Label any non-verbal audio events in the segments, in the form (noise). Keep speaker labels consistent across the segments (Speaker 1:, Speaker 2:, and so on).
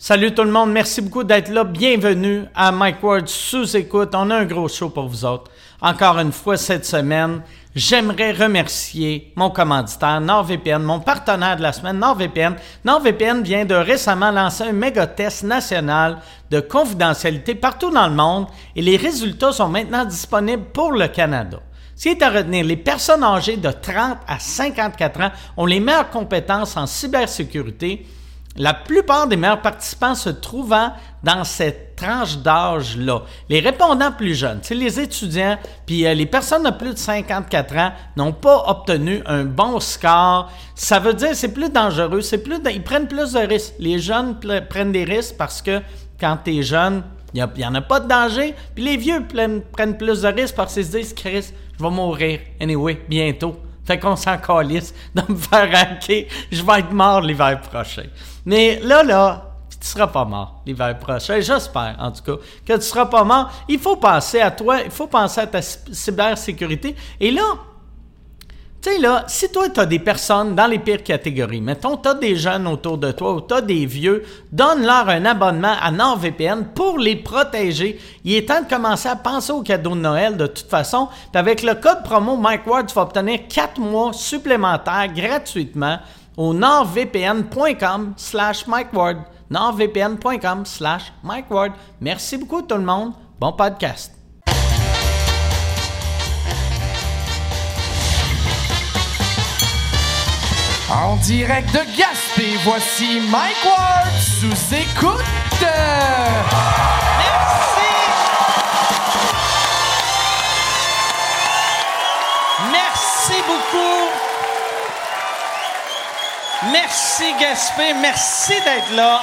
Speaker 1: Salut tout le monde, merci beaucoup d'être là. Bienvenue à Mike Ward sous écoute. On a un gros show pour vous autres. Encore une fois cette semaine, j'aimerais remercier mon commanditaire NordVPN, mon partenaire de la semaine NordVPN. NordVPN vient de récemment lancer un méga test national de confidentialité partout dans le monde et les résultats sont maintenant disponibles pour le Canada. C'est à retenir, les personnes âgées de 30 à 54 ans ont les meilleures compétences en cybersécurité. La plupart des meilleurs participants se trouvant dans cette tranche d'âge-là. Les répondants plus jeunes, c'est les étudiants, puis euh, les personnes de plus de 54 ans n'ont pas obtenu un bon score. Ça veut dire que c'est plus dangereux, c'est plus, ils prennent plus de risques. Les jeunes pl- prennent des risques parce que quand tu es jeune, il n'y en a pas de danger. Puis les vieux prennent, prennent plus de risques parce qu'ils se disent, Chris, je vais mourir. Anyway, bientôt. Fait qu'on s'en calisse de me faire hacker. Je vais être mort l'hiver prochain. Mais là, là, tu seras pas mort l'hiver prochain. J'espère, en tout cas, que tu seras pas mort. Il faut penser à toi. Il faut penser à ta cy- cybersécurité. Et là, tu sais, là, si toi, tu as des personnes dans les pires catégories, mettons, tu as des jeunes autour de toi ou tu as des vieux, donne-leur un abonnement à NordVPN pour les protéger. Il est temps de commencer à penser aux cadeaux de Noël de toute façon. Puis avec le code promo Mike Ward, tu vas obtenir 4 mois supplémentaires gratuitement au nordvpn.com slash Mike Ward. nordvpn.com slash Mike Ward. Merci beaucoup tout le monde. Bon podcast.
Speaker 2: En direct de Gaspé, voici Mike Ward sous écoute.
Speaker 1: Merci! Merci beaucoup! Merci Gaspé, merci d'être là.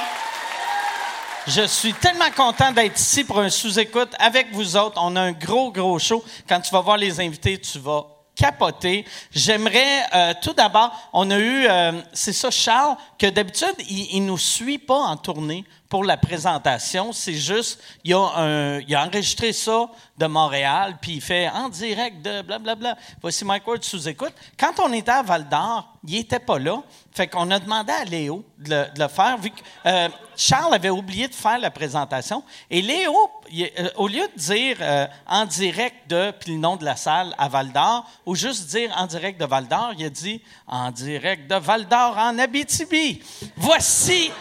Speaker 1: Je suis tellement content d'être ici pour un sous-écoute avec vous autres. On a un gros, gros show. Quand tu vas voir les invités, tu vas capoter. J'aimerais, euh, tout d'abord, on a eu, euh, c'est ça, Charles, que d'habitude, il ne nous suit pas en tournée pour la présentation. C'est juste, il a, un- il a enregistré ça de Montréal, puis il fait en direct de blablabla. Voici Mike Ward sous-écoute. Quand on était à Val-d'Or, il n'était pas là. Fait qu'on a demandé à Léo de le, de le faire, vu que euh, Charles avait oublié de faire la présentation. Et Léo, il- euh, au lieu de dire euh, en direct de, puis le nom de la salle à Val d'Or, ou juste dire en direct de Val d'Or, il a dit en direct de Val d'Or en Abitibi. Voici.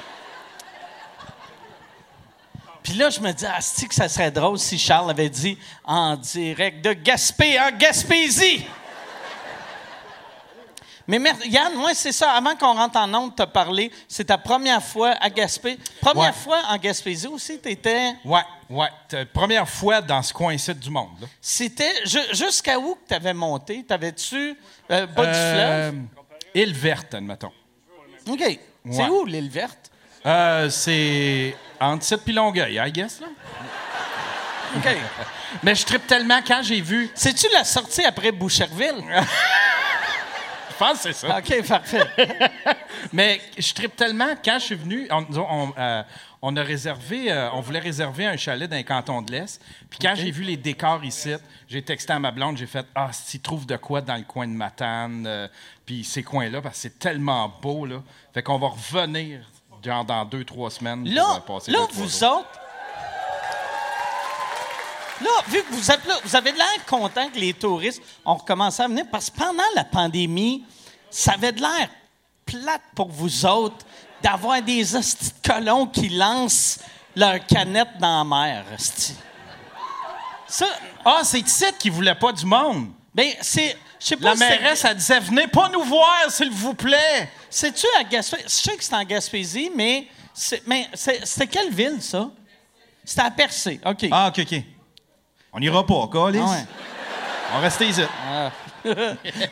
Speaker 1: Puis là, je me dis, ah, c'est-tu que ça serait drôle si Charles avait dit en direct de Gaspé en Gaspésie. Mais mer- Yann, moi, c'est ça. Avant qu'on rentre en onde, t'as parlé. C'est ta première fois à Gaspé. Première
Speaker 3: Ouais.
Speaker 1: fois en Gaspésie aussi, t'étais...
Speaker 3: Ouais, ouais. T'as- Première fois dans ce coin-ci du monde. là.
Speaker 1: C'était ju- jusqu'à où que t'avais monté? T'avais-tu euh, bas
Speaker 3: Euh,
Speaker 1: du
Speaker 3: Île verte, admettons.
Speaker 1: fleuve? OK. C'est
Speaker 3: ouais.
Speaker 1: où l'île verte?
Speaker 3: Euh, c'est entre Site puis Longueuil, I guess. Là.
Speaker 1: OK.
Speaker 3: Mais je trippe tellement quand j'ai vu.
Speaker 1: C'est-tu la sortie après Boucherville?
Speaker 3: (laughs) Je pense que c'est ça.
Speaker 1: OK, parfait.
Speaker 3: Mais je trippe tellement quand je suis venu. On, on, euh, on a réservé, euh, on voulait réserver un chalet dans le canton de l'Est. Puis quand j'ai vu les décors ici, j'ai texté à ma blonde, j'ai fait Ah, si trouve de quoi dans le coin de Matane, euh, puis ces coins-là, parce que c'est tellement beau. là. Fait qu'on va revenir genre dans deux, trois semaines. pour,
Speaker 1: Là,
Speaker 3: euh, passer
Speaker 1: là
Speaker 3: deux, trois
Speaker 1: vous
Speaker 3: jours.
Speaker 1: autres... Là, vu que vous êtes là, vous avez de l'air content que les touristes ont recommencé à venir parce que pendant la pandémie, ça avait de l'air plate pour vous autres d'avoir des hosties de colons qui lancent leurs canettes dans la mer. hostie. Ça,
Speaker 3: Ah, c'est ici qui voulait pas du monde.
Speaker 1: Ben, c'est. Je sais pas
Speaker 3: La
Speaker 1: si c'est-
Speaker 3: mairesse, elle disait Venez pas nous voir, s'il vous plaît.
Speaker 1: C'est-tu à Gaspésie? Je sais que c'est en Gaspésie, mais. c'est- Mais c'est- c'était quelle ville, ça? C'était à Percé. OK.
Speaker 3: Ah, OK, OK. On ira pas, Calis.
Speaker 1: Ah ouais.
Speaker 3: On reste ici.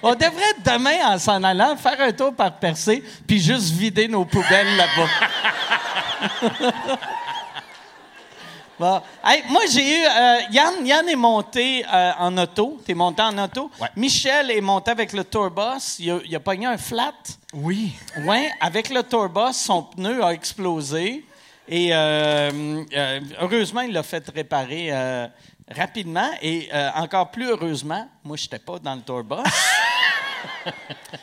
Speaker 1: On devrait demain, en s'en allant, faire un tour par Percé, puis juste vider nos poubelles là-bas. (laughs) Bon. Hey, moi, j'ai eu. euh, Yann, Yann est monté euh, en auto. T'es monté en auto.
Speaker 3: Ouais.
Speaker 1: Michel est monté avec le tourbus. Il a, il a pogné un flat.
Speaker 3: Oui.
Speaker 1: Oui, avec le tourbus, son pneu a explosé. Et euh, euh, heureusement, il l'a fait réparer euh, rapidement. Et euh, encore plus heureusement, moi, je n'étais pas dans le tourbus.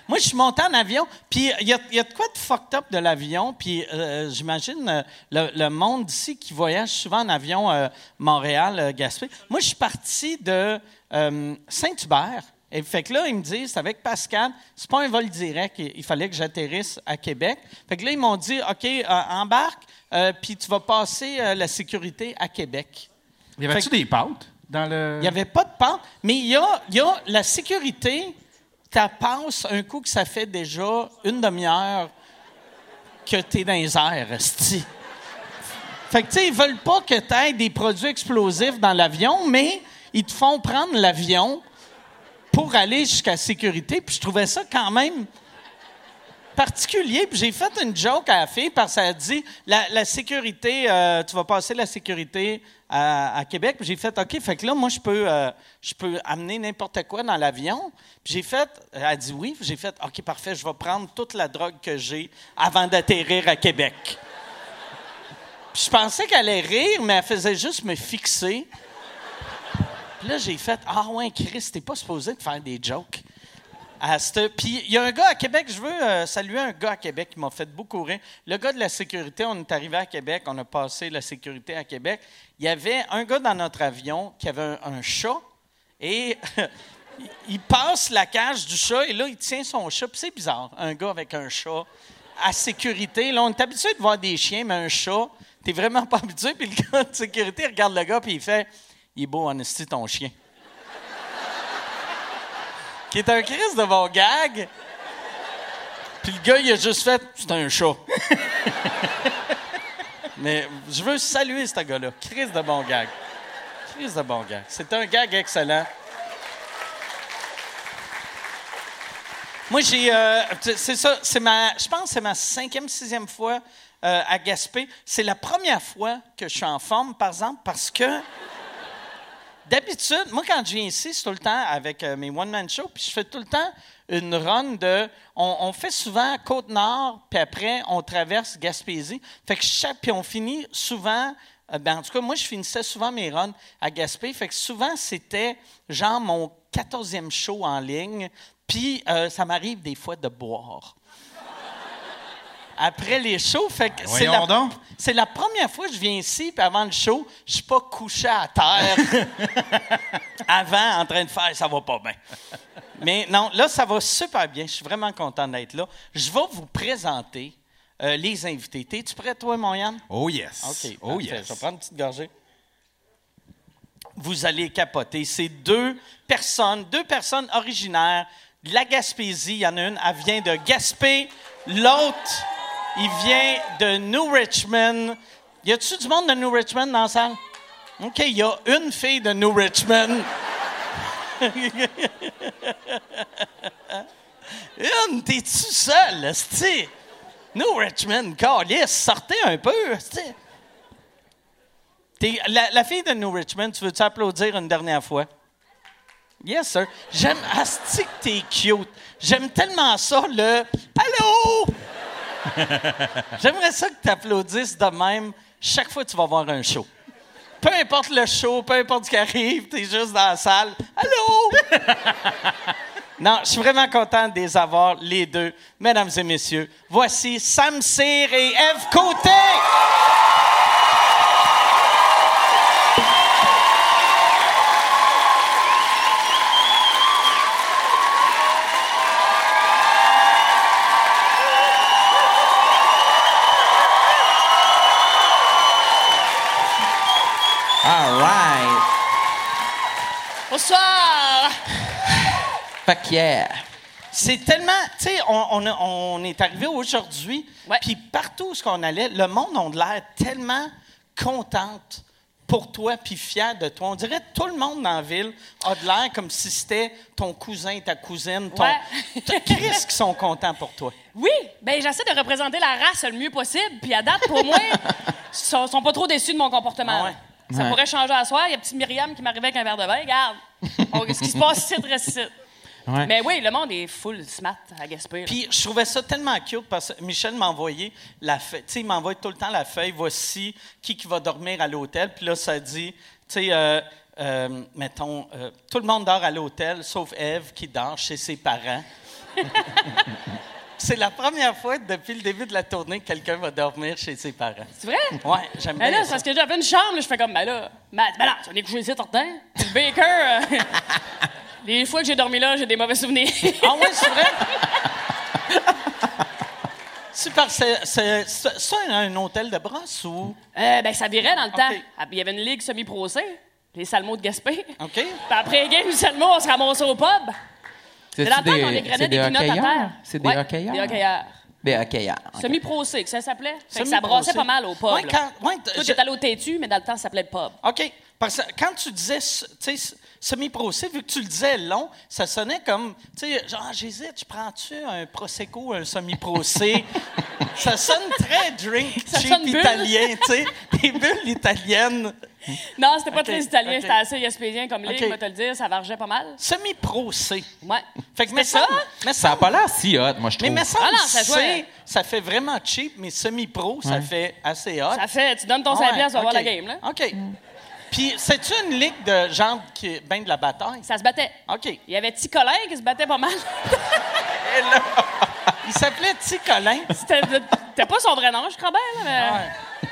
Speaker 1: Moi, je suis monté en avion, puis il y, a- il y a de quoi de fucked up de l'avion, puis euh, j'imagine euh, le, le monde ici qui voyage souvent en avion euh, Montréal, euh, Gaspé. Moi, je suis parti de euh, Saint-Hubert, et fait que là, ils me disent, c'est avec Pascal, c'est pas un vol direct, il, il fallait que j'atterrisse à Québec. Fait que là, ils m'ont dit, OK, euh, embarque, euh, puis tu vas passer euh, la sécurité à Québec.
Speaker 3: Y avait-tu
Speaker 1: Fait
Speaker 3: des pâtes dans le.
Speaker 1: Il n'y avait pas de pente, mais il y a, il y a la sécurité. Tu passes un coup que ça fait déjà une demi-heure que tu es dans les airs, esti. Fait que, tu sais, ils veulent pas que tu aies des produits explosifs dans l'avion, mais ils te font prendre l'avion pour aller jusqu'à sécurité. Puis je trouvais ça quand même particulier. Puis j'ai fait une joke à la fille parce qu'elle a dit la, la sécurité, euh, tu vas passer la sécurité à, à Québec. Puis j'ai fait OK, fait que là, moi, je peux, euh, je peux amener n'importe quoi dans l'avion. Puis j'ai fait, elle a dit oui. Puis j'ai fait OK, parfait, je vais prendre toute la drogue que j'ai avant d'atterrir à Québec. Puis je pensais qu'elle allait rire, mais elle faisait juste me fixer. Puis là, j'ai fait Ah ouais, Chris, t'es pas supposé de faire des jokes. À ce- Puis il y a un gars à Québec, je veux euh, saluer un gars à Québec qui m'a fait beaucoup rire. Le gars de la sécurité, on est arrivé à Québec, on a passé la sécurité à Québec. Il y avait un gars dans notre avion qui avait un, un chat et (laughs) il- il passe la cage du chat et là, il tient son chat. Puis c'est bizarre, un gars avec un chat à sécurité. Là, on est habitué de voir des chiens, mais un chat, t'es vraiment (laughs) pas habitué. Puis le gars de sécurité regarde le gars puis il fait Il est beau, honesty, ton chien qui est un Chris de bon gag. Puis le gars, il a juste fait c'est un chat. Mais je veux saluer ce gars-là. Chris de bon gag. Chris de bon gag. C'est un gag excellent. Moi, j'ai. euh, tu- c'est ça. C'est ma. Je pense que c'est ma cinquième, sixième fois euh, à Gaspé. C'est la première fois que je suis en forme, par exemple, parce que. D'habitude, moi, quand je viens ici, c'est tout le temps avec euh, mes one-man shows, puis je fais tout le temps une run de. On, on fait souvent Côte-Nord, puis après, on traverse Gaspésie. Fait que chaque. Puis on finit souvent. euh, ben, en tout cas, moi, je finissais souvent mes runs à Gaspé. Fait que souvent, c'était genre mon 14e show en ligne, puis euh, ça m'arrive des fois de boire. Après les shows, fait que c'est
Speaker 3: voyons
Speaker 1: la-
Speaker 3: donc.
Speaker 1: c'est la première fois que je viens ici, puis avant le show, je suis pas couché à terre. avant, en train de faire, ça va pas bien. Mais non, là, ça va super bien. Je suis vraiment content d'être là. Je vais vous présenter euh, les invités. Es-tu prêt, toi, mon Yann?
Speaker 3: Oh yes.
Speaker 1: OK.
Speaker 3: Oh
Speaker 1: parfait.
Speaker 3: yes.
Speaker 1: Je vais prendre une petite gorgée. Vous allez capoter. C'est deux personnes, deux personnes originaires de la Gaspésie. Il y en a une, elle vient de Gaspé. L'autre, il vient de New Richmond. Y a-tu du monde de New Richmond dans la salle? OK, il y a une fille de New Richmond. (laughs) Une, t'es-tu seul, esti? Nous, Richmond, calice, sortez un peu, esti. T'es- La, la fille de New Richmond, tu veux-tu applaudir une dernière fois? Yes, sir. J'aime, asti, que t'es cute. J'aime tellement ça, le « Allô? » J'aimerais ça que t'applaudisses de même chaque fois que tu vas voir un show. Peu importe le show, peu importe ce qui arrive, t'es juste dans la salle. « Allô? » Non, je suis vraiment content de les avoir, les deux. Mesdames et messieurs, voici Sam Cyr et Eve Côté.
Speaker 4: All right.
Speaker 1: Bonsoir! Fuck yeah! C'est tellement. Tu sais, on, on a- on est arrivé aujourd'hui,
Speaker 5: Ouais.
Speaker 1: puis partout où ce qu'on allait, le monde a de l'air tellement contente pour toi, puis fier de toi. On dirait que tout le monde dans la ville a de l'air comme si c'était ton cousin, ta cousine, ton.
Speaker 5: Ouais.
Speaker 1: T'as Chris qui sont contents pour toi.
Speaker 5: (laughs) Oui, ben j'essaie de représenter la race le mieux possible. Puis à date, pour moi, ils sont, sont pas trop déçus de mon comportement.
Speaker 1: Ah ouais?
Speaker 5: Ça pourrait changer à soir. Il y a petite Myriam qui m'arrivait avec un verre de vin. Regarde, On- ce qui se passe ici reste ici.
Speaker 1: Ouais.
Speaker 5: Mais oui, le monde est full smart à Gaspé. là.
Speaker 1: Puis je trouvais ça tellement cute parce que Michel m'envoyait la feuille. Tu sais, il m'envoie tout le temps la feuille. Voici qui, qui va dormir à l'hôtel. Puis là, ça dit, tu sais, euh, euh, mettons, euh, tout le monde dort à l'hôtel sauf Eve qui dort chez ses parents. (laughs) C'est la première fois depuis le début de la tournée que quelqu'un va dormir chez ses parents.
Speaker 5: C'est vrai?
Speaker 1: Ouais, j'aime
Speaker 5: Mais
Speaker 1: bien
Speaker 5: là, c'est
Speaker 1: ça.
Speaker 5: parce que j'avais une chambre, là, je fais comme, ben là, Matt, ben là, on est couché ici, Tortin. Puis le Baker, euh, (laughs) les fois que j'ai dormi là, j'ai des mauvais souvenirs.
Speaker 1: Ah ouais, c'est vrai? Super, c'est, c'est, c'est- ça, un hôtel de brasse ou...
Speaker 5: Euh, ben, ça virait dans le temps.
Speaker 1: OK.
Speaker 5: Ah, puis Il y avait une ligue semi-procée, les Salmos de Gaspé. (laughs)
Speaker 1: OK.
Speaker 5: Puis après game du Salmo, on se ramassait au pub. C'est dans le temps qu'on
Speaker 6: c'est
Speaker 5: dégradait
Speaker 6: des
Speaker 5: des pinottes à
Speaker 6: hockeyeurs?
Speaker 5: terre.
Speaker 6: C'est des
Speaker 5: Ouais,
Speaker 6: hockeyeurs?
Speaker 5: Des hockeyeurs.
Speaker 6: Des hockeyeurs. OK.
Speaker 5: Semi-procé, que ça s'appelait. Fait que ça
Speaker 1: Semi-procé.
Speaker 5: brassait pas mal au pub.
Speaker 1: Ouais,
Speaker 5: là.
Speaker 1: quand- ouais, t-
Speaker 5: Tout
Speaker 1: je-
Speaker 5: est allé au têtu, mais dans le temps, ça s'appelait le pub.
Speaker 1: OK. Parce que quand tu disais, s- tu sais, s- semi-procé, vu que tu le disais long, ça sonnait comme, tu sais, genre, Ah, j'hésite, je prends-tu un prosecco ou un
Speaker 5: (laughs)
Speaker 1: semi-procé? ça sonne très drink
Speaker 5: Ça
Speaker 1: cheap
Speaker 5: sonne bulle.
Speaker 1: italien, tu sais, des bulles italiennes.
Speaker 5: Non, c'était pas
Speaker 1: OK,
Speaker 5: très italien,
Speaker 1: OK.
Speaker 5: c'était assez gaspésien comme ligue,
Speaker 1: OK.
Speaker 5: je vais te le dire, ça vargeait pas mal.
Speaker 1: Semi-procé.
Speaker 5: Ouais.
Speaker 1: Fait que, mais
Speaker 5: ça?
Speaker 1: ça, mais
Speaker 6: Ça n'a pas l'air si hot, moi, je
Speaker 1: Mais
Speaker 6: trouve.
Speaker 1: me semble
Speaker 5: Ah non,
Speaker 1: que
Speaker 5: ça se voit.
Speaker 1: c'est- ça fait vraiment cheap, mais semi-pro, ça fait assez hot.
Speaker 5: Ça fait, tu donnes ton 5
Speaker 1: Ah. Ouais,
Speaker 5: piastres, tu vas
Speaker 1: OK.
Speaker 5: voir la game, là.
Speaker 1: OK. Puis, c'est-tu une ligue de genre qui est bien de la bataille?
Speaker 5: Ça se battait.
Speaker 1: OK.
Speaker 5: Il y avait petit Colin qui se battait pas mal. (laughs)
Speaker 1: Et là, il s'appelait Ticolin.
Speaker 5: C'était c'était pas son vrai nom, je crois bien, là,
Speaker 1: Ah
Speaker 5: mais...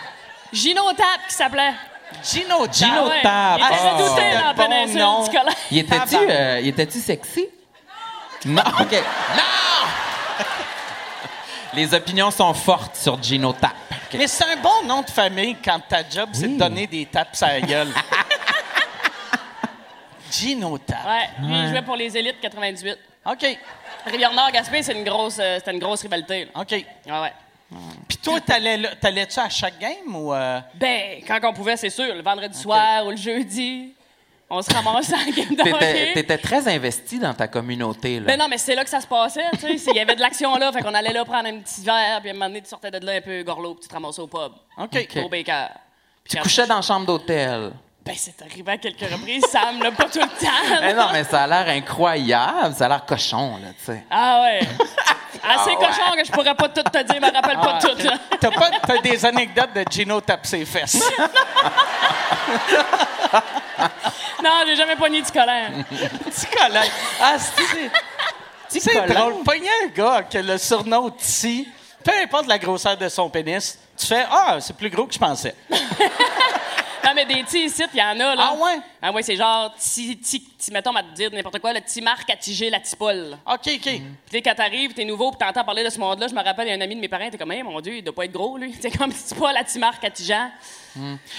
Speaker 5: Gino Tap qui s'appelait.
Speaker 1: Gino Tap.
Speaker 5: Ah
Speaker 6: Gino
Speaker 5: ouais.
Speaker 6: Tap. Oh,
Speaker 5: Il était
Speaker 1: Ah,
Speaker 5: redouté
Speaker 1: c'est
Speaker 5: dans
Speaker 1: le
Speaker 5: la
Speaker 1: bon
Speaker 5: péninsule,
Speaker 1: nom.
Speaker 5: petit Colin.
Speaker 6: Il était-tu
Speaker 1: Ah, bah.
Speaker 6: euh, il était-tu sexy? Non, (laughs) OK. Non! (laughs) Les opinions sont fortes sur Gino Tap. OK.
Speaker 1: Mais c'est un bon nom de famille quand ta job, c'est de donner des tapes à la
Speaker 5: (laughs)
Speaker 1: gueule. Gino Tap.
Speaker 5: Ouais, lui, il jouait pour les élites 98.
Speaker 1: OK.
Speaker 5: Rivière-Nord-Gaspé, c'est une grosse, euh, c'était une grosse rivalité. là. Ah
Speaker 1: OK.
Speaker 5: Ouais, ouais.
Speaker 1: Puis toi, t'allais là- t'allais-tu à chaque game ou... euh,
Speaker 5: Ben, quand on pouvait, c'est sûr, le vendredi soir ou le jeudi, on se ramassait en game de
Speaker 6: T'étais
Speaker 5: hockey.
Speaker 6: t'étais très investi dans ta communauté, là.
Speaker 5: Ben non, mais c'est là que ça se passait, tu sais. c'est- Il y avait de l'action là, fait qu'on allait là prendre un petit verre, puis à un moment donné, tu sortais de là un peu gorlot, puis tu te ramassais au pub.
Speaker 1: OK.
Speaker 6: OK.
Speaker 5: Au Baker. Puis
Speaker 6: Tu
Speaker 5: quand-
Speaker 6: couchais dans la chambre d'hôtel.
Speaker 5: Ben, c'est arrivé à quelques reprises, Sam, là, pas tout le
Speaker 6: (laughs)
Speaker 5: temps.
Speaker 6: Mais Eh non, mais ça a l'air incroyable. Ça a l'air cochon, là, tu sais.
Speaker 5: Ah ouais.
Speaker 6: Ah
Speaker 5: Assez cochon que je pourrais pas tout te dire, je me rappelle pas tout. là.
Speaker 1: T'as pas t'as des anecdotes de Gino tape ses fesses.
Speaker 5: Non, j'ai jamais pogné du colère.
Speaker 1: Petit Colin. Ah, c'est- c'est c'est
Speaker 6: Colin.
Speaker 1: drôle. Pogner un gars que le surnom Ti, peu importe la grosseur de son pénis, tu fais Ah, c'est plus gros que je pensais.
Speaker 5: Non, mais des petits ici, il y en a, là.
Speaker 1: Ah ouais?
Speaker 5: Ah ouais, c'est genre, ti, ti, ti- mettons, on va te dire n'importe quoi, le petit Marc à tiger, la Tipole.
Speaker 1: OK, OK.
Speaker 5: Puis tu sais, quand t'arrives, t'es nouveau, puis t'entends parler de ce monde-là, je me rappelle, il y a un ami de mes parents, t'es comme, hey, mon Dieu, il doit pas être gros, lui. (laughs) C'est comme, c'est pas la Timarque à Tijan.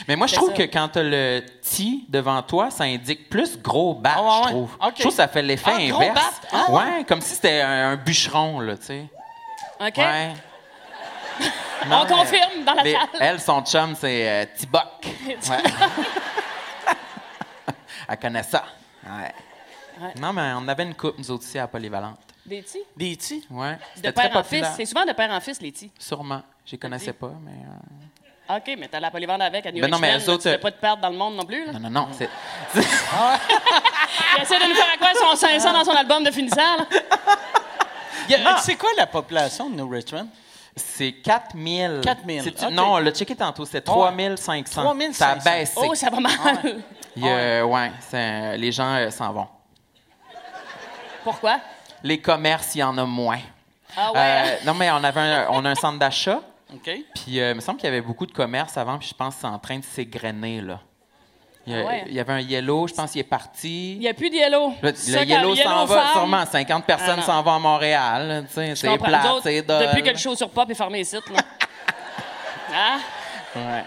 Speaker 6: Mais moi, je trouve
Speaker 5: ça.
Speaker 6: que quand t'as le ti devant toi, ça indique plus gros bat,
Speaker 1: Ah, ouais, ouais.
Speaker 6: je trouve.
Speaker 1: OK.
Speaker 6: Je trouve que ça fait l'effet
Speaker 1: Ah, gros
Speaker 6: inverse.
Speaker 1: bat. Ah,
Speaker 6: ouais. comme si c'était un, un bûcheron, là, tu sais.
Speaker 5: OK? (laughs)
Speaker 6: Ouais.
Speaker 5: On confirme dans la
Speaker 6: mais
Speaker 5: salle.
Speaker 6: Elle, son chum, c'est euh, Tiboc.
Speaker 5: (laughs)
Speaker 6: Elle connaît ça. Ouais. Non, mais on avait une coupe, nous autres, ici, à Polyvalente.
Speaker 5: Des petits?
Speaker 1: Des Ti.
Speaker 6: Ouais.
Speaker 5: De
Speaker 6: C'était très
Speaker 5: père en fils.
Speaker 6: populaire.
Speaker 5: C'est souvent de père en fils, les petits.
Speaker 6: Sûrement. Je les connaissais pas, mais... euh,
Speaker 5: OK, mais t'as la polyvendre avec à New
Speaker 6: Ben non, mais
Speaker 5: Richmond,
Speaker 6: elles
Speaker 5: là,
Speaker 6: autres, Ah.
Speaker 5: Tu
Speaker 6: euh,
Speaker 5: peux pas te perdre dans le monde non plus, là.
Speaker 6: Non, non, non, c'est...
Speaker 5: Il essaie de nous faire à quoi son 500 dans son album de finissant, là.
Speaker 1: Il y a- C'est quoi la population de New Richmond?
Speaker 6: C'est 4000.
Speaker 1: 4000,
Speaker 6: C'est- tu-
Speaker 1: ok.
Speaker 6: Non, on l'a checké tantôt, c'est 3500.
Speaker 1: 3500.
Speaker 6: Ça a baissé.
Speaker 5: Oh, ça va
Speaker 6: Ah
Speaker 5: mal.
Speaker 6: Il y a- ouais, c'est- les gens euh, s'en vont.
Speaker 5: Pourquoi?
Speaker 6: Les commerces, il y en a moins.
Speaker 5: Ah ouais.
Speaker 6: Euh, non, mais on, avait un, on a un centre d'achat,
Speaker 1: OK.
Speaker 6: puis euh, il me semble qu'il y avait beaucoup de commerces avant, puis je pense que c'est en train de s'égrener, là. Il y, a-
Speaker 5: Ah ouais.
Speaker 6: il y avait un yellow, je pense qu'il est parti.
Speaker 5: Il n'y a plus de yellow.
Speaker 6: Le, le
Speaker 5: Ça, quand
Speaker 6: yellow s'en va,
Speaker 5: ferme,
Speaker 6: sûrement. 50
Speaker 5: Ah
Speaker 6: personnes
Speaker 5: non.
Speaker 6: s'en vont à Montréal. là, tu sais,
Speaker 5: je
Speaker 6: C'est
Speaker 5: comprends.
Speaker 6: plat,
Speaker 5: Nous autres,
Speaker 6: c'est dole.
Speaker 5: Depuis que le show sur Pop est fermé ici,
Speaker 6: (laughs)
Speaker 5: là. Hein?
Speaker 6: Ouais.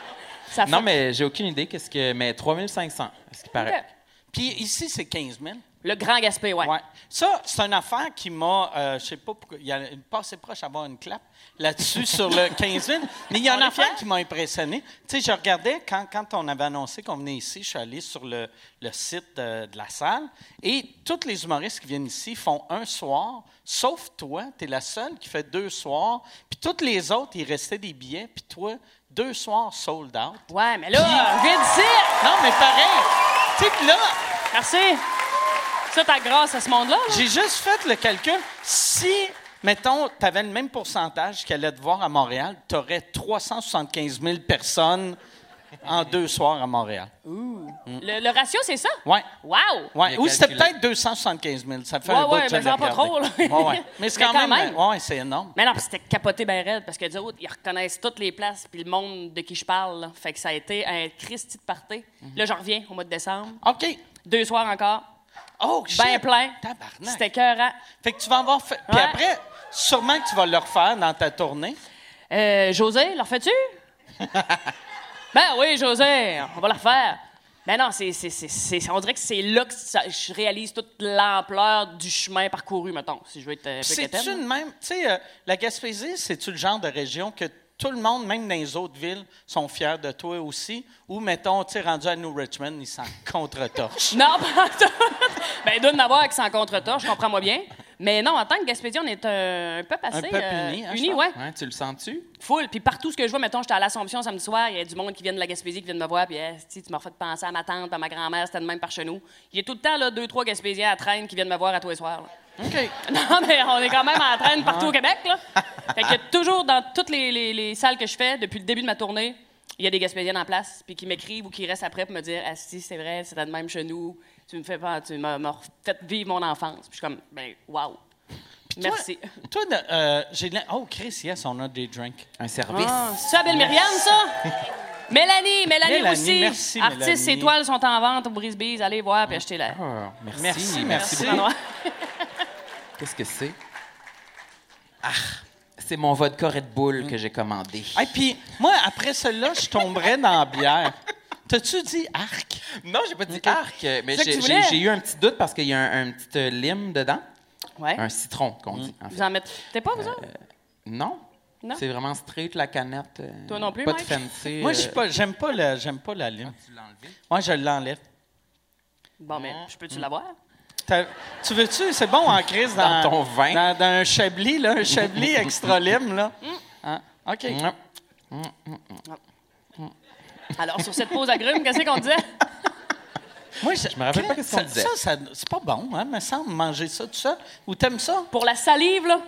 Speaker 5: Ça
Speaker 6: Non,
Speaker 5: fuck.
Speaker 6: mais j'ai aucune idée. Qu'est-ce que... Mais 3500, ce qui paraît.
Speaker 1: Puis ici, c'est 15 000.
Speaker 5: Le grand Gaspé, ouais.
Speaker 1: Ouais. Ça, c'est une affaire qui m'a. euh, je sais pas pourquoi. Il y a une passée proche à avoir une clap là-dessus sur le 15 000. Mais il y a une
Speaker 5: On est
Speaker 1: affaire
Speaker 5: fiers.
Speaker 1: qui m'a impressionné. Tu sais, je regardais quand, quand on avait annoncé qu'on venait ici, je suis allé sur le, le site euh, de, la salle et tous les humoristes qui viennent ici font un soir, sauf toi. Tu es la seule qui fait deux soirs. Puis toutes les autres, il restait des billets. Puis toi, deux soirs sold out.
Speaker 5: Ouais, mais là, euh, viens d'ici!
Speaker 1: Non, mais pareil. Tu sais, puis là.
Speaker 5: Merci! Ça, ta grâce à ce monde-là, là.
Speaker 1: J'ai juste fait le calcul. Si, mettons, tu avais le même pourcentage qu'elle allait te voir à Montréal, tu aurais 375 000 personnes en deux soirs à Montréal.
Speaker 5: Le, le ratio, c'est ça?
Speaker 1: Ouais.
Speaker 5: Wow!
Speaker 1: Ouais.
Speaker 6: Il a
Speaker 1: Ou c'était
Speaker 6: calculé.
Speaker 1: peut-être 275 000. Ça fait
Speaker 5: Ouais,
Speaker 1: un bout
Speaker 5: ouais,
Speaker 1: que je
Speaker 5: mais
Speaker 1: l'ai
Speaker 5: j'en pas
Speaker 1: regardé.
Speaker 5: trop, là.
Speaker 1: Ouais, ouais. Mais c'est
Speaker 5: (laughs) Mais
Speaker 1: quand,
Speaker 5: quand
Speaker 1: même.
Speaker 5: même.
Speaker 1: Ouais, c'est énorme.
Speaker 5: Mais non, puis c'était capoté ben raide, parce que les autres, ils reconnaissent toutes les places puis le monde de qui je parle. là. Fait que ça a été un Christy de party.
Speaker 6: Mhm.
Speaker 5: Là, je reviens au mois de décembre.
Speaker 1: OK.
Speaker 5: Deux soirs encore.
Speaker 1: Oh, shit.
Speaker 5: Ben plein.
Speaker 1: Tabarnak.
Speaker 5: C'était écœurant.
Speaker 1: Fait que tu vas avoir fait. Puis
Speaker 5: Ouais.
Speaker 1: après, sûrement que tu vas le refaire dans ta tournée.
Speaker 5: Euh, José,
Speaker 1: (laughs)
Speaker 5: le refais-tu? ben oui, José, on va le refaire. Ben non, c'est, c'est, c'est, c'est- on dirait que c'est là que ça- je réalise toute l'ampleur du chemin parcouru, mettons, si je veux être euh, un peu
Speaker 1: C'est-tu
Speaker 5: quétaine.
Speaker 1: le même. Tu sais, euh, la Gaspésie, c'est-tu le genre de région que tout le monde, même dans les autres villes, sont fiers de toi aussi? Ou, mettons, tu sais, rendu à New Richmond, ils s'en (laughs) contre-torchent.
Speaker 5: Non, (laughs) pas en tout. Ben, il doit en avoir avec sans contre-torche, comprends-moi bien. Mais non, en tant que Gaspédie, on est un, un peuple assez...
Speaker 1: peuple uni, hein, je
Speaker 5: uni,
Speaker 1: pense.
Speaker 5: ouais.
Speaker 6: Ouais, tu le sens-tu?
Speaker 5: Full. Puis partout ce que je vois, mettons, j'étais à l'Assomption samedi soir, il y a du monde qui vient de la Gaspésie qui vient de me voir, puis Hey, esti, tu m'as fait penser à ma tante, puis à ma grand-mère, c'était de même par chez nous. Il y a tout le temps, là, deux, trois Gaspésiens à traîne qui viennent me voir à tous les soirs. là.
Speaker 1: OK.
Speaker 5: (laughs) Non, mais on est quand même en traîne partout au Québec, là. Fait que toujours dans toutes les, les- les salles que je fais, depuis le début de ma tournée, il y a des Gaspésiennes en place, puis qui m'écrivent ou qui restent après pour me dire Ah, si, c'est vrai, c'est de même chez nous, tu me fais pas, tu m'as m'as fait vivre mon enfance. Puis je suis comme Ben, waouh. Merci.
Speaker 1: Toi, toi, euh, j'ai de la- Oh, Chris, yes, on a des drinks.
Speaker 6: Un service.
Speaker 5: Ah, C'est ça, belle Myriam,
Speaker 1: (laughs)
Speaker 5: ça? Mélanie, Mélanie,
Speaker 1: Mélanie,
Speaker 5: aussi.
Speaker 1: merci,
Speaker 5: Artiste,
Speaker 1: Mélanie.
Speaker 5: ses toiles sont en vente au Brise Bise. Allez voir puis achetez-la.
Speaker 6: Ah, merci,
Speaker 1: Merci, merci.
Speaker 6: beaucoup. Qu'est-ce que c'est? Ah, c'est mon vodka Red Bull que j'ai commandé.
Speaker 1: Et puis, moi, après cela, je tomberais dans la bière. T'as-tu dit arc?
Speaker 6: Ah, Non, j'ai pas dit arc,
Speaker 5: C'est
Speaker 6: mais
Speaker 5: ça que
Speaker 6: j'ai-
Speaker 5: tu voulais?
Speaker 6: j'ai j'ai eu un petit doute parce qu'il y a un, un petit euh, lime dedans,
Speaker 5: Ouais.
Speaker 6: un citron qu'on dit. en fait.
Speaker 5: Vous en mettez T'es pas, vous
Speaker 1: Euh,
Speaker 5: autres?
Speaker 6: Non.
Speaker 5: Mm. Non.
Speaker 6: C'est vraiment straight la canette. euh,
Speaker 5: Toi non plus,
Speaker 6: Pas
Speaker 5: Mike?
Speaker 6: de fancy.
Speaker 1: (laughs) Moi,
Speaker 6: euh,
Speaker 1: je pas, j'aime pas la, j'aime pas la lime.
Speaker 6: Ah,
Speaker 1: Moi, je l'enlève.
Speaker 5: Bon, mais je peux-tu l'avoir?
Speaker 1: T'as- Tu veux-tu? C'est bon en crise dans,
Speaker 6: Dans ton vin.
Speaker 1: Dans, dans un chablis, là, un chablis extra lime, là. Hein? OK.
Speaker 6: Ouais.
Speaker 5: Alors, sur cette pause agrume, qu'est-ce qu'on disait?
Speaker 1: Moi, je,
Speaker 6: me rappelle pas qu'est-ce qu'on
Speaker 1: ça-
Speaker 6: disait.
Speaker 1: Ça, ça- c'est pas bon, hein, me semble, manger ça tout seul. Ou t'aimes ça? Oh,
Speaker 5: Pour la salive, là,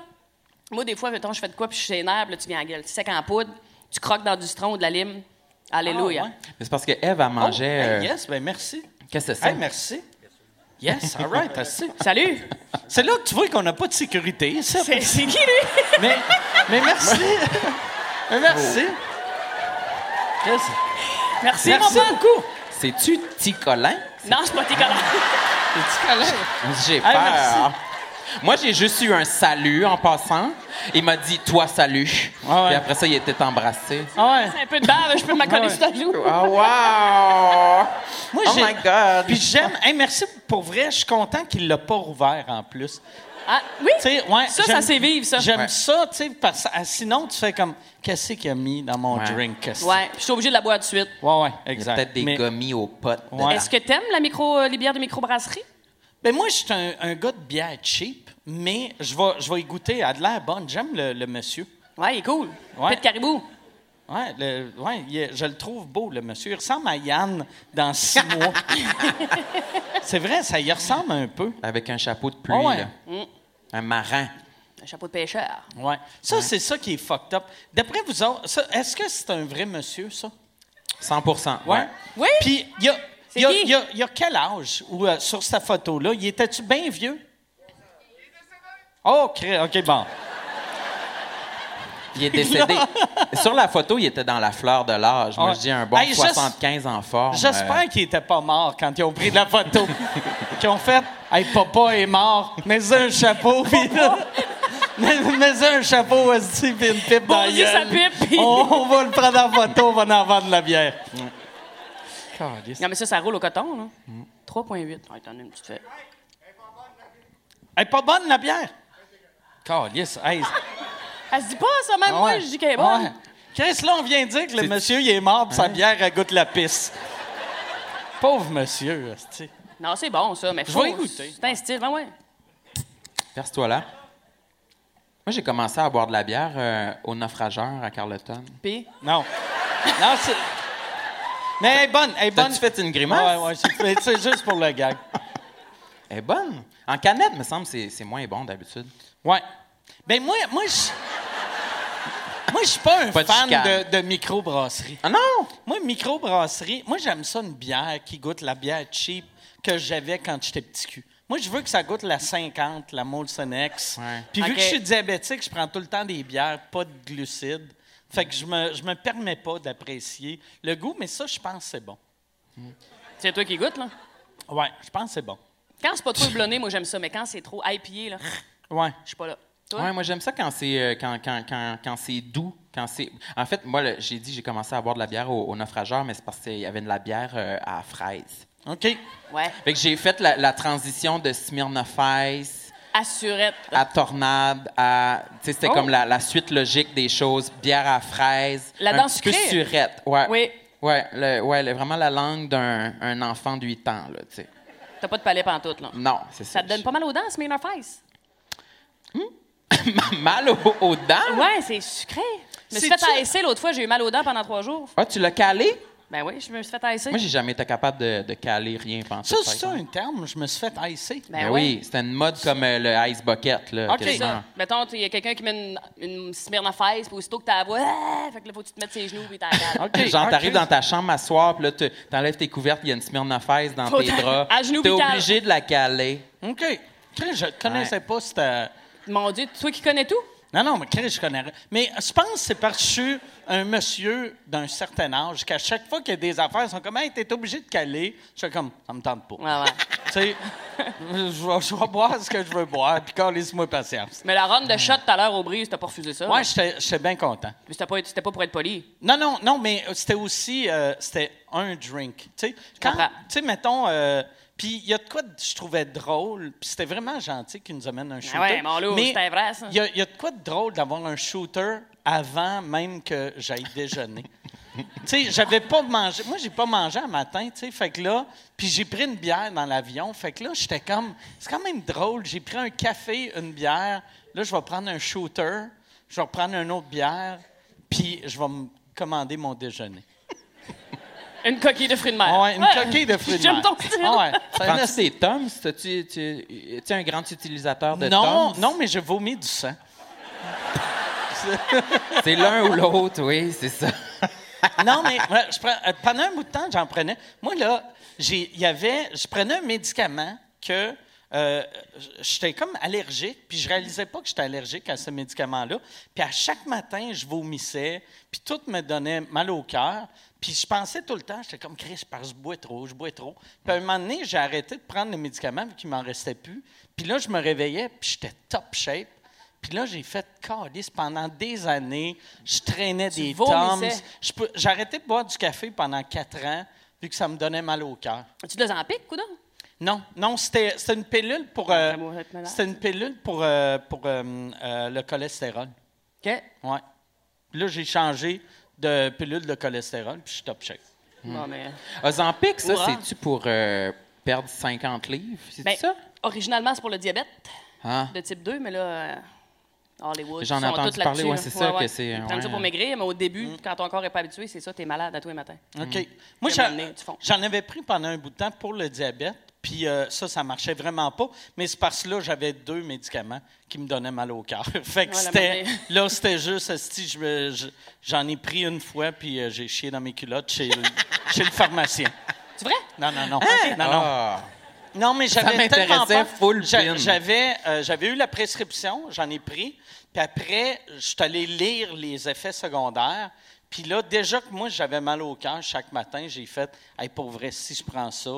Speaker 5: moi, des fois, mettons, je fais de quoi, puis je suis énerve, là, tu viens en gueule sec en poudre, tu croques dans du citron ou de la lime. Alléluia.
Speaker 1: Ah, ouais.
Speaker 6: Mais c'est parce que Eve, elle
Speaker 1: Oh,
Speaker 6: mangeait.
Speaker 1: hey,
Speaker 6: euh,
Speaker 1: yes, ben merci.
Speaker 6: Qu'est-ce que c'est?
Speaker 1: Hey, merci. Yes, all
Speaker 6: (laughs)
Speaker 1: right, merci.
Speaker 5: Salut!
Speaker 1: (laughs) C'est là que tu vois qu'on n'a pas de sécurité, ça.
Speaker 5: C'est c'est qui, lui?
Speaker 1: Mais, mais merci. mais Euh, merci. Yes.
Speaker 5: Merci,
Speaker 1: Merci
Speaker 5: mon pote!
Speaker 1: beaucoup.
Speaker 6: C'est-tu Ticolin?
Speaker 5: Non, je suis pas tes
Speaker 1: (laughs)
Speaker 5: collègues.
Speaker 6: J'ai peur.
Speaker 1: Ah, merci.
Speaker 6: Moi, j'ai juste eu un salut en passant. Il m'a dit toi salut.
Speaker 1: Ah ouais.
Speaker 6: Et après ça, il était embrassé.
Speaker 1: Ah ouais.
Speaker 5: C'est un peu de bave, je peux m'accoler sur ta joue.
Speaker 1: Ah.
Speaker 6: Oh wow!
Speaker 1: Moi,
Speaker 6: Oh
Speaker 1: j'ai-
Speaker 6: my God.
Speaker 1: Puis j'aime. Hey, merci pour vrai. Je suis content qu'il l'a pas rouvert en plus.
Speaker 5: Ah, oui?
Speaker 1: Tu sais, ouais,
Speaker 5: ça,
Speaker 1: j'aime-
Speaker 5: ça s'est vivre, ça.
Speaker 1: J'aime
Speaker 6: Ouais.
Speaker 1: ça, tu sais, parce que ah, sinon, tu fais comme, qu'est-ce qu'il a mis dans mon
Speaker 6: Ouais.
Speaker 1: drink? qu'est-ce-
Speaker 5: Ouais, puis je suis obligée de la boire tout de suite.
Speaker 1: Ouais, ouais,
Speaker 6: Il y a
Speaker 1: exact.
Speaker 6: peut-être des
Speaker 1: mais,
Speaker 6: gommis aux potes. euh, dedans.
Speaker 1: Ouais.
Speaker 5: Est-ce que t'aimes la micro, euh, les bières de microbrasserie?
Speaker 1: mais moi, je suis un, un gars de bière cheap, mais je vais, je vais y goûter. Elle a de l'air bonne. J'aime le, le monsieur.
Speaker 5: Ouais, il est cool.
Speaker 1: Ouais.
Speaker 5: Pète caribou.
Speaker 1: Ouais, le- ouais, il est- je le trouve beau, le monsieur. Il ressemble à Yann dans (laughs) six mois. C'est vrai, ça y ressemble un peu.
Speaker 6: Avec un chapeau de pluie.
Speaker 1: Ah ouais.
Speaker 6: là. Un marin.
Speaker 5: Un chapeau de pêcheur.
Speaker 1: Ouais. Ça, c'est ça qui est fucked up. D'après vous autres, ça- est-ce que c'est un vrai monsieur, ça?
Speaker 6: 100
Speaker 1: Ouais.
Speaker 5: Oui.
Speaker 1: Puis, il y a,
Speaker 5: C'est
Speaker 1: il y a-
Speaker 5: qui?
Speaker 1: il y a- il y a quel âge ou, euh, sur cette photo-là? Il était-tu bien vieux? Oh, cré- OK, bon.
Speaker 6: Il
Speaker 1: (laughs)
Speaker 6: est décédé. Sur la photo, il était dans la fleur de l'âge. Moi,
Speaker 1: Ouais.
Speaker 6: je dis un bon
Speaker 1: Hey, j'es-
Speaker 6: 75 en forme.
Speaker 1: J'espère
Speaker 6: euh,
Speaker 1: qu'il était pas mort quand ils ont pris de la (laughs) photo. qu'ils ont fait Hey, papa est mort, mets un chapeau, (laughs) puis là. Mets, mets un chapeau, aussi, puis une pipe dans la
Speaker 5: Dieu,
Speaker 1: gueule.
Speaker 5: sa pipe, puis-
Speaker 1: On, on va le prendre en photo, on va en vendre de la bière.
Speaker 5: Non, mais ça, ça roule au coton, là. 3,8. Mm. Ouais, t'en as une petite fête.
Speaker 1: Hey, pas bonne la bière? Calice, hey.
Speaker 5: Elle se dit pas, ça, même moi, je dis qu'elle est bonne.
Speaker 1: Ouais. Chris, là, on vient dire que le
Speaker 6: C'est-
Speaker 1: monsieur, il est mort, puis sa bière, elle goûte la pisse. Pauvre monsieur, hostie.
Speaker 5: Non, c'est bon, ça, mais
Speaker 1: Je
Speaker 5: faut.
Speaker 1: vais goûter.
Speaker 5: C'est un style, ben ouais.
Speaker 6: euh, Perce-toi là. Moi, j'ai commencé à boire de la bière euh, au naufrageur à Carleton.
Speaker 5: Puis,
Speaker 1: Non. Non, c'est. Mais elle est bonne, elle est bonne.
Speaker 6: T'as-tu fait une grimace?
Speaker 1: Ouais, ouais, c'est fait- c'est juste pour le gag.
Speaker 6: Elle est bonne. En canette, me semble, c'est c'est moins bon d'habitude.
Speaker 1: Ouais. Ben moi, moi je... Moi, je suis pas un
Speaker 6: Pas de
Speaker 1: fan
Speaker 6: chicane.
Speaker 1: de, de microbrasserie.
Speaker 6: Ah non!
Speaker 1: Moi, microbrasserie, moi, j'aime ça une bière qui goûte la bière cheap que j'avais quand j'étais petit cul. Moi, je veux que ça goûte la 50, la Molson X.
Speaker 6: Ouais.
Speaker 1: Puis vu
Speaker 5: Ok.
Speaker 1: que je suis diabétique, je prends tout le temps des bières pas de glucides. Fait que je me, je me permets pas d'apprécier le goût, mais ça, je pense que c'est bon.
Speaker 5: C'est toi qui goûtes, là.
Speaker 1: Ouais, je pense que c'est bon.
Speaker 5: Quand c'est pas trop blonné, moi, j'aime ça. Mais quand c'est trop IPA, là,
Speaker 1: Ouais.
Speaker 5: je suis pas là. Toi?
Speaker 6: Ouais, moi j'aime ça quand c'est euh, quand, quand, quand, quand c'est doux, quand c'est En fait, moi le- j'ai dit j'ai commencé à boire de la bière au, au naufrageur mais c'est parce qu'il y avait de la bière euh, à fraise.
Speaker 1: OK.
Speaker 5: Ouais.
Speaker 6: Fait que j'ai fait la, la transition de Smirnoff Ice
Speaker 5: Assurette. (laughs)
Speaker 6: à tornade à tu sais c'était
Speaker 5: Oh.
Speaker 6: comme la, la suite logique des choses, bière à fraise,
Speaker 5: La
Speaker 6: un
Speaker 5: danse
Speaker 6: petit peu
Speaker 5: sucrée.
Speaker 6: surette, ouais.
Speaker 5: Oui.
Speaker 6: Ouais, le- ouais, le- vraiment la langue d'un un enfant de 8 ans là, tu sais.
Speaker 5: T'as pas de palais pantoute, là.
Speaker 6: Non, c'est ça.
Speaker 5: Ça te donne pas mal aux dents, ce Meaner Face?
Speaker 6: mal au- aux dents.
Speaker 5: Ouais, c'est sucré. Je me suis fait
Speaker 1: C'est-tu-
Speaker 5: ASC l'autre fois, j'ai eu mal aux dents pendant trois jours.
Speaker 6: Ah, tu l'as calé
Speaker 5: Ben oui, je me suis fait ASC.
Speaker 6: Moi, j'ai jamais été capable de, de caler rien pensé.
Speaker 1: Ça,
Speaker 6: par
Speaker 1: c'est ça
Speaker 6: exemple.
Speaker 1: un terme. Je me suis fait haïsser.
Speaker 6: Ben oui, c'était une mode comme euh, le ice bucket, là.
Speaker 1: Ok.
Speaker 5: C'est
Speaker 6: quasiment.
Speaker 5: ça. Mettons, il y a quelqu'un qui met une, une smirne à face, puis aussitôt que t'as la vois, ah, fait que là, faut que tu te mettes ses genoux, puis t'as la regardes.
Speaker 1: Ok,
Speaker 6: (laughs) Genre,
Speaker 1: ok.
Speaker 6: t'arrives dans ta chambre à soir, puis là, tu- t'enlèves tes couvertes, il y a une Smirnoff Ice dans
Speaker 5: Faut
Speaker 6: tes
Speaker 5: t'a-
Speaker 6: bras.
Speaker 5: à genoux,
Speaker 6: T'es
Speaker 5: puis t'as-
Speaker 6: obligé de la caler.
Speaker 1: OK. Chris, je connaissais pas cette. euh,
Speaker 5: Mon Dieu, toi qui connais tout?
Speaker 1: Non, non, mais Chris, je connais rien. Mais je pense que c'est parce que je suis un monsieur d'un certain âge qu'à chaque fois qu'il y a des affaires, ils sont comme, hey, t'es obligé de caler. Je suis comme, ça me tente pas.
Speaker 5: Ouais, ouais.
Speaker 1: Tu sais, (laughs) je vais- je vais boire ce que je veux boire, puis calisse-moi patience.
Speaker 5: Mais la ronde de shot tout à l'heure au brise, t'as pas refusé ça.
Speaker 1: Moi, j'étais j'étais bien content.
Speaker 5: Mais c'était pas, c'était pas pour être poli.
Speaker 1: Non, non, non, mais c'était aussi, euh, c'était un drink. Tu sais, quand,
Speaker 5: comprends.
Speaker 1: tu sais, mettons, euh, puis il y a de quoi de- je trouvais drôle, puis c'était vraiment gentil qu'ils nous amènent un shooter.
Speaker 5: Ah ouais, mon loup, c'était vrai, ça.
Speaker 1: Il y a- il y, a de quoi de drôle d'avoir un shooter avant même que j'aille
Speaker 5: (laughs)
Speaker 1: déjeuner. tu sais, j'avais pas mangé, moi j'ai pas mangé un matin, tu sais, fait que là, puis j'ai pris une bière dans l'avion, fait que là, j'étais comme, c'est quand même drôle, j'ai pris un café, une bière, là, je vais prendre un shooter, je vais prendre une autre bière, puis je vais me commander mon déjeuner.
Speaker 5: Une coquille de fruits de mer.
Speaker 1: Ah ouais, une coquille de fruits de
Speaker 5: (laughs) J'aime
Speaker 1: mer.
Speaker 5: ton style.
Speaker 1: Ah ouais, c'est un
Speaker 6: Prends-tu des Toms? T'as-tu- Tu tu es un grand utilisateur de
Speaker 1: Non,
Speaker 6: Toms?
Speaker 1: non, mais je vomis du sang.
Speaker 6: C'est l'un ou l'autre, oui,
Speaker 1: (laughs)
Speaker 6: c'est ça.
Speaker 1: non, mais ouais, je prends- euh, pendant un bout de temps, j'en prenais. Moi, là, j'ai- il y avait, je prenais un médicament que euh, j'étais comme allergique, puis je réalisais pas que j'étais allergique à ce médicament-là. Puis à chaque matin, je vomissais, puis tout me donnait mal au cœur. Puis je pensais tout le temps, j'étais comme, Chris, parce que je bois trop, je bois trop. Puis à un moment donné, j'ai arrêté de prendre le médicament, vu qu'il m'en restait plus. Puis là, je me réveillais, puis j'étais top shape. Puis là, j'ai fait calice pendant des années. Je traînais des toms.
Speaker 5: vomissais.
Speaker 1: Je peux- J'ai arrêté de boire du café pendant quatre ans, vu que ça me donnait mal au cœur.
Speaker 5: Tu te en piques, coudon?
Speaker 1: Non, non, c'était c'était une pilule pour, euh,
Speaker 5: ça va être Ah, malade.
Speaker 1: c'était une pilule pour, euh, pour euh, euh, le cholestérol.
Speaker 5: OK.
Speaker 1: Ouais. Puis là, j'ai changé de pilule de cholestérol, puis je suis top shape.
Speaker 5: Non, mais.
Speaker 6: Ozempic, ça,
Speaker 5: Hurrah.
Speaker 6: c'est-tu pour euh, perdre 50 livres? C'est
Speaker 5: Ben,
Speaker 6: ça?
Speaker 5: originalement, c'est pour le diabète
Speaker 6: Ah.
Speaker 5: de type 2, mais là, euh, Hollywood,
Speaker 6: J'en ai
Speaker 5: ils sont
Speaker 6: entendu
Speaker 5: tous
Speaker 6: parler,
Speaker 5: là-dessus,
Speaker 6: ouais,
Speaker 5: là.
Speaker 6: c'est ça que c'est,
Speaker 5: Ils prennent
Speaker 6: ouais.
Speaker 5: ça pour maigrir, mais au début, quand ton corps n'est pas habitué, c'est ça, t'es malade à tous les matins.
Speaker 1: OK. Moi,
Speaker 5: Le
Speaker 1: j'en-
Speaker 5: moment donné, tu fonds.
Speaker 1: j'en avais pris pendant un bout de temps pour le diabète, puis euh, ça, ça marchait vraiment pas. Mais c'est parce que là, j'avais deux médicaments qui me donnaient mal au cœur. (laughs) fait que
Speaker 5: Ouais, la
Speaker 1: c'était.
Speaker 5: monnaie.
Speaker 1: Là, c'était juste. esti, je me- je- J'en ai pris une fois, puis euh, j'ai chié dans mes culottes chez le, chez le pharmacien.
Speaker 5: C'est vrai?
Speaker 1: Non, non, non. Non, non.
Speaker 6: Ah.
Speaker 1: Hein? Non, mais j'avais
Speaker 6: m'intéressait
Speaker 1: tellement peur.
Speaker 6: full
Speaker 1: J'a-
Speaker 6: pin.
Speaker 1: J'avais, euh, j'avais eu la prescription, j'en ai pris. Puis après, je suis allé lire les effets secondaires. Puis là, déjà que moi, j'avais mal au cœur chaque matin, j'ai fait Hey, pour vrai, si je prends ça,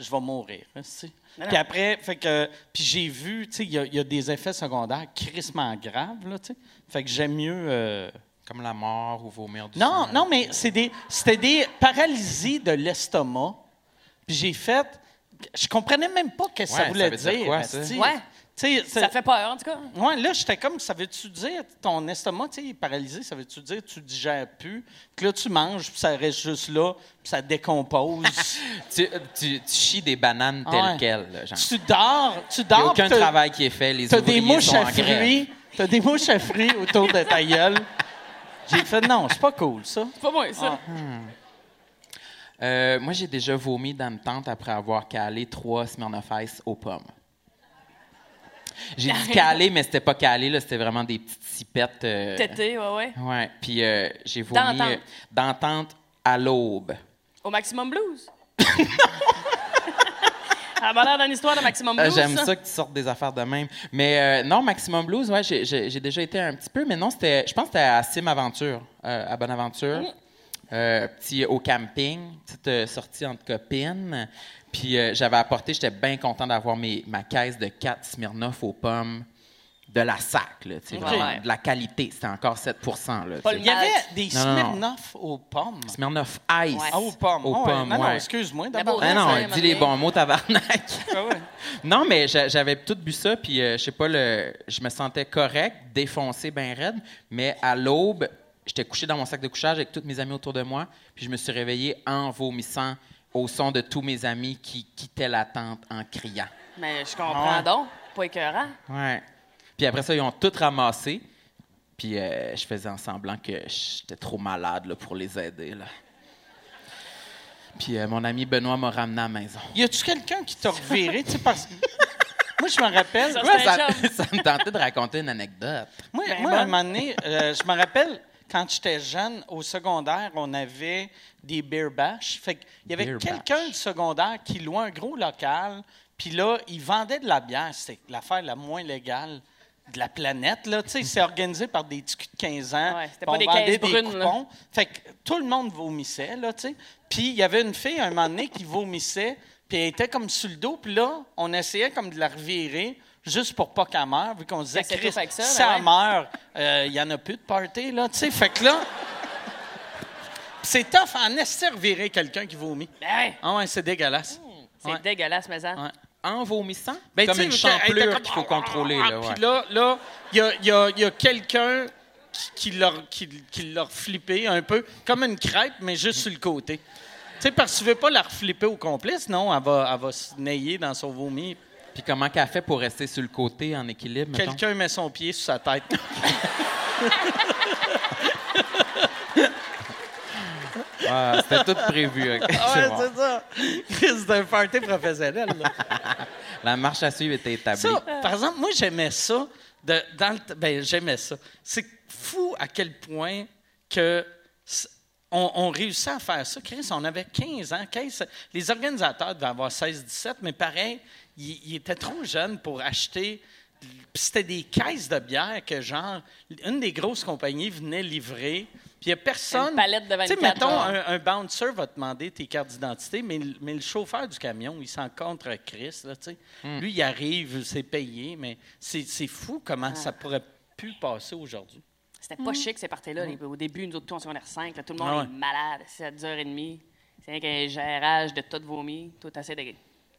Speaker 1: je vais mourir. hein, tu sais. Puis après, fait que, puis j'ai vu, tu sais, il y, a- il y a des effets secondaires crissement graves, là, tu sais. Fait que j'aime mieux. euh,
Speaker 6: Comme la mort ou vomir du
Speaker 1: non,
Speaker 6: sang.
Speaker 1: non, mais c'est des, c'était des paralysies de l'estomac. Puis j'ai fait. Je comprenais même pas ce que
Speaker 6: Ouais,
Speaker 1: ça
Speaker 6: ça
Speaker 1: voulait
Speaker 6: veut
Speaker 1: dire.
Speaker 6: dire quoi,
Speaker 1: asti.
Speaker 6: ça?
Speaker 5: Ouais.
Speaker 1: Tu sais,
Speaker 5: Ça fait peur, en tout cas.
Speaker 1: Ouais, là, j'étais comme, ça veut-tu dire, ton estomac, tu sais, il est paralysé, ça veut-tu dire, tu digères plus, que là, tu manges, puis ça reste juste là, puis ça décompose.
Speaker 5: (laughs)
Speaker 6: Tu, tu, tu chies des bananes telles
Speaker 1: Ouais.
Speaker 6: quelles, là, genre.
Speaker 1: tu dors, tu
Speaker 6: Il n'y a
Speaker 1: dors,
Speaker 6: aucun
Speaker 1: puis t'as-
Speaker 6: travail qui est fait. Les
Speaker 1: T'as
Speaker 6: ouvriers
Speaker 1: des mouches
Speaker 6: sont
Speaker 1: à
Speaker 6: en grève.
Speaker 1: fruits, t'as des mouches à fruits autour de ta gueule. J'ai fait, non, c'est pas cool, ça.
Speaker 5: C'est pas moi, ça.
Speaker 6: Euh, moi, j'ai déjà vomi dans une tente après avoir calé trois Smirnoff Ice aux pommes. J'ai dit calé, mais c'était pas calé, là, c'était vraiment des petites cipettes. euh,
Speaker 5: Tété, ouais, ouais.
Speaker 6: Ouais, puis euh, j'ai vomi
Speaker 5: D'entente.
Speaker 6: euh, d'entente à l'aube.
Speaker 5: Au Maximum Blues. (laughs) Elle m'a l'air d'une histoire de Maximum
Speaker 1: Ah,
Speaker 6: Euh,
Speaker 5: Blues.
Speaker 6: J'aime
Speaker 1: hein?
Speaker 6: ça que tu sortes des affaires de même. Mais euh, non, Maximum Blues, ouais, j'ai- j'ai j'ai déjà été un petit peu, mais non, c'était, je pense que c'était à Sim Aventure, euh, à Bonaventure.
Speaker 1: Mm.
Speaker 6: Euh, petit, au camping, petite euh, sortie entre copines. Puis euh, j'avais apporté, j'étais bien content d'avoir mes- ma caisse de 4 Smirnoff aux pommes de la sac, là, tu sais,
Speaker 5: Ok.
Speaker 6: vraiment, de la qualité. C'était encore 7 là, tu
Speaker 5: Pas
Speaker 6: sais.
Speaker 5: le
Speaker 1: Il y avait des
Speaker 6: Non, non, non.
Speaker 1: Smirnoff aux pommes.
Speaker 6: Smirnoff Ice.
Speaker 5: Ouais.
Speaker 1: Ah, aux pommes.
Speaker 6: Aux
Speaker 1: Ah ouais.
Speaker 6: pommes,
Speaker 1: Non, non,
Speaker 6: ouais.
Speaker 1: excuse-moi.
Speaker 5: D'abord,
Speaker 1: D'abord,
Speaker 6: Ah non,
Speaker 5: Ça, ça
Speaker 6: dis les
Speaker 5: m'a
Speaker 6: bons mots, tabarnak.
Speaker 1: Ah ouais.
Speaker 6: (laughs) Non, mais j'a- j'avais tout bu ça, puis euh, je sais pas, le, je me sentais correct, défoncé, ben raide, mais à l'aube, j'étais couché dans mon sac de couchage avec toutes mes amis autour de moi, puis je me suis réveillé en vomissant au son de tous mes amis qui quittaient la tente en criant.
Speaker 5: Mais je comprends
Speaker 6: Ouais.
Speaker 5: donc. Pas écœurant.
Speaker 6: Ouais. Puis après ça, ils ont tout ramassé, puis euh, je faisais en semblant que j'étais trop malade là, pour les aider. Là. Puis euh, mon ami Benoît m'a ramené à la maison.
Speaker 1: Y a-tu quelqu'un qui t'a reviré? tu sais, parce... (laughs) Moi, je me rappelle.
Speaker 5: Ça,
Speaker 6: Ouais,
Speaker 5: c'est un
Speaker 6: ça,
Speaker 5: job.
Speaker 6: (laughs) ça me tentait de raconter une anecdote.
Speaker 1: Moi,
Speaker 5: Ben
Speaker 1: moi,
Speaker 5: bon.
Speaker 1: à un moment donné, euh, je me rappelle, quand j'étais jeune, au secondaire, on avait des beer bash. Fait que il y avait
Speaker 6: Beer
Speaker 1: quelqu'un
Speaker 6: bash.
Speaker 1: du secondaire qui louait un gros local, puis là, il vendait de la bière. C'est l'affaire la moins légale de la planète, là. Tu sais, c'est organisé par des petits culs de 15 ans.
Speaker 5: Ouais,
Speaker 1: puis
Speaker 5: c'était pas des
Speaker 1: on vendait
Speaker 5: caisses brunes, là.
Speaker 1: coupons. Fait que tout le monde vomissait, là, tu sais. Puis il y avait une fille, à un moment donné, qui vomissait, puis elle était comme sur le dos. Puis là, on essayait comme de la revirer, juste pour pas qu'elle meure, vu qu'on se disait,
Speaker 5: Fait que c'est
Speaker 1: Christ,
Speaker 5: tout fait que ça,
Speaker 1: si
Speaker 5: ben
Speaker 1: elle
Speaker 5: ouais.
Speaker 1: meurt, euh, il y en a plus de party, là, tu sais. Fait que là, (laughs) c'est tough en esti de revirer quelqu'un qui vomit.
Speaker 5: Ben ouais,
Speaker 1: Ah ouais, c'est dégueulasse.
Speaker 5: c'est dégueulasse, mais ça.
Speaker 1: Ouais.
Speaker 6: En vomissant?
Speaker 1: Ben,
Speaker 6: comme
Speaker 1: tu sais,
Speaker 6: une
Speaker 1: elle était
Speaker 6: champlure
Speaker 1: comme-
Speaker 6: qu'il faut contrôler.
Speaker 1: Ah,
Speaker 6: là, ouais.
Speaker 1: Puis là, là, il y a, il y a- il y a quelqu'un qui- qui l'a qui, qui l'a flippé un peu, comme une crêpe, mais juste sur le côté. Tu sais, parce que tu veux pas la reflipper au complice, non? Elle va, elle va se nailler dans son vomi.
Speaker 6: Puis comment qu'elle fait pour rester sur le côté en équilibre? mettons?
Speaker 1: Quelqu'un met son pied sur sa tête.
Speaker 6: Ah, C'était tout prévu. (laughs) ok,
Speaker 1: Ah
Speaker 6: (laughs) c'est
Speaker 1: ouais,
Speaker 6: bon.
Speaker 1: c'est ça. (laughs) C'est un party professionnel, là.
Speaker 6: La marche à suivre était établie.
Speaker 1: Ça, par exemple, moi, j'aimais ça. de- dans le t- ben, j'aimais ça. C'est fou à quel point que s- on, on réussit à faire ça. Chris, on avait 15 ans. 15 les organisateurs devaient avoir 16-17, mais pareil, ils ils étaient trop jeunes pour acheter. Puis c'était des caisses de bière que, genre, une des grosses compagnies venait livrer. Puis il n'y a personne.
Speaker 5: Une palette de
Speaker 1: Tu sais,
Speaker 5: 24
Speaker 1: mettons,
Speaker 5: heures.
Speaker 1: un, un bouncer va te demander tes cartes d'identité, mais, le- mais le chauffeur du camion, il s'en contre Chris. Là, tu sais. Lui, il arrive, c'est payé, mais c'est c'est fou comment ça pourrait plus passer aujourd'hui.
Speaker 5: C'était pas chic, ces parties-là. Les- Au début, nous autres, tous, on secondaire 5. Là, tout le monde
Speaker 1: Ah ouais.
Speaker 5: est malade. C'est à 10h30. C'est rien qu'un gérage de tout vomi. Toi, t'essaies de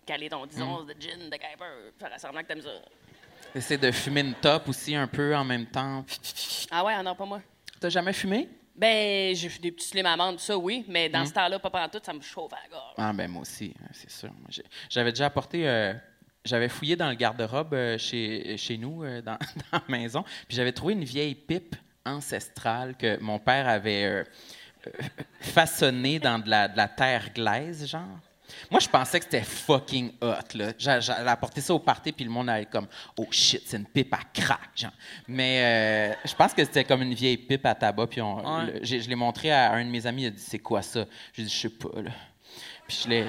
Speaker 5: caler ton 10
Speaker 1: Mm.
Speaker 5: onces de gin, de Kuiper, faire semblant que t'aimes ça.
Speaker 6: Essayer de fumer une top aussi un peu en même temps.
Speaker 5: Ah ouais, ah non, pas moi.
Speaker 6: T'as jamais fumé?
Speaker 5: Ben, j'ai fait des petits slims amandes, tout ça, oui. Mais
Speaker 1: Mm.
Speaker 5: dans ce temps-là, pas pantoute, ça me chauffe à la gorge.
Speaker 6: Ah, ben moi aussi, hein, c'est sûr. Moi, j'ai- J'avais déjà apporté. euh, j'avais fouillé dans le garde-robe euh, chez, chez nous, euh, dans, (laughs) dans la maison, puis j'avais trouvé une vieille pipe ancestrale que mon père avait euh, euh, façonnée dans de la, de la terre glaise, genre. Moi, je pensais que c'était fucking hot. Là. J'a- J'allais apporter ça au party, puis le monde allait comme « Oh shit, c'est une pipe à crack, genre. » Mais euh, je pense que c'était comme une vieille pipe à tabac, puis on,
Speaker 1: Ouais.
Speaker 6: le- j'ai- je l'ai montré à un de mes amis, il a dit « C'est quoi ça? » J'ai dit « Je sais pas, là. » Puis je l'ai...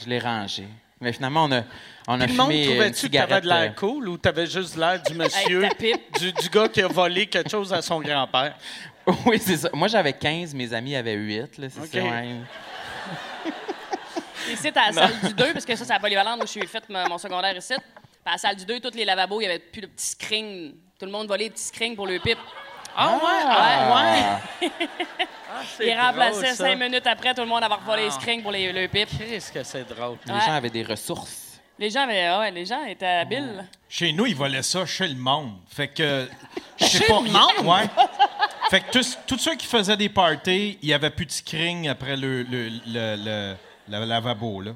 Speaker 6: Je l'ai rangé. Mais finalement, on a, on a
Speaker 1: Tout le monde
Speaker 6: fumé une
Speaker 1: trouvait-tu que t'avais
Speaker 6: cigarette.
Speaker 1: de
Speaker 6: euh,
Speaker 1: l'air cool ou t'avais juste l'air (laughs) du monsieur,
Speaker 5: ta pipe.
Speaker 1: du, du gars qui a volé quelque chose à son grand-père?
Speaker 6: euh, (laughs) oui, c'est ça. Moi, j'avais 15, mes amis avaient 8. Là, c'est
Speaker 1: OK.
Speaker 6: ça, ouais.
Speaker 5: Ici, à la salle du 2, parce que ça, c'est à Polyvalente, où je suis fait mon mon secondaire ici. Puis à la salle du 2, tous les lavabos, il n'y avait plus de petits screen. Tout le monde volait les petits screen pour le pipe.
Speaker 1: Ah ouais, ah ouais!
Speaker 5: Ils
Speaker 1: drôle,
Speaker 5: remplaçaient
Speaker 1: ça. Ah.
Speaker 5: cinq minutes après, tout le monde avoir volé les screen pour les, le pipe.
Speaker 1: Qu'est-ce que c'est drôle.
Speaker 6: Les
Speaker 5: Ouais.
Speaker 6: gens avaient des ressources.
Speaker 5: Les gens, avaient- ah ouais, les gens étaient habiles.
Speaker 3: Chez nous, ils volaient ça chez le monde. Fait que.
Speaker 1: (laughs)
Speaker 3: je sais
Speaker 1: Chez
Speaker 3: pas,
Speaker 1: le
Speaker 3: il-
Speaker 1: monde?
Speaker 3: Ouais. Fait que tous, tous ceux qui faisaient des parties, il y avait plus de screen après le, le, le- le- le lavabo, là.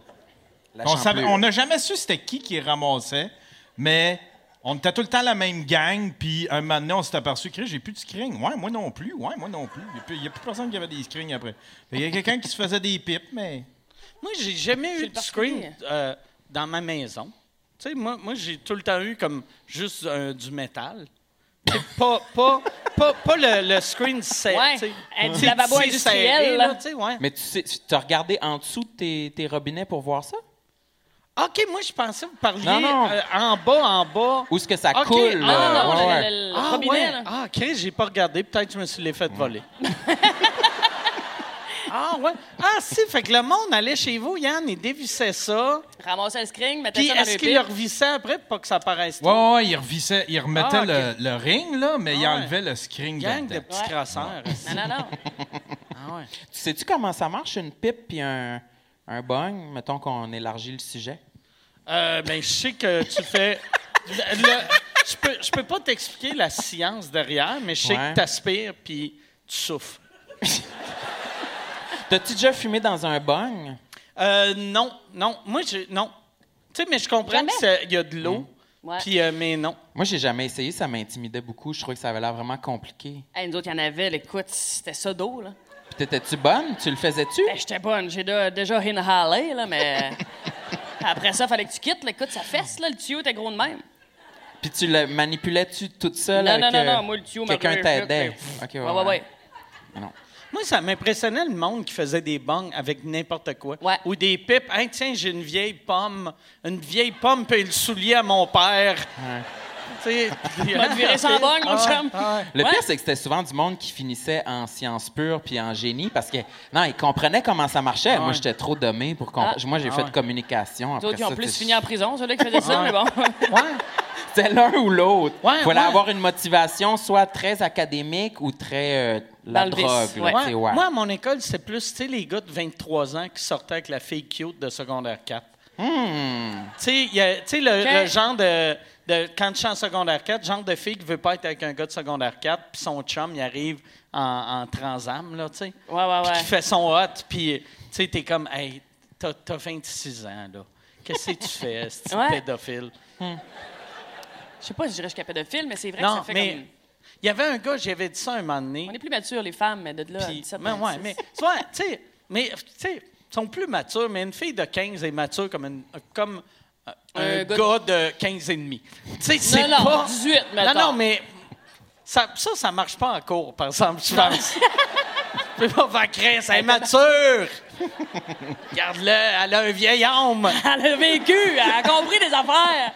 Speaker 6: La
Speaker 3: On savait-
Speaker 6: champlure.
Speaker 3: on n'a jamais su c'était qui qui les ramassait, mais on était tout le temps la même gang, puis un moment donné, on s'est aperçu que j'ai plus de screen. Ouais, moi non plus, ouais, moi non plus. Il n'y a, plus- il y a plus personne qui avait des screens après. Il y a quelqu'un qui se faisait des pipes, mais.
Speaker 1: Moi, j'ai jamais eu
Speaker 5: le
Speaker 1: de
Speaker 5: parti.
Speaker 1: screen euh, dans ma maison. Tu Tu sais, moi, moi j'ai tout le temps eu comme juste euh, du métal. Tu sais, pas, pas, pas, pas le, le screen set.
Speaker 5: Ouais,
Speaker 1: tu sais.
Speaker 5: euh, du
Speaker 1: C'est
Speaker 5: lavabo
Speaker 1: petit,
Speaker 5: industriel,
Speaker 1: serré,
Speaker 5: là.
Speaker 1: là, tu sais, ouais.
Speaker 6: Mais tu sais, tu as regardé en dessous de tes, tes robinets pour voir ça?
Speaker 1: OK, moi, je pensais que vous parliez
Speaker 6: Non, non.
Speaker 1: euh, en bas, en bas.
Speaker 6: Ou est-ce que ça
Speaker 1: Ok,
Speaker 6: coule?
Speaker 1: ah,
Speaker 5: Non,
Speaker 6: là?
Speaker 5: non,
Speaker 6: Ouais,
Speaker 5: le-
Speaker 6: ouais.
Speaker 5: le, le
Speaker 1: Ah,
Speaker 5: robinet,
Speaker 1: ouais.
Speaker 5: là.
Speaker 1: Ah, OK, j'ai pas regardé. Peut-être que je me suis les fait voler. (laughs) ah, ouais. Ah, si, fait que le monde allait chez vous, Yann, il dévissait ça.
Speaker 5: Ramassait le screen, mettait
Speaker 1: Puis
Speaker 5: ça dans
Speaker 1: est-ce
Speaker 5: le
Speaker 1: qu'il le
Speaker 5: pire.
Speaker 1: revissait après pour pas que ça paraisse
Speaker 3: Ouais,
Speaker 1: trop?
Speaker 3: ouais, ouais, il revissait, il remettait
Speaker 1: Ah, ok.
Speaker 3: le, le ring, là, mais il
Speaker 1: Ah, ouais.
Speaker 3: enlevait le screen
Speaker 1: Gang de
Speaker 3: dedans.
Speaker 1: petits
Speaker 5: Ouais.
Speaker 1: crasseurs.
Speaker 5: Non,
Speaker 1: (laughs)
Speaker 5: non, non.
Speaker 1: Ah, ouais.
Speaker 6: Tu sais-tu comment ça marche une pipe puis un, un bong? Mettons qu'on élargit le sujet.
Speaker 1: Euh, ben, je sais que tu fais. Le- Je peux, je peux pas t'expliquer la science derrière, mais je sais
Speaker 6: Ouais.
Speaker 1: que t'aspires puis tu souffles.
Speaker 6: T'as-tu déjà fumé dans un bong?
Speaker 1: Euh, non, non. Moi, je. Non. Tu sais, mais je comprends
Speaker 5: Jamais. Mm.
Speaker 1: qu'il y a de l'eau,
Speaker 5: Ouais.
Speaker 1: puis, euh, mais non.
Speaker 6: Moi, j'ai jamais essayé, ça m'intimidait beaucoup. Je trouvais que ça avait l'air vraiment compliqué.
Speaker 5: Hey, nous autres, il y en avait, là, écoute, c'était ça d'eau, là.
Speaker 6: Puis T'étais-tu bonne? Tu le faisais-tu?
Speaker 5: Ben, j'étais bonne, j'ai de- déjà inhalé,
Speaker 1: (laughs)
Speaker 5: là, mais... Après ça, fallait que tu quittes, là, écoute, ça fesse, là, le tuyau était gros de même.
Speaker 6: Puis tu le manipulais-tu toute seule?
Speaker 5: Non, non,
Speaker 6: avec,
Speaker 5: non,
Speaker 6: euh,
Speaker 5: non, moi, le tuyau m'a
Speaker 6: Quelqu'un
Speaker 5: pris un
Speaker 6: t'aidait.
Speaker 5: flic,
Speaker 6: Ok,
Speaker 5: Ouais, ouais, ouais.
Speaker 1: Moi, ça m'impressionnait le monde qui faisait des bangs avec n'importe quoi.
Speaker 5: Ouais.
Speaker 1: Ou des pipes. Hey, tiens, j'ai une vieille pomme. Une vieille pomme, puis le soulier à mon père. Tu sais, Ah, puis-
Speaker 5: On va
Speaker 1: (laughs)
Speaker 5: te virer sans bogne, mon chum.
Speaker 6: Le
Speaker 5: Ouais.
Speaker 6: pire, c'est que c'était souvent du monde qui finissait en sciences pures puis en génie parce que, non, ils comprenaient comment ça marchait. Moi, j'étais trop dommé pour comprendre.
Speaker 5: Ah.
Speaker 6: Moi, j'ai fait communication. Après
Speaker 5: D'autres qui
Speaker 6: ça,
Speaker 5: ont plus
Speaker 6: c'est- (laughs)
Speaker 5: fini en prison, ceux-là qui faisaient ça, mais bon.
Speaker 1: Ouais.
Speaker 6: C'était l'un ou l'autre. Il
Speaker 1: Ouais,
Speaker 6: fallait
Speaker 1: ouais.
Speaker 6: avoir une motivation soit très académique ou très euh, la
Speaker 5: Dans le
Speaker 6: drogue.
Speaker 5: vice,
Speaker 6: là,
Speaker 5: ouais.
Speaker 6: tu sais, ouais.
Speaker 1: Moi, à mon école, c'est plus tu sais, les gars de 23 ans qui sortaient avec la fille cute de secondaire 4.
Speaker 5: Hmm.
Speaker 1: Tu sais, il y a- tu sais, le,
Speaker 5: Ok.
Speaker 1: le genre de, de- Quand tu es en secondaire 4, genre de fille qui veut pas être avec un gars de secondaire 4, puis son chum, il arrive en, en transam, là, tu sais.
Speaker 5: Ouais, ouais,
Speaker 1: Puis
Speaker 5: ouais.
Speaker 1: qui fait son hot, puis tu sais, t'es comme, hey, t'as t'as 26 ans, là. Qu'est-ce que tu
Speaker 5: (laughs)
Speaker 1: fais, ce
Speaker 5: Ouais.
Speaker 1: pédophile?
Speaker 5: Je sais pas si je dirais jusqu'à pédophile, mais c'est vrai que
Speaker 1: Non,
Speaker 5: ça fait
Speaker 1: mais.
Speaker 5: comme...
Speaker 1: Il y avait un gars, j'avais dit ça un moment donné.
Speaker 5: On est plus matures, les femmes, mais de là,
Speaker 1: Puis-
Speaker 5: 17,
Speaker 1: mais ouais,
Speaker 5: 26.
Speaker 1: mais tu vois, tu sais, mais tu sais, ils sont plus matures, mais une fille de 15 est mature comme une- comme euh, un,
Speaker 5: Un gars
Speaker 1: gars, de 15 et demi. Tu sais, c'est
Speaker 5: non,
Speaker 1: pas
Speaker 5: 18,
Speaker 1: Non
Speaker 5: mettons.
Speaker 1: non, mais ça ça ça marche pas en cours par exemple, je pense. (laughs) Je peux pas faire Chris, elle est
Speaker 5: Ben,
Speaker 1: mature. Regarde-le, elle a un vieil homme.
Speaker 5: (laughs) Elle a vécu, elle a compris des affaires.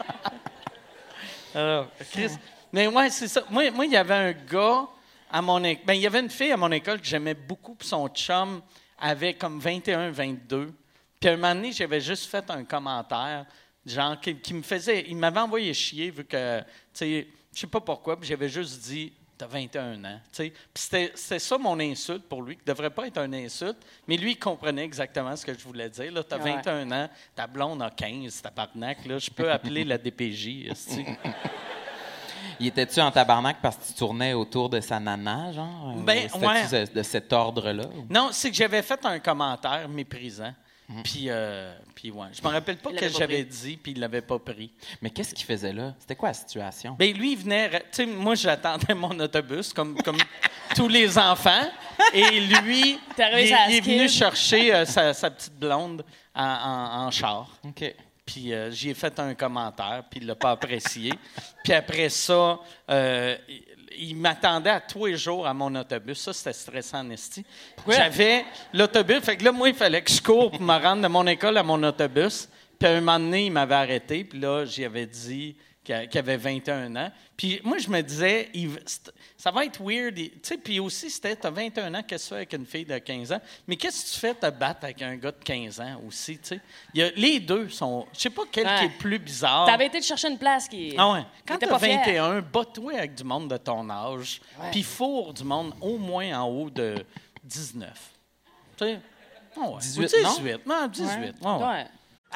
Speaker 1: Alors, Chris. Mais ouais, c'est ça. Moi, moi, il y avait un gars à mon école. il y avait une fille à mon école que j'aimais beaucoup, puis son chum avait comme 21, 22. Puis à un moment donné, j'avais juste fait un commentaire, genre, qui, qui me faisait. Il m'avait envoyé chier, vu que, tu sais, je sais pas pourquoi, puis j'avais juste dit. T'as 21 ans. tu sais. Puis c'était c'était ça mon insulte pour lui, qui devrait pas être un insulte, mais lui, il comprenait exactement ce que je voulais dire. là. T'as
Speaker 5: Ouais.
Speaker 1: 21 ans, ta blonde a 15, tabarnak, là, je peux appeler la DPJ. esti.
Speaker 6: Il était-tu en tabarnak parce que tu tournais autour de sa nana, genre? ou
Speaker 1: Ben,
Speaker 6: c'était-tu
Speaker 1: ouais.
Speaker 6: de, de cet ordre-là? ou-
Speaker 1: Non, c'est que j'avais fait un commentaire méprisant. Puis, euh, puis ouais. Je me rappelle pas
Speaker 5: Mhm.
Speaker 1: ce que
Speaker 5: Il l'avait pas
Speaker 1: j'avais dit, puis il l'avait pas pris.
Speaker 6: Mais qu'est-ce qu'il faisait là? C'était quoi la situation?
Speaker 1: Ben lui, il venait. Tu sais, moi, j'attendais mon autobus, comme,
Speaker 5: (laughs)
Speaker 1: comme tous les enfants. Et lui,
Speaker 5: T'es arrivé
Speaker 1: il,
Speaker 5: sur la
Speaker 1: il est venu
Speaker 5: skid.
Speaker 1: chercher euh, sa, sa petite blonde en, en- en char.
Speaker 6: OK.
Speaker 1: Puis euh, j'y ai fait un commentaire, puis il l'a pas apprécié. (laughs) Puis après ça, euh, il, il m'attendait à tous les jours à mon autobus. Ça, c'était stressant en esti. J'avais l'autobus. Fait que là, moi, il fallait que je cours pour me rendre de mon école à mon autobus. Puis à un moment donné, il m'avait arrêté. Puis là, j'y avais dit qu'il qu'il avait 21 ans. Puis moi, je me disais, il v- c'est- ça va être weird. Il- Tu sais, puis aussi, c'était, t'as 21 ans, qu'est-ce que tu fais avec une fille de 15 ans? Mais qu'est-ce que tu fais te battre avec un gars de 15 ans aussi, tu sais? Il y a- les deux sont... Je sais pas quel
Speaker 5: Ouais.
Speaker 1: qui est plus bizarre.
Speaker 5: T'avais été te chercher une place qui.
Speaker 1: Ah ouais. Quand
Speaker 5: qui était
Speaker 1: t'as
Speaker 5: pas fière.
Speaker 1: 21, bats-toi avec du monde de ton âge, puis fourre du monde au moins en haut de 19. Tu sais? Ah ouais. Ou
Speaker 6: 18,
Speaker 1: 18,
Speaker 6: non?
Speaker 1: non, 18. ouais, ouais.
Speaker 5: Ouais.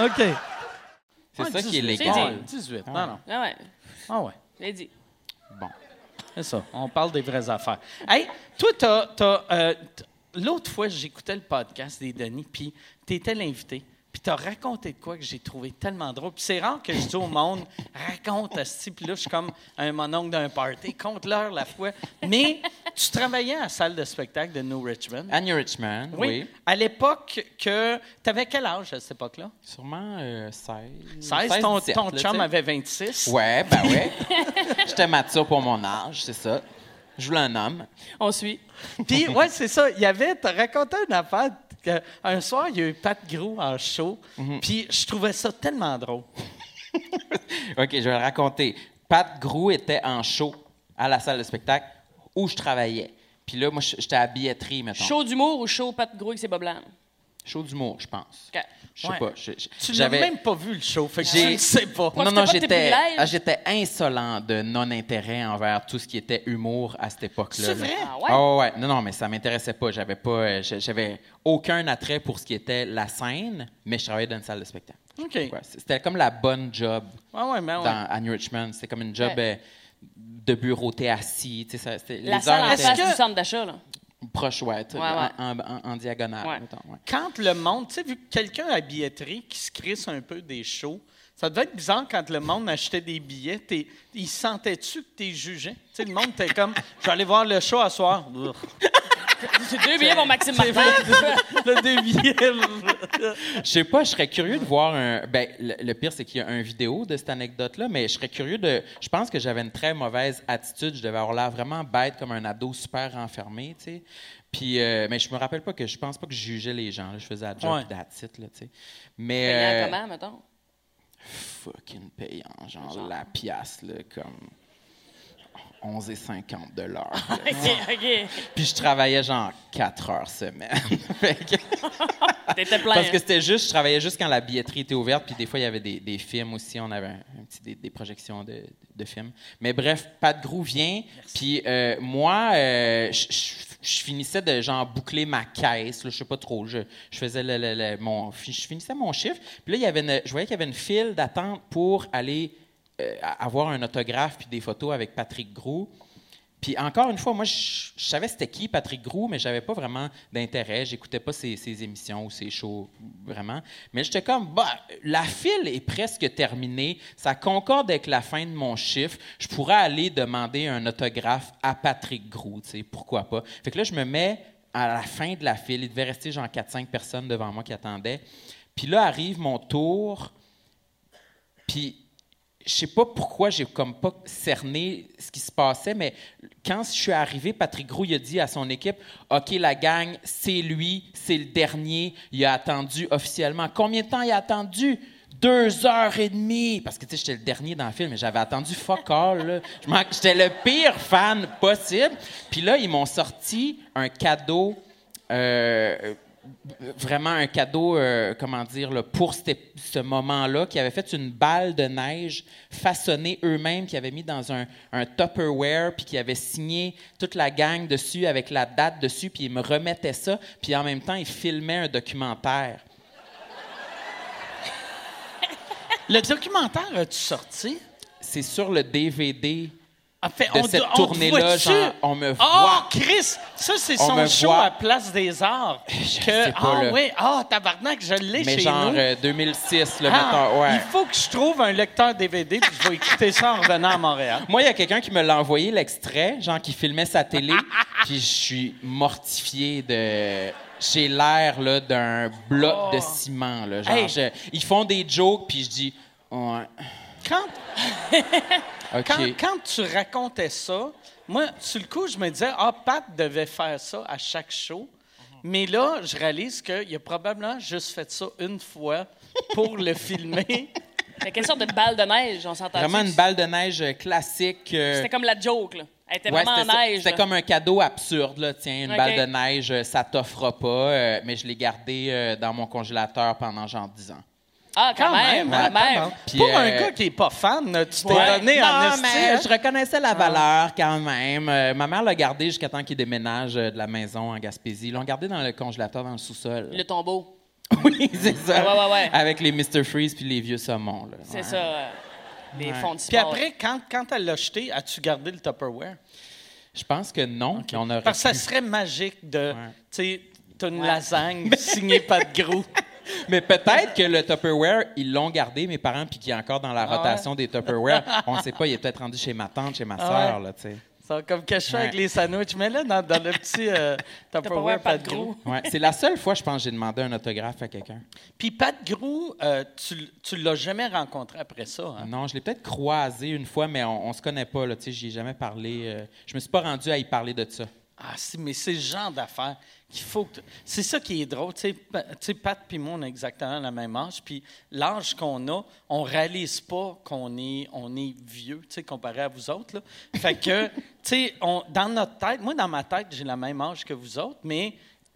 Speaker 7: OK.
Speaker 6: C'est
Speaker 1: Ouais,
Speaker 6: ça qui
Speaker 1: 18.
Speaker 6: est légal.
Speaker 1: Ouais, 18. Non, non.
Speaker 5: Ah ouais,
Speaker 1: Ah ouais.
Speaker 5: je l'ai dit.
Speaker 6: Bon.
Speaker 1: C'est ça. On parle des vraies affaires. Hey, toi, t'as. t'as, euh, t- L'autre fois, j'écoutais le podcast des Denis, puis t'étais l'invité, puis t'as raconté de quoi que j'ai trouvé tellement drôle. Puis c'est rare que je dis au monde, raconte à ce type-là, je suis comme un mononcle d'un party, compte l'heure la fois. Mais tu travaillais à la salle de spectacle de New Richmond.
Speaker 6: Annie Richmond, oui.
Speaker 1: oui. À l'époque que. T'avais quel âge à cette époque-là?
Speaker 6: Sûrement euh, 16.
Speaker 1: 16, ton,
Speaker 6: 17,
Speaker 1: ton
Speaker 6: là, tu
Speaker 1: chum
Speaker 6: sais.
Speaker 1: avait 26.
Speaker 6: Ouais, ben
Speaker 1: (laughs)
Speaker 6: ouais. J'étais mature pour mon âge, c'est ça. Je voulais un homme.
Speaker 5: On suit.
Speaker 1: Puis, ouais, c'est ça. Il y avait, t'as raconté une affaire. que un soir, il y a eu Pat Gros en show. Puis, je trouvais ça tellement drôle.
Speaker 6: OK, je vais le raconter. Pat Grou était en show à la salle de spectacle où je travaillais. Puis là, moi, j- j'étais à la billetterie, mettons.
Speaker 5: Chaud d'humour ou chaud Pat Gros avec ses boblans?
Speaker 6: Show d'humour, je pense.
Speaker 5: OK.
Speaker 6: Je sais
Speaker 1: Ouais.
Speaker 6: pas. je- je-
Speaker 1: Tu l'as
Speaker 6: j'avais-
Speaker 1: même pas vu le show. Fait que
Speaker 6: J'ai-
Speaker 1: tu le sais
Speaker 6: (laughs)
Speaker 1: pas.
Speaker 6: Non,
Speaker 5: Profitais
Speaker 6: non,
Speaker 5: pas de tes
Speaker 6: j'étais
Speaker 5: privilèges.
Speaker 6: ah, j'étais insolent de non-intérêt envers tout ce qui était humour à cette époque-là.
Speaker 1: C'est
Speaker 6: là.
Speaker 1: vrai?
Speaker 5: Ah ouais?
Speaker 6: Ah ouais. Non, non, mais ça m'intéressait pas. J'avais pas, euh, j'a- j'avais aucun attrait pour ce qui était la scène, mais je travaillais dans une salle de spectacle. Je sais
Speaker 1: OK.
Speaker 6: pas pourquoi. C'était comme la bonne job
Speaker 5: Ah
Speaker 1: Ouais, ouais, mais ouais.
Speaker 6: dans à New Richmond. C'était comme une job euh, de bureau, t'es assis. tu sais, ça- c'était-
Speaker 5: La
Speaker 6: les
Speaker 5: salle
Speaker 6: heures
Speaker 5: en
Speaker 6: étaient
Speaker 5: face
Speaker 1: que-
Speaker 5: du centre d'achat, là.
Speaker 6: proches, ouais, tu sais,
Speaker 5: Ouais, ouais.
Speaker 6: En, en- en diagonale.
Speaker 5: Ouais.
Speaker 6: mettons, ouais.
Speaker 1: Quand le monde, tu sais, vu que quelqu'un à billetterie qui se crisse un peu des shows, ça devait être bizarre quand le monde achetait des billets. T'es, il sentait-tu que t'es jugé? Tu sais, le monde était comme, je vais aller voir le show à soir.
Speaker 5: C'est deux billets pour Maxime
Speaker 1: C'est
Speaker 5: Martin.
Speaker 1: vrai, le débile.
Speaker 6: Je sais pas, je serais curieux de voir un. Ben, le, le pire, c'est qu'il y a une vidéo de cette anecdote-là, mais je serais curieux de. Je pense que j'avais une très mauvaise attitude. Je devais avoir l'air vraiment bête comme un ado super renfermé, tu sais. Puis, euh, mais je me rappelle pas que je pense pas que je jugeais les gens. là. Je faisais la
Speaker 1: Ouais.
Speaker 6: job that's it, là, tu sais. Mais.
Speaker 5: Payant
Speaker 6: euh,
Speaker 5: comment, mettons?
Speaker 6: fucking payant, genre, la pièce, là, comme. 11,50
Speaker 5: (laughs)
Speaker 6: de
Speaker 5: Oh
Speaker 6: l'heure. là.
Speaker 5: OK,
Speaker 6: Puis je travaillais genre 4 heures semaine. (laughs) Fait que-
Speaker 5: OK. T'étais plein.
Speaker 6: Parce que
Speaker 5: hein?
Speaker 6: c'était juste, je travaillais juste quand la billetterie était ouverte, puis des fois, il y avait des, des films aussi, on avait un, un petit, des, des projections de, de films. Mais bref, Pat Grou vient, puis euh, moi, euh, je- je je finissais de genre boucler ma caisse, là, je sais pas trop, je, je faisais le, le- le- mon, fi- je finissais mon chiffre, puis là, il y avait une- je voyais qu'il y avait une file d'attente pour aller euh, avoir un autographe puis des photos avec Patrick Grou. Puis encore une fois, moi, je, je savais c'était qui Patrick Grou, mais j'avais pas vraiment d'intérêt. J'écoutais pas ses, ses émissions ou ses shows, vraiment. Mais j'étais comme, bah, la file est presque terminée. Ça concorde avec la fin de mon chiffre. Je pourrais aller demander un autographe à Patrick Grou, tu sais, pourquoi pas. Fait que là, je me mets à la fin de la file. Il devait rester genre 4-5 personnes devant moi qui attendaient. Puis là arrive mon tour. Puis je sais pas pourquoi j'ai comme pas cerné ce qui se passait, mais quand je suis arrivé, Patrick Groux il a dit à son équipe OK, la gang, c'est lui, c'est le dernier. Il a attendu officiellement. Combien de temps il a attendu deux heures et demie, parce que tu sais, j'étais le dernier dans le film, mais j'avais attendu fuck all. là. Je m'en- J'étais le pire fan possible. Puis là, ils m'ont sorti un cadeau euh, vraiment un cadeau, euh, comment dire, là, pour cet- ce moment-là, qui avait fait une balle de neige façonnée eux-mêmes, qui avaient mis dans un, un Tupperware, puis qui avait signé toute la gang dessus avec la date dessus, puis ils me remettaient ça, puis en même temps, ils filmaient un documentaire.
Speaker 1: Le documentaire as-tu sorti?
Speaker 6: C'est sur le DVD.
Speaker 1: Ah, fait,
Speaker 6: De cette
Speaker 1: te- te
Speaker 6: tournée-là,
Speaker 1: voit-tu?
Speaker 6: genre, on me
Speaker 1: Oh,
Speaker 6: voit.
Speaker 1: Chris! Ça, c'est
Speaker 6: On
Speaker 1: son
Speaker 6: me
Speaker 1: show
Speaker 6: voit.
Speaker 1: à Place des Arts.
Speaker 6: Je
Speaker 1: Que-
Speaker 6: sais pas,
Speaker 1: ah
Speaker 6: là.
Speaker 1: oui, ah, tabarnak, je l'ai
Speaker 6: Mais
Speaker 1: chez
Speaker 6: genre
Speaker 1: nous.
Speaker 6: euh, 2006, le
Speaker 1: Ah,
Speaker 6: ouais.
Speaker 1: Il faut que je trouve un lecteur DVD puis je vais écouter ça en revenant à Montréal.
Speaker 6: Moi, il y a quelqu'un qui me l'a envoyé, l'extrait, genre qui filmait sa
Speaker 5: (laughs)
Speaker 6: télé, puis je suis mortifié de... J'ai l'air là, d'un bloc de
Speaker 5: Oh.
Speaker 6: ciment. Là, genre,
Speaker 1: Hey.
Speaker 6: je- Ils font des jokes, puis je dis... Ouais,
Speaker 1: Quand,
Speaker 6: OK.
Speaker 1: quand, quand tu racontais ça, moi, sur le coup, je me disais, ah, Pat devait faire ça à chaque show. Mais là, je réalise qu'il a probablement juste fait ça une fois pour le
Speaker 6: (laughs)
Speaker 1: filmer.
Speaker 5: Mais quelle sorte de balle de neige, on s'entend
Speaker 6: Vraiment une balle de neige euh, classique. euh,
Speaker 5: C'était comme la joke, là. Elle était
Speaker 6: ouais,
Speaker 5: vraiment en
Speaker 6: c'était ça.
Speaker 5: neige.
Speaker 6: C'était
Speaker 5: là.
Speaker 6: comme un cadeau absurde. Là. Tiens, une
Speaker 5: OK.
Speaker 6: balle de neige, euh, ça t'offre pas, euh, mais je l'ai gardée euh, dans mon congélateur pendant genre 10 ans.
Speaker 5: Ah, quand, même, quand même.
Speaker 1: hein,
Speaker 6: Puis,
Speaker 1: Pour un
Speaker 6: euh,
Speaker 1: gars qui est pas fan, tu t'es
Speaker 6: Ouais.
Speaker 1: donné
Speaker 6: non,
Speaker 1: en esti,
Speaker 6: mais
Speaker 1: hein?
Speaker 6: je reconnaissais la valeur quand même. Euh, ma mère l'a gardé jusqu'à temps qu'il déménage euh, de la maison en Gaspésie. Ils l'ont gardé dans le congélateur, dans le sous-sol.
Speaker 5: Le tombeau.
Speaker 6: (laughs) Oui, c'est ça.
Speaker 5: Ouais, ouais, ouais.
Speaker 6: Avec les Mr. Freeze puis les vieux saumons. Là.
Speaker 5: C'est
Speaker 6: Ouais.
Speaker 5: ça. euh, les fonds de
Speaker 1: Puis
Speaker 5: sport.
Speaker 1: après, quand, quand elle l'a jeté, as-tu gardé le Tupperware?
Speaker 6: Je pense que non. mais On aurait
Speaker 1: Parce que ça
Speaker 6: pu.
Speaker 1: serait magique de.
Speaker 6: Ouais.
Speaker 1: Tu sais, t'as une (laughs) lasagne signée pas de gros.
Speaker 6: Mais peut-être que le Tupperware, ils l'ont gardé, mes parents, puis qu'il est encore dans la rotation des Tupperware. On sait pas, il est peut-être rendu chez ma tante, chez ma sœur, là, tu sais.
Speaker 1: Ça va comme caché avec
Speaker 6: Ouais.
Speaker 1: les sandwichs. Mais là, dans, dans le petit euh, Tupperware pas de gros.
Speaker 6: Ouais. C'est la seule fois, je pense, que j'ai demandé un autographe à quelqu'un.
Speaker 1: Puis pas de gros, euh, tu, l- tu l'as jamais rencontré après ça. hein?
Speaker 6: Ah. Non, je l'ai peut-être croisé une fois, mais on, on se connaît pas, là, tu sais, j'y ai jamais parlé. euh, je me suis pas rendu à y parler de ça.
Speaker 1: Ah, si, mais c'est le genre d'affaires qu'il faut que. t- C'est ça qui est drôle. Tu sais, Pa- tu sais, Pat puis moi, on a exactement la même âge. Puis l'âge qu'on a, on réalise pas qu'on est, on est vieux, tu sais, comparé à vous autres. Là. Fait
Speaker 5: (laughs)
Speaker 1: que, tu sais, on- dans notre tête, moi, dans ma tête, j'ai la même âge que vous autres, mais.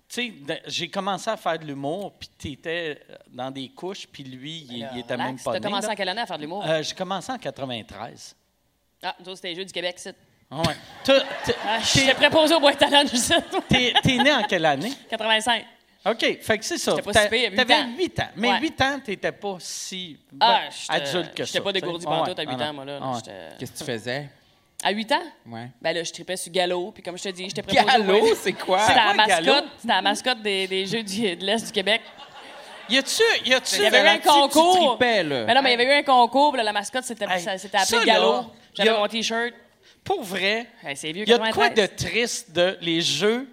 Speaker 1: Tu sais, de- j'ai commencé à faire de l'humour, puis tu étais dans des couches, puis lui, il, il était même
Speaker 5: Relax,
Speaker 1: pas
Speaker 5: Euh, T'as
Speaker 1: né.
Speaker 5: commencé
Speaker 1: là.
Speaker 5: en quelle année à faire de l'humour?
Speaker 1: Euh, j'ai commencé en 93.
Speaker 5: Ah, nous autres, c'était les Jeux du Québec, c'est.
Speaker 1: Ah ouais. Toi, t-
Speaker 5: Ah, J'étais préposé au bois de talent, je sais.
Speaker 1: T'es t'es né en quelle année?
Speaker 5: 85.
Speaker 1: OK, fait que c'est ça.
Speaker 5: J'étais pas
Speaker 1: T'a-
Speaker 5: si pire, huit
Speaker 1: T'avais
Speaker 5: ans.
Speaker 1: 8 ans. Mais
Speaker 5: Ouais.
Speaker 1: 8 ans, t'étais pas si
Speaker 5: Ah,
Speaker 1: ben,
Speaker 5: j'étais-
Speaker 1: adulte que ça.
Speaker 5: J'étais pas dégourdi
Speaker 1: tu sais.
Speaker 5: pantoute à
Speaker 1: Ah
Speaker 5: 8
Speaker 1: ouais,
Speaker 5: ans, moi, là.
Speaker 1: ah
Speaker 5: non,
Speaker 1: ouais.
Speaker 5: j'étais-
Speaker 6: Qu'est-ce que tu faisais?
Speaker 5: À 8 ans?
Speaker 6: Ouais.
Speaker 5: Ben là, je tripais sur Gallo, puis comme je te dis, j'étais préposé au
Speaker 6: Gallo,
Speaker 5: bois-
Speaker 6: c'est quoi?
Speaker 5: C'était la
Speaker 1: quoi, Gallo?
Speaker 5: mascotte, c'était la mascotte des, des Jeux du- de l'Est du Québec.
Speaker 1: Y a-tu. Y a-tu.
Speaker 5: Il y avait eu un concours.
Speaker 6: tripais, là.
Speaker 5: Mais non, mais il y avait eu un concours, puis là, la mascotte s'était
Speaker 1: Hey,
Speaker 5: ça- s'était appelée
Speaker 1: ça, là,
Speaker 5: Gallo. J'avais
Speaker 1: y a-
Speaker 5: mon T-shirt.
Speaker 1: Pour vrai,
Speaker 5: Hey, c'est vieux,
Speaker 1: y a de quoi de
Speaker 5: 93.
Speaker 1: triste de les jeux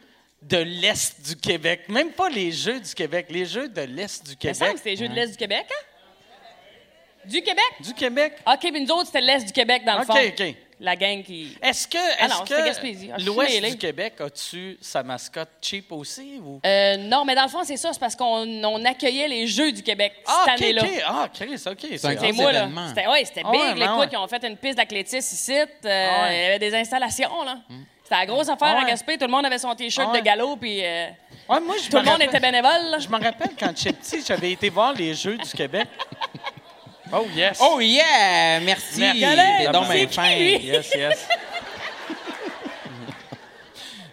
Speaker 1: de l'Est du Québec? Même pas les jeux du Québec, les jeux de l'Est du
Speaker 5: Il me semble
Speaker 1: Québec.
Speaker 5: que c'était les Jeux de l'Est du Québec, hein? Du Québec?
Speaker 1: Du Québec?
Speaker 5: OK, mais nous autres, c'était l'Est du Québec, dans le
Speaker 1: OK,
Speaker 5: fond.
Speaker 1: OK.
Speaker 5: La gang qui...
Speaker 1: Est-ce que,
Speaker 5: Ah
Speaker 1: est-ce
Speaker 5: non, c'était Gaspésie. Ah, je
Speaker 1: que
Speaker 5: suis
Speaker 1: l'Ouest
Speaker 5: mêlée.
Speaker 1: du Québec a-tu sa mascotte cheap aussi? Ou?
Speaker 5: Euh, non, mais dans le fond, c'est ça. C'est parce qu'on on accueillait les Jeux du Québec cette
Speaker 1: Ah, OK,
Speaker 5: année-là.
Speaker 1: OK. Ah, Chris, OK.
Speaker 6: un
Speaker 1: C'est
Speaker 5: C'est
Speaker 6: gros
Speaker 5: moi, là.
Speaker 6: événement.
Speaker 5: C'était ouais, c'était
Speaker 1: Ah
Speaker 5: big,
Speaker 1: ouais, ben
Speaker 5: l'écoute.
Speaker 1: ouais.
Speaker 5: Ils ont fait une piste d'athlétisme ici. Euh, Il y avait des installations, là. C'était la grosse affaire
Speaker 1: Ah
Speaker 5: à
Speaker 1: ouais.
Speaker 5: Gaspé. Tout le monde avait son T-shirt
Speaker 1: Ah ouais.
Speaker 5: de galop, puis euh,
Speaker 1: Ouais, moi, je
Speaker 5: tout
Speaker 1: me (laughs)
Speaker 5: le monde
Speaker 1: rappelle-
Speaker 5: était bénévole, là.
Speaker 1: Je me rappelle quand j'étais petit, j'avais été voir les Jeux du Québec. Oh yes!
Speaker 6: Oh yeah! Merci! T'es donc bien fin.
Speaker 1: Yes, yes.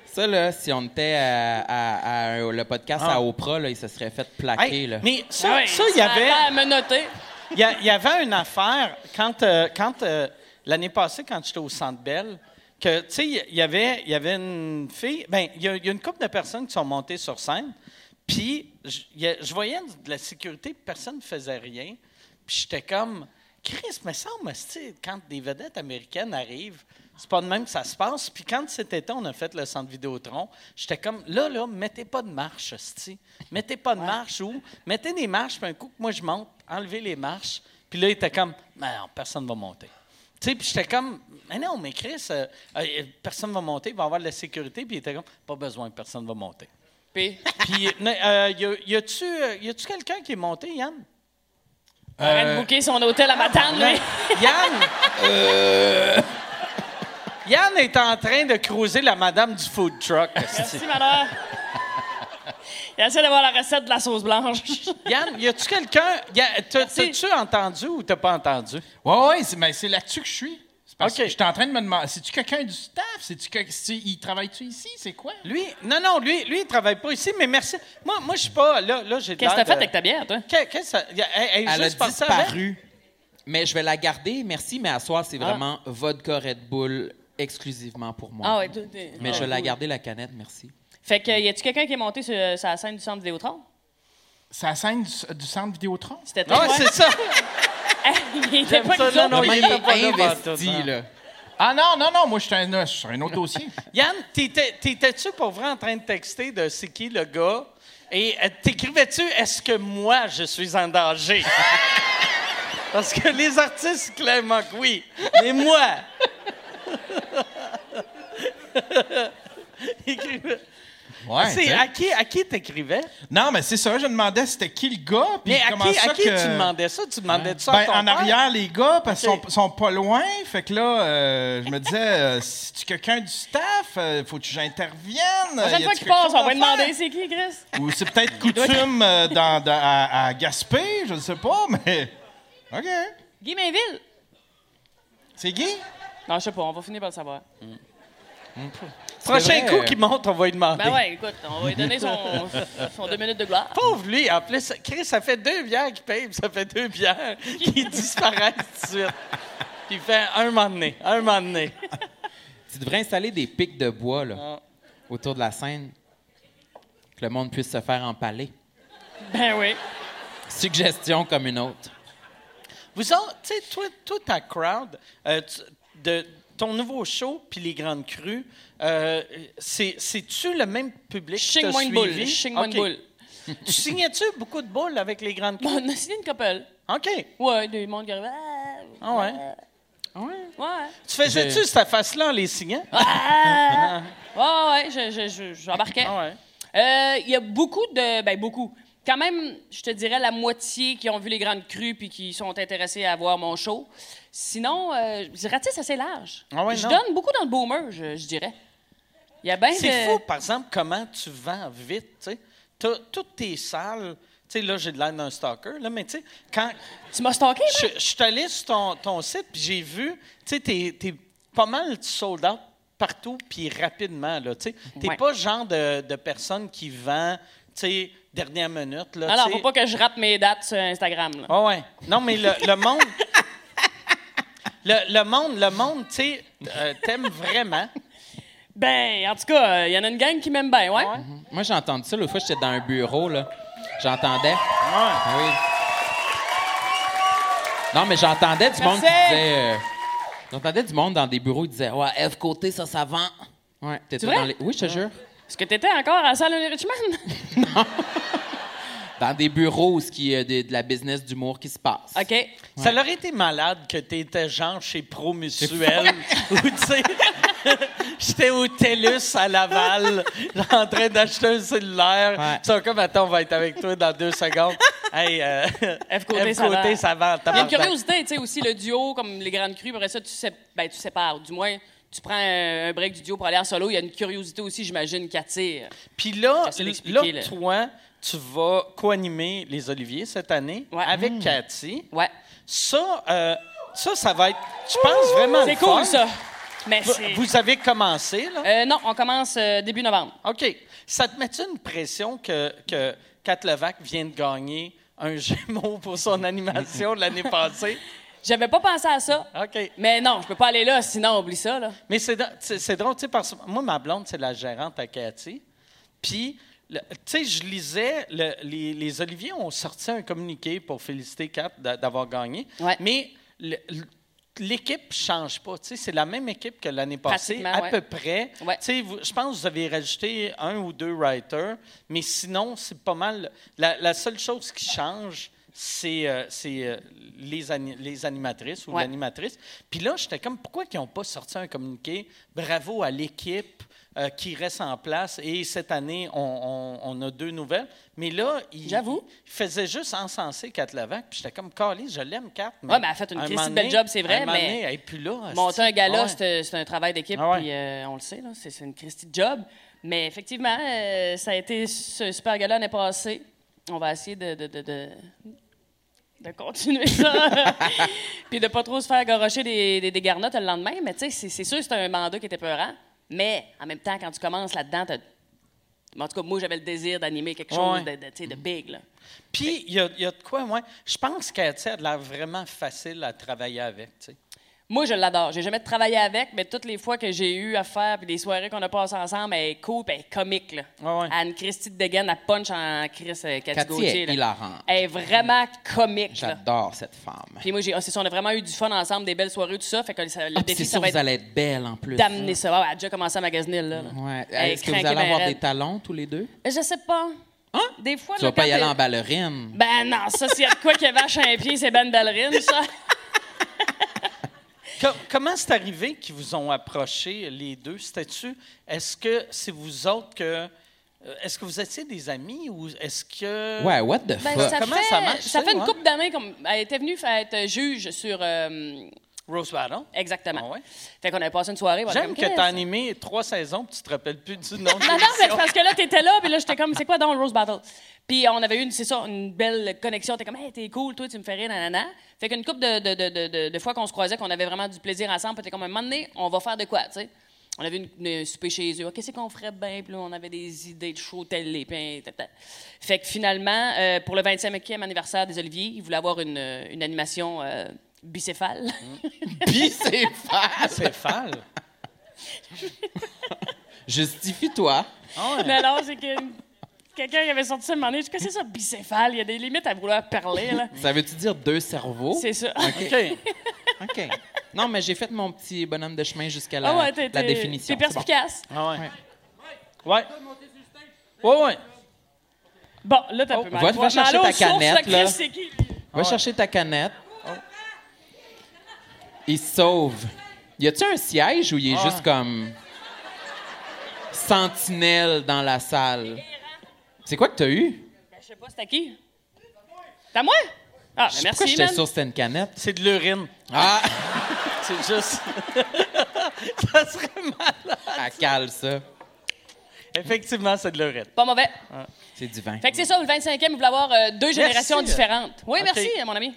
Speaker 6: Ça, là, si on était à, à- à un- le podcast
Speaker 1: Ah.
Speaker 6: à Oprah, là, il se serait fait plaquer.
Speaker 1: Hey,
Speaker 6: là.
Speaker 1: mais ça,
Speaker 5: Ouais,
Speaker 1: ça, il y avait,
Speaker 5: à me noter.
Speaker 1: il y, a- il y avait une affaire quand, euh, quand euh, l'année passée, quand j'étais au Centre Bell, que tu sais, il y avait, il y avait une fille. Ben, il y, a il y a une couple de personnes qui sont montées sur scène, puis je il y a- je voyais de la sécurité, puis personne ne faisait rien, puis j'étais comme. Chris, me semble, esti, quand des vedettes américaines arrivent, c'est pas de même que ça se passe. Puis quand cet été, on a fait le centre Vidéotron, j'étais comme, là, là, mettez pas de marche, esti. Mettez pas de marche ou mettez des marches, puis un coup que moi je monte, enlevez les marches. Puis là, il était comme, mais non, personne va monter. Tu sais, puis j'étais comme, mais non, mais Chris, euh, euh, personne va monter, il va y avoir de la sécurité. Puis il était comme, pas besoin, personne va monter.
Speaker 5: Puis,
Speaker 1: Puis, (laughs) euh, y a- y a-tu euh, y a-tu quelqu'un qui est monté, Yann?
Speaker 5: arrête
Speaker 1: Euh,
Speaker 5: de bouquer son hôtel à ma tante, lui.
Speaker 1: Yann! Euh, Yann est en train de croiser la madame du food truck. esti.
Speaker 5: Merci, madame. Il essaie d'avoir la recette de la sauce (laughs) blanche.
Speaker 1: Yann, y a-tu quelqu'un. y a- t'as-
Speaker 5: Merci.
Speaker 1: T'as-tu entendu ou t'as pas entendu?
Speaker 3: Ouais, ouais, c'est, mais c'est là-dessus que je suis. C'est parce
Speaker 1: OK.
Speaker 3: que je suis en train de me demander, c'est-tu quelqu'un du staff? C'est-tu que, c'est- il travaille-tu ici? C'est quoi?
Speaker 1: Lui, non, non, lui, lui, il travaille pas ici, mais merci. Moi, moi je suis pas. Là, là j'ai
Speaker 5: Qu'est-ce que t'as
Speaker 1: l'air
Speaker 5: fait
Speaker 1: de-
Speaker 5: avec ta bière, toi?
Speaker 1: Qu'est- Qu'est-ce que ça. y a- elle- elle est
Speaker 6: Elle a
Speaker 1: juste partie avec?
Speaker 6: disparu. Mais je vais la garder, merci, mais à soir, c'est vraiment vodka Red Bull exclusivement pour moi.
Speaker 5: Ah ouais, tout est-
Speaker 6: Mais je vais la garder, la canette, merci.
Speaker 5: Fait que, y a-tu quelqu'un qui est monté sur, sur la scène du centre Vidéotron?
Speaker 3: C'est la scène du, du centre Vidéotron?
Speaker 5: C'était toi?
Speaker 1: Ah Ouais, c'est ça.
Speaker 5: (laughs) Il était
Speaker 1: J'aime
Speaker 5: pas
Speaker 1: ça,
Speaker 5: que nous
Speaker 1: non,
Speaker 5: autres.
Speaker 1: non,
Speaker 6: Comment
Speaker 1: il
Speaker 6: il
Speaker 1: était pas là
Speaker 6: est
Speaker 1: pantoute,
Speaker 6: investi,
Speaker 1: non.
Speaker 6: là.
Speaker 3: Ah non, non, non, moi, je suis un, je suis sur un autre
Speaker 1: (laughs)
Speaker 3: dossier.
Speaker 1: Yann, t'étais- t'étais-tu pour vrai en train de texter de c'est qui le gars? Et euh, t'écrivais-tu est-ce que moi je suis en danger? (laughs) Parce que les artistes, clairement que oui. Mais moi! (laughs) Écrivais-
Speaker 3: Ouais,
Speaker 1: C'est
Speaker 3: tu sais.
Speaker 1: à qui à qui t'écrivais?
Speaker 3: Non, mais c'est ça, je demandais c'était qui le gars, puis
Speaker 1: Mais à
Speaker 3: comment
Speaker 1: qui, à
Speaker 3: ça
Speaker 1: qui
Speaker 3: que...
Speaker 1: tu demandais ça? Tu demandais ça à
Speaker 3: Ben,
Speaker 1: ton
Speaker 3: en
Speaker 1: père?
Speaker 3: arrière, les gars, parce qu'ils
Speaker 1: OK.
Speaker 3: sont, sont pas loin. Fait que là, euh, je me disais, euh, si tu quelqu'un du staff, euh, faut que j'intervienne.
Speaker 5: La
Speaker 3: Euh, y
Speaker 5: prochaine
Speaker 3: a-tu
Speaker 5: fois qu'il
Speaker 3: quelque
Speaker 5: passe,
Speaker 3: chose
Speaker 5: on
Speaker 3: à
Speaker 5: va lui
Speaker 3: faire?
Speaker 5: demander c'est qui, Chris?
Speaker 3: Ou c'est peut-être coutume euh, dans- dans- à, à Gaspé, je ne sais pas, mais. OK.
Speaker 5: Guy Mainville?
Speaker 3: C'est Guy?
Speaker 5: Non, je sais pas, on va finir par le savoir.
Speaker 1: Prochain
Speaker 6: vrai. euh,
Speaker 1: coup qu'il monte, on va lui demander.
Speaker 5: Ben ouais, écoute, on va lui
Speaker 1: (laughs)
Speaker 5: donner son, son deux minutes de gloire.
Speaker 1: Pauvre lui, en plus, Chris, ça fait deux bières qu'il paye, puis ça fait deux bières qui disparaissent tout de suite. Puis il fait un moment donné, un moment donné.
Speaker 6: Tu devrais installer des pics de bois là,
Speaker 5: Ah.
Speaker 6: autour de la scène, que le monde puisse se faire empaler.
Speaker 5: Ben oui.
Speaker 6: Suggestion comme une autre.
Speaker 1: Vous autres, tu sais, toi, toi, ta crowd, euh, tu- de ton nouveau show puis les grandes crues, euh, c'est- c'est-tu le même public qui
Speaker 5: Ching
Speaker 1: t'a
Speaker 5: moi une boule.
Speaker 1: suivi?
Speaker 5: Ching moi une
Speaker 1: OK.
Speaker 5: boule.
Speaker 1: tu signais-tu beaucoup de boules avec les grandes crues?
Speaker 5: Bon, on a signé une couple.
Speaker 1: OK.
Speaker 5: Ouais, des mondes qui arrivent. Ah,
Speaker 1: Ah ouais.
Speaker 6: Ouais.
Speaker 5: Ouais.
Speaker 1: Tu faisais-tu cette face-là en les signant?
Speaker 5: Ah! ouais, ouais, je- je- je- j'embarquais.
Speaker 1: Ah ouais.
Speaker 5: Euh, Il y a beaucoup de. Ben, beaucoup. Quand même, je te dirais la moitié qui ont vu les grandes crues puis qui sont intéressés à voir mon show. Sinon, euh, je dirais, tu sais, c'est assez large.
Speaker 1: Ah ouais,
Speaker 5: je
Speaker 1: non.
Speaker 5: donne beaucoup dans le boomer, je, je dirais. Il y a bien
Speaker 1: C'est
Speaker 5: de-
Speaker 1: fou, par exemple, comment tu vends vite, tu sais. T'as- Toutes tes salles... Tu sais, là, j'ai de l'air d'un stalker, là, mais tu sais, quand...
Speaker 5: Tu m'as stalké, là?
Speaker 1: Je, je suis allé sur ton, ton site, puis j'ai vu, tu sais, t'es, t'es pas mal sold out partout, puis rapidement, là, tu sais. T'es
Speaker 5: Ouais.
Speaker 1: pas le genre de, de personne qui vend, tu sais, dernière minute, là,
Speaker 5: Alors,
Speaker 1: tu sais.
Speaker 5: faut pas que je rappe mes dates sur Instagram. Là.
Speaker 1: Ah ouais. Non, mais le, le
Speaker 5: (laughs)
Speaker 1: monde... Le, le monde, le monde, tu sais, euh, t'aimes vraiment.
Speaker 5: Ben, en tout cas, il y en a une gang qui m'aime bien, ouais.
Speaker 1: Ah
Speaker 6: Moi, j'ai entendu ça l'autre fois, j'étais dans un bureau, là. J'entendais. Oui. Non, mais j'entendais du monde qui disait. euh, j'entendais du monde dans des bureaux qui disait Ouais, F côté, ça, ça vend. Ouais, t'étais
Speaker 5: vrai?
Speaker 6: dans les. Oui, je te jure.
Speaker 5: Est-ce que t'étais encore à la salle de Richmond? (laughs)
Speaker 6: Dans des bureaux où ce qui y a des- de, la business d'humour qui se passe.
Speaker 5: OK.
Speaker 1: Ça leur été malade que t'étais genre chez Promusuel (laughs) ou tu sais, j'étais au TELUS à Laval (laughs) en train d'acheter un cellulaire.
Speaker 6: Ouais.
Speaker 1: Ils sont comme, attends, on va être avec toi dans deux secondes. Hey, euh,
Speaker 5: F côté,
Speaker 1: F
Speaker 5: ça va.
Speaker 1: ça va.
Speaker 5: Il y a une
Speaker 1: tabarnak.
Speaker 5: curiosité, tu sais, aussi, le duo, comme les grandes crues, après ça, tu, sais, ben, tu sépares. Du moins, tu prends un un break du duo pour aller en solo. Il y a une curiosité aussi, j'imagine, qui attire.
Speaker 1: Puis là,
Speaker 5: J'essaie
Speaker 1: là,
Speaker 5: d'expliquer, là.
Speaker 1: toi, tu vas co-animer les Oliviers cette année
Speaker 5: Ouais.
Speaker 1: avec Cathy.
Speaker 5: Ouais.
Speaker 1: Ça, euh, ça, ça va être, je pense, vraiment
Speaker 5: C'est
Speaker 1: le
Speaker 5: cool,
Speaker 1: Ah, fun.
Speaker 5: ça. Mais
Speaker 1: Vous-
Speaker 5: c'est...
Speaker 1: Vous avez commencé, là?
Speaker 5: Euh, non, on commence euh, début novembre.
Speaker 1: OK. Ça te met une pression que, que Kat Levac vient de gagner un Gémeaux (laughs) pour son animation de l'année passée?
Speaker 5: J'avais pas pensé à ça.
Speaker 1: OK.
Speaker 5: Mais non, je peux pas aller là, sinon, oublie ça, là.
Speaker 1: Mais c'est dr- c'est c'est drôle, tu sais, parce que moi, ma blonde, c'est la gérante à Cathy. Puis, le- tu sais, je lisais, le- les, les Oliviers ont sorti un communiqué pour féliciter Kat d'a- d'avoir gagné.
Speaker 5: Ouais.
Speaker 1: Mais le- le- l'équipe change pas. Tu sais, c'est la même équipe que l'année passée,
Speaker 5: Pratiquement,
Speaker 1: à
Speaker 5: ouais.
Speaker 1: peu près.
Speaker 5: Ouais.
Speaker 1: Ben, Tu sais, vous- je pense que vous avez rajouté un ou deux writers, mais sinon, c'est pas mal. La, la seule chose qui change, c'est euh, c'est, euh, les, ani- les animatrices ou
Speaker 5: Ouais.
Speaker 1: l'animatrice. Puis là, j'étais comme, pourquoi ils n'ont pas sorti un communiqué? Bravo à l'équipe euh, qui reste en place. Et cette année, on, on- on a deux nouvelles. Mais là, ils
Speaker 5: J'avoue.
Speaker 1: ils faisaient juste encenser Kat Levac. Puis j'étais comme, Carly, je l'aime, Kat.
Speaker 5: Ouais, mais elle a fait une
Speaker 1: un
Speaker 5: Christy
Speaker 1: moment
Speaker 5: de belle
Speaker 1: donné-
Speaker 5: job, c'est vrai,
Speaker 1: un moment
Speaker 5: mais-
Speaker 1: donné, Elle est plus là.
Speaker 5: Monter un
Speaker 1: hostie.
Speaker 5: gala,
Speaker 1: Ah, Ouais.
Speaker 5: c'est c'est un travail d'équipe,
Speaker 1: Ah ouais.
Speaker 5: puis euh, on le sait, là, c'est c'est une Christie de job. Mais effectivement, euh, ça a été ce super gala l'année passée. On va essayer de, de, de, de, de
Speaker 1: (laughs)
Speaker 5: continuer ça, puis de pas trop se faire gorocher des, des, des garnottes le lendemain. Mais tu sais, c'est- c'est sûr que c'est un mandat qui était peurant, mais en même temps, quand tu commences là-dedans, t'as- en tout cas, moi, j'avais le désir d'animer quelque chose
Speaker 1: Ouais.
Speaker 5: de, de, tu sais, de big. Là.
Speaker 1: Puis, il y a, il y a de quoi, moi? Je pense qu'elle a l'air vraiment facile à travailler avec, tu sais.
Speaker 5: Moi, je l'adore. J'ai jamais travaillé avec, mais toutes les fois que j'ai eu à faire, puis les soirées qu'on a passées ensemble, elle est cool, puis elle est comique. Là.
Speaker 1: Ouais, ouais.
Speaker 5: Anne-Christine Degan, elle punch en Chris euh, Cathy
Speaker 6: Cathy
Speaker 5: Gauthier.
Speaker 6: est
Speaker 5: là.
Speaker 6: hilarante.
Speaker 5: Elle est vraiment comique. Là.
Speaker 6: J'adore cette femme.
Speaker 5: Puis moi, j'ai, ah, c'est ça, on a vraiment eu du fun ensemble, des belles soirées, tout ça. Fait que ça- le
Speaker 6: Ah, puis
Speaker 5: défi,
Speaker 6: c'est
Speaker 5: ça
Speaker 6: sûr,
Speaker 5: va
Speaker 6: vous
Speaker 5: être
Speaker 6: allez être belle en plus.
Speaker 5: d'amener ça. Ouais, elle a déjà commencé à magasiner, là. là.
Speaker 6: Ouais.
Speaker 5: Elle est
Speaker 6: Est-ce que vous
Speaker 5: craquée,
Speaker 6: allez
Speaker 5: ben
Speaker 6: avoir
Speaker 5: raide.
Speaker 6: des talons tous les deux?
Speaker 5: Je sais pas.
Speaker 6: Hein?
Speaker 5: Des fois,
Speaker 6: Tu
Speaker 5: là,
Speaker 6: vas pas
Speaker 5: quand
Speaker 6: y aller
Speaker 5: t'es-
Speaker 6: en ballerine.
Speaker 5: Ben non, ça, s'il y a de quoi qui vache un pied, c'est Ben Ballerine, ça.
Speaker 1: Co- comment c'est arrivé qu'ils vous ont approché les deux? C'était-tu, est-ce que c'est vous autres que, euh, est-ce que vous étiez des amis ou est-ce que...
Speaker 6: Ouais, what the
Speaker 5: Ben,
Speaker 6: fuck? (laughs)
Speaker 5: ça
Speaker 1: Comment
Speaker 5: fait,
Speaker 1: ça marche, ça,
Speaker 5: fait une
Speaker 1: ouais?
Speaker 5: couple d'années. Comme, elle était venue faire être juge sur... euh,
Speaker 1: Rose Battle?
Speaker 5: Exactement.
Speaker 1: Ah ouais?
Speaker 5: Fait qu'on avait passé une soirée. on était
Speaker 1: J'aime
Speaker 5: comme,
Speaker 1: que
Speaker 5: Qu'est-ce?
Speaker 1: t'as animé trois saisons puis tu te rappelles plus
Speaker 5: (laughs)
Speaker 1: du nom de
Speaker 5: Non, non, mais c'est
Speaker 1: l'émission.
Speaker 5: parce que là, t'étais là, puis là, j'étais comme, c'est quoi dans le Rose Battle? Puis on avait eu, une- c'est ça, une belle connexion. T'es comme, hey, t'es cool, toi, tu me fais rire, nanana. Fait qu'une couple de, de, de, de, de- de fois qu'on se croisait, qu'on avait vraiment du plaisir ensemble, puis t'es comme, un moment donné, on va faire de quoi, tu sais? on avait une, une souper chez eux. Ah, Qu'est-ce qu'on ferait bien? Puis là, on avait des idées de show télé. puis hein, tata. Fait que finalement, euh, pour le 25e anniversaire des Oliviers, ils voulaient avoir une, euh, une animation euh, bicéphale.
Speaker 6: Bicéphale.
Speaker 1: C'est fal.
Speaker 6: Justifie-toi.
Speaker 1: Ah
Speaker 5: (laughs) Mais alors, c'est que quelqu'un il avait sorti ça à un moment donné. Je dis, Qu'est-ce que c'est ça, bicéphale? Il y a des limites à vouloir parler, là.
Speaker 6: Ça veut-tu dire deux cerveaux?
Speaker 5: C'est ça.
Speaker 6: OK. OK. Non, mais j'ai fait mon petit bonhomme de chemin jusqu'à la,
Speaker 5: Ah ouais, t'es-
Speaker 6: la
Speaker 5: t'es-
Speaker 6: définition.
Speaker 5: T'es
Speaker 6: C'est bon.
Speaker 5: perspicace.
Speaker 1: Ah ouais. Ouais. Ouais, ouais.
Speaker 5: Bon, là, t'as un peu mal.
Speaker 6: Oh, va- va chercher
Speaker 5: Dans l'eau,
Speaker 6: ta
Speaker 5: source,
Speaker 6: canette,
Speaker 5: Chris,
Speaker 6: là.
Speaker 5: c'est qui?
Speaker 6: Va chercher ta canette. Il se sauve. Y a-tu un siège où il
Speaker 5: Ah.
Speaker 6: est juste comme sentinelle dans la salle? C'est quoi que t'as eu?
Speaker 5: Ben, je sais pas, c'est à qui? C'est à moi? Ah, ben
Speaker 6: Pourquoi
Speaker 5: merci,
Speaker 6: j'étais
Speaker 5: man.
Speaker 6: sûr que c'était une canette?
Speaker 1: C'est de l'urine.
Speaker 6: Ah!
Speaker 1: C'est juste. (laughs) ça serait malade.
Speaker 6: Ah, (laughs) Elle cale, ça.
Speaker 1: Effectivement, c'est de l'urine.
Speaker 5: Pas mauvais.
Speaker 6: C'est du vin.
Speaker 5: Fait que c'est ça, le 25e, il voulait avoir euh, deux générations différentes. Oui,
Speaker 1: Ok.
Speaker 5: merci, euh, mon ami.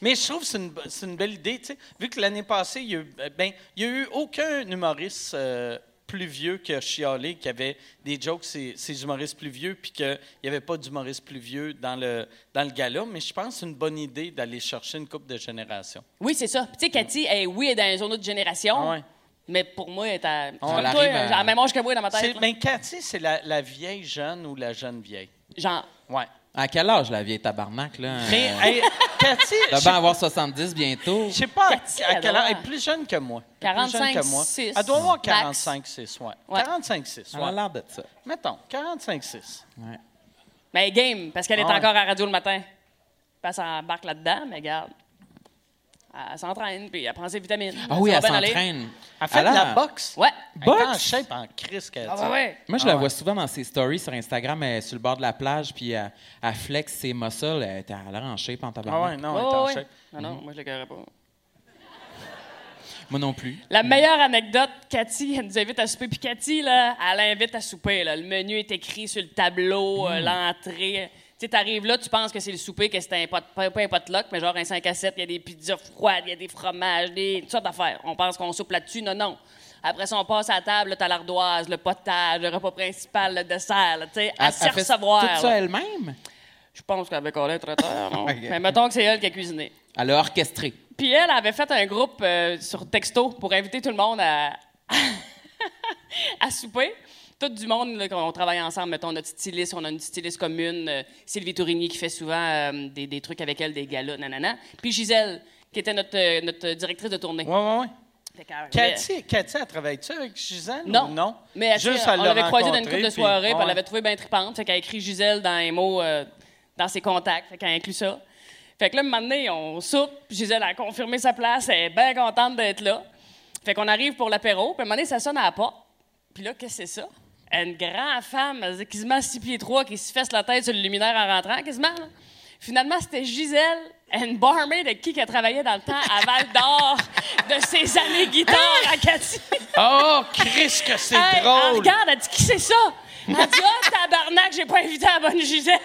Speaker 1: Mais je trouve que c'est une, bo- c'est une belle idée, tu sais. Vu que l'année passée, il y a eu, euh, ben, il y a eu aucun humoriste euh, plus vieux que Chialé qui avait des jokes, c'est c'est humoristes plus vieux, puis qu'il n'y avait pas d'humoriste plus vieux dans le, dans le gala. Mais je pense que c'est une bonne idée d'aller chercher une coupe de génération.
Speaker 5: Oui, c'est ça. Puis Tu sais, Cathy, elle, oui, elle est dans une autre génération,
Speaker 1: Ah ouais.
Speaker 5: mais pour moi, elle est à, comme
Speaker 6: elle
Speaker 5: toi,
Speaker 6: arrive à-
Speaker 5: elle a la même âge que moi dans ma
Speaker 1: Mais
Speaker 5: tête. là.
Speaker 1: Cathy, c'est la, la vieille jeune ou la jeune vieille?
Speaker 5: Genre,
Speaker 1: Ouais.
Speaker 5: Euh.
Speaker 6: À quel âge, la vieille tabarnak, là?
Speaker 1: Mais
Speaker 6: Euh,
Speaker 1: hey,
Speaker 5: (laughs)
Speaker 1: Cathy, je
Speaker 6: Elle
Speaker 1: sais-
Speaker 6: va avoir 70 bientôt.
Speaker 1: je sais pas à-
Speaker 5: Cathy,
Speaker 1: à,
Speaker 5: elle
Speaker 1: quelle
Speaker 5: doit-
Speaker 1: heure. Elle est plus jeune que moi. Elle est plus jeune
Speaker 5: 45,
Speaker 1: que moi.
Speaker 5: six,
Speaker 1: Elle doit avoir
Speaker 5: max.
Speaker 1: 45-6, ouais.
Speaker 5: Ouais.
Speaker 1: 45-6,
Speaker 6: Elle a
Speaker 1: ouais.
Speaker 6: l'air de ça.
Speaker 1: Mettons, 45-6.
Speaker 6: Ouais.
Speaker 5: mais elle est ben, game, parce qu'elle est
Speaker 1: Ah ouais.
Speaker 5: encore à la radio le matin. Puis elle s'embarque là-dedans, mais regarde, elle s'entraîne, puis elle prend ses vitamines.
Speaker 6: Ah oui,
Speaker 5: Ça
Speaker 6: elle
Speaker 5: va bien aller.
Speaker 6: s'entraîne.
Speaker 1: Elle fait de
Speaker 6: a
Speaker 1: la
Speaker 6: l'air-
Speaker 1: boxe.
Speaker 5: Ouais.
Speaker 1: Elle est en
Speaker 6: Boxe?
Speaker 1: shape en crise, Cathy.
Speaker 5: Ah,
Speaker 6: bah
Speaker 5: ouais, ouais.
Speaker 6: Moi, je la vois souvent dans ses stories sur Instagram, elle est sur le bord de la plage, puis elle, elle flex ses muscles. Elle est- elle a l'air en shape en
Speaker 1: Ah
Speaker 6: tabarnak.
Speaker 1: ouais, non,
Speaker 5: Ouais,
Speaker 1: elle est en
Speaker 5: ouais.
Speaker 1: shape.
Speaker 5: Ah Non, non, moi, je l'écœurerais pas.
Speaker 6: Moi non plus.
Speaker 5: La meilleure anecdote, Cathy, elle nous invite à souper. Puis Cathy, là, elle invite à souper. là. Le menu est écrit sur le tableau,
Speaker 6: Hmm.
Speaker 5: euh, l'entrée. Tu sais, t'arrives là, tu penses que c'est le souper, que c'est un pot, pas, pas un potluck, mais genre un 5 à 7, il y a des pizzas froides, il y a des fromages, des toutes sortes d'affaires. On pense qu'on soupe là-dessus. Non, non. Après ça, on passe à la table, là, t'as l'ardoise, le potage, le repas principal, le dessert, là, tu sais, à
Speaker 6: Elle-
Speaker 5: se
Speaker 6: elle fait
Speaker 5: recevoir.
Speaker 6: Tout ça
Speaker 5: là.
Speaker 6: elle-même?
Speaker 5: Je pense qu'avec Colin Traiteur, hein. non?
Speaker 6: (laughs) Ok.
Speaker 5: Mais mettons que c'est elle qui a cuisiné.
Speaker 6: Elle a orchestré.
Speaker 5: Puis elle avait fait un groupe euh, sur texto pour inviter tout le monde à, (laughs) à souper. Tout du monde, là, qu'on travaille ensemble, mettons, notre styliste, on a une styliste commune, euh, Sylvie Tourigny qui fait souvent euh, des, des trucs avec elle, des galas, nanana. Puis Gisèle, qui était notre, euh, notre directrice de tournée.
Speaker 1: Ouais, ouais, ouais.
Speaker 5: Fait euh, qu'elle-
Speaker 1: Cathy, Cathy, elle travaille-tu avec Gisèle
Speaker 5: non.
Speaker 1: ou non?
Speaker 5: Mais elle,
Speaker 1: Juste,
Speaker 5: tu sais, on
Speaker 1: l'a
Speaker 5: l'avait croisée dans une couple
Speaker 1: rencontrée,
Speaker 5: de
Speaker 1: puis-
Speaker 5: soirée, puis
Speaker 1: ouais.
Speaker 5: elle l'avait trouvée bien tripante. Fait qu'elle a écrit Gisèle dans les mots, euh, dans ses contacts. Fait qu'elle inclut ça. Fait que là, un moment donné, on soupe. puis Gisèle a confirmé sa place. Elle est bien contente d'être là. Fait qu'on arrive pour l'apéro. Puis à un moment donné, ça sonne à la porte. Puis là, qu'est-ce que c'est ça? Une grande femme, elle faisait quasiment 6 pieds 3, qui se fesse la tête sur le luminaire en rentrant, quasiment. là. Finalement, c'était Gisèle, une barmaid avec qui elle travaillait dans le temps à Val d'Or de ses années guitare à Cathy.
Speaker 1: Oh, Chris, que c'est
Speaker 5: Hey, elle
Speaker 1: drôle!
Speaker 5: regarde, elle dit qui c'est ça?
Speaker 1: (laughs)
Speaker 5: Elle dit oh, tabarnak, j'ai pas invité la bonne Gisèle.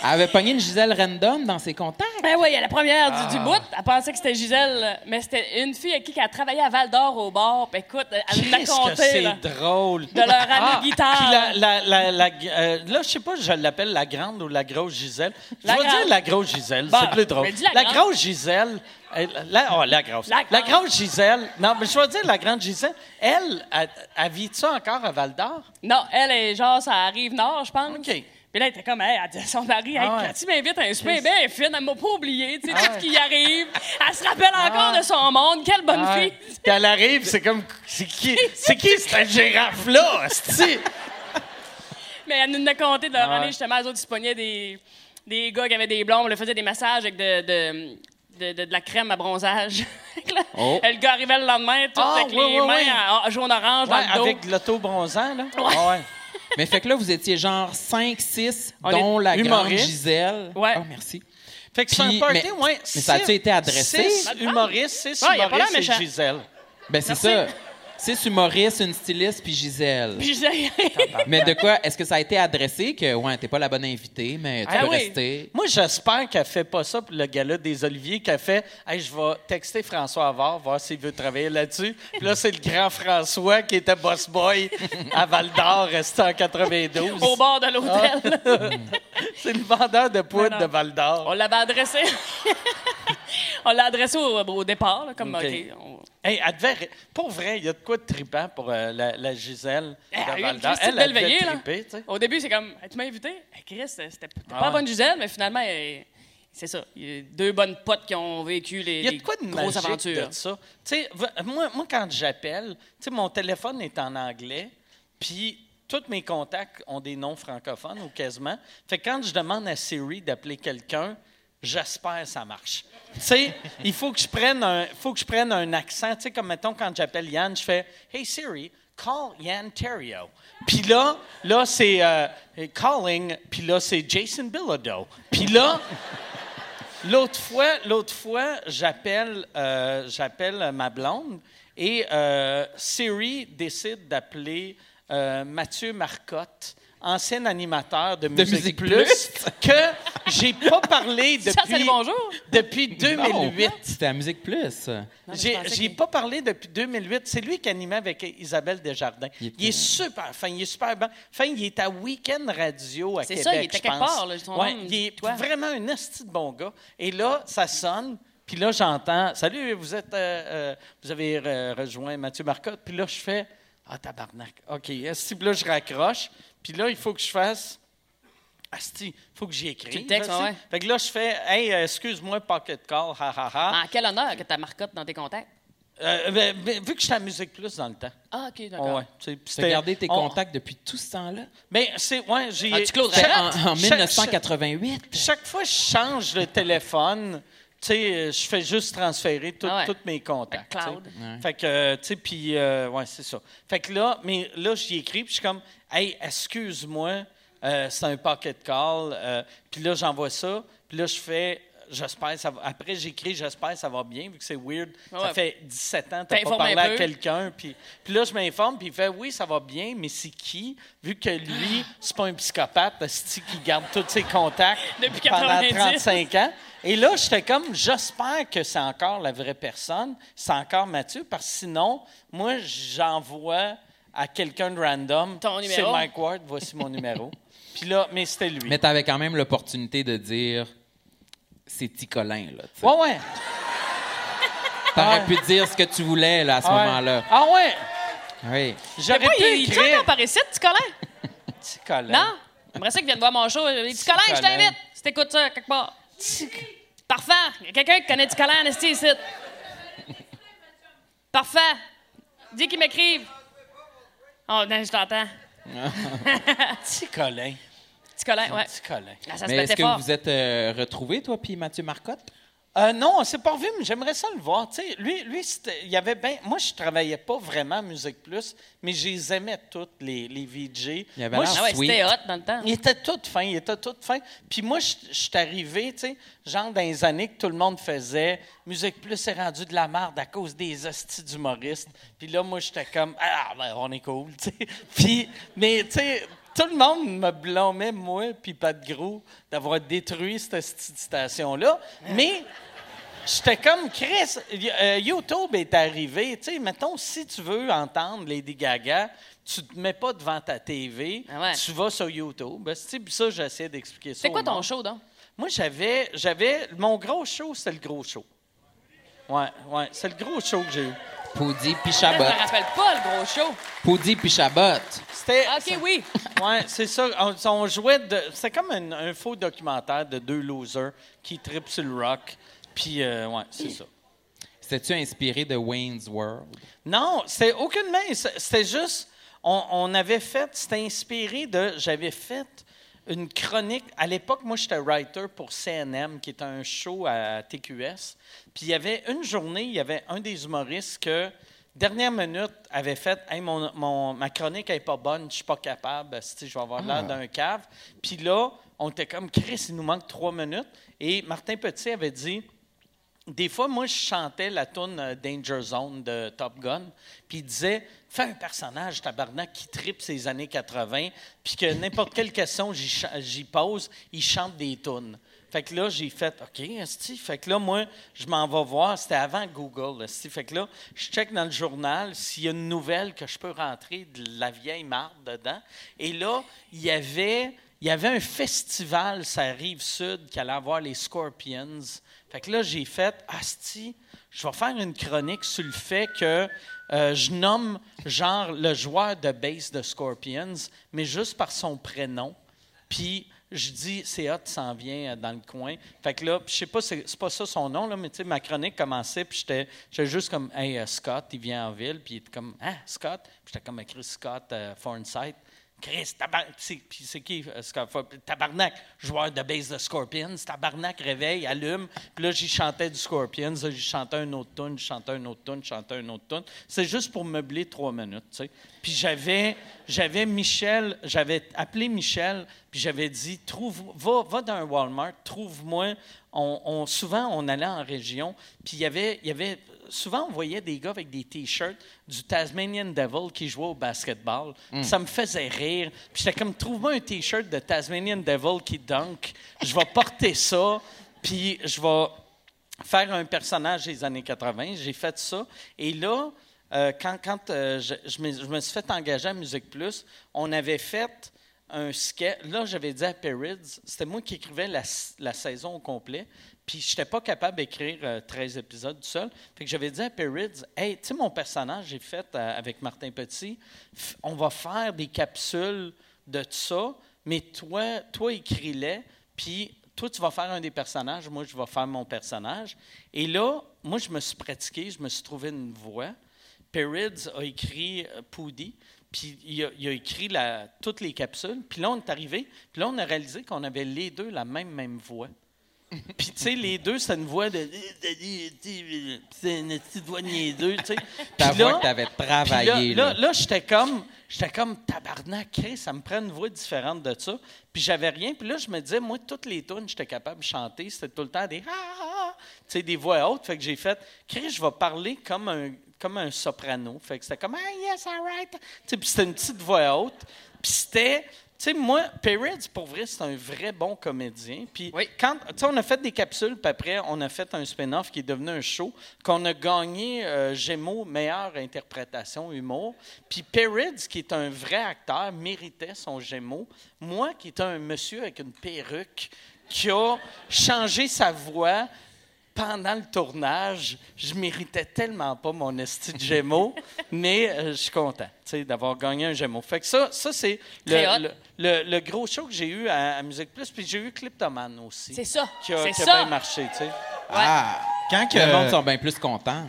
Speaker 6: Elle avait pogné une Gisèle random dans ses contacts.
Speaker 5: Ben oui, elle est la première du,
Speaker 1: Ah.
Speaker 5: du bout. Elle pensait que c'était Gisèle, mais c'était une fille avec qui elle travaillait à Val d'Or au bar. Ben écoute, elle m'a
Speaker 1: Qu'est-ce que
Speaker 5: raconté
Speaker 1: c'est
Speaker 5: là,
Speaker 1: drôle!
Speaker 5: de leur année
Speaker 1: Ah,
Speaker 5: guitare.
Speaker 1: Puis la, la, la, la- euh, là, je sais pas, je l'appelle la grande ou la grosse Gisèle. Je
Speaker 5: La
Speaker 1: vais
Speaker 5: grande.
Speaker 1: dire la grosse Gisèle,
Speaker 5: Bon,
Speaker 1: c'est plus drôle.
Speaker 5: mais dis la grande.
Speaker 1: grosse Gisèle, elle- la, oh, la grosse.
Speaker 5: La
Speaker 1: La,
Speaker 5: grande.
Speaker 1: grosse Gisèle, non, mais je vais dire la grande Gisèle, elle, elle, elle vit-tu encore à Val d'Or?
Speaker 5: Non, elle est genre, ça arrive nord, je pense.
Speaker 1: OK.
Speaker 5: Puis là, elle était comme, hey, elle dit à son mari, hey,
Speaker 1: Ah ouais. Ah
Speaker 5: quand tu m'invites à un souper, ben, elle est fine, elle m'a pas oublié, tu sais, tout ce qui y arrive. Elle se rappelle encore de son monde, quelle bonne
Speaker 1: Ah.
Speaker 5: fille.
Speaker 1: Puis elle arrive, c'est comme, c'est qui, c'est
Speaker 5: (laughs)
Speaker 1: qui cette girafe-là, hostie?
Speaker 5: Mais elle nous a compté de leur année, justement, eux autres, ils se pognaient des, des gars qui avaient des blondes, ils leur faisaient des massages avec de, de, de, de- de la crème à bronzage. (laughs)
Speaker 6: Oh.
Speaker 5: Le gars arrivait le lendemain, tout
Speaker 1: Ah,
Speaker 5: avec
Speaker 1: oui,
Speaker 5: les
Speaker 1: oui,
Speaker 5: mains
Speaker 1: oui.
Speaker 5: en- en jaune orange
Speaker 1: Ouais,
Speaker 5: dans le dos.
Speaker 1: avec l'auto-bronzant, là. Ah ouais.
Speaker 6: Mais fait que là, vous étiez genre 5, 6,
Speaker 5: On
Speaker 6: dont
Speaker 5: est
Speaker 6: la grande
Speaker 1: humoriste.
Speaker 6: Gisèle.
Speaker 5: Ouais.
Speaker 6: Oh, merci.
Speaker 1: Fait que c'est
Speaker 6: Puis-
Speaker 1: un party,
Speaker 6: mais-
Speaker 1: ouais.
Speaker 6: mais ça a-tu
Speaker 1: six-
Speaker 6: été adressé?
Speaker 1: Six humoristes, six
Speaker 5: Ouais, y a pas l'air
Speaker 1: humoristes et
Speaker 5: méchant.
Speaker 1: Gisèle.
Speaker 6: Ben, c'est ça. six humoristes, une styliste, puis Gisèle.
Speaker 5: (laughs) Puis j'ai-
Speaker 6: Mais de quoi? Est-ce que ça a été adressé que, ouais, t'es pas la bonne invitée, mais tu
Speaker 1: Ah
Speaker 6: peux
Speaker 1: oui.
Speaker 6: rester?
Speaker 1: Moi, j'espère qu'elle fait pas ça pour le gala des Oliviers, qu'elle fait Hey, je vais texter François Havard, voir s'il veut travailler là-dessus. Puis là, c'est le grand François qui était boss boy à Val d'Or, resté en 92.
Speaker 5: au bord de
Speaker 1: Ah.
Speaker 5: l'hôtel.
Speaker 1: C'est le vendeur de
Speaker 5: Mais
Speaker 1: poudre
Speaker 5: non.
Speaker 1: de Val d'Or.
Speaker 5: On l'avait adressé. (laughs) on l'a adressé au, au départ, là, comme,
Speaker 1: OK.
Speaker 5: OK. on-
Speaker 1: Hey, elle devait ri- Pour vrai, il y a de quoi de tripant pour euh, la, la Gisèle
Speaker 5: Eh, elle a
Speaker 1: de
Speaker 5: eu
Speaker 1: Val
Speaker 5: une
Speaker 1: d'Or.
Speaker 5: crise
Speaker 1: Elle, elle devait
Speaker 5: d'éveillée, là.
Speaker 1: triper, tu sais. Ah
Speaker 5: Au début, c'est comme, Hey, tu m'as invité? Hey, Chris, euh, c'était c'était pas
Speaker 1: ouais.
Speaker 5: la bonne Gisèle, mais finalement, elle- c'est ça. Il y a deux bonnes potes qui ont vécu les,
Speaker 1: Il y a
Speaker 5: les
Speaker 1: de quoi de
Speaker 5: grosses
Speaker 1: magique
Speaker 5: aventures.
Speaker 1: de ça. Tu sais, v- moi, moi, quand j'appelle, tu sais, mon téléphone est en anglais, puis tous mes contacts ont des noms francophones ou quasiment. Fait que quand je demande à Siri d'appeler quelqu'un, j'espère que ça marche. Tu sais, il faut que je prenne un, faut que je prenne un accent. Tu sais, comme mettons, quand j'appelle Yann, je fais « Hey Siri, call Yann Terrio. » Puis là, là, c'est euh, Calling », puis là, c'est Jason Bilodeau. Puis là... L'autre fois, l'autre fois, j'appelle, euh, j'appelle ma blonde et euh, Siri décide d'appeler euh, Mathieu Marcotte, ancien animateur de Musique,
Speaker 6: Musique
Speaker 1: Plus,
Speaker 6: Plus.
Speaker 1: que j'ai pas parlé
Speaker 5: Ça, c'est
Speaker 1: depuis
Speaker 5: le bonjour.
Speaker 1: depuis
Speaker 6: Non,
Speaker 1: 2008.
Speaker 6: C'était à Musique Plus.
Speaker 1: J'ai j'ai pas parlé depuis 2008. C'est lui qui animait avec Isabelle Desjardins. Il,
Speaker 6: Il était-
Speaker 1: est super fin, il est super bon. Fin, il est à Weekend Radio à
Speaker 5: C'est
Speaker 1: Québec,
Speaker 5: ça, il était
Speaker 1: je
Speaker 5: quelque
Speaker 1: pense.
Speaker 5: part, là, son
Speaker 1: Ouais,
Speaker 5: nom,
Speaker 1: il est
Speaker 5: toi.
Speaker 1: vraiment un esti de bon gars. Et là, ça sonne. Puis là, j'entends « Salut, vous êtes, euh, euh, vous avez euh, rejoint Mathieu Marcotte. » Puis là, je fais « Ah, tabarnak. OK. esti. Puis là, je raccroche. Puis là, il faut que je fasse « Asti, faut que j'y écrive. »
Speaker 5: Tu le textes,
Speaker 1: esti.
Speaker 5: ouais.
Speaker 1: Fait que là, je fais « Hey, euh, excuse-moi, pocket call, ha, ha, ha.
Speaker 5: En quel honneur que ta marcotte dans tes contacts.
Speaker 1: Euh, ben, ben, vu que j'étais à Musique Plus dans le temps.
Speaker 5: Ah, OK,
Speaker 1: Ouais,
Speaker 5: d'accord.
Speaker 1: c'est-
Speaker 6: T'as
Speaker 1: c'était-
Speaker 6: gardé tes
Speaker 1: on-
Speaker 6: contacts depuis tout ce temps-là?
Speaker 1: Mais c'est. Ouais, j'ai.
Speaker 5: Ah, tu Claude
Speaker 1: chaque-
Speaker 5: Raymond.
Speaker 6: En, en
Speaker 1: chaque-
Speaker 6: 1988?
Speaker 1: Chaque fois que je change le téléphone, tu sais, euh, je fais juste transférer tout- tous
Speaker 5: Ah ouais.
Speaker 1: mes contacts.
Speaker 5: Fait que cloud.
Speaker 1: tu sais. Fait que, euh, tu sais, puis, euh, ouais, c'est ça. Fait que là, mais là, j'y écris, puis je suis comme, hey, excuse-moi, euh, c'est un paquet de call. euh, puis là, j'envoie ça, puis là, je fais. J'espère que ça va. Après, j'écris, j'espère que ça va bien, vu que c'est weird. Ça
Speaker 5: Ouais.
Speaker 1: fait 17 ans que t'as pas
Speaker 5: T'informes
Speaker 1: parlé
Speaker 5: un
Speaker 1: à
Speaker 5: peu.
Speaker 1: quelqu'un. Puis, puis là, je m'informe, puis il fait Oui, ça va bien, mais c'est qui Vu que lui, c'est pas un psychopathe, c'est qui garde tous ses contacts
Speaker 5: Depuis
Speaker 1: pendant
Speaker 5: 90.
Speaker 1: 35 ans. Et là, j'étais comme, j'espère que c'est encore la vraie personne, c'est encore Mathieu, parce que sinon, moi, j'envoie à quelqu'un de random.
Speaker 5: Ton
Speaker 1: C'est
Speaker 5: numéro.
Speaker 1: Mike Ward, voici mon
Speaker 5: (laughs)
Speaker 1: numéro. Puis là, mais c'était lui.
Speaker 6: Mais t'avais quand même l'opportunité de dire c'est Ticolin, là. tu sais.
Speaker 1: Ouais, ouais.
Speaker 6: T'aurais
Speaker 1: ouais.
Speaker 6: pu dire ce que tu voulais, là, à ce
Speaker 1: Ah ouais.
Speaker 6: moment-là.
Speaker 1: Ah ouais.
Speaker 6: Oui.
Speaker 1: J'aurais
Speaker 5: Moi,
Speaker 1: pu
Speaker 5: il, il chante
Speaker 1: écrire. Ben.
Speaker 5: encore par ici, tu connais?
Speaker 1: Petit Colin.
Speaker 5: Non? J'aimerais ça qu'il vienne voir mon show. Il dit Colin, je
Speaker 1: Colin.
Speaker 5: t'invite. Si t'écoutes ça quelque part. Parfait. Il y a quelqu'un qui connaît du Colin Anesti ici. Parfait. Dis qu'il m'écrive. Oh, non, je t'entends.
Speaker 1: Petit Colin.
Speaker 5: Petit Colin, ouais.
Speaker 1: Petit Colin.
Speaker 5: Ah, ça se
Speaker 6: Mais est-ce
Speaker 5: battait
Speaker 6: que
Speaker 5: fort.
Speaker 6: vous êtes euh, retrouvés, toi, puis Mathieu Marcotte?
Speaker 1: Euh, non, on s'est pas revu, mais j'aimerais ça le voir. Tu sais, lui, lui c'était- il y avait bien. Moi, je travaillais pas vraiment à Musique Plus, mais je les aimais toutes, les, les VJ.
Speaker 6: Il avait
Speaker 1: Moi,
Speaker 6: l'air
Speaker 1: je-
Speaker 5: Ah ouais,
Speaker 6: Sweet.
Speaker 5: c'était hot dans le temps.
Speaker 1: Il était tout fin, il était tout fin. Puis moi, je je suis arrivé, tu sais, genre dans les années que tout le monde faisait, Musique Plus est rendu de la merde à cause des hosties d'humoristes. Puis là, moi, j'étais comme, ah, ben, on est cool, (laughs) tu sais. Puis, mais, tu sais, tout le monde me blâmait, moi, puis Pat Gros, d'avoir détruit cette hostie de station-là. Mais. J'étais comme Chris. y- euh, YouTube est arrivé. Tu sais, mettons, si tu veux entendre Lady Gaga, tu te mets pas devant ta TV,
Speaker 5: Ah ouais.
Speaker 1: tu vas sur YouTube. Ben, tu sais, puis ça, j'essaie d'expliquer ça.
Speaker 5: C'est quoi
Speaker 1: au
Speaker 5: ton
Speaker 1: monde.
Speaker 5: show, donc?
Speaker 1: Moi, j'avais, j'avais mon gros show, c'est le gros show. Ouais, ouais, c'est le gros show que j'ai eu.
Speaker 6: Poudy
Speaker 5: Je me
Speaker 6: puis (laughs) Chabot.
Speaker 5: rappelle pas le gros show.
Speaker 6: Poudy puis Chabot.
Speaker 1: C'était,
Speaker 5: Ah, OK, oui.
Speaker 1: (laughs) ouais, c'est ça. On, on jouait de, c'est comme un, un faux documentaire de deux losers qui tripent sur le rock. Puis, euh, ouais,
Speaker 5: (clears throat)
Speaker 1: c'est ça.
Speaker 6: C'était-tu inspiré de Wayne's World?
Speaker 1: Non, c'était aucune main. C'était juste, on, on avait fait, c'était inspiré de, j'avais fait une chronique. À l'époque, moi, j'étais writer pour CNM, qui est un show à TQS. Puis il y avait une journée, il y avait un des humoristes que, dernière minute, avait fait Hey, mon, mon- ma chronique n'est pas bonne, je ne suis pas capable, si je vais avoir l'air d'un cave. Puis là, on était comme Chris, il nous manque trois minutes. Et Martin Petit avait dit des fois, moi, je chantais la tune euh, Danger Zone de Top Gun, puis il disait Fais un personnage, tabarnak, qui tripe ses années 80, puis que n'importe quelle question j'y cha- j'y pose, il chante des tunes. Fait que là, j'ai fait OK, esti. Fait que là, moi, je m'en vais voir. C'était avant Google, esti. Fait que là, je check dans le journal s'il y a une nouvelle que je peux rentrer de la vieille marde dedans. Et là, il y avait. Il y avait un festival, ça rive sud, qui allait avoir les Scorpions. Fait que là, j'ai fait, Asti, je vais faire une chronique sur le fait que euh, je nomme, genre, le joueur de base de Scorpions, mais juste par son prénom. Puis je dis, c'est hot, s'en vient euh, dans le coin. Fait que là, je sais pas, c'est c'est pas ça son nom, là, mais tu sais, ma chronique commençait, puis j'étais j'étais juste comme, hey, euh, Scott, il vient en ville, puis il était comme, ah, Scott. Puis j'étais comme, écrit Scott euh, Forsythe. Chris, tabarnak, puis c'est qui, euh, Scott Fo- Tabarnak, joueur de base de Scorpions, tabarnak, réveille, allume. Puis là, j'y chantais du Scorpions, là, j'y chantais un autre tune, j'y chantais un autre tune, j'y chantais un autre tune. C'est juste pour meubler trois minutes, tu sais. Puis j'avais, j'avais Michel, j'avais appelé Michel, puis j'avais dit, trouve, va, va dans un Walmart, trouve-moi. On, on- souvent, on allait en région, puis il y avait, il y avait souvent, on voyait des gars avec des T-shirts du Tasmanian Devil qui jouaient au basketball. Ça me faisait rire. Puis j'étais comme, trouve-moi un T-shirt de Tasmanian Devil qui dunk. Je vais porter ça, puis je vais faire un personnage des années 80. J'ai fait ça. Et là, euh, quand, quand, euh, je, je me, je me suis fait engager à Musique Plus, on avait fait un sketch. Là, j'avais dit à Perrids, c'était moi qui écrivais la, s- la saison au complet. Puis, je n'étais pas capable d'écrire euh, 13 épisodes tout seul. Fait que j'avais dit à Perrids, hey, tu sais, mon personnage, j'ai fait euh, avec Martin Petit, f- on va faire des capsules de ça, mais toi, toi écris-les, puis toi, tu vas faire un des personnages, moi, je vais faire mon personnage. Et là, moi, je me suis pratiqué, je me suis trouvé une voix. Perrids a écrit euh, Poudy, puis il a, il a écrit la- toutes les capsules. Puis là, on est arrivé, puis là, on a réalisé qu'on avait les deux la même, même voix. Puis, tu sais, les deux, ça une voix de. C'est une petite voix de les deux, tu sais.
Speaker 6: Ta
Speaker 1: Puis là-
Speaker 6: voix que t'avais
Speaker 1: puis
Speaker 6: travaillée.
Speaker 1: Là,
Speaker 6: là.
Speaker 1: là, là, j'étais comme, j'étais comme tabarnak, Chris, ça me prend une voix différente de ça. Puis j'avais rien. Puis là, je me disais, moi, toutes les tunes, j'étais capable de chanter. C'était tout le temps des ah, ah, ah tu sais, des voix hautes. Fait que j'ai fait, Chris, je vais parler comme un, comme un soprano. Fait que c'était comme, ah, yes, all right. Tu sais, puis c'était une petite voix haute. Puis c'était, tu sais, moi, Perez, pour vrai, c'est un vrai bon comédien. Puis quand, tu sais, on a fait des capsules, puis après, on a fait un spin-off qui est devenu un show, qu'on a gagné euh, Gémeaux, meilleure interprétation, humour. Puis Perez, qui est un vrai acteur, méritait son Gémeaux. Moi, qui est un monsieur avec une perruque, qui a changé sa voix pendant le tournage, je méritais tellement pas mon esti de
Speaker 5: (laughs)
Speaker 1: Gémeaux, mais euh, je suis content tu sais, d'avoir gagné un Gémeaux. Fait que ça, ça c'est
Speaker 5: Très
Speaker 1: le,
Speaker 5: hot.
Speaker 1: le- le- le gros show que j'ai eu à, à Musique Plus, puis j'ai eu Cliptoman aussi.
Speaker 5: C'est ça.
Speaker 1: Qui a,
Speaker 5: C'est
Speaker 1: qui a
Speaker 5: ça.
Speaker 1: bien marché, tu sais.
Speaker 6: Ah,
Speaker 3: Quand que.
Speaker 6: le monde sont bien plus contents.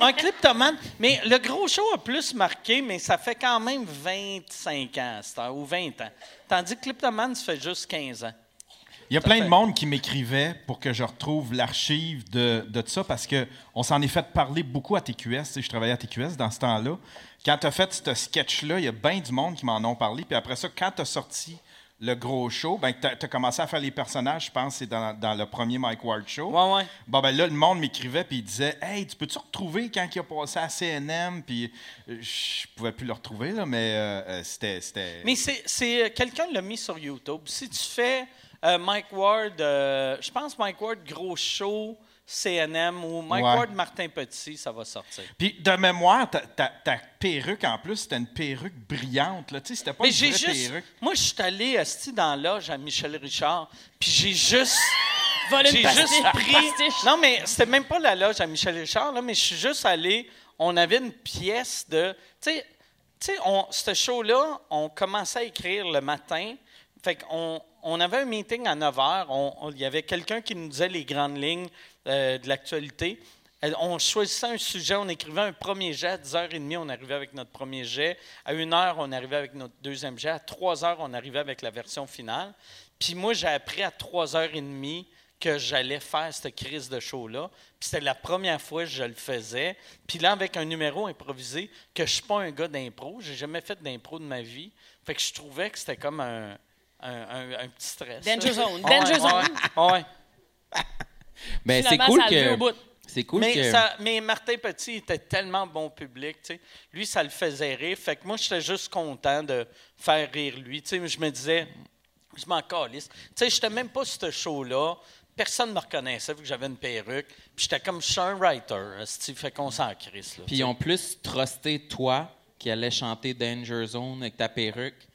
Speaker 1: Un Cliptoman, mais le gros show a plus marqué, mais ça fait quand même 25 ans à cette heure, ou 20 ans. Tandis que Cliptoman, ça fait juste 15 ans.
Speaker 3: Il y a plein
Speaker 1: fait.
Speaker 3: de monde qui m'écrivait pour que je retrouve l'archive de, de ça parce que on s'en est fait parler beaucoup à TQS. Tu sais, Je travaillais à TQS dans ce temps-là. Quand tu as fait ce sketch-là, il y a bien du monde qui m'en ont parlé. Puis après ça, quand tu as sorti le gros show, ben, tu as, commencé à faire les personnages, je pense, c'est dans, dans le premier Mike Ward Show.
Speaker 1: Ouais, ouais.
Speaker 3: Bon, ben là, le monde m'écrivait puis il disait Hey, tu peux-tu retrouver quand il a passé à CNM Puis euh, je pouvais plus le retrouver, là, mais euh, euh, c'était. c'était-
Speaker 1: Mais c'est, c'est- euh, quelqu'un l'a mis sur YouTube. Si tu fais euh, Mike Ward, euh, je pense Mike Ward gros show CNM ou Mike
Speaker 3: Ouais.
Speaker 1: Ward Martin Petit, ça va sortir.
Speaker 3: Puis de mémoire, ta, ta- ta perruque en plus, c'était une perruque brillante. Là. Tu sais, C'était pas
Speaker 1: Mais
Speaker 3: une
Speaker 1: j'ai
Speaker 3: vraie
Speaker 1: juste,
Speaker 3: perruque.
Speaker 1: moi je suis allé esti, dans l'âge à Michel Richard, puis j'ai juste
Speaker 5: Voler une
Speaker 1: J'ai
Speaker 5: pastiche. (laughs)
Speaker 1: juste pris.
Speaker 5: Pastiche.
Speaker 1: Non, mais c'était même pas la loge à Michel Richard, là, mais je suis juste allé. On avait une pièce de. Tu sais, tu sais, on- ce show-là, on commençait à écrire le matin. Fait qu'on on avait un meeting à 9 h. On- on- Il y avait quelqu'un qui nous disait les grandes lignes euh, de l'actualité. Euh, On choisissait un sujet, on écrivait un premier jet. À 10h30, on arrivait avec notre premier jet. À 1h, on arrivait avec notre deuxième jet. À 3h, on arrivait avec la version finale. Puis moi, j'ai appris à 3h30 que j'allais faire cette crise de show-là. Puis c'était la première fois que je le faisais. Puis là, avec un numéro improvisé, que je suis pas un gars d'impro, j'ai jamais fait d'impro de ma vie. Fait que je trouvais que c'était comme un, un- un- un petit stress.
Speaker 5: Danger
Speaker 1: Ouais,
Speaker 5: zone, danger
Speaker 1: ouais,
Speaker 5: zone.
Speaker 1: ouais.
Speaker 6: Mais Ben, c'est
Speaker 5: Finalement,
Speaker 6: cool
Speaker 5: ça a levé
Speaker 6: que.
Speaker 5: au bout.
Speaker 6: C'est cool
Speaker 1: mais,
Speaker 6: que.
Speaker 1: ça- mais Martin Petit était tellement bon public, tu sais. Lui, ça le faisait rire. Fait que moi, j'étais juste content de faire rire lui. Tu sais, je me disais, je m'en calisse. Tu sais, j'étais même pas sur ce show-là. Personne ne me reconnaissait vu que j'avais une perruque. Puis j'étais comme, je suis un writer. esti. Fait qu'on s'en crisse, là.
Speaker 6: Puis ils ont plus trusté toi qui allais chanter Danger Zone avec ta perruque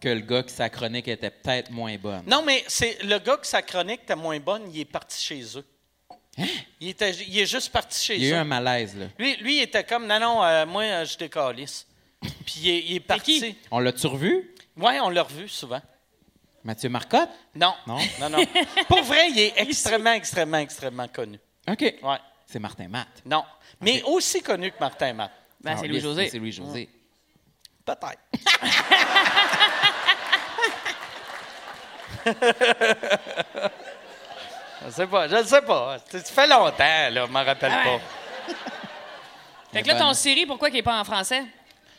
Speaker 6: que le gars qui sa chronique était peut-être moins bonne.
Speaker 1: Non, mais c'est le gars que sa chronique était moins bonne, il est parti chez eux. Il, était, il est juste parti chez
Speaker 6: Hein? Il y a eu
Speaker 1: eux.
Speaker 6: un malaise, là.
Speaker 1: Lui, lui, il était comme, non, non, euh, moi, euh, je décalisse. Puis il est, il est parti.
Speaker 5: qui?
Speaker 6: On l'a-tu revu?
Speaker 1: Ouais, on l'a revu souvent.
Speaker 6: Mathieu Marcotte?
Speaker 1: Non.
Speaker 6: Non?
Speaker 1: Non, non. Pour vrai, il est extrêmement, extrêmement, extrêmement connu.
Speaker 6: OK.
Speaker 1: Ouais.
Speaker 6: C'est Martin Matt.
Speaker 1: Non. Mais aussi connu que Martin Matt.
Speaker 5: Ben, c'est
Speaker 6: Ah,
Speaker 5: Louis-José.
Speaker 6: C'est Louis-José.
Speaker 1: Peut-être. (laughs) je ne sais pas, je ne sais pas. Ça fait longtemps, là, je m'en rappelle pas.
Speaker 5: Fait que là, ton
Speaker 6: bonne.
Speaker 5: série, pourquoi qu'il n'est pas en français?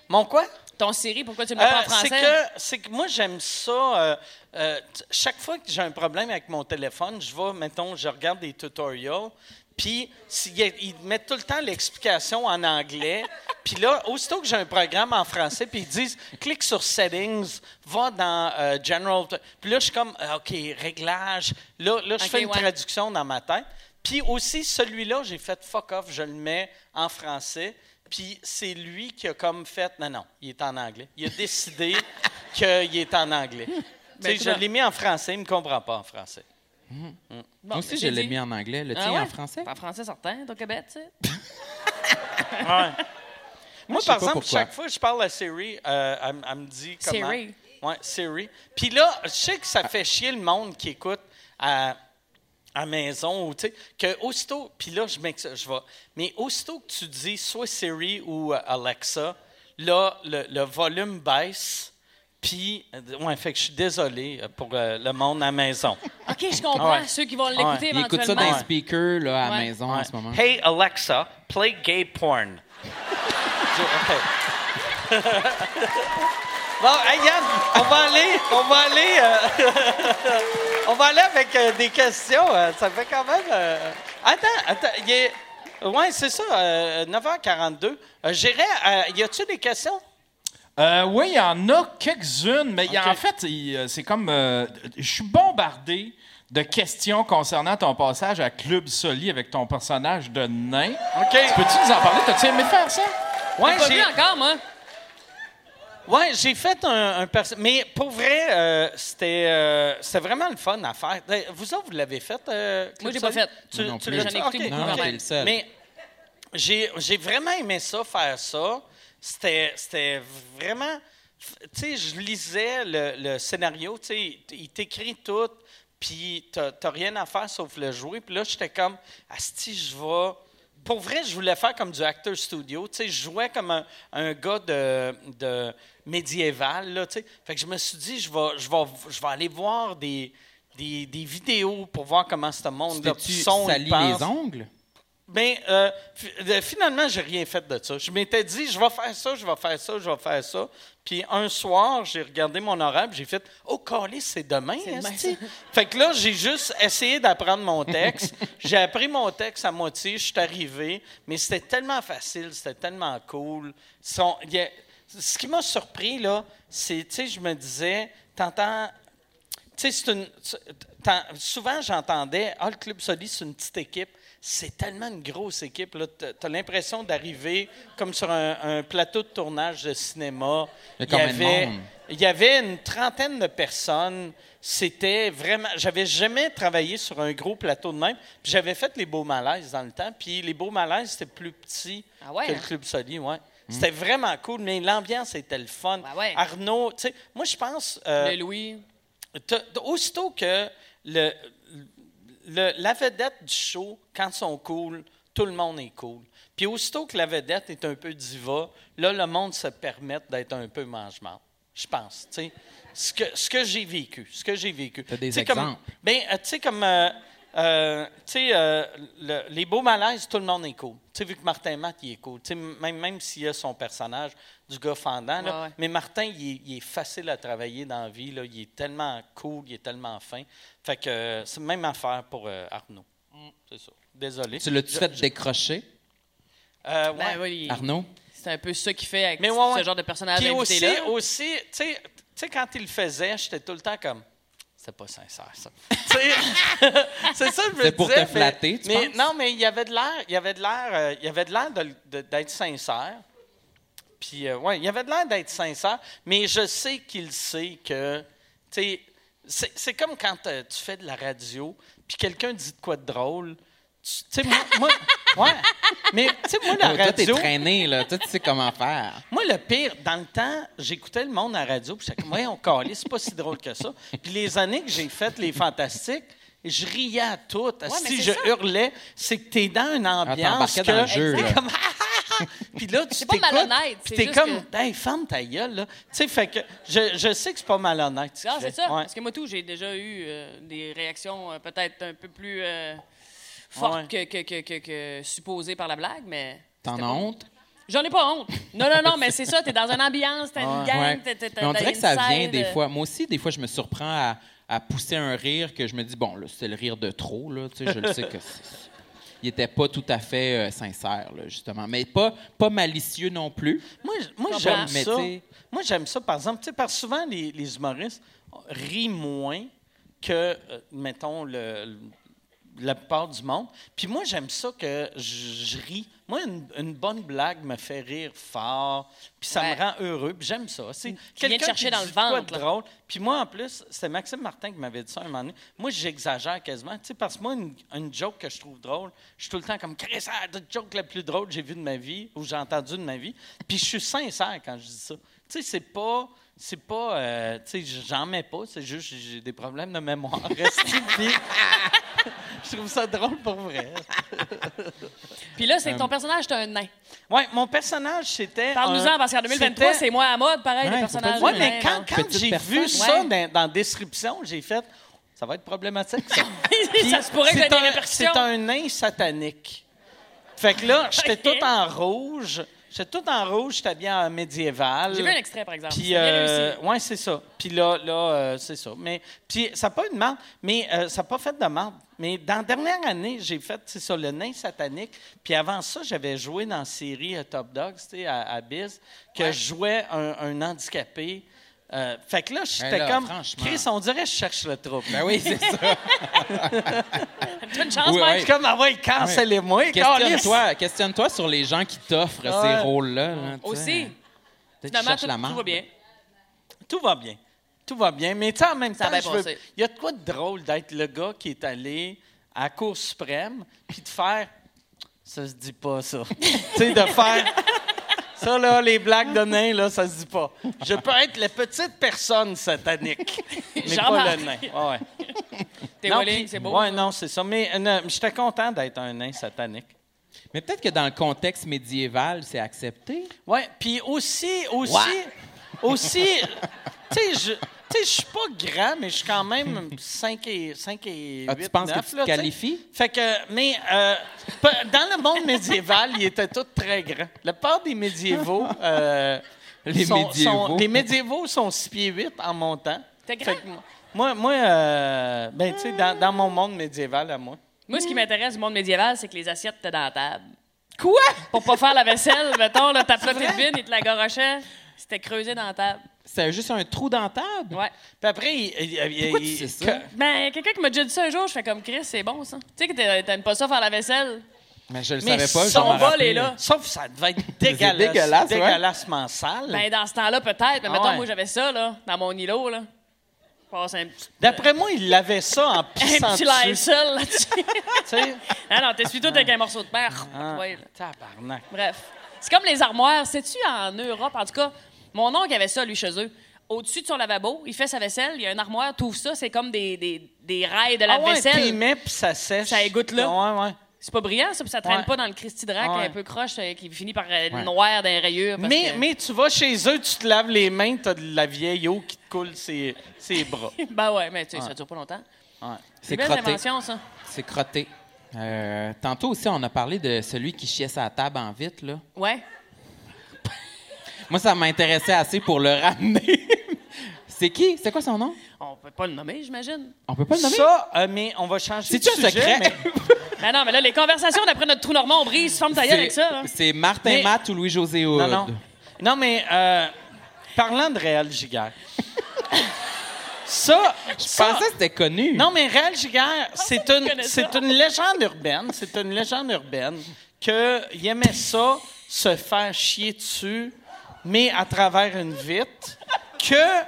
Speaker 1: Mon quoi?
Speaker 5: Ton série, pourquoi tu ne l'as pas en
Speaker 1: Euh, c'est
Speaker 5: français?
Speaker 1: que, c'est que moi, j'aime ça. euh, euh, t- chaque fois que j'ai un problème avec mon téléphone, je vais, mettons, je regarde des tutorials, puis s'il y a- ils mettent tout le temps l'explication en
Speaker 5: (laughs)
Speaker 1: anglais. Puis là, aussitôt que j'ai un programme en français, puis ils disent clique sur Settings, va dans euh, General. Puis là, je suis comme Ah, OK, réglage. Là, là je
Speaker 5: OK,
Speaker 1: fais une
Speaker 5: ouais.
Speaker 1: traduction dans ma tête. Puis aussi, celui-là, j'ai fait fuck off, je le mets en français. Puis c'est lui qui a comme fait. Non, non, il est en anglais. Il a décidé qu'il est en anglais. Tu sais,
Speaker 5: tout
Speaker 1: je
Speaker 5: le-
Speaker 1: l'ai mis en français, il ne me comprend pas en français.
Speaker 5: Bon,
Speaker 6: Moi aussi,
Speaker 5: ben,
Speaker 6: je
Speaker 5: j'ai
Speaker 6: l'ai
Speaker 5: dit.
Speaker 6: mis en anglais. Le
Speaker 5: Ah
Speaker 6: tien
Speaker 5: ouais?
Speaker 6: en français?
Speaker 5: En français, certain, ton Québec, tu sais.
Speaker 1: Moi,
Speaker 6: je
Speaker 1: par
Speaker 6: sais pas
Speaker 1: exemple,
Speaker 6: pourquoi.
Speaker 1: chaque fois que je parle à Siri, euh, elle, m- elle me dit comment.
Speaker 5: Siri.
Speaker 1: Ouais, Siri. Puis là, je sais que
Speaker 6: Ah.
Speaker 1: ça fait chier le monde qui écoute à à maison ou tu sais que aussitôt puis là je m'ex- je vais mais aussitôt que tu dis soit Siri ou euh, Alexa là le, le volume baisse puis euh, ouais fait que je suis désolé euh, pour euh, le monde à la maison
Speaker 5: OK, je comprends.
Speaker 1: Ouais.
Speaker 5: Ceux qui vont
Speaker 1: Ouais.
Speaker 5: l'écouter
Speaker 6: Il écoute ça
Speaker 5: éventuellement.
Speaker 6: dans les speakers là, à la
Speaker 5: Ouais.
Speaker 6: maison en
Speaker 1: Ouais.
Speaker 6: ce moment.
Speaker 1: Hey Alexa, play gay
Speaker 6: (laughs)
Speaker 1: porn. Je- OK. (laughs) bon, hey Yann, on va aller, on va aller, euh, (laughs) on va aller avec euh, des questions. euh, ça fait quand même. euh, Attends, attends, il est. Ouais, c'est ça, euh, 9h42. Euh, J'irai. euh, y a-tu des questions?
Speaker 3: Euh, oui, il y en a quelques-unes, mais il y a- en fait, il, euh, c'est comme. euh, je suis bombardé de questions concernant ton passage à Club Soli avec ton personnage de nain.
Speaker 1: OK.
Speaker 3: Peux-tu nous en parler? T'as-tu aimé faire ça?
Speaker 1: Ouais,
Speaker 5: Pas
Speaker 1: j'ai-
Speaker 5: vu encore, moi.
Speaker 1: Ouais, j'ai fait un, un perso- Mais pour vrai, euh, c'était euh, c'était vraiment le fun à faire. Euh, Vous autres, vous l'avez fait? euh, Club
Speaker 5: Moi, j'ai pas
Speaker 1: Soleil?
Speaker 5: fait.
Speaker 1: Tu,
Speaker 6: Moi non
Speaker 1: tu
Speaker 6: plus.
Speaker 1: l'as
Speaker 6: J'en ai
Speaker 1: fait?
Speaker 5: écouté
Speaker 1: Ok,
Speaker 5: beaucoup
Speaker 1: ok.
Speaker 6: quand même. seul.
Speaker 1: Mais j'ai j'ai vraiment aimé ça, faire ça. C'était c'était vraiment... Tu sais, je lisais le, le scénario, tu sais, il t'écrit tout, puis t'as t'as rien à faire sauf le jouer. Puis là, j'étais comme, asti, je vais... Pour vrai, je voulais faire comme du actor studio. Tu sais, je jouais comme un, un gars de, de médiéval. Là, tu sais. Fait que je me suis dit, je vais, je vais, je vais aller voir des, des, des vidéos pour voir comment ce monde-là
Speaker 6: T'es-tu
Speaker 1: sonne,
Speaker 6: sali
Speaker 1: pense.
Speaker 6: les ongles?
Speaker 1: Ben, euh, fi- euh, finalement, j'ai rien fait de ça. Je m'étais dit, je vais faire ça, je vais faire ça, je vais faire ça. Puis un soir, j'ai regardé mon horaire, puis j'ai fait, oh, calé, c'est demain, esti. (laughs) Fait que là, j'ai juste essayé d'apprendre mon
Speaker 6: (laughs)
Speaker 1: texte. j'ai appris mon texte à moitié, je suis arrivé, mais c'était tellement facile, c'était tellement cool. Son- il y a- ce qui m'a surpris, là, c'est, tu sais, je me disais, t'entends tu sais, c'est une- tu- t'en- souvent, j'entendais, ah, le Club Soli, c'est une petite équipe. C'est tellement une grosse équipe. Tu as l'impression d'arriver comme sur un, un plateau de tournage de cinéma.
Speaker 6: Il y a combien de monde?
Speaker 1: il y avait une trentaine de personnes. C'était vraiment. J'avais jamais travaillé sur un gros plateau de même. Puis J'avais fait les Beaux Malaises dans le temps. Puis les Beaux Malaises, c'était plus petit
Speaker 5: Ah ouais,
Speaker 1: que le
Speaker 5: hein?
Speaker 1: Club Soli. Ouais. C'était vraiment cool, mais l'ambiance était le fun.
Speaker 5: Ah ouais.
Speaker 1: Arnaud, tu sais, moi, je pense. euh,
Speaker 5: Le Louis.
Speaker 1: T'as- t'as- aussitôt que le, le- la vedette du show, quand ils sont cool, tout le monde est cool. Puis aussitôt que la vedette est un peu diva, là, le monde se permet d'être un peu mangement. Je pense, tu sais. Ce que, ce que j'ai vécu, ce que j'ai vécu.
Speaker 6: T'as des
Speaker 1: Tu sais, comme-
Speaker 6: exemples?
Speaker 1: ben, euh, tu sais, comme... euh, euh, tu sais, euh, le- les beaux malaises, tout le monde est cool. Tu sais, vu que Martin Matt, il est cool. Tu sais, même, même s'il y a son personnage du gars fendant, là,
Speaker 5: Ouais, ouais.
Speaker 1: mais Martin, il est, il est facile à travailler dans la vie. Là. Il est tellement cool, il est tellement fin. Fait que euh, c'est la même affaire pour euh, Arnaud. C'est ça. Désolé.
Speaker 6: Mm. Tu l'as-tu fait décrocher,
Speaker 1: Euh, ouais.
Speaker 5: Ben, oui,
Speaker 6: Arnaud?
Speaker 5: c'est un peu ça qu'il fait avec
Speaker 1: Mais ouais, ouais.
Speaker 5: ce genre de personnage
Speaker 1: Puis aussi,
Speaker 5: invité-là.
Speaker 1: aussi tu sais- tu sais, quand il le faisait, j'étais tout le temps comme. C'était pas sincère, ça. Tu sais, c'est ça, que je me
Speaker 6: C'est pour
Speaker 1: disais,
Speaker 6: te
Speaker 1: mais-
Speaker 6: flatter, tu
Speaker 1: mais,
Speaker 6: penses?
Speaker 1: Non, mais il y avait de l'air, il y avait de l'air, euh, il y avait de l'air de- de- d'être sincère. Puis, euh, ouais, il y avait de l'air d'être sincère, mais je sais qu'il sait que, tu sais, c'est c'est comme quand euh, tu fais de la radio, puis quelqu'un dit de quoi de drôle. Tu tu sais, moi, moi- ouais. Mais, tu sais, moi, la
Speaker 6: Oh, toi, t'es
Speaker 1: radio.
Speaker 6: traîné, là. Toi, tu sais comment faire.
Speaker 1: Moi, le pire, dans le temps, j'écoutais le monde à la radio, puis j'étais comme, voyons, calé, c'est pas si drôle que ça. Puis les années que j'ai faites, les fantastiques, je riais à toutes. si je hurlais, c'est que t'es dans une ambiance.
Speaker 6: t'embarquais
Speaker 1: que-
Speaker 6: dans le jeu,
Speaker 1: t'es
Speaker 6: là.
Speaker 1: comme, Ah, ah, ah. Puis là, tu
Speaker 5: C'est pas
Speaker 1: t'écoutes,
Speaker 5: malhonnête,
Speaker 1: Puis
Speaker 5: c'est
Speaker 1: t'es
Speaker 5: juste
Speaker 1: comme, hey, ferme ta gueule, là. Tu sais, fait que je, je sais que c'est pas malhonnête. ce que
Speaker 5: Non,
Speaker 1: je
Speaker 5: Ah, c'est
Speaker 1: fais.
Speaker 5: ça.
Speaker 1: Ouais.
Speaker 5: Parce que moi, tout, j'ai déjà eu euh, des réactions euh, peut-être un peu plus euh, fortes que, que, que, que, que supposées par la blague, mais.
Speaker 6: T'en
Speaker 5: c'était
Speaker 6: as
Speaker 5: pas-
Speaker 6: honte?
Speaker 5: J'en ai pas honte. Non, non, non, mais c'est ça. T'es dans une ambiance, t'as une gang,
Speaker 6: Ouais.
Speaker 5: t'es t'es- t'es-
Speaker 6: Mais on
Speaker 5: t'as
Speaker 6: dirait que
Speaker 5: une
Speaker 6: ça vient
Speaker 5: scène,
Speaker 6: des
Speaker 5: euh,
Speaker 6: fois. Moi aussi, des fois, je me surprends à, à pousser un rire que je me dis, bon, là, c'était le rire de trop, là. Tu sais, je le sais que c'est- Il était pas tout à fait euh, sincère, là, justement. Mais pas, pas malicieux non plus.
Speaker 1: Moi, j- moi
Speaker 6: Comprends.
Speaker 1: j'aime
Speaker 6: Mais
Speaker 1: ça.
Speaker 6: t'sais-
Speaker 1: Moi, j'aime ça, par exemple. Tu sais, parce que souvent, les, les humoristes rient moins que, euh, mettons, le, le- la plupart du monde. Puis moi, j'aime ça que je je ris. Moi, une, une bonne blague me fait rire fort, puis ça
Speaker 5: Ouais.
Speaker 1: me rend heureux, puis j'aime ça.
Speaker 6: Mm.
Speaker 1: C'est
Speaker 5: viens te
Speaker 1: quelqu'un
Speaker 5: chercher
Speaker 1: qui
Speaker 5: dans
Speaker 1: dit
Speaker 5: le
Speaker 1: de quoi
Speaker 5: ventre,
Speaker 1: de
Speaker 5: là.
Speaker 1: drôle. Puis moi, en plus, c'est Maxime Martin qui m'avait dit ça un moment donné. Moi, j'exagère quasiment. Tu sais, parce que moi, une, une joke que je trouve drôle, je suis tout le temps comme « Chris, c'est la joke la plus drôle que j'ai vue de ma vie ou j'ai entendue de ma vie. » Puis je suis sincère quand je dis ça. Tu sais, c'est pas... C'est pas... euh, tu sais, j'en mets pas. C'est juste que j'ai des problèmes de mémoire. (laughs) Esti, puis je trouve ça drôle pour vrai.
Speaker 5: Puis là, c'est que ton personnage, t'es un nain.
Speaker 1: Euh, Ouais, mon personnage, c'était...
Speaker 5: Parle-nous-en,
Speaker 1: un-
Speaker 5: parce qu'en 2023,
Speaker 1: c'était-
Speaker 5: c'est moi à mode, pareil,
Speaker 6: Ouais,
Speaker 5: le
Speaker 6: faut pas
Speaker 5: personnage.
Speaker 6: dire
Speaker 1: Oui,
Speaker 5: de
Speaker 1: Ah, mais
Speaker 5: nain,
Speaker 1: quand,
Speaker 5: là. (laughs)
Speaker 1: quand
Speaker 6: Petite
Speaker 1: j'ai
Speaker 6: personne.
Speaker 1: vu ça
Speaker 5: Ouais.
Speaker 1: dans, dans la description, j'ai fait ça va être problématique,
Speaker 5: (laughs)
Speaker 1: ça.
Speaker 5: ça se pourrait que
Speaker 1: C'est
Speaker 5: t'aies des
Speaker 1: un-
Speaker 5: répercussions.
Speaker 1: C'est un nain satanique. Fait que là, j'étais
Speaker 5: (laughs) Ok.
Speaker 1: tout en rouge. J'étais tout en rouge, j'étais bien en médiéval.
Speaker 5: J'ai vu un extrait, par exemple.
Speaker 1: Puis,
Speaker 5: C'est bien
Speaker 1: euh,
Speaker 5: réussi.
Speaker 1: ouais, c'est ça. Puis là, là euh, c'est ça. Mais, puis, ça n'a pas eu de marde, mais euh, ça n'a pas fait de marde. Mais dans la dernière année, j'ai fait, c'est ça, le nain satanique. Puis avant ça, j'avais joué dans la série euh, Top Dogs, tu sais, à, à Biz, que je jouais un, un handicapé. Euh, fait que là, j'étais
Speaker 6: là,
Speaker 1: comme,
Speaker 6: franchement.
Speaker 1: Chris, on dirait que je cherche le trouble.
Speaker 6: Ben oui, c'est ça.
Speaker 5: Tu as une chance,
Speaker 6: Oui,
Speaker 5: Mike.
Speaker 1: Je suis comme, ah ouais, cancellez-moi, câlisse.
Speaker 6: (laughs) Questionne-toi questionne-toi sur les gens qui t'offrent ces rôles-là. là, tu sais.
Speaker 5: Aussi,
Speaker 6: Peut-être qu'ils
Speaker 5: finalement,
Speaker 6: cherchent
Speaker 5: tout,
Speaker 6: la
Speaker 5: tout va
Speaker 6: marde.
Speaker 5: bien.
Speaker 1: Tout va bien. Tout va bien. Mais tu sais, en même
Speaker 5: Ça
Speaker 1: temps,
Speaker 5: a bien
Speaker 1: je veux-
Speaker 5: passé.
Speaker 1: il y a de quoi de drôle d'être le gars qui est allé à la Cour suprême puis de faire ça se dit pas,
Speaker 5: (laughs)
Speaker 1: ça. tu sais, de faire ça, là, les blagues de nains, là, ça se dit pas. Je peux être la petite personne
Speaker 5: (laughs)
Speaker 1: satanique, mais pas
Speaker 5: Jean-Marc.
Speaker 1: le nain. Ouais, ouais.
Speaker 5: T'es
Speaker 1: Non,
Speaker 5: volé,
Speaker 1: puis-
Speaker 5: c'est beau.
Speaker 1: Ouais, non, c'est ça. Mais euh, non, j'étais content d'être un nain satanique.
Speaker 6: Mais peut-être que dans le contexte médiéval, c'est accepté.
Speaker 1: Oui, puis aussi, aussi, (laughs) aussi, tu sais, je. Tu sais, je suis pas grand, mais je suis quand même 5 et, 5 et 8,
Speaker 6: Ah, tu penses que
Speaker 1: 9,
Speaker 6: tu te
Speaker 1: là, sais.
Speaker 6: qualifies?
Speaker 1: Fait que, mais euh, pe- dans le monde médiéval, ils étaient tous très grands. La part des médiévaux... euh,
Speaker 6: Les
Speaker 1: sont-
Speaker 6: médiévaux.
Speaker 1: sont- les médiévaux sont 6 pieds 8 en montant.
Speaker 5: T'es grand.
Speaker 1: Fait que moi, moi euh, ben, tu sais, dans, dans mon monde médiéval à moi.
Speaker 5: Moi, ce qui m'intéresse du monde médiéval, c'est que les assiettes étaient dans la table. Quoi? Pour pas faire
Speaker 1: (laughs)
Speaker 5: la vaisselle, mettons, là, t'as flotté de vin et te la gorochais. C'était creusé dans la table.
Speaker 6: C'est juste un trou dans la table.
Speaker 5: Ouais.
Speaker 1: Puis après, il- il- il-
Speaker 6: Pourquoi tu
Speaker 1: il-
Speaker 6: sais ça?
Speaker 5: Ben, quelqu'un qui m'a déjà dit ça un jour, je fais comme Chris, c'est bon ça. Tu sais que t'a- t'aimes pas ça faire la vaisselle?
Speaker 6: Mais je le
Speaker 1: Mais
Speaker 6: savais pas. je
Speaker 1: son
Speaker 6: m'en
Speaker 1: vol
Speaker 6: rappelais.
Speaker 5: est là.
Speaker 1: Sauf que ça
Speaker 6: (laughs)
Speaker 1: devait être dégueulasse.
Speaker 6: dégueulasse, ouais.
Speaker 1: dégueulassement sale.
Speaker 5: Ben, dans ce temps-là, peut-être. Mais
Speaker 1: Ah
Speaker 5: mettons,
Speaker 1: ouais.
Speaker 5: moi, j'avais ça, là, dans mon îlot, là. Je passe un petit,
Speaker 1: D'après moi, il l'avait ça en
Speaker 5: (laughs) un
Speaker 1: pissant
Speaker 5: petit
Speaker 1: dessus.
Speaker 5: Lysol là-dessus. (laughs)
Speaker 1: tu sais. (laughs)
Speaker 5: ah non, t'essuies tout avec un morceau de mer.
Speaker 1: Ah,
Speaker 5: Ouais, là.
Speaker 1: Tabarnak.
Speaker 5: Bref. C'est comme les armoires. Sais-tu en Europe, en tout cas, mon oncle avait ça, lui, chez eux. Au-dessus de son lavabo, il fait sa vaisselle, il y a une armoire, tout ça, c'est comme des, des, des rails de la
Speaker 1: Ah ouais, puis il
Speaker 5: vaisselle.
Speaker 1: met, puis ça sèche.
Speaker 5: Ça égoutte là.
Speaker 1: Ouais, ouais.
Speaker 5: C'est pas brillant, ça, puis ça traîne
Speaker 1: Ouais.
Speaker 5: pas dans le Christy Drac,
Speaker 1: Ouais.
Speaker 5: un peu croche, euh, qui finit par euh, noir dans les rayures. parce
Speaker 1: Mais,
Speaker 5: que-
Speaker 1: mais tu vas chez eux, tu te laves les mains, t'as de la vieille eau qui te coule ses, ses
Speaker 5: (laughs)
Speaker 1: bras.
Speaker 5: Ben ouais, mais tu sais, ça dure pas longtemps.
Speaker 6: C'est
Speaker 5: belle
Speaker 6: crotté.
Speaker 5: invention, ça.
Speaker 6: C'est crotté. Euh, tantôt aussi, on a parlé de celui qui chiait sa table en vite. Là.
Speaker 5: Ouais.
Speaker 6: (laughs) Moi, ça m'intéressait assez pour le ramener. C'est qui? C'est quoi son nom?
Speaker 5: On peut pas le nommer, j'imagine.
Speaker 6: On peut pas le nommer.
Speaker 1: Ça, euh, mais on va changer de
Speaker 6: C'est-tu un
Speaker 1: sujet.
Speaker 6: secret?
Speaker 1: mais-
Speaker 6: (laughs)
Speaker 5: Ben non, mais là, les conversations d'après notre trou normand, on brise, ferme ta gueule avec ça. là.
Speaker 6: C'est- C'est Martin
Speaker 1: Mais-
Speaker 6: Matt ou Louis-José Hood.
Speaker 1: Non, non. Non, mais euh, parlant de Réal
Speaker 6: (laughs)
Speaker 1: Giguère. ça,
Speaker 6: Je
Speaker 1: ça-
Speaker 6: pensais que c'était connu.
Speaker 1: (laughs) Non, mais Réal Giguère, c'est une,
Speaker 5: connais ça.
Speaker 1: c'est une légende urbaine. C'est une légende urbaine qu'il aimait ça, se faire chier dessus, mais à travers une vitre, que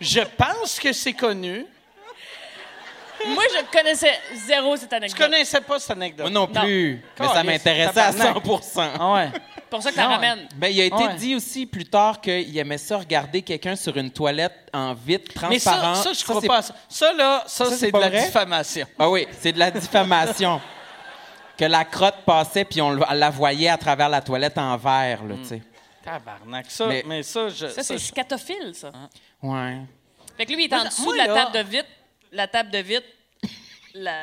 Speaker 1: je pense que c'est connu.
Speaker 5: hein. Moi, je connaissais zéro cette anecdote.
Speaker 1: Tu connaissais pas cette anecdote?
Speaker 6: Moi non
Speaker 5: Non.
Speaker 6: plus. Mais ça
Speaker 1: Caliste,
Speaker 6: m'intéressait à
Speaker 1: tabarnak.
Speaker 6: 100
Speaker 1: Ah ouais.
Speaker 5: C'est pour ça que t'en
Speaker 1: Non.
Speaker 5: ramènes.
Speaker 6: Ben, il a été
Speaker 1: Ouais.
Speaker 6: dit aussi plus tard qu'il aimait ça regarder quelqu'un sur une toilette en vitre
Speaker 1: Mais ça,
Speaker 6: transparente.
Speaker 1: ça, je crois
Speaker 6: c'est-
Speaker 1: pas à ça. Ça, là, ça,
Speaker 6: Ça, c'est
Speaker 1: c'est de
Speaker 6: pas
Speaker 1: la
Speaker 6: vrai?
Speaker 1: diffamation.
Speaker 6: Ah oui, c'est de
Speaker 1: (laughs)
Speaker 6: la diffamation. que la crotte passait puis on le- la voyait à travers la toilette en verre,
Speaker 1: Mm.
Speaker 6: là, tu sais.
Speaker 1: Tabarnak. Ça, mais,
Speaker 6: Mais-
Speaker 1: ça, je...
Speaker 5: Ça, c'est
Speaker 1: ça, je-
Speaker 5: scatophile, ça.
Speaker 6: Ouais.
Speaker 5: Fait que lui, il est en dessous
Speaker 1: moi,
Speaker 5: de la
Speaker 1: là-
Speaker 5: table de vite. La table de vite, la,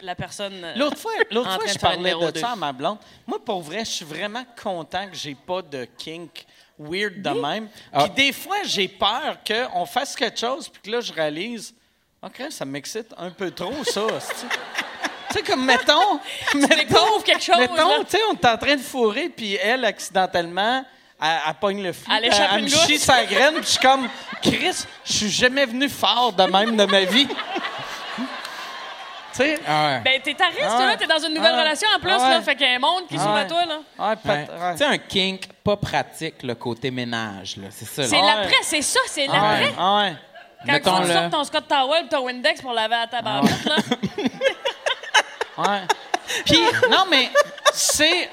Speaker 5: la personne. euh, (laughs)
Speaker 1: L'autre fois, l'autre
Speaker 5: En
Speaker 1: fois
Speaker 5: train
Speaker 1: je
Speaker 5: de faire le
Speaker 1: parlais
Speaker 5: numéro
Speaker 1: de
Speaker 5: deux.
Speaker 1: ça à ma blonde. Moi, pour vrai, je suis vraiment content que j'ai pas de kink weird de même.
Speaker 6: Ah.
Speaker 1: Puis des fois, j'ai peur qu'on fasse quelque chose, puis que là, je réalise... OK, ça m'excite un peu trop, ça. (laughs) hostie. Tu sais, comme,
Speaker 5: (laughs)
Speaker 1: mettons... mettons
Speaker 5: découvres
Speaker 1: (laughs)
Speaker 5: quelque chose, hein?
Speaker 1: Mettons,
Speaker 5: là.
Speaker 1: tu sais, on est en train de fourrer, puis elle, accidentellement, elle, elle pogne le flou.
Speaker 5: Elle échappe
Speaker 1: me
Speaker 5: une goutte.
Speaker 1: chie sa graine, puis je suis comme... Chris, je suis jamais venu fort de même de ma
Speaker 5: (laughs)
Speaker 1: vie. tu sais...
Speaker 6: Ah ouais.
Speaker 5: Ben, t'es à risque,
Speaker 1: Ah ouais.
Speaker 5: là. T'es dans une nouvelle
Speaker 1: Ah ouais.
Speaker 5: relation en plus,
Speaker 1: Ah ouais.
Speaker 5: là. Fait qu'il y a un monde qui s'ouvre
Speaker 1: ouais.
Speaker 5: à toi, là.
Speaker 1: Ouais,
Speaker 6: Ouais.
Speaker 1: peut-
Speaker 6: Tu sais, un kink pas pratique, le côté ménage, là. C'est ça, là.
Speaker 5: C'est
Speaker 1: Ah ouais.
Speaker 5: l'après, c'est ça, c'est
Speaker 1: Ah
Speaker 5: l'après.
Speaker 1: ouais, ah ouais.
Speaker 5: Quand
Speaker 6: Mettons,
Speaker 5: tu
Speaker 6: là.
Speaker 5: sors ton Scott Towel ou ton Windex pour laver à ta barbette, là.
Speaker 1: Ouais. Puis, non, mais c'est.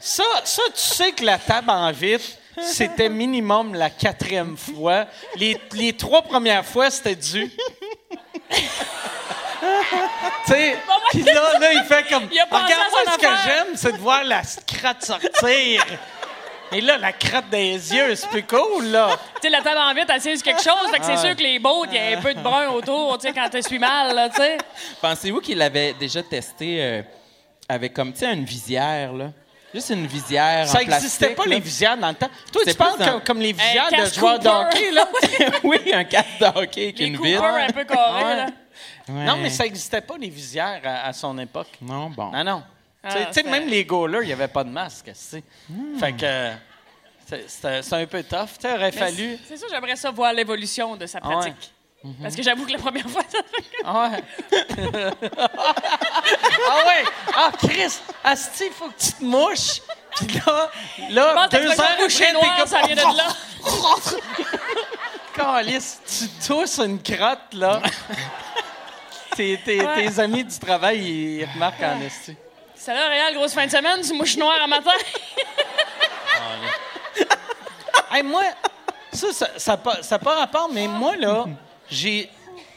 Speaker 1: Ça, ça, tu sais que la table en vitre, c'était minimum la quatrième fois. Les, les trois premières fois, c'était dû. tu sais, puis là, là, il fait comme.
Speaker 5: Il a pensé à
Speaker 1: Regarde-moi
Speaker 5: son
Speaker 1: ce que
Speaker 5: affaire.
Speaker 1: j'aime, c'est de voir la crotte sortir. Et là, la crotte des yeux, c'est plus cool, là.
Speaker 5: Tu sais, la table en vite, elle saisit quelque chose.
Speaker 1: Ah
Speaker 5: Fait que c'est sûr que les beaux, il y a un peu de brun autour, tu sais, quand tu suis mal, là, tu sais.
Speaker 6: Pensez-vous qu'il avait déjà testé euh, avec comme, tu sais, une visière, là? Juste une visière
Speaker 1: Ça
Speaker 6: en plastique.
Speaker 1: n'existait pas,
Speaker 6: là.
Speaker 1: les visières, dans le temps. Toi, tu
Speaker 6: C'est plus
Speaker 1: parles
Speaker 6: dans-
Speaker 1: comme, comme les
Speaker 5: Un
Speaker 1: visières de
Speaker 5: casse
Speaker 1: joueurs de
Speaker 5: Cooper.
Speaker 1: hockey, là.
Speaker 6: (laughs) oui, un casque de hockey
Speaker 5: (laughs)
Speaker 6: avec
Speaker 5: Les
Speaker 6: une
Speaker 5: coupeurs
Speaker 6: vitre.
Speaker 5: un peu carrés,
Speaker 1: Ouais.
Speaker 5: là.
Speaker 6: Ouais.
Speaker 1: Non, mais ça n'existait pas, les visières, à, à son époque.
Speaker 6: Non, bon.
Speaker 1: Non, non. Tu sais-
Speaker 5: Ah,
Speaker 1: tu sais,
Speaker 5: c'est-
Speaker 1: même les goalers, il n'y avait pas de masque, tu sais.
Speaker 6: Hmm.
Speaker 1: Fait que euh, c'est- c'est c'est un peu tough. Tu sais, aurait
Speaker 5: Mais
Speaker 1: fallu... Mm-hmm.
Speaker 5: c'est- C'est ça, j'aimerais ça voir l'évolution de sa pratique. Parce que j'avoue que la première (laughs) fois, ça fait que-
Speaker 1: Ah ouais. (laughs) ah ouais. Ah, Chris, Asti, il faut que tu te mouches. Puis là,
Speaker 5: Je
Speaker 1: là
Speaker 5: pense que
Speaker 1: Ah, deux
Speaker 5: l'expression
Speaker 1: heures
Speaker 5: boucher
Speaker 1: après,
Speaker 5: noire,
Speaker 1: t'es comme...
Speaker 5: ça vient de là.
Speaker 1: Calisse, tu tousses une crotte,
Speaker 5: (laughs)
Speaker 1: là. tes, tes-
Speaker 5: Ouais.
Speaker 1: tes amis du travail, ils remarquent en Asti.
Speaker 5: Salut, Réal, grosse fin de semaine, tu mouches noire
Speaker 1: (laughs)
Speaker 5: à matin.
Speaker 1: Hey, moi, ça, ça n'a pas, ça a pas rapport, mais moi, là, j'ai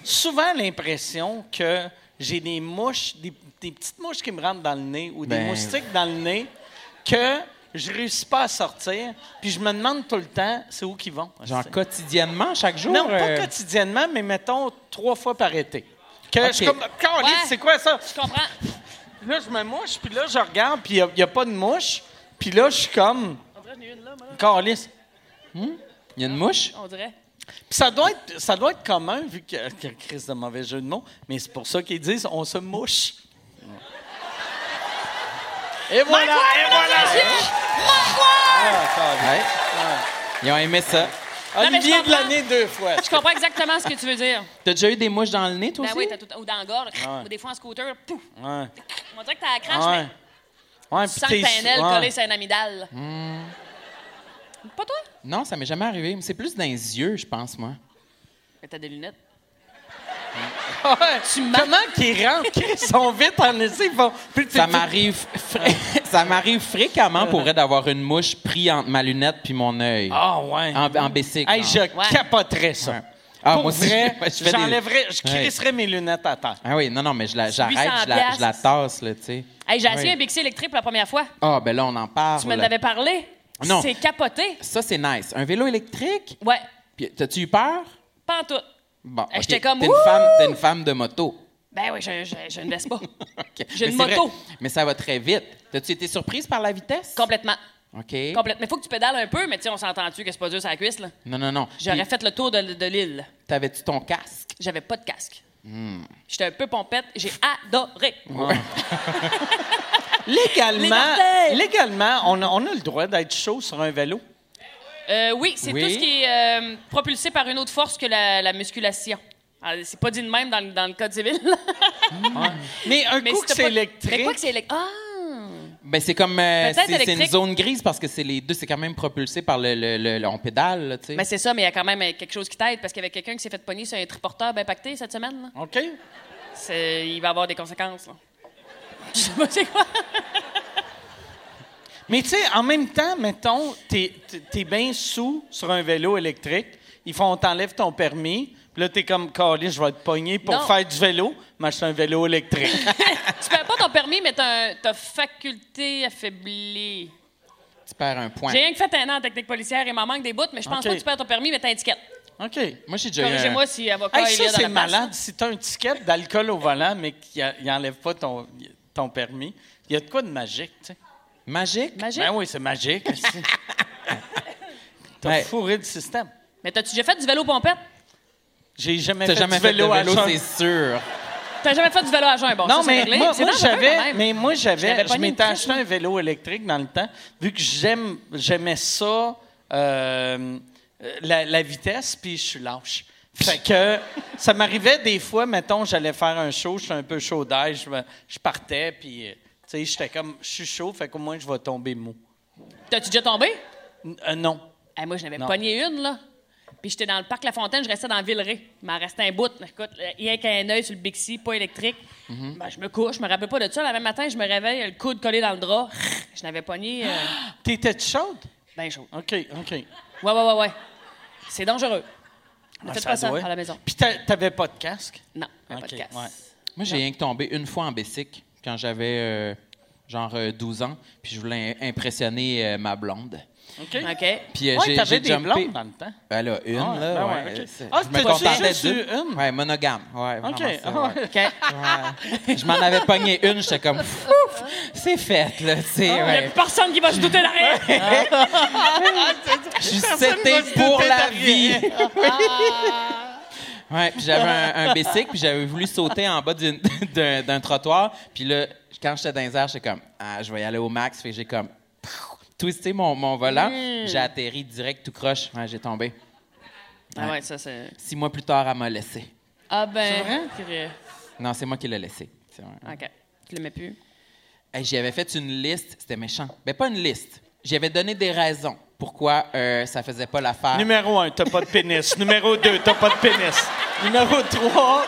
Speaker 1: souvent l'impression que j'ai des mouches, des, des petites mouches qui me rentrent dans le nez ou des
Speaker 6: Ben.
Speaker 1: moustiques dans le nez que je réussis pas à sortir. Puis je me demande tout le temps, c'est où qu'ils vont?
Speaker 6: Genre quotidiennement, chaque jour?
Speaker 1: non, pas
Speaker 6: euh,
Speaker 1: quotidiennement, mais mettons trois fois par été. Que je suis
Speaker 6: Ok.
Speaker 1: comme, Caliste,
Speaker 5: Ouais.
Speaker 1: c'est quoi ça?
Speaker 5: Je comprends.
Speaker 1: Là, je me mouche, puis là, je regarde, puis il n'y a, pas de mouche. Puis là, je suis comme, Calisse,
Speaker 6: Il y a une mouche?
Speaker 5: On dirait.
Speaker 1: Puis ça doit être, ça doit être commun, vu que, que Chris de mauvais jeu de mots, mais c'est pour ça qu'ils disent on se mouche. Et voilà, et voilà! Ah,
Speaker 6: Ouais. Ils ont aimé ça.
Speaker 5: mais je
Speaker 1: Olivier de
Speaker 5: comprends.
Speaker 1: l'année deux fois.
Speaker 5: Je comprends exactement ce que tu veux dire.
Speaker 6: T'as déjà eu des mouches dans le nez, toi
Speaker 5: Ben
Speaker 6: aussi?
Speaker 5: oui, t'as tout, ou dans le gorge, ou des fois en scooter, pouf.
Speaker 1: Ouais.
Speaker 5: On dirait que t'as la crache,
Speaker 1: Ah Ouais.
Speaker 5: mais
Speaker 1: Ouais,
Speaker 5: tu
Speaker 1: puis
Speaker 5: sens
Speaker 1: t'es-
Speaker 5: que t'as un aile
Speaker 1: ouais. Hmm.
Speaker 5: collé sur un amygdale. Pas toi?
Speaker 6: Non, ça m'est jamais arrivé. Mais c'est plus dans les yeux, je pense, moi.
Speaker 5: Mais t'as des lunettes.
Speaker 1: Ouais. Comment qu'ils rentrent? Chris, Ils sont vite en essai. Ils font... Puis tu-
Speaker 6: Ça
Speaker 1: tu-
Speaker 6: m'arrive fr- (laughs) ça m'arrive fréquemment pour vrai d'avoir une mouche prise entre ma lunette puis mon œil.
Speaker 1: Ah, ouais.
Speaker 6: En, en bicycle.
Speaker 1: Hey,
Speaker 6: non.
Speaker 1: je capoterais
Speaker 6: Ouais.
Speaker 1: ça.
Speaker 6: Ah,
Speaker 1: Pour
Speaker 6: moi aussi,
Speaker 1: vrai,
Speaker 6: (laughs) je fais des-
Speaker 1: j'enlèverais, je
Speaker 6: Ouais.
Speaker 1: crisserais mes lunettes à terre.
Speaker 6: Ah oui, non, non, mais je la- j'arrête,
Speaker 5: 800
Speaker 6: je, la- je la tasse, là, tu sais.
Speaker 5: Hey, j'ai essayé
Speaker 6: Oui.
Speaker 5: un Bixi électrique pour la première fois.
Speaker 6: Ah, ben là, on en parle.
Speaker 5: Tu m'en avais parlé.
Speaker 6: Non.
Speaker 5: C'est capoté.
Speaker 6: Ça, c'est nice. Un vélo électrique?
Speaker 5: Ouais,
Speaker 6: Puis, t'as-tu eu peur?
Speaker 5: pas en tout.
Speaker 6: Bon,
Speaker 5: Hey,
Speaker 6: ok.
Speaker 5: Euh, j'étais comme,
Speaker 6: T'es une,
Speaker 5: Wouh!
Speaker 6: femme, t'es une femme de moto. (laughs)
Speaker 5: Ben oui, je, je, je ne
Speaker 1: (laughs)
Speaker 5: laisse pas.
Speaker 6: Ok.
Speaker 5: J'ai une
Speaker 6: Mais c'est
Speaker 5: moto.
Speaker 6: vrai. Mais ça va très vite. T'as-tu été surprise par la vitesse?
Speaker 5: Complètement.
Speaker 6: OK.
Speaker 5: Complètement. Mais faut que tu pédales un peu, mais tu sais, on s'entend-tu que c'est pas dur sur la cuisse, là?
Speaker 6: Non, non, non.
Speaker 5: J'aurais
Speaker 6: Puis,
Speaker 5: fait le tour de, de l'île.
Speaker 6: T'avais-tu ton casque?
Speaker 5: J'avais pas de casque. J'étais un peu pompette. J'ai adoré. Les
Speaker 1: Légalement,
Speaker 5: orteils!
Speaker 1: légalement on, a, on a le droit d'être chaud sur un vélo.
Speaker 5: Euh, oui, c'est
Speaker 6: Oui.
Speaker 5: tout ce qui est euh, propulsé par une autre force que la, la musculation. Alors, C'est pas dit de même dans, le- dans le code civil.
Speaker 1: Mais un
Speaker 5: Mais
Speaker 1: coup
Speaker 5: si
Speaker 1: que
Speaker 5: t'as
Speaker 1: c'est
Speaker 5: pas- Mais
Speaker 1: électrique,
Speaker 5: quoi que c'est électrique? Ah!
Speaker 6: Ben, c'est comme. euh,
Speaker 5: Peut-être
Speaker 6: c'est- c'est une
Speaker 5: électrique.
Speaker 6: zone grise parce que c'est les deux, c'est quand même propulsé par le. le, le- le- on pédale, là, tu sais.
Speaker 5: Mais c'est ça, mais il y a quand même euh, quelque chose qui t'aide parce qu'il y avait quelqu'un qui s'est fait pogner sur un triporteur bien pacté cette semaine. là.
Speaker 1: OK?
Speaker 5: C'est- Il va avoir des conséquences. là. (laughs) Je sais pas c'est quoi.
Speaker 1: Mais tu sais, en même temps, mettons, t'es es, bien sous sur un vélo électrique. Ils font, on t'enlève ton permis. Puis là, t'es comme, calé, je vais être pogné pour
Speaker 5: Non.
Speaker 1: faire du vélo, m'acheter un vélo électrique.
Speaker 5: (laughs) tu perds pas ton permis, mais t'as un- t'as faculté affaiblie.
Speaker 6: Tu perds un point.
Speaker 5: J'ai rien que fait un an en technique policière et m'en manque des bouts, mais je pense
Speaker 1: Ok.
Speaker 5: pas que tu perds ton permis, mais t'as un ticket.
Speaker 1: OK. Hey,
Speaker 6: Moi, j'ai déjà eu. un-
Speaker 5: Corrigez-moi si euh, avocat il
Speaker 1: ça,
Speaker 5: est dans
Speaker 1: c'est
Speaker 5: la place,
Speaker 1: malade. Si t'as un ticket d'alcool au volant, mais qu'il a- il enlève pas ton, ton permis, il y a de quoi de magique, tu sais?
Speaker 6: Magique?
Speaker 5: Magique.
Speaker 1: Ben oui, c'est
Speaker 5: (laughs)
Speaker 1: magique. aussi. T'as
Speaker 6: Ouais.
Speaker 1: fourré le système.
Speaker 5: Mais t'as-tu déjà fait du vélo pompette?
Speaker 1: J'ai jamais
Speaker 6: T'as
Speaker 1: fait
Speaker 6: jamais
Speaker 1: du vélo,
Speaker 6: fait de vélo,
Speaker 1: à jeun.
Speaker 6: c'est sûr.
Speaker 5: T'as jamais fait du vélo à jeun, bon,
Speaker 1: Non,
Speaker 5: ça, c'est
Speaker 1: mais
Speaker 5: réglé.
Speaker 1: moi,
Speaker 5: C'est
Speaker 1: moi,
Speaker 5: dangereux, quand
Speaker 1: j'avais,
Speaker 5: même.
Speaker 1: mais moi, j'avais,
Speaker 5: l'avais
Speaker 1: je
Speaker 5: pogné
Speaker 1: m'étais
Speaker 5: une
Speaker 1: acheté un vélo électrique dans le temps, vu que j'aime, j'aimais ça, euh, euh, la, la vitesse, puis je suis lâche. Fait que ça m'arrivait des fois, mettons, j'allais faire un show, j'étais un peu chaud d'air, je, me- je partais, puis, euh, tu sais, j'étais comme, je suis chaud, fait qu'au moins, je vais tomber mou.
Speaker 5: T'as-tu déjà tombé?
Speaker 1: N- euh, non.
Speaker 5: Eh, moi, je n'avais
Speaker 1: Non.
Speaker 5: pogné une, là. Puis j'étais dans le parc La Fontaine, je restais dans Villeray. Il m'en restait un bout. Écoute, là, rien qu'un œil sur le Bixi, pas électrique.
Speaker 1: Mm-hmm.
Speaker 5: Ben, je me couche, je me rappelle pas de ça. Le même matin, je me réveille, le coude collé dans le drap. Je n'avais pogné euh,
Speaker 1: (gasps) T'étais chaude?
Speaker 5: ben chaud.
Speaker 1: OK, OK.
Speaker 5: Ouais, ouais, ouais, ouais. C'est dangereux. Ne
Speaker 1: Ah,
Speaker 5: faites pas ça
Speaker 1: doit.
Speaker 5: à la maison.
Speaker 1: Puis t'a- t'avais pas de casque?
Speaker 5: Non, un
Speaker 1: Ok,
Speaker 5: podcast.
Speaker 1: ouais.
Speaker 6: Moi, j'ai rien que tombé une fois en bicycle quand j'avais euh, genre euh, 12 ans, puis je voulais im- impressionner euh, ma blonde.
Speaker 1: OK.
Speaker 5: OK. Oh,
Speaker 6: Puis euh,
Speaker 1: Ouais,
Speaker 6: j'ai-
Speaker 1: t'avais
Speaker 6: j'ai
Speaker 1: des
Speaker 6: jumpé.
Speaker 1: blondes dans le temps.
Speaker 6: Ben là, une,
Speaker 1: Ah,
Speaker 6: là,
Speaker 1: ben
Speaker 6: ouais.
Speaker 1: ouais, ok.
Speaker 6: c'est-
Speaker 1: Ah,
Speaker 6: Je me
Speaker 1: t'as
Speaker 6: contentais
Speaker 1: juste eu
Speaker 6: d'une.
Speaker 1: une?
Speaker 6: Ouais, monogame. Ouais, vraiment
Speaker 1: OK,
Speaker 6: ça,
Speaker 1: ah,
Speaker 6: ouais.
Speaker 1: ouais.
Speaker 6: Ouais. Je m'en avais pogné une, j'étais comme, ouf, c'est fait, là, tu sais.
Speaker 1: Ah,
Speaker 5: Il n'y a
Speaker 6: ouais.
Speaker 5: plus personne qui va se douter de rien.
Speaker 6: Je suis c'était pour la vie.
Speaker 5: Ah.
Speaker 6: Ouais, puis j'avais un, un bicycle, puis j'avais voulu sauter en bas d'une- (laughs) d'un d'un trottoir. Puis là, quand j'étais dans les airs, j'étais comme, ah, je vais y aller au max. Fait que j'ai comme, pow, twisté mon, mon volant.
Speaker 1: Hmm.
Speaker 6: J'ai atterri direct tout croche. Ouais, j'ai tombé.
Speaker 5: ah ouais, ça, c'est...
Speaker 6: Six mois plus tard, elle m'a laissé.
Speaker 5: Ah ben... curieux.
Speaker 6: Non, c'est moi qui l'ai laissé. C'est vrai.
Speaker 5: OK. Tu le mets plus.
Speaker 6: Hey, J'y avais fait une liste, c'était méchant. Mais pas une liste. J'y avais donné des raisons pourquoi euh, ça faisait pas l'affaire.
Speaker 1: Numéro 1, t'as pas de pénis. Numéro 2, t'as pas de pénis. Numéro 3,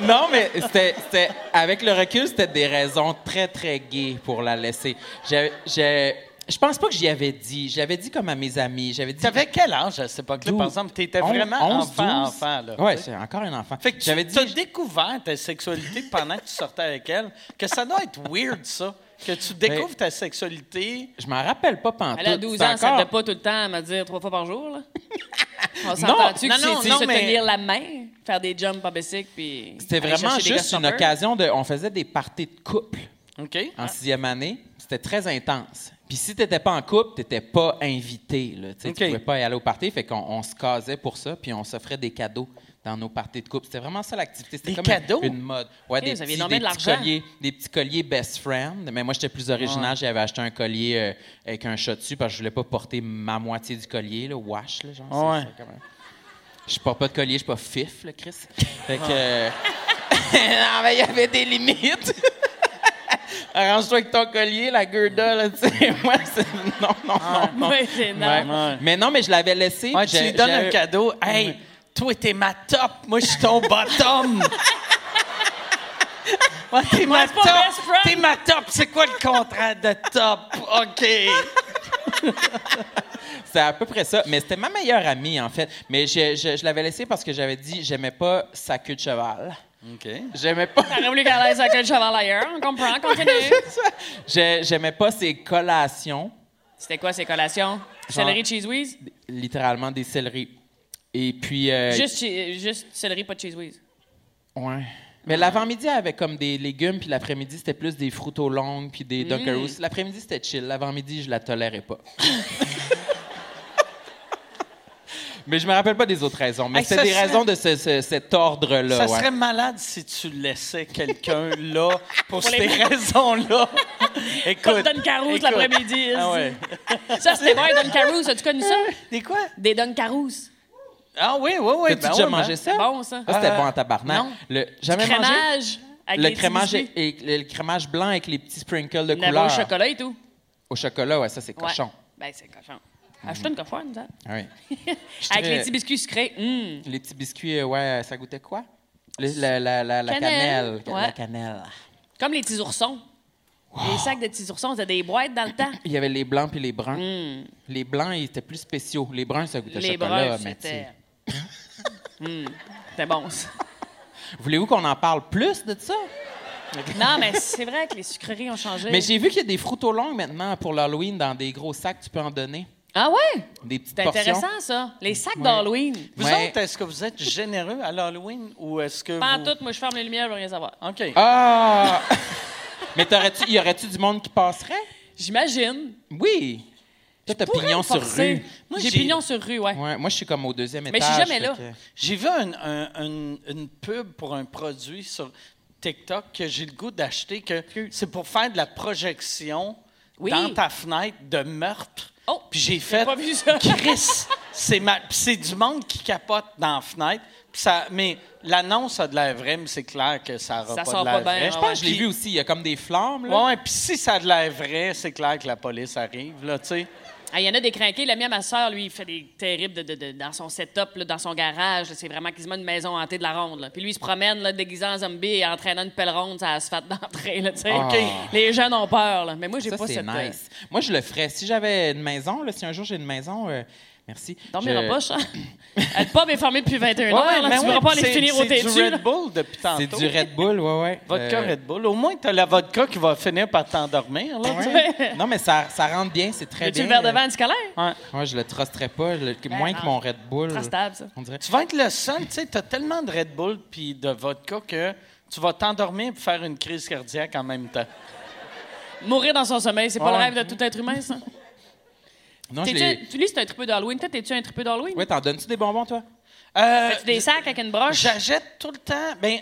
Speaker 6: Non, mais c'était, c'était- avec le recul, c'était des raisons très, très gays pour la laisser. Je, je, je pense pas que j'y avais dit. J'avais dit comme à mes amis. J'avais dit.
Speaker 1: t'avais quel âge à cette époque-là,
Speaker 6: Douze.
Speaker 1: par exemple? T'étais
Speaker 6: On-
Speaker 1: vraiment
Speaker 6: 11,
Speaker 1: enfant,
Speaker 6: 12.
Speaker 1: enfant, là.
Speaker 6: Ouais, c'est encore un enfant.
Speaker 1: Fait que tu
Speaker 6: j'avais
Speaker 1: as
Speaker 6: dit.
Speaker 1: découvert ta sexualité pendant que tu sortais avec elle, que ça doit être weird, ça, que tu découvres ta sexualité.
Speaker 6: Je m'en rappelle pas pantoute.
Speaker 5: Elle a 12
Speaker 6: C'est
Speaker 5: ans, ça ne
Speaker 6: encore-
Speaker 5: pas tout le temps à me dire trois fois par jour. Là. On s'entend-tu
Speaker 1: non,
Speaker 5: que c'est
Speaker 1: non,
Speaker 5: juste
Speaker 1: non,
Speaker 5: se
Speaker 1: mais-
Speaker 5: tenir la main, faire des jumps en bicycle, puis.
Speaker 6: C'était
Speaker 5: aller
Speaker 6: vraiment
Speaker 5: chercher des
Speaker 6: juste
Speaker 5: gars
Speaker 6: une
Speaker 5: surfeurs?
Speaker 6: occasion de. On faisait des parties de couple
Speaker 1: OK?
Speaker 6: en sixième année. C'était très intense. Puis si t'étais pas en couple, t'étais pas invité. Là, Tu sais, Tu
Speaker 1: OK.
Speaker 6: pouvais pas y aller au party. Fait qu'on on se casait pour ça, puis on s'offrait des cadeaux dans nos parties de couple. C'était vraiment ça l'activité. C'était
Speaker 1: Des
Speaker 6: comme
Speaker 1: cadeaux?
Speaker 6: Une, une mode. Ouais,
Speaker 5: Eh,
Speaker 6: des,
Speaker 5: vous aviez
Speaker 6: petits,
Speaker 5: nommé
Speaker 6: des
Speaker 5: de
Speaker 6: petits
Speaker 5: l'argent.
Speaker 6: colliers, des petits colliers best friend. Mais moi, j'étais plus original. J'avais acheté un collier euh, avec un chat dessus parce que je voulais pas porter ma moitié du collier, là, wash, là, genre. c'est-
Speaker 1: Ouais.
Speaker 6: c'est comme un- Je porte pas de collier, je suis pas fif, là, Chris. Fait que. euh, (laughs) non, mais Ah, ben, il y avait des limites. (laughs) Arrange-toi avec ton collier, la gueule-là, tu sais. (laughs) Moi, c'est. Non, non, non. non.
Speaker 5: Ouais, c'est
Speaker 6: Ouais.
Speaker 5: énorme.
Speaker 1: Ah. Ouais.
Speaker 6: Mais non, mais je l'avais laissé.
Speaker 1: Ouais, tu
Speaker 6: j'ai-
Speaker 1: lui donnes
Speaker 6: j'ai-
Speaker 1: un cadeau. Hey, toi, t'es ma top. Moi, je suis ton bottom. (laughs) Ouais, t'es ma
Speaker 5: c'est mon
Speaker 1: top.
Speaker 5: best friend.
Speaker 1: T'es ma top. C'est quoi le contrat de top? OK.
Speaker 6: C'est à peu près ça. Mais c'était ma meilleure amie, en fait. Mais je, je- je l'avais laissé parce que j'avais dit j'aimais pas sa queue de cheval.
Speaker 1: OK.
Speaker 6: J'aimais (laughs) pas.
Speaker 5: T'aurais voulu qu'elle aille sur le cheval ailleurs. On comprend, continue.
Speaker 6: J'ai- J'aimais pas ses collations,
Speaker 5: C'était quoi ces collations? Céleri, cheese whiz?
Speaker 6: littéralement des céleris. Et puis. euh,
Speaker 5: Juste, chi- juste céleri, pas de cheese whiz.
Speaker 6: Ouais. Mais l'avant-midi elle avait comme des légumes, puis l'après-midi c'était plus des fruits aux longues, puis
Speaker 5: Mm.
Speaker 6: des Dunkaroos.
Speaker 5: (laughs)
Speaker 6: L'après-midi c'était chill, l'avant-midi je la tolérais pas. Mais je me rappelle pas des autres raisons. Mais
Speaker 1: Hey,
Speaker 6: c'est
Speaker 1: ça
Speaker 6: des
Speaker 1: serait-
Speaker 6: raisons de ce- ce- cet ordre-là.
Speaker 1: Ça
Speaker 6: ouais.
Speaker 1: serait malade si tu laissais quelqu'un là pour,
Speaker 5: Pour les-
Speaker 1: ces raisons-là.
Speaker 5: Comme
Speaker 1: Écoute.
Speaker 5: Don Carouse
Speaker 1: écoute.
Speaker 5: l'après-midi.
Speaker 1: Ah ouais.
Speaker 5: Ça, c'était bon, Don Carouse. As-tu connu ça?
Speaker 1: Des quoi?
Speaker 5: Des Don Carouse.
Speaker 1: Ah oui, oui, oui.
Speaker 6: T'as-tu
Speaker 1: ben
Speaker 6: déjà
Speaker 1: oui,
Speaker 6: mangé
Speaker 1: ben.
Speaker 6: ça?
Speaker 5: hein? Bon, ça.
Speaker 6: Ah, c'était bon en tabarnak.
Speaker 1: non.
Speaker 6: Le, jamais mangé?
Speaker 5: Crémage. avec
Speaker 6: Le
Speaker 5: des
Speaker 6: crémage,
Speaker 5: petits biscuits.
Speaker 6: et- et- le crémage blanc avec les petits sprinkles de
Speaker 5: Le bon
Speaker 6: couleur.
Speaker 5: chocolat et tout.
Speaker 6: Au chocolat, ouais, ça, c'est
Speaker 5: Ouais.
Speaker 6: cochon.
Speaker 5: Ben, c'est cochon. Ajoute une cochonne, ça.
Speaker 6: Ah oui.
Speaker 5: Avec
Speaker 6: dirais-
Speaker 5: les petits biscuits sucrés. Hum.
Speaker 6: Les petits biscuits, euh, ouais, ça goûtait quoi? Le- la, la- la- la
Speaker 5: Cannelle.
Speaker 6: cannelle. La
Speaker 5: Ouais.
Speaker 6: cannelle.
Speaker 5: Comme les petits oursons. Les sacs de petits oursons, c'était des boîtes dans le temps. Hum.
Speaker 6: Il y avait les blancs puis les bruns. Les blancs, ils étaient plus spéciaux. Les bruns, ça goûtait
Speaker 5: Les
Speaker 6: chocolat,
Speaker 5: bruns,
Speaker 6: mais
Speaker 5: c'était. Hum, C'était bon, ça.
Speaker 6: tu- Voulez-vous qu'on en parle plus de ça?
Speaker 5: Non, mais c'est vrai que les sucreries ont changé.
Speaker 6: Mais j'ai vu qu'il y a des fruteaux longs maintenant pour l'Halloween dans des gros sacs, tu peux en donner.
Speaker 5: Ah ouais?
Speaker 6: Des petites
Speaker 5: C'est
Speaker 6: portions.
Speaker 5: intéressant, ça. Les sacs d'Halloween.
Speaker 1: Vous
Speaker 6: Ouais.
Speaker 1: autres, est-ce que vous êtes généreux à l'Halloween ou est-ce que.
Speaker 5: Pas en
Speaker 1: vous-
Speaker 5: tout, moi, je ferme les lumières, je veux rien savoir.
Speaker 1: OK.
Speaker 6: Ah! (laughs) mais t'aurais-tu- y aurait-tu du monde qui passerait?
Speaker 5: J'imagine.
Speaker 6: Oui. Toi, t'as
Speaker 5: Pourrais
Speaker 6: pignon
Speaker 5: me
Speaker 6: sur
Speaker 5: forcer.
Speaker 6: rue.
Speaker 5: Moi,
Speaker 1: Moi,
Speaker 5: j'ai
Speaker 1: j'ai-
Speaker 5: pignon sur rue, ouais.
Speaker 6: Ouais, moi, je suis comme au deuxième
Speaker 5: Mais je
Speaker 6: étage.
Speaker 5: suis jamais
Speaker 6: fait
Speaker 5: là. Ah
Speaker 6: que-
Speaker 1: J'ai vu un- un- un- une pub pour un produit sur TikTok que j'ai le goût d'acheter, que c'est pour faire de la projection
Speaker 5: Oui.
Speaker 1: dans ta fenêtre de meurtre.
Speaker 5: Oh,
Speaker 1: Puis j'ai fait,
Speaker 5: pas vu ça.
Speaker 1: Chris, c'est ma- puis c'est du monde qui capote dans la fenêtre. Puis ça, mais l'annonce a de l'air vraie, mais c'est clair que ça aura pas
Speaker 5: Ça sort
Speaker 1: de
Speaker 5: pas
Speaker 1: l'air
Speaker 5: bien,
Speaker 1: vrai.
Speaker 5: ouais.
Speaker 6: Je pense que je l'ai
Speaker 1: Puis-
Speaker 6: vu aussi. Il y a comme des flammes. Là.
Speaker 1: Ouais, ouais, puis si ça a de l'air vrai, c'est clair que la police arrive, là, tu sais.
Speaker 5: Ah, Il y en a des crinqués. La mienne, ma soeur, lui, il fait des terribles de, de- de- dans son setup, là, dans son garage. là. C'est vraiment quasiment une maison hantée de la ronde. là. Puis lui, il se promène là, déguisé en zombie et entraînant une pelle ronde sur l'asphalte d'entrée. Là, tu sais.
Speaker 6: Ah.
Speaker 5: Les jeunes ont peur. Là. Mais moi, j'ai
Speaker 6: Ça,
Speaker 5: pas
Speaker 6: c'est
Speaker 5: cette euh,
Speaker 6: nice. Moi, je le ferais. Si j'avais une maison, là, si un jour j'ai une maison, euh, merci.
Speaker 5: Dormir
Speaker 6: Je-
Speaker 5: en poche, hein? Elle pas bien fermée depuis 21 heures.
Speaker 1: Ouais,
Speaker 5: là,
Speaker 1: mais
Speaker 5: tu
Speaker 1: ouais,
Speaker 5: voudras pas aller
Speaker 1: c'est-
Speaker 5: finir au
Speaker 1: C'est
Speaker 5: têtu.
Speaker 1: du
Speaker 5: là.
Speaker 1: Red Bull depuis tantôt.
Speaker 6: C'est du Red Bull, ouais, ouais.
Speaker 1: Vodka
Speaker 6: Euh,
Speaker 1: Red Bull. Au moins, t'as la vodka qui va finir par t'endormir, là, tu sais.
Speaker 6: ouais. Non, mais ça, ça rentre bien, c'est très
Speaker 5: Veux-tu
Speaker 6: bien.
Speaker 5: le verre de
Speaker 6: euh,
Speaker 5: vin scolaire?
Speaker 6: Ouais, je le trusterais pas, je le- moins
Speaker 5: non.
Speaker 6: que mon Red Bull.
Speaker 1: Euh.
Speaker 5: Trustable, ça.
Speaker 6: On dirait.
Speaker 1: Tu vas être le seul, tu sais, t'as tellement de Red Bull puis de vodka que tu vas t'endormir et faire une crise cardiaque en même temps.
Speaker 5: Mourir dans son sommeil, c'est pas
Speaker 6: Ouais.
Speaker 5: le rêve de tout être humain, ça?
Speaker 6: Non, je
Speaker 5: T'es-tu-
Speaker 6: l'ai.
Speaker 5: tu, lui, c'est un tripeux d'Halloween. Toi, t'es-tu un tripeux d'Halloween?
Speaker 6: Ouais, t'en donnes-tu des bonbons, toi?
Speaker 1: Euh,
Speaker 5: Fais-tu des sacs avec une broche?
Speaker 1: J'achète tout le temps. Ben,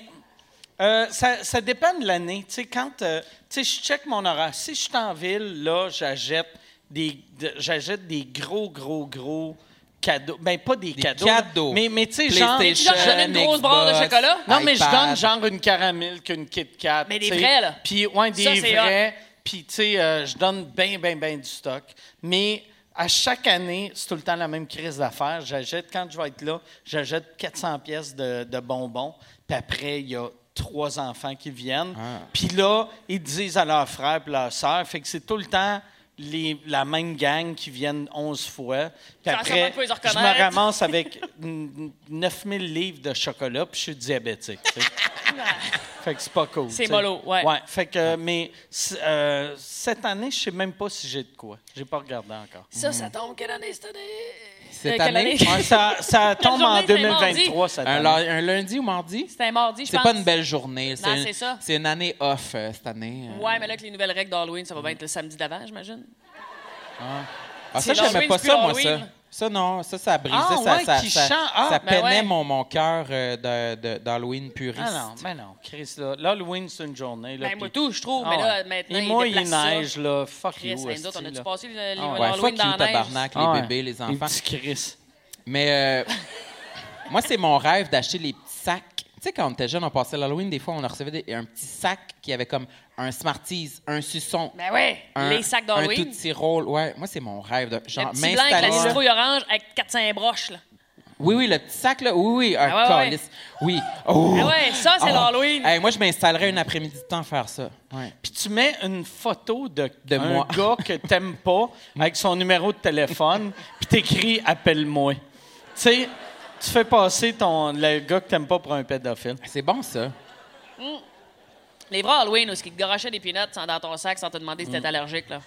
Speaker 1: euh, ça, ça dépend de l'année. Tu sais, quand euh, tu sais, je check mon horaire. Si je suis en ville, là, j'achète des, de- j'achète des gros, gros, gros cadeaux. Ben, pas des, cadeaux. là.
Speaker 6: cadeaux.
Speaker 1: Mais, mais tu sais, genre.
Speaker 6: PlayStation,
Speaker 5: T'es-tu genre donné une grosse barre de
Speaker 6: Xbox,
Speaker 5: chocolat?
Speaker 1: Non, mais je
Speaker 6: iPad.
Speaker 1: donne genre une caramel qu'une Kit Kat.
Speaker 5: Mais des
Speaker 1: tu sais.
Speaker 5: vrais, là.
Speaker 1: Puis, ouais, des
Speaker 5: Ça, c'est
Speaker 1: vrais. Puis, tu sais, euh, je donne bien, bien, bien du stock. Mais à chaque année, c'est tout le temps la même crise d'affaires. J'achète, quand je vais être là, j'achète 400 pièces de, de bonbons. Puis après, il y a trois enfants qui viennent. Puis là, ils disent à leur frère et leur sœur. Fait que c'est tout le temps... les- la même gang qui viennent 11 fois. Puis
Speaker 5: Faire semblant
Speaker 1: après,
Speaker 5: de pas les
Speaker 1: je me
Speaker 5: reconnaître.
Speaker 1: ramasse
Speaker 5: (laughs)
Speaker 1: avec n- n- 9000 livres de chocolat, puis je suis diabétique. tu
Speaker 5: (laughs)
Speaker 1: sais.
Speaker 5: Ah.
Speaker 1: Fait que c'est pas cool.
Speaker 5: C'est
Speaker 1: t'sais.
Speaker 5: mollo, ouais.
Speaker 1: Ouais, fait que, euh, mais c- euh, cette année, je sais même pas si j'ai de quoi. J'ai pas regardé
Speaker 5: (laughs)
Speaker 1: encore.
Speaker 5: Ça, ça tombe quelle année cette année?
Speaker 6: Cette
Speaker 5: Euh, quelle
Speaker 6: année?
Speaker 5: (laughs)
Speaker 1: Ouais, ça, ça
Speaker 5: Quelle
Speaker 1: tombe
Speaker 5: journée,
Speaker 1: en
Speaker 5: c'est
Speaker 1: 2023, cette
Speaker 6: Un,
Speaker 1: année.
Speaker 6: la- un lundi ou mardi?
Speaker 5: C'était un mardi, je
Speaker 6: C'est
Speaker 5: pense.
Speaker 6: pas une belle journée.
Speaker 5: Non,
Speaker 6: une-
Speaker 5: c'est ça.
Speaker 6: C'est une année off euh, cette année. euh.
Speaker 5: Ouais, mais là, avec les nouvelles règles d'Halloween, ça va bien être le samedi d'avant, j'imagine.
Speaker 6: Ah, ça,
Speaker 5: C'est
Speaker 6: j'aimais
Speaker 5: l'Halloween,
Speaker 6: pas
Speaker 5: c'est
Speaker 6: ça,
Speaker 5: plus
Speaker 6: moi,
Speaker 5: Halloween.
Speaker 6: ça. Ça, non, ça, ça brisait,
Speaker 1: Ah,
Speaker 6: ça,
Speaker 1: ouais,
Speaker 6: ça,
Speaker 1: qui
Speaker 6: ça,
Speaker 1: chante. Ah,
Speaker 6: ça
Speaker 5: ben
Speaker 6: peinait
Speaker 5: ouais.
Speaker 6: mon, mon cœur euh, de- de- d'Halloween puriste.
Speaker 1: Ah non, mais non, Chris, là, l'Halloween, c'est une journée. Là,
Speaker 5: Ben, moi,
Speaker 1: puis-
Speaker 5: tout, je trouve.
Speaker 1: Ah
Speaker 5: mais là,
Speaker 1: ouais.
Speaker 5: maintenant,
Speaker 1: il mouille, il
Speaker 5: déplacent ça.
Speaker 1: neige, là, fuck
Speaker 5: Chris,
Speaker 1: you,
Speaker 5: ben, nous autres, on
Speaker 1: hostie,
Speaker 5: a-tu
Speaker 1: là.
Speaker 5: passé le- les
Speaker 1: Ah ouais.
Speaker 6: Ouais, fuck
Speaker 5: Halloween dans
Speaker 6: you,
Speaker 5: la neige?
Speaker 6: tabarnak,
Speaker 1: Ah ouais.
Speaker 6: les bébés, les
Speaker 1: Les
Speaker 6: enfants.
Speaker 1: petits Chris.
Speaker 6: Mais euh, (laughs) moi, c'est mon rêve d'acheter les petits sacs. Tu sais, quand on était jeune, on passait l'Halloween, des fois, on recevait des- un petit sac qui avait comme un Smarties, un suçon.
Speaker 5: Ben ouais,
Speaker 6: un,
Speaker 5: les sacs
Speaker 6: Un
Speaker 5: d'Halloween.
Speaker 6: tout petit rôle. Ouais, moi, c'est mon rêve. De,
Speaker 5: Le
Speaker 6: genre,
Speaker 5: petit blanc avec la
Speaker 6: m'installer-
Speaker 5: citrouille orange avec 400 broches, là.
Speaker 6: Oui, oui, le petit sac, là. Oui, oui, un
Speaker 5: Ah ouais, ouais.
Speaker 6: calice. Oui. Oh!
Speaker 5: Ah ouais, ça, c'est
Speaker 6: Oh!
Speaker 5: l'Halloween.
Speaker 6: Hey, moi, je m'installerais une après-midi de temps à faire ça. Ouais.
Speaker 1: Puis tu mets une photo de,
Speaker 6: De
Speaker 1: un
Speaker 6: moi.
Speaker 1: gars que t'aimes pas avec son numéro de téléphone, puis t'écris appelle-moi. Tu sais, tu fais passer ton le gars que t'aimes pas pour un pédophile.
Speaker 6: C'est bon, ça.
Speaker 5: Les vrais Halloween, où ce qui te garochaient des peanuts sans- dans ton sac sans te demander si t'étais
Speaker 6: Mm.
Speaker 5: allergique, là.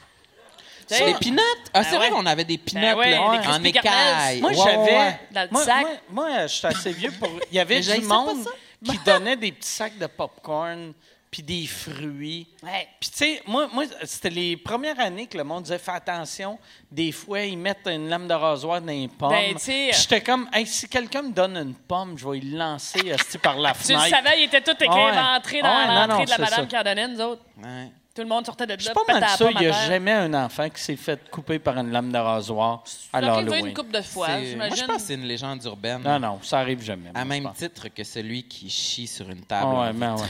Speaker 5: Tu sais,
Speaker 6: Des peanuts? Ah, c'est
Speaker 5: Ben
Speaker 6: vrai
Speaker 5: ouais.
Speaker 6: qu'on avait des peanuts,
Speaker 5: Ben ouais,
Speaker 6: là,
Speaker 5: des
Speaker 6: en
Speaker 5: Crispy
Speaker 6: écailles.
Speaker 5: Caramels.
Speaker 1: Moi,
Speaker 6: Ouais,
Speaker 1: j'avais.
Speaker 6: ouais.
Speaker 5: Dans le petit
Speaker 1: moi,
Speaker 5: sac.
Speaker 1: moi- moi, je suis assez vieux pour. Il y avait
Speaker 6: Mais j'haïssais
Speaker 1: du
Speaker 6: pas
Speaker 1: monde
Speaker 6: ça.
Speaker 1: qui donnait des petits sacs de popcorn, puis des fruits.
Speaker 5: Ouais.
Speaker 1: Puis, tu sais, moi, moi c'était les premières années que le monde disait fais attention. Des fois, ils mettent une lame de rasoir dans les pommes.
Speaker 5: Ben, tu sais-
Speaker 1: Puis J'étais comme Hey, si quelqu'un me donne une pomme, je vais lui lancer esti, par la
Speaker 5: (laughs) Tu le
Speaker 1: fenêtre.
Speaker 5: savais, il était tout écrit
Speaker 1: Ouais.
Speaker 5: inventé dans
Speaker 1: Ouais, non,
Speaker 5: l'entrée
Speaker 1: non,
Speaker 5: de la
Speaker 1: c'est
Speaker 5: madame
Speaker 1: ça.
Speaker 5: qui en donnait, nous autres.
Speaker 6: Ouais.
Speaker 5: Tout le monde sortait de là,
Speaker 1: Je suis pas
Speaker 5: pétait
Speaker 1: mal
Speaker 5: la
Speaker 1: sûr,
Speaker 5: pomme
Speaker 1: il
Speaker 5: à
Speaker 1: n'y a
Speaker 5: terre.
Speaker 1: jamais un enfant qui s'est fait couper par une lame de rasoir à
Speaker 5: Ça arrive une
Speaker 1: l'Halloween.
Speaker 5: couple de fois,
Speaker 6: C'est- Moi, je
Speaker 5: j'imagine.
Speaker 6: pense que c'est une légende urbaine.
Speaker 1: Non, non, ça arrive jamais. moi,
Speaker 6: À
Speaker 1: je
Speaker 6: même
Speaker 1: pense.
Speaker 6: titre que celui qui chie sur une
Speaker 1: Ah
Speaker 6: table.
Speaker 1: ouais, mais ouais.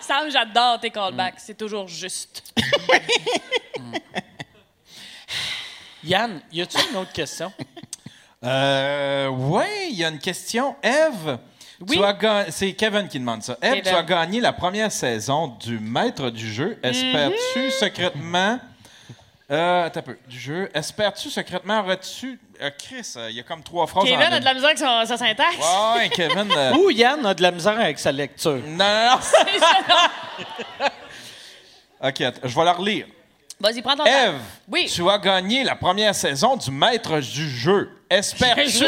Speaker 5: Sam, j'adore tes
Speaker 1: Mm.
Speaker 5: callbacks. C'est toujours juste.
Speaker 1: Yann, y a-tu une autre question? (laughs)
Speaker 3: Euh, oui, il y a une question. Eve, tu as ga- c'est Kevin qui demande ça. Eve,
Speaker 5: Kevin. Mhm.
Speaker 3: tu as gagné la première saison du maître du jeu. Espères-tu secrètement. Euh, attends un peu, du jeu. Espères-tu secrètement aurais-tu. Euh, Chris, euh, il y a comme trois phrases
Speaker 5: Kevin
Speaker 3: en
Speaker 5: a de la misère avec son, sa syntaxe.
Speaker 3: Ouais, ouais, Kevin. euh,
Speaker 1: Ou Yann a de la misère avec sa lecture.
Speaker 3: non, non, non.
Speaker 5: (laughs) C'est ça, non?
Speaker 3: OK, attends, je vais la relire.
Speaker 5: Vas-y, prends ton
Speaker 3: Eve,
Speaker 5: temps. Oui.
Speaker 3: tu as gagné la première saison du maître du jeu. Espères-tu.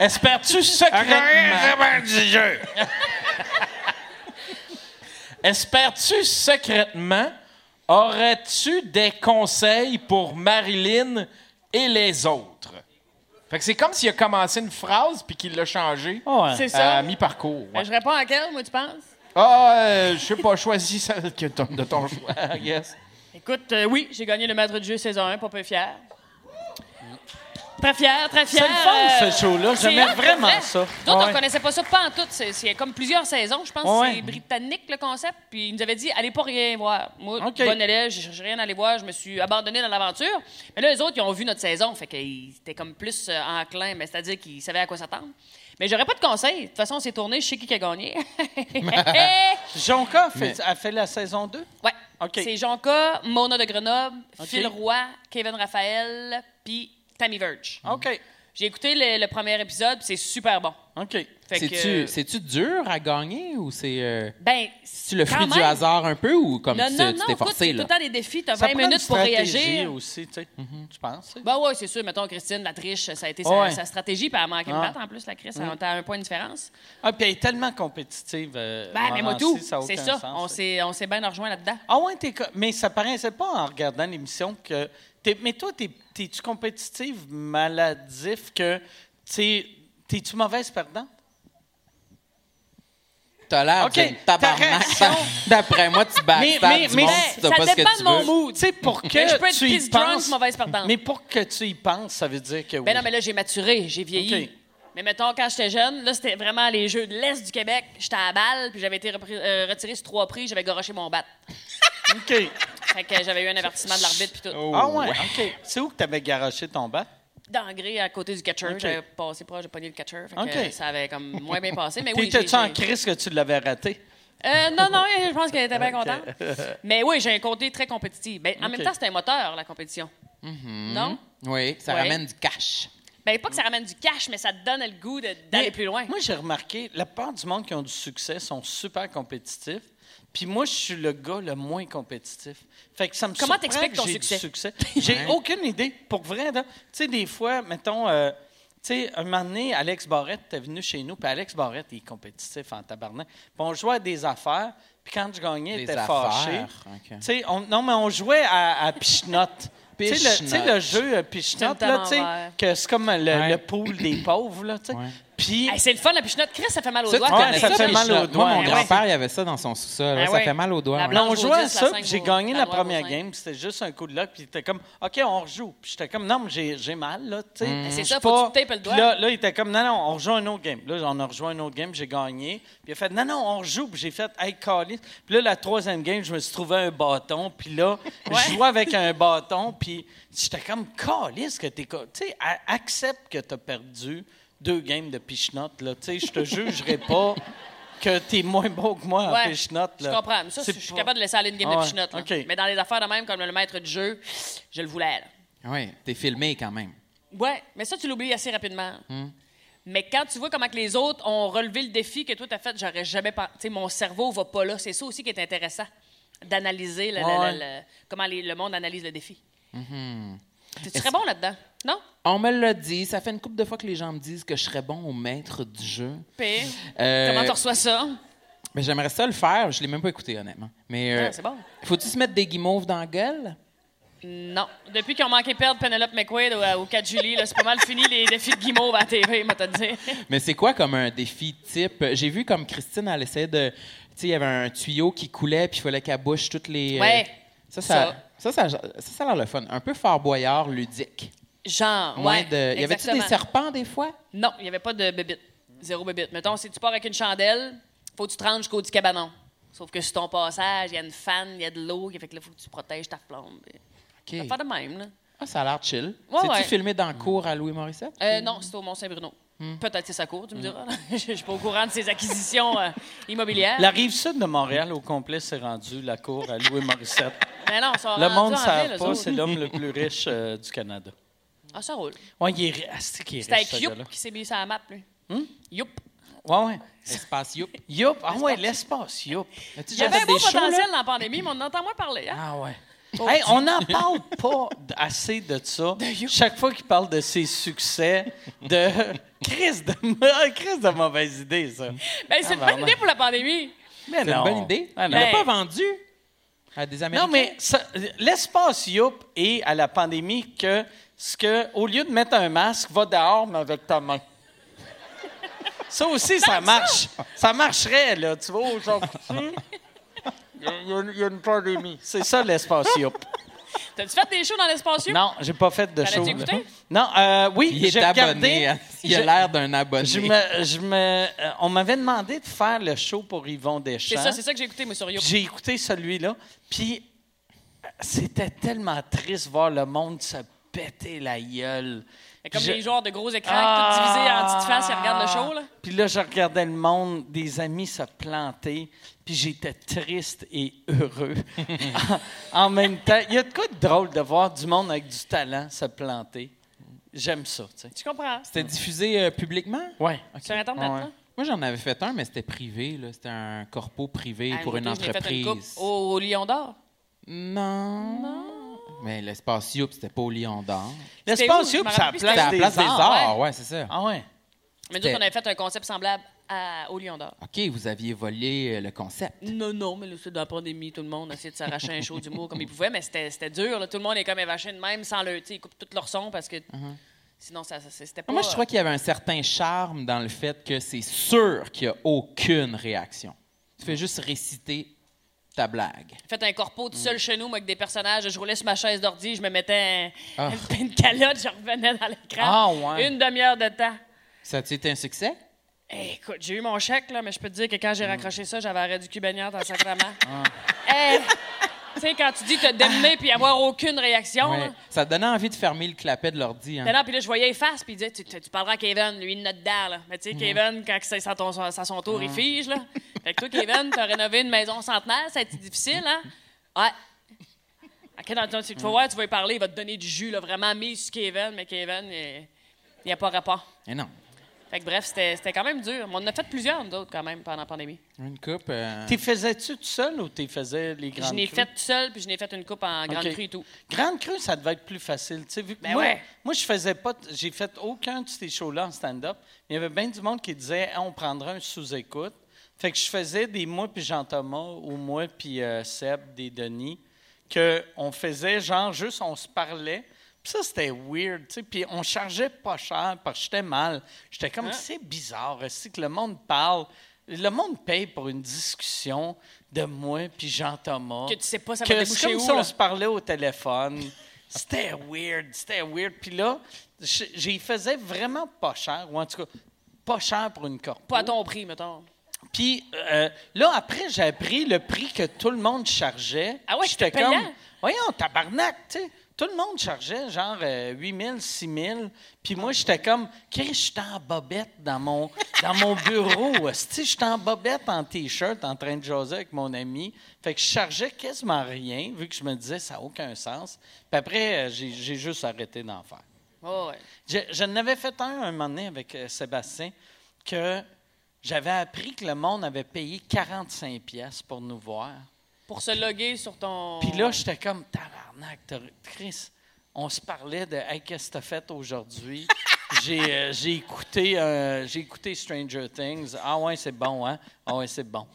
Speaker 3: Espères-tu secrètement. (laughs) Espères-tu secrètement. Aurais-tu des conseils pour Marilyn et les autres? Fait que c'est comme s'il a commencé une phrase puis qu'il l'a changée
Speaker 5: C'est Oh, ça.
Speaker 1: Euh,
Speaker 3: à mi-parcours.
Speaker 5: Ben,
Speaker 3: ouais.
Speaker 5: je réponds à quel, moi, tu penses?
Speaker 3: Ah, euh, je sais pas, choisis celle que ton- de ton choix, I guess.
Speaker 5: Écoute, euh, oui, j'ai gagné le maître de jeu saison 1, pas peu fier. Très fier, très fier.
Speaker 1: C'est le fun,
Speaker 5: euh,
Speaker 1: ce show-là.
Speaker 5: c'est
Speaker 1: J'aimais
Speaker 5: hot,
Speaker 1: vraiment
Speaker 5: vrai.
Speaker 1: ça.
Speaker 5: D'autres, on
Speaker 1: Ouais.
Speaker 5: connaissait pas ça pas en tout. C'est, c'est comme plusieurs saisons. Je pense
Speaker 1: Ouais.
Speaker 5: que c'est britannique, le concept. Puis ils nous avaient dit, allez pas rien voir. Moi,
Speaker 1: OK.
Speaker 5: bon élève, je cherchais rien à aller voir. Je me suis abandonné dans l'aventure. Mais là, les autres, ils ont vu notre saison. Fait qu'ils étaient comme plus euh, enclins. Mais c'est-à-dire qu'ils savaient à quoi s'attendre. Mais j'aurais pas de conseils. De toute façon, c'est tourné. Je sais qui qui
Speaker 1: (laughs)
Speaker 5: a gagné. (laughs)
Speaker 1: Jonca fait- a fait la saison 2?
Speaker 5: Ouais.
Speaker 1: OK.
Speaker 5: C'est Jonca, Mona de Grenoble,
Speaker 1: OK.
Speaker 5: Phil Roy, Kevin Raphaël, puis Tammy Verge.
Speaker 6: Mm.
Speaker 1: OK.
Speaker 5: J'ai écouté le, le premier épisode, puis c'est super bon.
Speaker 1: OK.
Speaker 5: Fait que,
Speaker 6: C'est-tu c'est-tu dur à gagner ou c'est euh,
Speaker 5: ben,
Speaker 6: c'est-tu le
Speaker 5: quand
Speaker 6: fruit du
Speaker 5: même.
Speaker 6: hasard un peu ou comme
Speaker 5: Non,
Speaker 6: tu
Speaker 5: non,
Speaker 6: t'es- tu
Speaker 5: non,
Speaker 6: t'es
Speaker 5: écoute,
Speaker 6: forcé
Speaker 5: c'est tout
Speaker 6: là?
Speaker 5: le temps des défis. T'as
Speaker 1: Ça
Speaker 5: 20
Speaker 1: prend une
Speaker 5: minutes pour
Speaker 1: stratégie
Speaker 5: réagir.
Speaker 1: aussi, tu sais. Tu penses?
Speaker 5: Ben ouais, c'est sûr. Mettons, Christine, la triche, ça a été
Speaker 1: Ouais.
Speaker 5: sa, sa stratégie, puis elle a manqué une
Speaker 1: Ouais.
Speaker 5: patte en plus, la Chris. Elle était à un point de différence.
Speaker 1: Ah, puis elle est tellement compétitive. euh,
Speaker 5: Ben, mais moi,
Speaker 1: Morancy,
Speaker 5: tout.
Speaker 1: a
Speaker 5: C'est
Speaker 1: aucun
Speaker 5: ça.
Speaker 1: sens,
Speaker 5: On
Speaker 1: tu sais.
Speaker 5: s'est on s'est bien rejoints là-dedans.
Speaker 1: Ah ouais, t'es co- mais ça paraissait pas en regardant l'émission que... t'es- Mais toi, t'es- t'es-tu compétitive, maladif, que... tu sais, T'es-tu mauvaise perdante?
Speaker 6: T'as l'air
Speaker 1: OK,
Speaker 6: d'une
Speaker 1: ta
Speaker 6: tabarnak.
Speaker 1: réaction-
Speaker 6: (laughs) D'après moi, tu bats
Speaker 1: Mais- mais-
Speaker 6: du
Speaker 1: mais-
Speaker 6: monde
Speaker 1: Ben,
Speaker 6: si t'as
Speaker 5: ça
Speaker 6: pas ce que
Speaker 5: dépend
Speaker 6: tu
Speaker 5: de mon
Speaker 6: veux.
Speaker 5: mood.
Speaker 1: Tu sais,
Speaker 5: (laughs)
Speaker 1: pour que
Speaker 5: Mais Euh, je peux être
Speaker 1: tu y
Speaker 5: piss drunk,
Speaker 1: penses-
Speaker 5: mauvaise perdante.
Speaker 1: Mais pour que tu y penses, ça veut dire que oui.
Speaker 5: Ben non, mais là, j'ai maturé, j'ai vieilli.
Speaker 1: OK.
Speaker 5: Mais mettons, quand j'étais jeune, là, c'était vraiment les Jeux de l'Est du Québec. J'étais à la balle, puis j'avais été repris- euh, retiré sur trois prix, j'avais garoché mon bat.
Speaker 1: OK.
Speaker 5: Fait que j'avais eu un avertissement de l'arbitre, puis tout.
Speaker 1: Ah ouais, OK. C'est où que t'avais garoché ton bat?
Speaker 5: D'engrais à côté du catcher,
Speaker 1: OK.
Speaker 5: j'avais passé proche, j'ai pogné le catcher. Fait que
Speaker 1: OK.
Speaker 5: euh, ça avait comme moins bien passé. Mais
Speaker 1: (laughs)
Speaker 5: oui,
Speaker 1: T'étais-tu
Speaker 5: j'ai-
Speaker 1: en
Speaker 5: j'ai-
Speaker 1: crise que tu l'avais raté?
Speaker 5: Euh, non, non, je pense qu'elle était
Speaker 1: (laughs)
Speaker 5: bien contente. Mais oui, j'ai un côté très compétitif. Ben, en
Speaker 1: OK. Mm-hmm.
Speaker 5: même temps, c'est un moteur, la compétition. Non?
Speaker 6: Hmm? Oui, ça
Speaker 5: Ouais.
Speaker 6: ramène du cash.
Speaker 5: Ben, pas que ça ramène du cash, mais ça te donne le goût de- d'aller
Speaker 1: Mais
Speaker 5: plus loin.
Speaker 1: Moi, j'ai remarqué, la part du monde qui ont du succès sont super compétitifs. Puis moi, je suis le gars le moins compétitif. Fait que ça me
Speaker 5: Comment
Speaker 1: surprend
Speaker 5: t'expliques
Speaker 1: que
Speaker 5: ton
Speaker 1: j'ai
Speaker 5: succès?
Speaker 1: du
Speaker 5: (laughs)
Speaker 1: succès. J'ai aucune idée. Pour vrai, là, tu sais, des fois, mettons, euh, tu sais, un moment donné, Alex Barrette était venu chez nous, puis Alex Barrette, il est compétitif en tabarnak. Puis on jouait à des affaires, puis quand je gagnais, il
Speaker 6: Des
Speaker 1: était fâché.
Speaker 6: affaires, ok.
Speaker 1: Tu sais, on- non, mais on jouait à, à pichenotte. Tu sais, le- tu sais, le,
Speaker 6: Pichenotte.
Speaker 1: jeu euh,
Speaker 5: C'est
Speaker 1: pichenotte,
Speaker 5: le
Speaker 1: là,
Speaker 5: temps
Speaker 1: tu sais,
Speaker 5: envers.
Speaker 1: que c'est comme le,
Speaker 6: Ouais.
Speaker 1: le pool des pauvres, là, tu sais.
Speaker 6: Ouais.
Speaker 1: Puis,
Speaker 5: Hey, c'est le fun, la pichenote. Chris, ça fait mal aux
Speaker 6: Ça,
Speaker 5: doigts.
Speaker 6: tu
Speaker 1: Ouais,
Speaker 6: connais
Speaker 1: ça fait
Speaker 6: les
Speaker 1: mal aux
Speaker 6: chenottes.
Speaker 1: doigts,
Speaker 6: Moi, mon
Speaker 1: ouais.
Speaker 6: grand-père, il avait ça dans son sous-sol.
Speaker 5: Ben
Speaker 6: ouais,
Speaker 5: ouais.
Speaker 6: Ça fait mal aux
Speaker 5: La
Speaker 6: doigts. ouais.
Speaker 5: blanche-
Speaker 1: on
Speaker 5: Vaudis,
Speaker 1: jouait à
Speaker 5: la
Speaker 1: ça,
Speaker 5: cinq
Speaker 1: puis j'ai
Speaker 5: vaut-
Speaker 1: gagné
Speaker 5: la
Speaker 1: la
Speaker 5: loi
Speaker 1: première
Speaker 5: vaut cinq.
Speaker 1: game, puis c'était juste un coup de luck, puis était comme, OK, on rejoue. Puis j'étais comme, non, mais j'ai j'ai mal, là, tu sais.
Speaker 5: Ben, c'est
Speaker 1: Je suis
Speaker 5: ça, faut
Speaker 1: pas-
Speaker 5: que tu tapes le doigt.
Speaker 1: Puis Là, là, il était comme, non, non, on rejoue un autre game. Là, on a rejoint un autre game, j'ai gagné. Puis il a fait, non, non, on rejoue, puis j'ai fait, hey, Carlis. Puis là, la troisième game, je me suis trouvé un bâton, puis là, je jouais avec un bâton, puis j'étais comme, Carlis, que t'es. co- Tu sais, a- accepte que t'as perdu deux games de pichenotte, là, tu sais, je te (laughs) jugerai pas. Que t'es moins bon que moi en
Speaker 5: Ouais,
Speaker 1: pichenotte.
Speaker 5: Je
Speaker 1: là.
Speaker 5: comprends. Mais ça,
Speaker 1: C'est
Speaker 5: je suis
Speaker 1: pas-
Speaker 5: capable de laisser aller une game
Speaker 1: Ah
Speaker 5: de
Speaker 1: ouais,
Speaker 5: pichenote. là.
Speaker 1: OK.
Speaker 5: Mais dans les affaires de même, comme le maître du jeu, je le voulais. là.
Speaker 6: Oui, t'es filmé quand même.
Speaker 5: Ouais, mais ça, tu l'oublies assez rapidement.
Speaker 1: Hmm.
Speaker 5: Mais quand tu vois comment que les autres ont relevé le défi que toi, t'as fait, j'aurais jamais pensé. Tu sais, mon cerveau va pas là. C'est ça aussi qui est intéressant, d'analyser le- le-
Speaker 1: Ouais. Hmm.
Speaker 5: le- le- comment les- le monde analyse le défi. Tu serais bon là-dedans, non?
Speaker 6: On me l'a dit, ça fait une couple de fois que les gens me disent que je serais bon au maître du jeu.
Speaker 5: P.
Speaker 6: Euh,
Speaker 5: Comment tu reçois ça?
Speaker 6: Mais j'aimerais ça le faire. Je l'ai même pas écouté, honnêtement. Mais euh,
Speaker 5: Ah, c'est bon.
Speaker 6: faut-tu se mettre des guimauves dans la gueule?
Speaker 5: Non. Depuis qu'ils ont manqué perdre Penelope McQuaid au, au 4 juillet, là, c'est pas mal fini les défis de Guimauve à la TV, moi, te le dire.
Speaker 6: Mais c'est quoi comme un défi type? J'ai vu comme Christine, elle essayait de. Tu sais, il y avait un tuyau qui coulait, puis il fallait qu'elle bouche toutes les. euh,
Speaker 5: Ouais.
Speaker 6: Ça, ça, ça, ça, ça, ça a l'air le fun. Un peu fort boyard ludique.
Speaker 5: Genre,
Speaker 6: Moins
Speaker 5: ouais.
Speaker 6: de. Y avait-tu des
Speaker 5: exactement.
Speaker 6: serpents des fois?
Speaker 5: Non, il n'y avait pas de bébite. Zéro bébite. Mettons, si tu pars avec une chandelle, faut que tu te rendes jusqu'au du cabanon. Sauf que sur ton passage, il y a une fan, il y a de l'eau, fait que là, faut que tu protèges ta flamme.
Speaker 6: OK.
Speaker 5: Pas de même, là.
Speaker 6: Ah, ça a l'air chill.
Speaker 5: Ouais,
Speaker 6: C'est-tu
Speaker 5: ouais.
Speaker 6: filmé dans le cours à Louis Morissette?
Speaker 5: Euh, non, c'est au Mont-Saint-Bruno.
Speaker 6: Hmm.
Speaker 5: Peut-être c'est sa cour, tu me diras. là. (laughs) Je suis pas au courant de ses acquisitions
Speaker 6: (laughs)
Speaker 5: euh, immobilières.
Speaker 1: La rive sud de Montréal au complet s'est rendue la cour à Louis
Speaker 5: (laughs)
Speaker 1: Morissette.
Speaker 5: Mais non, ils sont
Speaker 1: Le
Speaker 5: rendus
Speaker 1: monde ne
Speaker 5: en ville,
Speaker 1: savent
Speaker 5: eux
Speaker 1: pas,
Speaker 5: autres.
Speaker 1: c'est l'homme le plus riche euh, du Canada.
Speaker 5: Ah, ça roule.
Speaker 1: Oui, il est, ri- asti qu'il est
Speaker 5: C'était
Speaker 1: riche,
Speaker 5: avec
Speaker 1: ce
Speaker 5: Youp
Speaker 1: gars-là.
Speaker 5: qui s'est mis sur la map, lui.
Speaker 6: Hmm?
Speaker 5: Youp.
Speaker 1: Ouais, ouais.
Speaker 6: Espace
Speaker 5: (laughs)
Speaker 6: Youp.
Speaker 1: Youp. Ah ouais, l'espace, youp.
Speaker 6: As-tu
Speaker 5: Il y
Speaker 6: déjà
Speaker 5: avait un
Speaker 6: fait
Speaker 5: beau
Speaker 6: des shows, là?
Speaker 5: potentiel dans la pandémie, mais on en entend moins parler. hein?
Speaker 1: Ah ouais. Hey, on n'en parle pas d- assez de ça. Chaque fois qu'il parle de ses succès, de (laughs) crise de, crise de (laughs) mauvaise idée, ça.
Speaker 5: Ben, c'est une bonne idée pour la pandémie.
Speaker 1: Mais
Speaker 6: C'est une
Speaker 1: non.
Speaker 6: bonne idée.
Speaker 1: Ah
Speaker 6: Elle
Speaker 1: non.
Speaker 6: Ah, l'a
Speaker 5: Ben-
Speaker 6: pas vendu à des Américains.
Speaker 1: Non, mais ça- l'espace Youp est à la pandémie que ce que, au lieu de mettre un masque, va dehors, mais avec ta main. Ça aussi, ça marche. Ça marcherait, là. Tu vois, aujourd'hui, il y a- il y, a une- il y a une pandémie. C'est ça, l'espace Youp.
Speaker 5: T'as-tu fait des shows dans l'espace Youp?
Speaker 1: Non, j'ai pas fait de
Speaker 5: T'en
Speaker 1: show.
Speaker 5: as-tu écouté?
Speaker 1: Non, euh, oui,
Speaker 6: Il est
Speaker 1: j'ai regardé.
Speaker 6: abonné. hein. Il a
Speaker 1: Je-
Speaker 6: l'air d'un abonné.
Speaker 1: je me- je me- euh, on m'avait demandé de faire le show pour Yvon Deschamps.
Speaker 5: C'est
Speaker 6: Hein?
Speaker 5: ça, c'est ça que j'ai écouté, moi, sur Youp.
Speaker 1: Puis J'ai écouté celui-là, puis euh, c'était tellement triste voir le monde se péter la gueule.
Speaker 5: Mais Comme
Speaker 1: Je-
Speaker 5: les joueurs de gros écrans, tout divisé en
Speaker 6: Ah!
Speaker 5: petites faces, ils regardent le show, là.
Speaker 1: Puis là, je regardais le monde, des amis se planter, puis j'étais triste et (laughs) heureux. en, en même temps, il y a de quoi de drôle de voir du monde avec du talent se planter. J'aime ça, tu sais.
Speaker 5: Tu comprends?
Speaker 6: C'était diffusé euh, publiquement?
Speaker 1: Ouais.
Speaker 5: Sur Internet,
Speaker 1: Ouais.
Speaker 5: là.
Speaker 6: Moi, j'en avais fait un, mais c'était privé. là. C'était un corpo privé
Speaker 5: Ah,
Speaker 6: pour une
Speaker 5: moi, je l'ai fait
Speaker 6: entreprise.
Speaker 5: coupe au, au Lion d'Or.
Speaker 6: Non. Mais l'espace Youp, c'était pas au Lion d'Or.
Speaker 5: Ah,
Speaker 1: L'espace
Speaker 5: où? Je
Speaker 1: Youp,
Speaker 5: me
Speaker 1: c'est à la
Speaker 5: rappelle plus,
Speaker 1: place,
Speaker 6: C'était à la
Speaker 1: des,
Speaker 6: place des
Speaker 1: arts.
Speaker 6: arts, ouais, c'est ça.
Speaker 1: Ah ouais.
Speaker 5: Mais nous, autres,
Speaker 6: C'était-
Speaker 5: on avait fait un concept semblable à- au Lion d'Or.
Speaker 6: OK, vous aviez volé euh, le concept.
Speaker 5: Non, non, mais là, c'est dans la pandémie, tout le monde essayait de s'arracher un show d'humour comme il pouvait, mais c'était c'était dur. là. Tout le monde est comme évaché de même, sans le. tu sais, Ils coupent tout leur son parce que sinon, ça, ça- c'était pas.
Speaker 6: Uh-huh. Moi, je trouvais qu'il y avait un certain charme dans le fait que c'est sûr qu'il n'y a aucune réaction. Tu fais juste réciter ta blague.
Speaker 5: euh, fait un corpo
Speaker 6: Mm.
Speaker 5: tout seul chez nous, moi, avec des personnages. Je roulais sur ma chaise d'ordi, je me mettais un-
Speaker 6: Ah.
Speaker 5: (laughs) une, une calotte, je revenais dans l'écran.
Speaker 1: Ah, ouais.
Speaker 5: Une demi-heure de temps.
Speaker 6: Ça a-tu été un succès?
Speaker 5: Hey, Eh, écoute, j'ai eu mon chèque, là, mais je peux te dire que quand j'ai raccroché ça, j'avais arrêt du cul baignant dans sacrement. Hey, tu sais, quand tu dis te démener puis avoir aucune réaction,
Speaker 6: Ouais.
Speaker 5: là.
Speaker 6: Ça te donnait envie de fermer le clapet de l'ordi. hein?
Speaker 5: Mais non, puis là, je voyais les faces, puis il disait, tu, tu- tu parleras à Kevin, lui, il note dedans, là. Mais tu sais, Kevin, quand c'est à, ton- à son tour, il fige, là. Fait que toi, Kevin, t'as rénové une maison centenaire, ça a été difficile, hein? Ouais. OK, dans le temps, tu tu vas voir, tu vas y parler, il va te donner du jus, là, vraiment mis sur Kevin, mais Kevin, il n'y a pas rapport.
Speaker 6: Mais Eh non.
Speaker 5: Fait que bref, c'était c'était quand même dur. Mais on en a fait plusieurs, nous autres, quand même, pendant la pandémie.
Speaker 6: Une coupe. euh,
Speaker 1: T'y faisais-tu tout seul ou t'y faisais les grandes
Speaker 5: Je n'ai
Speaker 1: crues?
Speaker 5: fait tout seul, puis je n'ai fait une coupe en grande
Speaker 1: Ok.
Speaker 5: crue et tout.
Speaker 1: Grande crue, ça devait être plus facile. tu sais, vu que
Speaker 5: Ben
Speaker 1: moi,
Speaker 5: ouais.
Speaker 1: moi, je faisais pas. t- J'ai fait aucun de ces shows-là en stand-up. mais Il y avait bien du monde qui disait Ah, on prendra un sous-écoute. Fait que je faisais des moi puis Jean-Thomas ou moi puis euh, Seb, des Denis, que on faisait genre juste on se parlait. Puis ça, c'était weird. tu sais, Puis on chargeait pas cher parce que j'étais mal. J'étais comme
Speaker 5: Hein?
Speaker 1: c'est bizarre aussi que le monde parle. Le monde paye pour une discussion de moi puis Jean-Thomas.
Speaker 5: Que tu sais pas ça va
Speaker 1: Que
Speaker 5: déboucher
Speaker 1: c'est comme
Speaker 5: où,
Speaker 1: si
Speaker 5: là.
Speaker 1: on se parlait au téléphone. C'était weird, c'était weird. Puis là, je- j'y faisais vraiment pas cher, ou en tout cas, pas cher pour une corpo.
Speaker 5: Pas à ton prix, mettons.
Speaker 1: Puis euh, là, après, j'ai appris le prix que tout le monde chargeait.
Speaker 5: Ah ouais,
Speaker 1: j'étais
Speaker 5: c'était payant?
Speaker 1: comme, voyons, tabarnak, tu sais. Tout le monde chargeait genre euh, 8 000, 6 000. Puis moi, j'étais comme, Chris, j'étais en bobette dans mon, dans mon bureau. (laughs) Je j'étais en bobette en T-shirt en train de jaser avec mon ami. Fait que je chargeais quasiment rien, vu que je me disais, ça n'a aucun sens. Puis après, euh, j'ai j'ai juste arrêté d'en faire.
Speaker 5: Oh, ouais.
Speaker 1: Je, je n'avais fait un un moment donné avec euh, Sébastien que j'avais appris que le monde avait payé 45 pièces pour nous voir.
Speaker 5: Pour se loguer sur ton.
Speaker 1: Puis
Speaker 6: Oh.
Speaker 1: là, j'étais comme tabarnak, t'as- Chris. On se parlait de hey, qu'est-ce que t'as fait
Speaker 6: (laughs)
Speaker 1: aujourd'hui. j'ai, euh,
Speaker 6: (laughs)
Speaker 1: j'ai écouté euh, j'ai écouté Stranger Things. Ah ouais, c'est bon hein. Ah ouais, c'est bon.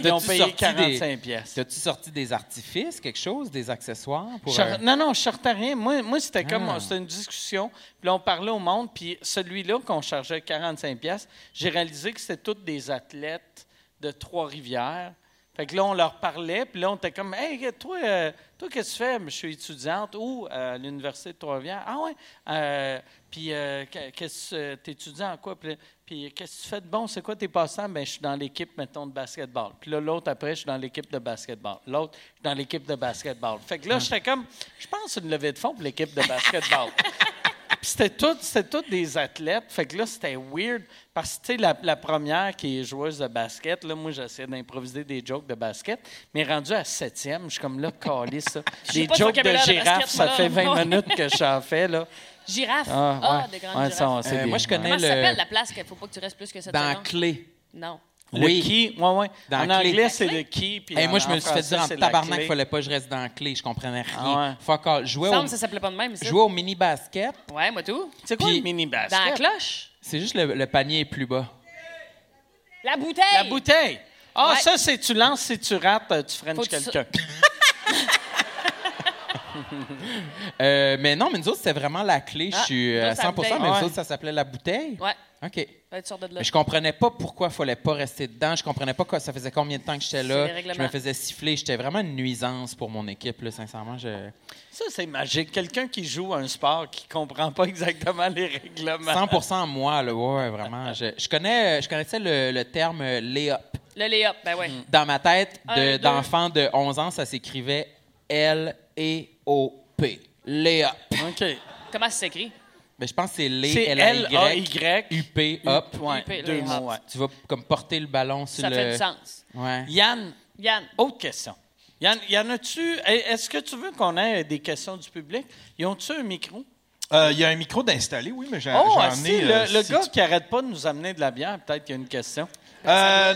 Speaker 1: Ils ont
Speaker 6: T'as-tu
Speaker 1: payé
Speaker 6: sorti
Speaker 1: 45
Speaker 6: des-
Speaker 1: pièces.
Speaker 6: T'as-tu sorti des artifices, quelque chose, des accessoires pour.
Speaker 1: Je-
Speaker 6: euh,
Speaker 1: Non, non, je sortais rien. Moi, moi c'était comme
Speaker 6: Ah.
Speaker 1: c'était une discussion. Puis là, on parlait au monde. Puis celui-là qu'on chargeait 45 pièces, j'ai réalisé que c'était tous des athlètes de Trois-Rivières. Fait que là, on leur parlait. Puis là, on était comme, « Hey, toi, euh, toi qu'est-ce que tu fais? Je suis étudiante. Où? Euh, À l'Université de Trois-Rivières. Ah ouais? Euh, puis euh, qu'est- qu'est-ce que t'es étudiant en quoi? Puis là, puis qu'est-ce que tu fais de bon? C'est quoi tes passants? Ben, je suis dans l'équipe, mettons, de basketball. Puis là, l'autre, après, je suis dans l'équipe de basketball. L'autre, je suis dans l'équipe de basketball. Fait
Speaker 5: Ah.
Speaker 1: que là, j'étais comme, je pense, une levée de fonds pour l'équipe de
Speaker 5: (laughs)
Speaker 1: basketball. Puis c'était tout- c'était tous des athlètes. Fait que là, c'était weird. Parce que, tu sais, la, la première qui est joueuse de basket, là, moi, j'essayais d'improviser des jokes de basket. Mais rendu à septième, je suis comme là, calé
Speaker 5: (laughs)
Speaker 1: ça.
Speaker 5: suis
Speaker 1: Des
Speaker 5: pas
Speaker 1: jokes de
Speaker 5: vocabulaire de
Speaker 1: girafe,
Speaker 5: basket,
Speaker 1: ça
Speaker 5: moi,
Speaker 1: fait
Speaker 5: là.
Speaker 1: 20 minutes que j'en fais, là.
Speaker 5: Girafe.
Speaker 1: Ah,
Speaker 5: Ah,
Speaker 1: ouais.
Speaker 5: des
Speaker 1: Ouais,
Speaker 5: grandes
Speaker 1: ça, on
Speaker 5: girafes.
Speaker 1: sait
Speaker 6: euh,
Speaker 1: bien.
Speaker 6: moi, je
Speaker 5: Comment
Speaker 6: connais
Speaker 5: ça s'appelle
Speaker 6: le.
Speaker 5: la place qu'il ne faut pas que tu restes plus que cette
Speaker 6: Dans Clé.
Speaker 5: Non.
Speaker 1: Le
Speaker 6: Oui.
Speaker 1: qui, ouais, ouais.
Speaker 6: Dans
Speaker 1: en
Speaker 6: la clé.
Speaker 1: anglais, c'est le qui. puis
Speaker 6: Et
Speaker 1: en-
Speaker 6: moi, je
Speaker 1: en
Speaker 6: me suis fait
Speaker 1: français,
Speaker 6: dire en
Speaker 1: c'est la
Speaker 6: tabarnak
Speaker 1: clé.
Speaker 6: qu'il fallait pas que je reste dans la clé. Je comprenais rien.
Speaker 1: Ah ouais.
Speaker 6: Fuck all. Je
Speaker 5: Il
Speaker 6: Jouais,
Speaker 5: me semble
Speaker 6: au,
Speaker 5: que ça s'appelait pas de même, ça.
Speaker 6: je jouais au mini-basket.
Speaker 5: Ouais, moi tout.
Speaker 1: C'est quoi
Speaker 6: Puis-
Speaker 1: le mini
Speaker 5: Dans la
Speaker 1: basket?
Speaker 5: cloche.
Speaker 6: C'est juste le, le panier est plus bas.
Speaker 5: La bouteille.
Speaker 1: La bouteille. Ah,
Speaker 5: Ouais.
Speaker 1: ça, c'est tu lances, si tu rates, euh, tu
Speaker 5: Faut
Speaker 1: freines
Speaker 5: que tu-
Speaker 1: quelqu'un.
Speaker 6: Euh, mais non, mais nous autres, c'était vraiment la clé. je
Speaker 5: Ah,
Speaker 6: suis
Speaker 5: nous
Speaker 6: euh,
Speaker 5: autres, la
Speaker 6: à 100 mais
Speaker 5: bouteille.
Speaker 6: nous autres, ça s'appelait la bouteille.
Speaker 5: Ouais.
Speaker 6: OK.
Speaker 5: Ben, tu sors de là.
Speaker 6: Mais je comprenais pas pourquoi il fallait pas rester dedans. Je comprenais pas quoi, ça faisait combien de temps que j'étais
Speaker 5: les
Speaker 6: là.
Speaker 5: règlements.
Speaker 6: Je me faisais siffler. J'étais vraiment une nuisance pour mon équipe, là, sincèrement.
Speaker 5: (laughs)
Speaker 6: Je...
Speaker 1: Ça, c'est magique. Quelqu'un qui joue un sport qui comprend pas exactement les
Speaker 5: Bah.
Speaker 1: règlements.
Speaker 6: 100 moi, là, ouais, ouais, vraiment. Je, je connais, je connaissais le, le terme euh, lay-up.
Speaker 5: Le lay-up, ben ouais.
Speaker 6: Dans ma tête de-
Speaker 5: Un, deux.
Speaker 6: d'enfant de, 11 ans, ça s'écrivait L-E-O-P. Lay-up.
Speaker 1: OK.
Speaker 5: Comment ça s'écrit?
Speaker 6: Mais je pense que c'est lay,
Speaker 1: C'est
Speaker 6: L-A-Y,
Speaker 1: L-A-Y.
Speaker 6: U-P, hop.
Speaker 1: Ouais,
Speaker 5: UP,
Speaker 1: deux
Speaker 5: les hops.
Speaker 1: mots, ouais.
Speaker 6: Tu vas comme porter le ballon sur
Speaker 5: Ça
Speaker 6: le...
Speaker 5: fait du sens.
Speaker 6: Ouais.
Speaker 1: Yann,
Speaker 5: Yann.
Speaker 1: autre question. Yann, y en a-tu. Est-ce que tu veux qu'on ait des questions du public? Ils ont-tu un micro?
Speaker 3: (laughs) Euh, Il y a un micro d'installé, oui, mais j'ai
Speaker 1: Oh,
Speaker 3: j'ai
Speaker 1: asti,
Speaker 3: emmené,
Speaker 1: le,
Speaker 3: euh,
Speaker 1: le
Speaker 3: si
Speaker 1: gars
Speaker 3: tu-
Speaker 1: qui arrête pas de nous amener de la bière, peut-être qu'il y a une question.
Speaker 3: Euh,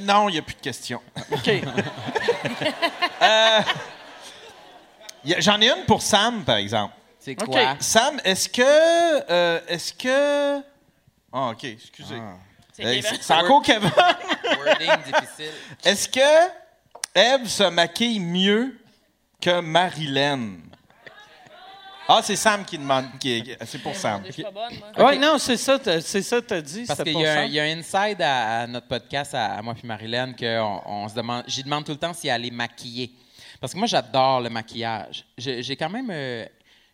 Speaker 3: non, il n'y a plus de questions.
Speaker 1: OK.
Speaker 3: (laughs) Il y a- J'en ai une pour Sam, par exemple.
Speaker 6: C'est
Speaker 1: OK.
Speaker 6: quoi?
Speaker 3: Sam, est-ce que. euh, est-ce que. Ah, OK, excusez.
Speaker 5: C'est
Speaker 3: Euh,
Speaker 5: Kevin.
Speaker 3: c'est c'est encore Kevin.
Speaker 6: Wording difficile.
Speaker 3: Est-ce que Eve se maquille mieux que Marilyn? Ah, c'est Sam qui demande. qui- c'est pour Sam.
Speaker 5: Je suis pas bonne, moi.
Speaker 1: Oui, non, c'est ça, t'as- c'est ça, t'as dit.
Speaker 6: Parce
Speaker 1: c'était
Speaker 6: qu'il
Speaker 1: pour
Speaker 6: y, a
Speaker 1: ça.
Speaker 6: un- il y a un inside à, à notre podcast, à, à moi puis Marilyn, que on, on se demande, j'y demande tout le temps si elle est maquillée. Parce que moi, j'adore le maquillage. Je- J'ai quand même. euh,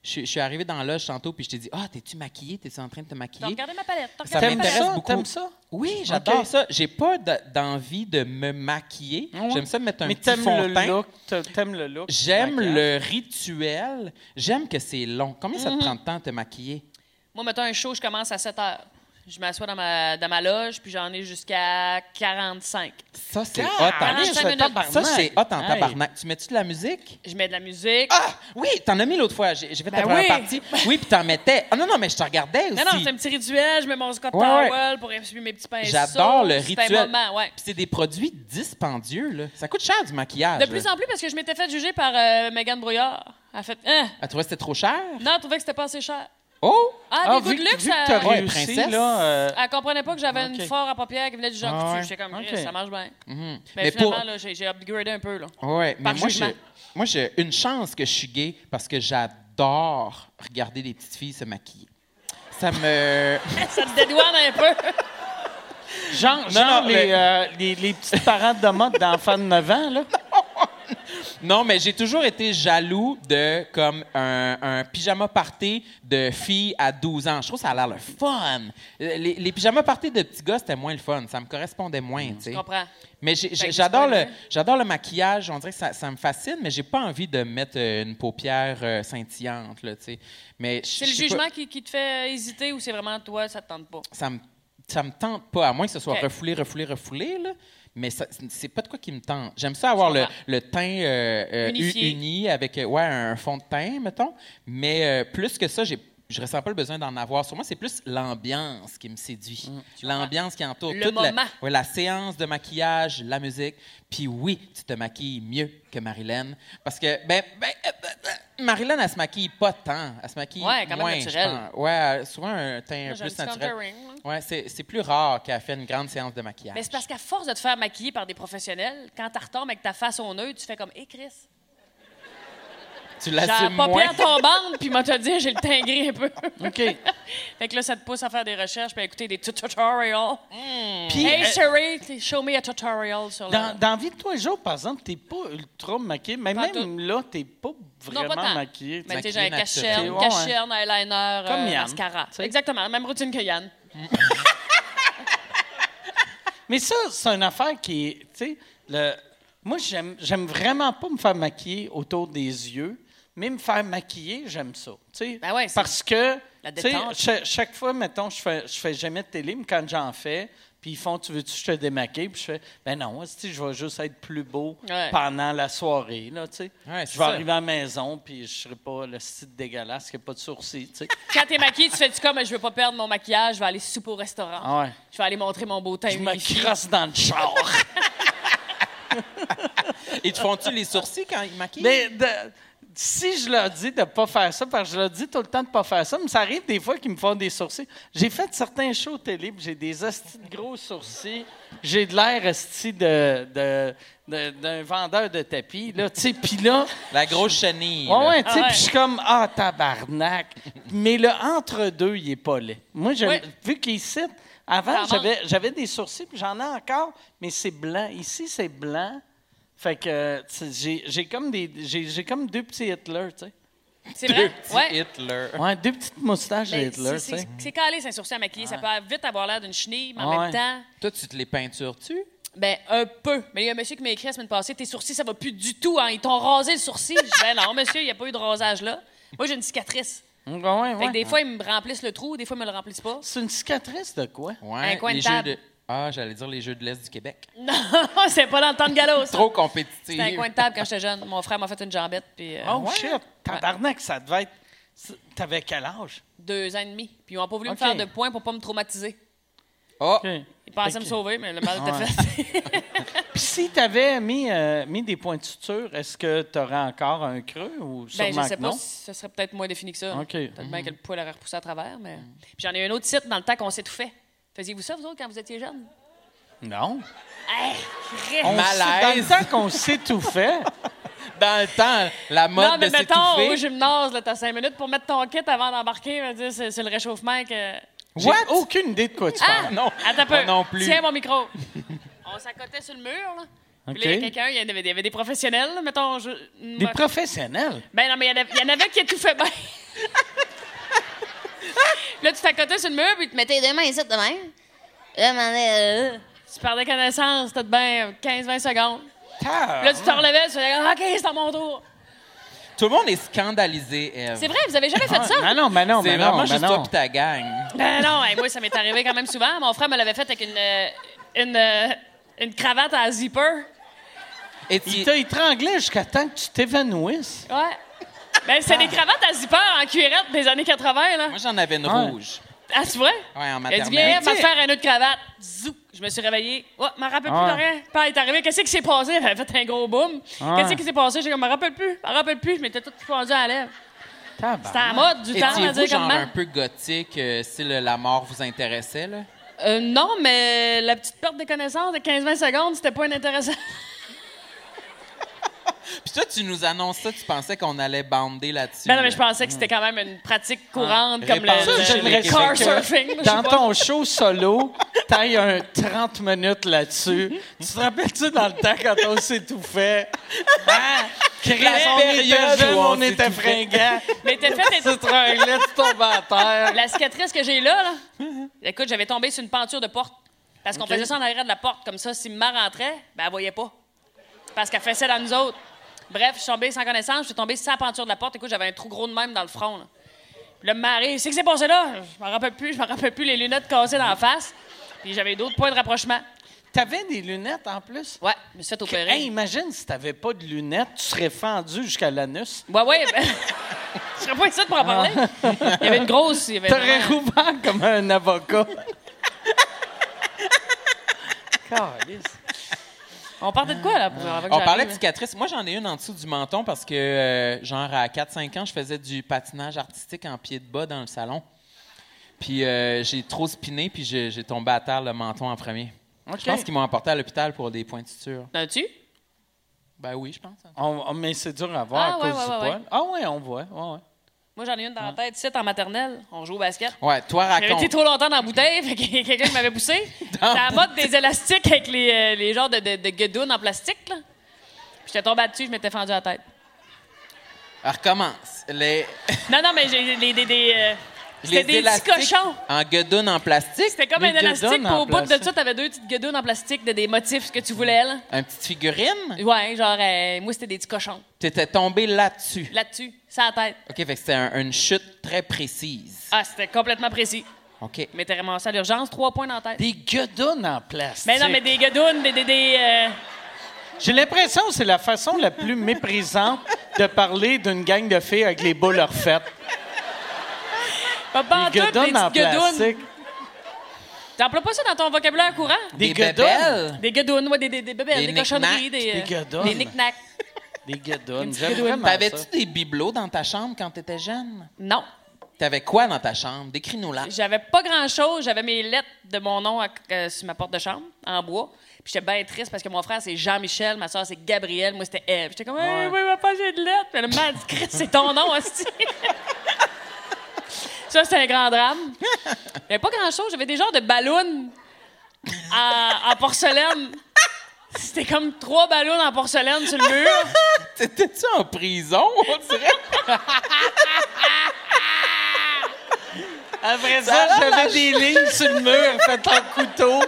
Speaker 6: je suis- je suis arrivé dans l'âge tantôt, puis je t'ai dit Ah, t'es-tu maquillée T'es-tu en train de te
Speaker 5: Donc,
Speaker 6: maquiller
Speaker 5: regardez ma palette. t'as
Speaker 6: Ça
Speaker 5: regardé ma
Speaker 6: m'intéresse
Speaker 5: palette.
Speaker 1: ça?
Speaker 6: beaucoup.
Speaker 1: T'aimes ça?
Speaker 6: Oui, j'adore
Speaker 1: Ok.
Speaker 6: ça. J'ai pas de- d'envie de me maquiller.
Speaker 1: Ah ouais?
Speaker 6: J'aime ça me mettre un
Speaker 1: Mais
Speaker 6: petit
Speaker 1: t'aimes
Speaker 6: fond de
Speaker 1: le
Speaker 6: teint.
Speaker 1: look. t'a- T'aimes le look.
Speaker 6: J'aime
Speaker 1: Maquillage.
Speaker 6: le rituel. J'aime que c'est long. Combien
Speaker 1: Mm-hmm.
Speaker 6: ça te prend de temps de te maquiller
Speaker 5: Moi, mettons un show, je commence à 7 heures. Je m'assois dans ma, dans ma loge, puis j'en ai jusqu'à 45.
Speaker 6: Ça, c'est hot en
Speaker 5: 45 minutes.
Speaker 6: Ça, c'est hot en
Speaker 1: Ah! Hey.
Speaker 6: tabarnak. Tu mets-tu de la musique?
Speaker 5: Je mets de la musique.
Speaker 6: Ah! Oui, t'en as mis l'autre fois. J'ai j'ai fait ta
Speaker 5: Ben
Speaker 6: première
Speaker 5: oui.
Speaker 6: partie. Oui, puis t'en mettais. Ah non, non, mais je te regardais aussi.
Speaker 5: non, non, c'est un petit rituel. Je mets mon Scott
Speaker 6: Ouais, ouais.
Speaker 5: Towel pour essuyer mes petits pinceaux.
Speaker 6: J'adore le
Speaker 5: C'est un
Speaker 6: rituel.
Speaker 5: moment, ouais.
Speaker 6: Puis c'est des produits dispendieux, là. Ça coûte cher du maquillage.
Speaker 5: De plus
Speaker 6: là.
Speaker 5: en plus, parce que je m'étais fait juger par euh, Megan Brouillard. Elle a fait, hein?
Speaker 6: Ah, tu vois, c'était trop cher?
Speaker 5: Non, elle trouvait que c'était pas assez cher.
Speaker 6: Oh!
Speaker 5: Ah,
Speaker 1: Ah,
Speaker 5: des goûts
Speaker 1: vu,
Speaker 5: de luxe,
Speaker 1: vu que t'as
Speaker 5: elle,
Speaker 6: Ouais,
Speaker 1: réussi,
Speaker 6: princesse.
Speaker 1: là, euh,
Speaker 5: elle comprenait pas que j'avais
Speaker 1: Ok.
Speaker 5: une force à paupières qui venait du Jean
Speaker 6: Ah ouais.
Speaker 5: Coutu. J'étais comme, Chris,
Speaker 1: Ok.
Speaker 5: ça marche bien.
Speaker 6: Mhm.
Speaker 5: Mais,
Speaker 6: Mais
Speaker 5: finalement,
Speaker 6: pour-
Speaker 5: là, j'ai j'ai upgradé un peu, là. (laughs)
Speaker 6: Ouais,
Speaker 5: Ah!
Speaker 6: mais
Speaker 5: Par
Speaker 6: moi, je,
Speaker 5: jugement.
Speaker 6: moi j'ai une chance que je suis gay parce que j'adore regarder les petites filles se maquiller. Ça me.
Speaker 5: ça te dédouane un
Speaker 6: (laughs)
Speaker 5: peu.
Speaker 1: Genre, genre
Speaker 6: non,
Speaker 1: les,
Speaker 6: mais-
Speaker 1: euh, les, les petites parades de mode d'enfants de 9 ans, là.
Speaker 6: Non, mais j'ai toujours été jaloux de comme un, un pyjama party de filles à 12 ans. Je trouve que ça a l'air le fun. Euh, Les, les pyjamas party de petits gars, c'était moins le fun. Ça me correspondait moins, tu sais.
Speaker 5: Hmm. Je comprends.
Speaker 6: Mais j'ai-
Speaker 5: Fait que
Speaker 6: j'ai- j'adore
Speaker 5: c'est pas
Speaker 6: le,
Speaker 5: mieux.
Speaker 6: j'adore le maquillage. On dirait que ça, ça me fascine, mais j'ai pas envie de mettre euh, une paupière euh, scintillante, là, tu sais. Mais je-
Speaker 5: C'est le
Speaker 6: je sais pas,
Speaker 5: jugement qui, qui te fait euh, hésiter ou c'est vraiment toi, ça te tente pas?
Speaker 6: ça me, ça me tente pas, à moins que ce soit
Speaker 5: Ok.
Speaker 6: refoulé, refoulé, refoulé, là. Mais ça- c'est pas de quoi qui me tente. J'aime ça avoir le,
Speaker 5: comprends.
Speaker 6: le teint euh, euh, u-
Speaker 5: Unifié.
Speaker 6: uni avec euh, ouais, un fond de teint, mettons. Mais euh, plus que ça, j'ai je ressens pas le besoin d'en avoir. Sur moi, c'est plus l'ambiance qui me séduit. L'ambiance qui entoure
Speaker 5: Mmh, Le
Speaker 6: toute
Speaker 5: moment.
Speaker 6: La, ouais, la séance de maquillage, la musique. Puis oui, tu te maquilles mieux que Marilyn. Parce que, ben, ben, euh, ben, Marilyn, elle se maquille pas tant. Elle se maquille
Speaker 5: Ouais, quand même
Speaker 6: moins, je
Speaker 5: naturelle.
Speaker 6: pense. Ouais, elle a souvent un teint
Speaker 5: Moi, j'ai un
Speaker 6: plus
Speaker 5: petit
Speaker 6: naturel.
Speaker 5: contouring,
Speaker 6: Ouais, c'est c'est plus rare qu'elle fait une grande séance de maquillage.
Speaker 5: Mais c'est parce qu'à force de te faire maquiller par des professionnels, quand tu retombes avec ta face au neutre, tu fais comme, hé, Chris,
Speaker 6: tu
Speaker 5: j'ai la
Speaker 6: l'assumes moins.
Speaker 5: paupière tombante, puis m'a te dire, j'ai le teint gris un peu.
Speaker 1: OK.
Speaker 5: (laughs) fait que là, ça te pousse à faire des recherches, puis à écouter des tut- tutorials.
Speaker 1: Puis,
Speaker 5: Hey,
Speaker 1: euh,
Speaker 5: Sherry, t- show me a tutorial sur la.
Speaker 1: dans, dans la vie de tous les jours, par exemple, t'es pas ultra maquillé, mais
Speaker 5: Pas
Speaker 1: même là, t'es pas vraiment maquillé.
Speaker 5: Mais tu sais, j'ai
Speaker 6: Maquillée
Speaker 5: un cacherne,
Speaker 1: naturelle.
Speaker 5: cacherne, eyeliner,
Speaker 1: Comme
Speaker 5: euh,
Speaker 1: Yann,
Speaker 5: mascara.
Speaker 1: tu sais.
Speaker 5: Exactement, la même routine que Yann.
Speaker 1: Mais ça, c'est une affaire qui est. Tu sais, le- moi, j'aime, j'aime vraiment pas me faire maquiller autour des yeux, mais me faire maquiller, j'aime ça. Tu sais,
Speaker 5: Ben ouais, c'est
Speaker 1: parce que.
Speaker 5: la
Speaker 1: tu sais,
Speaker 5: détente.
Speaker 1: cha- chaque fois, mettons, je fais, je fais jamais de télé, mais quand j'en fais, puis ils font Tu veux-tu que je te démaquille? Puis je fais Ben non, hostie, je vais juste être plus beau
Speaker 5: Ouais.
Speaker 1: pendant la soirée. Là, tu sais.
Speaker 6: Ouais, c'est
Speaker 1: je vais
Speaker 6: ça.
Speaker 1: arriver à la maison, puis je serai pas le style dégueulasse qui n'a pas de sourcils. tu sais.
Speaker 5: Quand t'es maquillée, tu fais-tu comme, je veux pas perdre mon maquillage, je vais aller souper au restaurant.
Speaker 1: Ah ouais.
Speaker 5: Je vais aller montrer mon beau teint.
Speaker 1: Je me
Speaker 5: unifié.
Speaker 1: crosse dans le char.
Speaker 6: Et te font-tu les sourcils quand ils maquillent?
Speaker 1: Mais de- si je leur dis de ne pas faire ça, parce que je leur dis tout le temps de ne pas faire ça, mais ça arrive des fois qu'ils me font des sourcils. J'ai fait certains shows télé, puis j'ai des hosties de gros sourcils. J'ai de l'air hostie de, de- de- d'un vendeur de tapis. Là, tu sais. puis là,
Speaker 6: La grosse chenille.
Speaker 1: ouais,
Speaker 6: là.
Speaker 1: ouais, tu sais,
Speaker 5: Ah ouais.
Speaker 1: puis je suis comme, ah, tabarnak. mais le entre-deux, il est pas laid. Moi, j'aime-
Speaker 5: Ouais.
Speaker 1: vu qu'ici, avant,
Speaker 5: Ça
Speaker 1: j'avais, j'avais des sourcils, puis j'en ai encore, mais c'est blanc. Ici, c'est blanc. Fait que euh, tu sais, j'ai, j'ai comme des, j'ai, j'ai comme deux petits Hitler, tu sais.
Speaker 5: C'est
Speaker 6: Deux
Speaker 5: vrai?
Speaker 6: petits
Speaker 5: Ouais.
Speaker 6: Hitler.
Speaker 1: Ouais, deux petites moustaches de
Speaker 5: Mais
Speaker 1: Hitler,
Speaker 5: c'est-
Speaker 1: tu sais.
Speaker 5: C'est c'est calé, c'est un sourcil à maquiller. Ça peut vite avoir l'air d'une chenille, mais en
Speaker 1: Ouais.
Speaker 5: même temps,
Speaker 6: Toi, tu te les peintures-tu?
Speaker 5: ben un peu. Mais il y a un monsieur qui m'a écrit la semaine passée, tes sourcils, ça va plus du tout. Hein. Ils t'ont rasé le sourcil. Je dis, ben non, monsieur, il n'y a pas eu de rasage là. Moi, j'ai une cicatrice.
Speaker 1: Ouais, ouais,
Speaker 5: Fait que
Speaker 1: ouais.
Speaker 5: des fois, ils me remplissent le trou, des fois, ils me le remplissent pas.
Speaker 1: C'est une cicatrice de quoi?
Speaker 6: Ouais.
Speaker 5: Un coin de
Speaker 6: les jeux
Speaker 5: table.
Speaker 6: de... Ah, j'allais dire les jeux de l'Est du Québec.
Speaker 5: (laughs) Non, c'est pas dans le temps de galop, ça.
Speaker 6: Trop compétitif.
Speaker 5: C'était un coin de table quand j'étais jeune. Mon frère m'a fait une jambette, puis euh,
Speaker 1: Oh shit, tabarnak, ça devait être... c'est- T'avais quel âge?
Speaker 5: deux ans et demi. Puis ils n'ont pas voulu
Speaker 1: Ok.
Speaker 5: me faire de points pour pas me traumatiser.
Speaker 6: Ah,
Speaker 5: Ils pensaient me sauver, mais le mal était (laughs) fait. Ben,
Speaker 1: Puis si t'avais mis, euh, mis des points de suture, est-ce que t'aurais encore un creux ou sûrement
Speaker 5: ben, je sais
Speaker 1: que
Speaker 5: pas,
Speaker 1: non?
Speaker 5: si ce serait peut-être moins défini que ça.
Speaker 1: OK.
Speaker 5: Peut-être bien que le poil aurait repoussé à travers, mais. Puis j'en ai un autre site dans le temps qu'on s'étouffait. Faisiez-vous ça, vous autres, quand vous étiez jeunes?
Speaker 1: Non.
Speaker 5: Hey, Christ!
Speaker 1: On
Speaker 6: Malaise.
Speaker 1: s'est- Dans le temps qu'on s'étouffait,
Speaker 6: (laughs) dans le temps, la mode
Speaker 5: non, mais
Speaker 6: de
Speaker 5: mettons, oh, au
Speaker 6: s'étouffer.
Speaker 5: gymnase, là, t'as cinq minutes pour mettre ton kit avant d'embarquer. je veux dire, C'est c'est le réchauffement que.
Speaker 1: j'ai aucune idée de quoi tu
Speaker 5: Ah!
Speaker 1: parles.
Speaker 6: Oh, Non,
Speaker 5: Attends un peu.
Speaker 6: moi non plus.
Speaker 5: Tiens mon
Speaker 6: (laughs)
Speaker 5: micro. On s'accotait sur le mur, là. Puis là, il y a
Speaker 1: OK.
Speaker 5: quelqu'un, il y en avait- il y avait des professionnels, là, mettons. je-
Speaker 1: Des
Speaker 5: moi-
Speaker 1: professionnels.
Speaker 5: Ben non, mais il y en avait- il y en avait qui étouffaient bien. là, tu t'accotais sur le mur, puis tu mettais les deux mains ici de même. Là, à un moment donné, euh, tu perdais connaissance, t'as de bien 15-20 secondes. Puis Là, tu te relevais, tu faisais « OK, c'est à mon tour
Speaker 6: Tout le monde est scandalisé, Ève. ».
Speaker 5: C'est vrai, vous avez jamais fait ça?
Speaker 1: Ah non, mais non,
Speaker 6: C'est
Speaker 1: mais
Speaker 6: vraiment
Speaker 1: non, mais
Speaker 6: juste
Speaker 1: non.
Speaker 6: toi pis ta gang.
Speaker 5: Ben non, hey, moi, ça m'est arrivé quand même souvent. Mon frère me l'avait fait avec une, euh, une, euh, une cravate à zipper.
Speaker 6: Et tu-
Speaker 1: Il t'a étranglé jusqu'à temps que tu t'évanouisses.
Speaker 5: Ouais. Ben, c'est
Speaker 1: Ah.
Speaker 5: des cravates à zipper en cuirette des années 80, là.
Speaker 6: Moi, j'en avais une
Speaker 1: Ouais.
Speaker 6: rouge.
Speaker 5: Ah, c'est vrai?
Speaker 6: Ouais, en
Speaker 5: Elle dit, viens,
Speaker 6: maternelle. Mais
Speaker 5: va te
Speaker 6: tu sais-
Speaker 5: faire une autre cravate. Zou! Je me suis réveillée. Ouais, m'en rappelle plus
Speaker 1: Ouais.
Speaker 5: de rien. Puis elle est arrivée. Qu'est-ce qui s'est passé? Elle a fait un gros boom. Qu'est-ce qui s'est passé? J'ai comme, m'en rappelle plus. M'en rappelle plus. Je m'étais toute fondue à la lèvre. C'était à la mode du temps, on va
Speaker 6: Étiez-vous
Speaker 5: dire
Speaker 6: genre
Speaker 5: comme
Speaker 6: un peu gothique euh, si le- la mort vous intéressait, là?
Speaker 5: euh, Non, mais la petite perte de connaissance de 15-20 secondes, c'était pas inintéressant.
Speaker 6: Puis toi, tu nous annonces ça, tu pensais qu'on allait bander là-dessus.
Speaker 5: Ben non, mais je
Speaker 6: là.
Speaker 5: pensais que c'était quand même une pratique courante, comme le,
Speaker 6: Répandue
Speaker 5: le-
Speaker 6: Ah. chez
Speaker 5: le
Speaker 6: les
Speaker 5: car
Speaker 1: Québécois.
Speaker 5: surfing.
Speaker 6: (laughs)
Speaker 5: là, je sais
Speaker 1: Dans
Speaker 5: pas.
Speaker 1: ton show solo, t'ailles un 30 minutes là-dessus. Tu te rappelles-tu dans le temps quand on s'étouffait? Hein? Chris, on était
Speaker 6: période
Speaker 1: jeunes,
Speaker 6: où on
Speaker 1: on était
Speaker 6: s'étouffait.
Speaker 1: fringants.
Speaker 5: Mais t'as fait
Speaker 1: Tu t'étranglais, tu tombais à terre.
Speaker 5: Ah, euh, La cicatrice que j'ai là, là, écoute, j'avais tombé sur une penture de porte. Parce qu'on faisait ça en arrière de la porte. Comme ça, si ma rentrait, ben, elle voyait pas. Parce qu'elle faisait dans nous autres. Bref, je suis tombée sans connaissance. Je suis tombée sans penture de la porte. Écoute, j'avais un trou gros de même dans le front. Là. Puis là, mari, c'est que c'est passé là? Je m'en rappelle plus. Je m'en rappelle plus. Les lunettes cassées dans la face. Puis j'avais d'autres points de rapprochement.
Speaker 1: T'avais des lunettes en plus?
Speaker 5: Ouais, je me suis fait opérer.
Speaker 1: Hey, imagine si t'avais pas de lunettes, tu serais fendu jusqu'à l'anus.
Speaker 5: Ouais, ouais. ben, (laughs) je serais pas ici pour en parler. Il y avait une grosse. Il y avait
Speaker 1: T'aurais
Speaker 5: vraiment-
Speaker 1: rouvert comme un avocat.
Speaker 5: On partait de quoi, là, pour la première fois que
Speaker 6: On
Speaker 5: j'arrive?
Speaker 6: parlait de cicatrices. Moi, j'en ai une en dessous du menton parce que, euh, genre, à 4-5 ans, je faisais du patinage artistique en pied de bas dans le salon. Puis euh, j'ai trop spiné, puis j'ai j'ai tombé à terre le menton en premier. Je pense qu'ils m'ont emporté à l'hôpital pour des points de suture.
Speaker 5: T'as-tu?
Speaker 6: Ben oui, je pense.
Speaker 1: On- on- mais c'est dur à voir
Speaker 5: Ah,
Speaker 1: à
Speaker 5: ouais,
Speaker 1: cause
Speaker 5: ouais,
Speaker 1: du
Speaker 5: ouais,
Speaker 1: poil.
Speaker 5: ouais.
Speaker 1: Ah oui, on voit. ouais, ouais.
Speaker 5: Moi, j'en ai une dans la tête. C'est en maternelle. On joue au basket.
Speaker 6: Ouais, toi,
Speaker 5: J'avais été
Speaker 6: raconte.
Speaker 5: trop longtemps dans la bouteille, fait que (laughs) quelqu'un qui
Speaker 1: (laughs)
Speaker 5: m'avait poussé. Dans la mode des élastiques avec les, euh, les genres de, de, de guedounes en plastique, là. Puis J'étais tombée dessus, je m'étais fendue la tête.
Speaker 6: Alors, recommence. Les,
Speaker 5: Non, non, mais j'ai les, des- des, euh,
Speaker 6: les
Speaker 5: (laughs) c'était des petits
Speaker 6: élastiques
Speaker 5: cochons.
Speaker 6: En guedoune en plastique.
Speaker 5: C'était comme
Speaker 1: Les
Speaker 5: un élastique,
Speaker 1: guedounes
Speaker 5: puis
Speaker 1: en
Speaker 5: au bout de
Speaker 1: plastique.
Speaker 5: ça, t'avais deux petites guedounes en plastique de des motifs que tu voulais, là.
Speaker 6: Une petite figurine.
Speaker 5: Ouais, genre, euh, moi, c'était des petits cochons.
Speaker 6: T'étais tombé là-dessus.
Speaker 5: Là-dessus, ça la tête.
Speaker 6: OK, fait que c'était un- une chute très précise.
Speaker 5: Ah, c'était complètement précis.
Speaker 6: OK.
Speaker 5: Mais t'es ramassé à l'urgence, trois points dans la tête.
Speaker 1: Des guedounes en plastique.
Speaker 5: Mais Ben non, mais des guedounes, des. des, des, euh,
Speaker 1: J'ai l'impression que c'est la façon la plus méprisante de parler d'une gang de filles avec les boules refaites.
Speaker 5: pas pas en tout,
Speaker 1: Des
Speaker 5: des
Speaker 1: guedounes en
Speaker 5: petites guedounes.
Speaker 1: plastique.
Speaker 5: T'emploies pas ça dans ton vocabulaire courant?
Speaker 6: Des,
Speaker 1: guedounes.
Speaker 6: bébelles.
Speaker 5: Des guedounes, ouais, des, des, des bébelles,
Speaker 6: Des
Speaker 5: des, cochonneries, des. euh,
Speaker 1: Des guedounes.
Speaker 5: Des knick-knacks.
Speaker 1: Des
Speaker 5: Des
Speaker 1: guedounes.
Speaker 5: petites
Speaker 1: J'aime
Speaker 5: guedounes.
Speaker 1: vraiment ça.
Speaker 6: T'avais-tu des bibelots dans ta chambre quand t'étais jeune?
Speaker 5: Non.
Speaker 6: T'avais quoi dans ta chambre?
Speaker 5: (laughs)
Speaker 6: Décris-nous là.
Speaker 5: J'avais pas grand-chose. J'avais mes lettres de mon nom à- euh, sur ma porte de chambre, en bois. Puis j'étais bien triste parce que mon frère, c'est Jean-Michel, ma soeur, c'est Gabriel, moi, c'était Eve. J'étais comme, hey, oui, ma pas j'ai de lettres. Puis le m'a dit, Chris, c'est ton nom aussi. (laughs) Ça, c'était un grand drame. J'avais pas grand-chose. J'avais des genres de ballons en, en porcelaine. C'était comme trois ballons en porcelaine sur le mur.
Speaker 6: T'étais-tu en prison, on dirait?
Speaker 1: Après ça, j'avais des lignes sur le mur faites en couteau.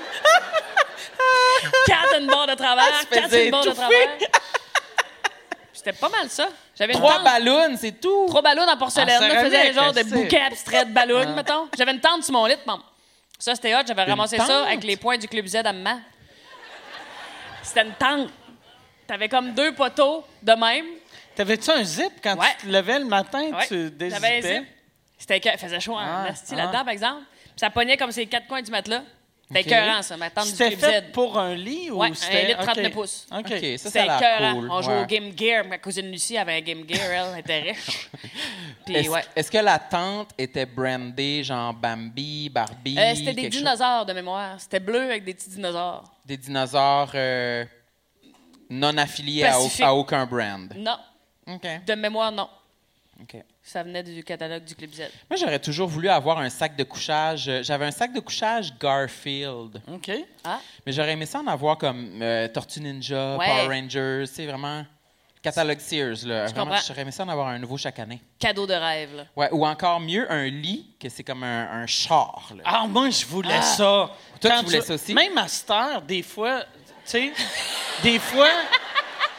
Speaker 5: Quatre une barre de travers,
Speaker 6: Ah, faisais
Speaker 5: quatre une barre de
Speaker 6: étouffer.
Speaker 5: travers. C'était pas mal ça. J'avais une
Speaker 6: (laughs) Trois
Speaker 5: tente-
Speaker 6: ballons, c'est tout.
Speaker 5: Trois ballons en porcelaine.
Speaker 1: En
Speaker 5: là, je faisais un
Speaker 1: céramique,
Speaker 5: genre de
Speaker 1: je sais.
Speaker 5: bouquet abstrait de ballons,
Speaker 6: Ah.
Speaker 5: mettons. J'avais une tente sur mon lit, maman. Ça, c'était hot. J'avais ramassé ça
Speaker 6: tente?
Speaker 5: avec les points du Club Z à maman. C'était une tente. T'avais comme deux poteaux de même.
Speaker 1: T'avais-tu un zip quand
Speaker 5: Ouais.
Speaker 1: tu te levais le matin?
Speaker 5: Ouais.
Speaker 1: Tu
Speaker 5: J'avais un zip.
Speaker 1: dézippais?
Speaker 5: C'était que... faisait chaud en
Speaker 1: Ah,
Speaker 5: asti
Speaker 1: ah.
Speaker 5: là-dedans, par exemple. Puis ça pognait comme ces quatre coins du matelas. C'était
Speaker 6: Ok.
Speaker 5: écœurant, ça, ma tente du
Speaker 1: C'était
Speaker 5: Club
Speaker 1: fait
Speaker 5: Z.
Speaker 1: pour un lit ou
Speaker 5: Ouais, un
Speaker 1: c'était...
Speaker 5: lit de 39
Speaker 1: OK.
Speaker 5: pouces.
Speaker 1: OK.
Speaker 6: OK, ça,
Speaker 5: C'était
Speaker 6: ça a
Speaker 5: écœurant.
Speaker 6: l'air cool.
Speaker 5: On jouait
Speaker 6: ouais.
Speaker 5: au Game Gear. Ma cousine Lucie avait un Game Gear, elle, elle était
Speaker 6: (laughs)
Speaker 5: riche. Puis,
Speaker 6: Est-ce
Speaker 5: ouais.
Speaker 6: est-ce que la tente était brandée, genre Bambi, Barbie?
Speaker 5: Euh, c'était des
Speaker 6: quelque chose-
Speaker 5: dinosaures de mémoire. C'était bleu avec des petits dinosaures.
Speaker 6: Des dinosaures euh, non affiliés à, au-
Speaker 5: Pacifique.
Speaker 6: à aucun brand.
Speaker 5: Non.
Speaker 6: OK.
Speaker 5: De mémoire, non.
Speaker 6: OK.
Speaker 5: Ça venait du catalogue du Club Z.
Speaker 6: Moi, j'aurais toujours voulu avoir un sac de couchage. Euh, J'avais un sac de couchage Garfield.
Speaker 1: OK.
Speaker 5: Ah,
Speaker 6: Mais j'aurais aimé ça en avoir comme euh, Tortue Ninja,
Speaker 5: Ouais.
Speaker 6: Power Rangers, c'est vraiment catalogue Sears là. Vraiment,
Speaker 5: comprends.
Speaker 6: j'aurais aimé ça en avoir un nouveau chaque année.
Speaker 5: cadeau de rêve, là.
Speaker 6: Ouais, ou encore mieux un lit que c'est comme un, un char. là.
Speaker 1: Ah, moi, je voulais ça.
Speaker 6: Toi, tu voulais ça aussi?
Speaker 1: Même à cette heure, des fois, tu sais, des fois...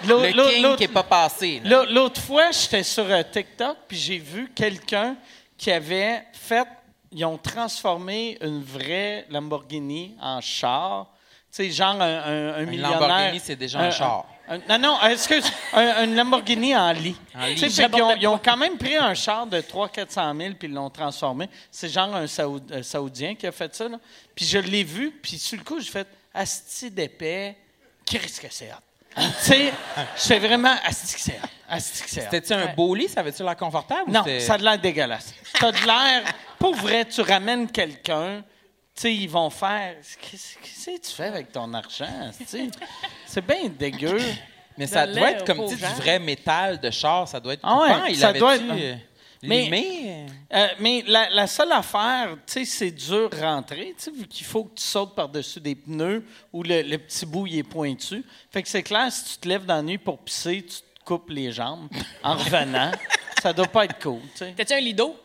Speaker 1: l'autre-
Speaker 6: le
Speaker 1: l'autre-
Speaker 6: king
Speaker 1: l'autre-
Speaker 6: qui est pas passé. là.
Speaker 1: L'au- L'autre fois, j'étais sur euh, TikTok, puis j'ai vu quelqu'un qui avait fait. Ils ont transformé une vraie Lamborghini en char. Tu sais, genre un, un, un millionnaire.
Speaker 6: Lamborghini, c'est déjà un char.
Speaker 1: un- non, non, euh, excuse, (laughs) un- une Lamborghini en lit.
Speaker 6: En lit.
Speaker 1: Tu sais, fait qu'ils ont- ils, ont, quand même pris un char de 300-400 000 puis ils l'ont transformé. C'est genre un, Saou- un Saoudien qui a fait ça. là. Puis je l'ai vu, puis sur le coup, j'ai fait « Asti d'épais, qu'est-ce que c'est hot? » Tu sais, j'étais vraiment « Asti que c'est hot, asti que c'est hot.
Speaker 6: C'était-tu un beau lit? Ça avait-tu l'air confortable? ou
Speaker 1: Non,
Speaker 6: c'était-
Speaker 1: ça a de l'air dégueulasse. Ça a de l'air... Pour vrai, tu ramènes quelqu'un, tu sais, ils vont faire... « Qu'est-ce qu'est-ce que tu fais avec ton argent? asti? » C'est bien dégueu.
Speaker 6: Mais ça
Speaker 5: de
Speaker 6: doit
Speaker 5: l'air
Speaker 6: être comme
Speaker 5: aux
Speaker 6: tu dis, du
Speaker 5: pauvres gens.
Speaker 6: vrai métal de char. Ça doit être
Speaker 1: Ah ouais,
Speaker 6: coupant. Il
Speaker 1: ça
Speaker 6: avait
Speaker 1: doit
Speaker 6: tu,
Speaker 1: être-
Speaker 6: euh,
Speaker 1: Mais-
Speaker 6: limé?
Speaker 1: Euh, mais la, la seule affaire, tu sais, c'est dur de rentrer, tu sais, vu qu'il faut que tu sautes par-dessus des pneus ou le, le petit bout, il est pointu. Fait que c'est clair, si tu te lèves dans la nuit pour pisser, tu te coupes les jambes en revenant. Ça doit pas être cool, tu sais.
Speaker 5: T'as-tu un lido?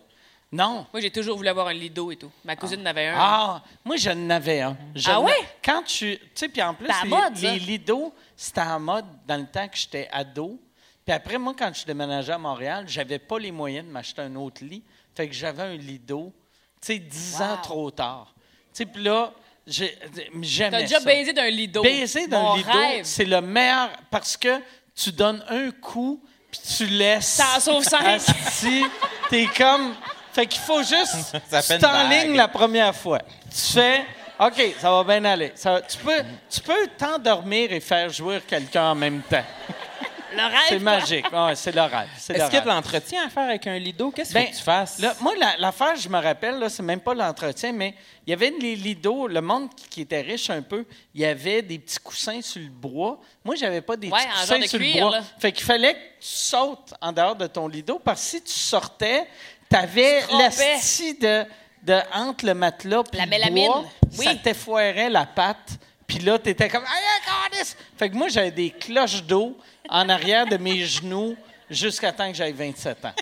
Speaker 1: Non.
Speaker 5: Moi, j'ai toujours voulu avoir un lido et tout. Ma cousine en avait un.
Speaker 1: Ah, moi, je n'avais un. Je
Speaker 5: Ah
Speaker 1: n'en-
Speaker 5: ouais?
Speaker 1: Quand tu... Tu sais, puis en plus,
Speaker 5: C'était à
Speaker 1: les,
Speaker 5: mode, ça.
Speaker 1: les lidos, c'était en mode dans le temps que j'étais ado. Puis après, moi, quand je déménageais à Montréal, j'avais pas les moyens de m'acheter un autre lit. Fait que j'avais un lido, tu sais, 10 ans trop tard. Tu sais, puis là, j'ai- j'aimais
Speaker 5: T'as déjà
Speaker 1: ça.
Speaker 5: baisé d'un lido.
Speaker 1: Baiser d'un
Speaker 5: Mon
Speaker 1: lido,
Speaker 5: rêve.
Speaker 1: c'est le meilleur parce que tu donnes un coup, puis tu laisses...
Speaker 5: Ça en sauve cinq.
Speaker 1: Asti, t'es comme. Fait qu'il faut juste.
Speaker 6: Ça
Speaker 1: tu
Speaker 6: fait une
Speaker 1: t'enlignes
Speaker 6: vague.
Speaker 1: la première fois. Tu fais. OK, ça va bien aller. Ça- tu peux tu peux t'endormir et faire jouer quelqu'un en même temps.
Speaker 5: Le rêve,
Speaker 1: C'est magique. Ouais, c'est le rêve. C'est le
Speaker 6: Est-ce qu'il y a
Speaker 1: rêve.
Speaker 6: de l'entretien à faire avec un lido? Qu'est-ce qu'il
Speaker 1: Ben,
Speaker 6: faut que tu fasses?
Speaker 1: Là, moi, la- l'affaire, je me rappelle, là, c'est même pas l'entretien, mais il y avait les lidos, le monde qui, qui était riche un peu, il y avait des petits coussins sur le bois. Moi, j'avais pas des
Speaker 5: Ouais,
Speaker 1: petits
Speaker 5: en
Speaker 1: coussins
Speaker 5: genre de
Speaker 1: sur
Speaker 5: cuir,
Speaker 1: le bois.
Speaker 5: là.
Speaker 1: Fait qu'il fallait que tu sautes en dehors de ton lido, parce que si tu sortais, t'avais
Speaker 5: Tu te
Speaker 1: la
Speaker 5: trompais.
Speaker 1: scie de, de entre le matelas puis
Speaker 5: La
Speaker 1: le
Speaker 5: mélamine.
Speaker 1: bois,
Speaker 5: Oui.
Speaker 1: ça t'effoirait la patte. Puis là, t'étais comme... Aïe, aïe, câlisse! Fait que moi, j'avais des cloches d'eau en arrière de mes genoux jusqu'à temps que j'aille 27 ans.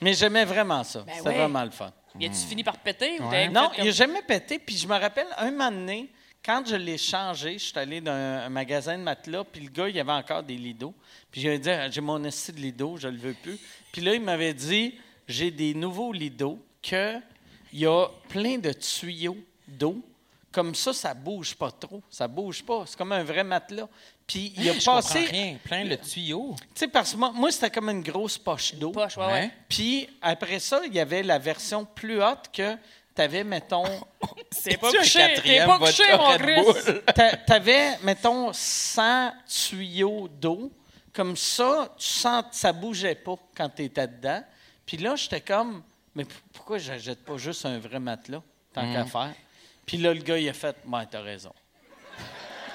Speaker 1: Mais j'aimais vraiment ça.
Speaker 5: Ben
Speaker 1: C'était
Speaker 5: ouais.
Speaker 1: vraiment le fun.
Speaker 5: Y a-tu fini par péter? ou t'as
Speaker 1: Non,
Speaker 5: fait
Speaker 1: il
Speaker 5: comme-
Speaker 1: n'a jamais pété. Puis je me rappelle, un moment donné, quand je l'ai changé, je suis allé dans un magasin de matelas, puis le gars, il avait encore des lidos. Puis j'avais dit, Ah, j'ai mon esti de lido, je le veux plus. Puis là, il m'avait dit, j'ai des nouveaux lidos que il y a plein de tuyaux d'eau. Comme ça, ça bouge pas trop. Ça bouge pas. C'est comme un vrai matelas. Puis il a
Speaker 6: je
Speaker 1: passé.
Speaker 6: comprends
Speaker 1: Tu
Speaker 6: rien. Plein le tuyau.
Speaker 1: sais, parce que moi, moi, c'était comme une grosse poche d'eau.
Speaker 5: Poche, ouais, ouais.
Speaker 6: Hein?
Speaker 1: Puis après ça, il y avait la version plus haute que tu avais, mettons,
Speaker 5: T'es pas
Speaker 6: Tu as
Speaker 5: couché, t'es
Speaker 6: quatrième
Speaker 5: pas couché,
Speaker 6: vodka
Speaker 5: mon
Speaker 6: Red
Speaker 5: Chris.
Speaker 6: Bull.
Speaker 1: tu avais, mettons, 100 tuyaux d'eau. Comme ça, tu sens ça bougeait pas quand tu étais dedans. Puis là, j'étais comme, mais p- pourquoi j'achète pas juste un vrai matelas, tant qu'à faire? Puis là, le gars, il a fait, ouais, t'as raison.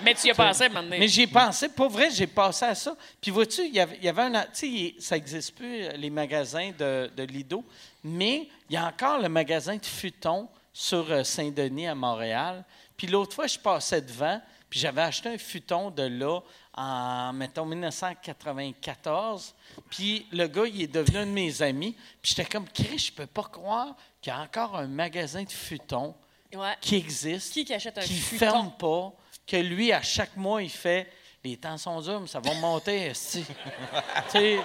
Speaker 5: Mais tu y as pensé, maintenant.
Speaker 1: Mais j'ai pensé, pour vrai, j'ai pensé à ça. Puis vois-tu, il y avait, il y avait un. an- Tu sais, il- ça n'existe plus, euh, les magasins de, de Lido, mais il y a encore le magasin de Futon sur euh, Saint-Denis à Montréal. Puis l'autre fois, je passais devant, puis j'avais acheté un futon de là en, mettons, 1994. Puis le gars, il est devenu un de mes amis. Puis j'étais comme, Chris, je peux pas croire qu'il y a encore un magasin de futon
Speaker 5: Ouais.
Speaker 1: qui existe,
Speaker 5: Qui qui achète un
Speaker 1: qui
Speaker 5: futon?
Speaker 1: ferme pas, que lui, à chaque mois, il fait les temps sont durs, mais ça va monter, esti. tu sais,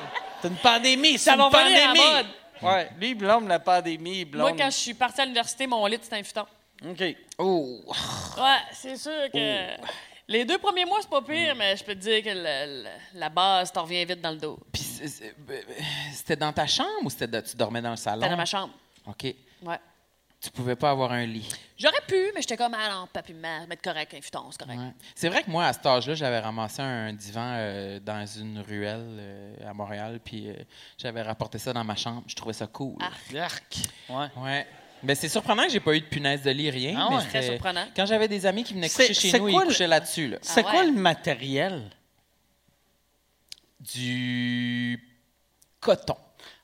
Speaker 1: c'est une pandémie, c'est
Speaker 5: Ça
Speaker 1: une
Speaker 5: va revenir en
Speaker 1: pandémie.
Speaker 5: mode.
Speaker 1: Ouais, lui, il blâme la pandémie, il
Speaker 5: Moi,
Speaker 1: blâme.
Speaker 5: quand je suis partie à l'université, mon lit, c'était un futon.
Speaker 1: OK. Oh.
Speaker 5: Ouais, c'est sûr que. Oh. Mm. Les deux premiers mois, c'est pas pire, mais je peux te dire que le- le- la base, t'en reviens vite dans le dos.
Speaker 6: Puis c'est- c'est- euh, c'était dans ta chambre ou c'était de- tu dormais dans le salon?
Speaker 5: T'es dans ma chambre.
Speaker 6: OK.
Speaker 5: Ouais.
Speaker 6: Tu pouvais pas avoir un lit.
Speaker 5: J'aurais pu, mais j'étais comme, ah non, papi, maman, je vais être correct, un futon, c'est correct.
Speaker 6: Ouais. C'est vrai que moi, à cet âge-là, j'avais ramassé un divan euh, dans une ruelle euh, à Montréal, puis euh, j'avais rapporté ça dans ma chambre. Je trouvais ça cool.
Speaker 1: Arc. Ouais.
Speaker 6: Ouais. Ben, c'est surprenant que j'ai pas eu de punaise de lit, rien.
Speaker 1: Ah
Speaker 6: mais
Speaker 1: ouais.
Speaker 6: c'était-
Speaker 5: Très surprenant.
Speaker 6: Quand j'avais des amis qui venaient
Speaker 1: C'est-
Speaker 6: coucher chez
Speaker 1: c'est
Speaker 6: nous,
Speaker 1: quoi
Speaker 6: ils
Speaker 1: le-
Speaker 6: couchaient là-dessus. là.
Speaker 1: C'est
Speaker 5: Ah ouais?
Speaker 1: quoi le matériel?
Speaker 6: Du coton.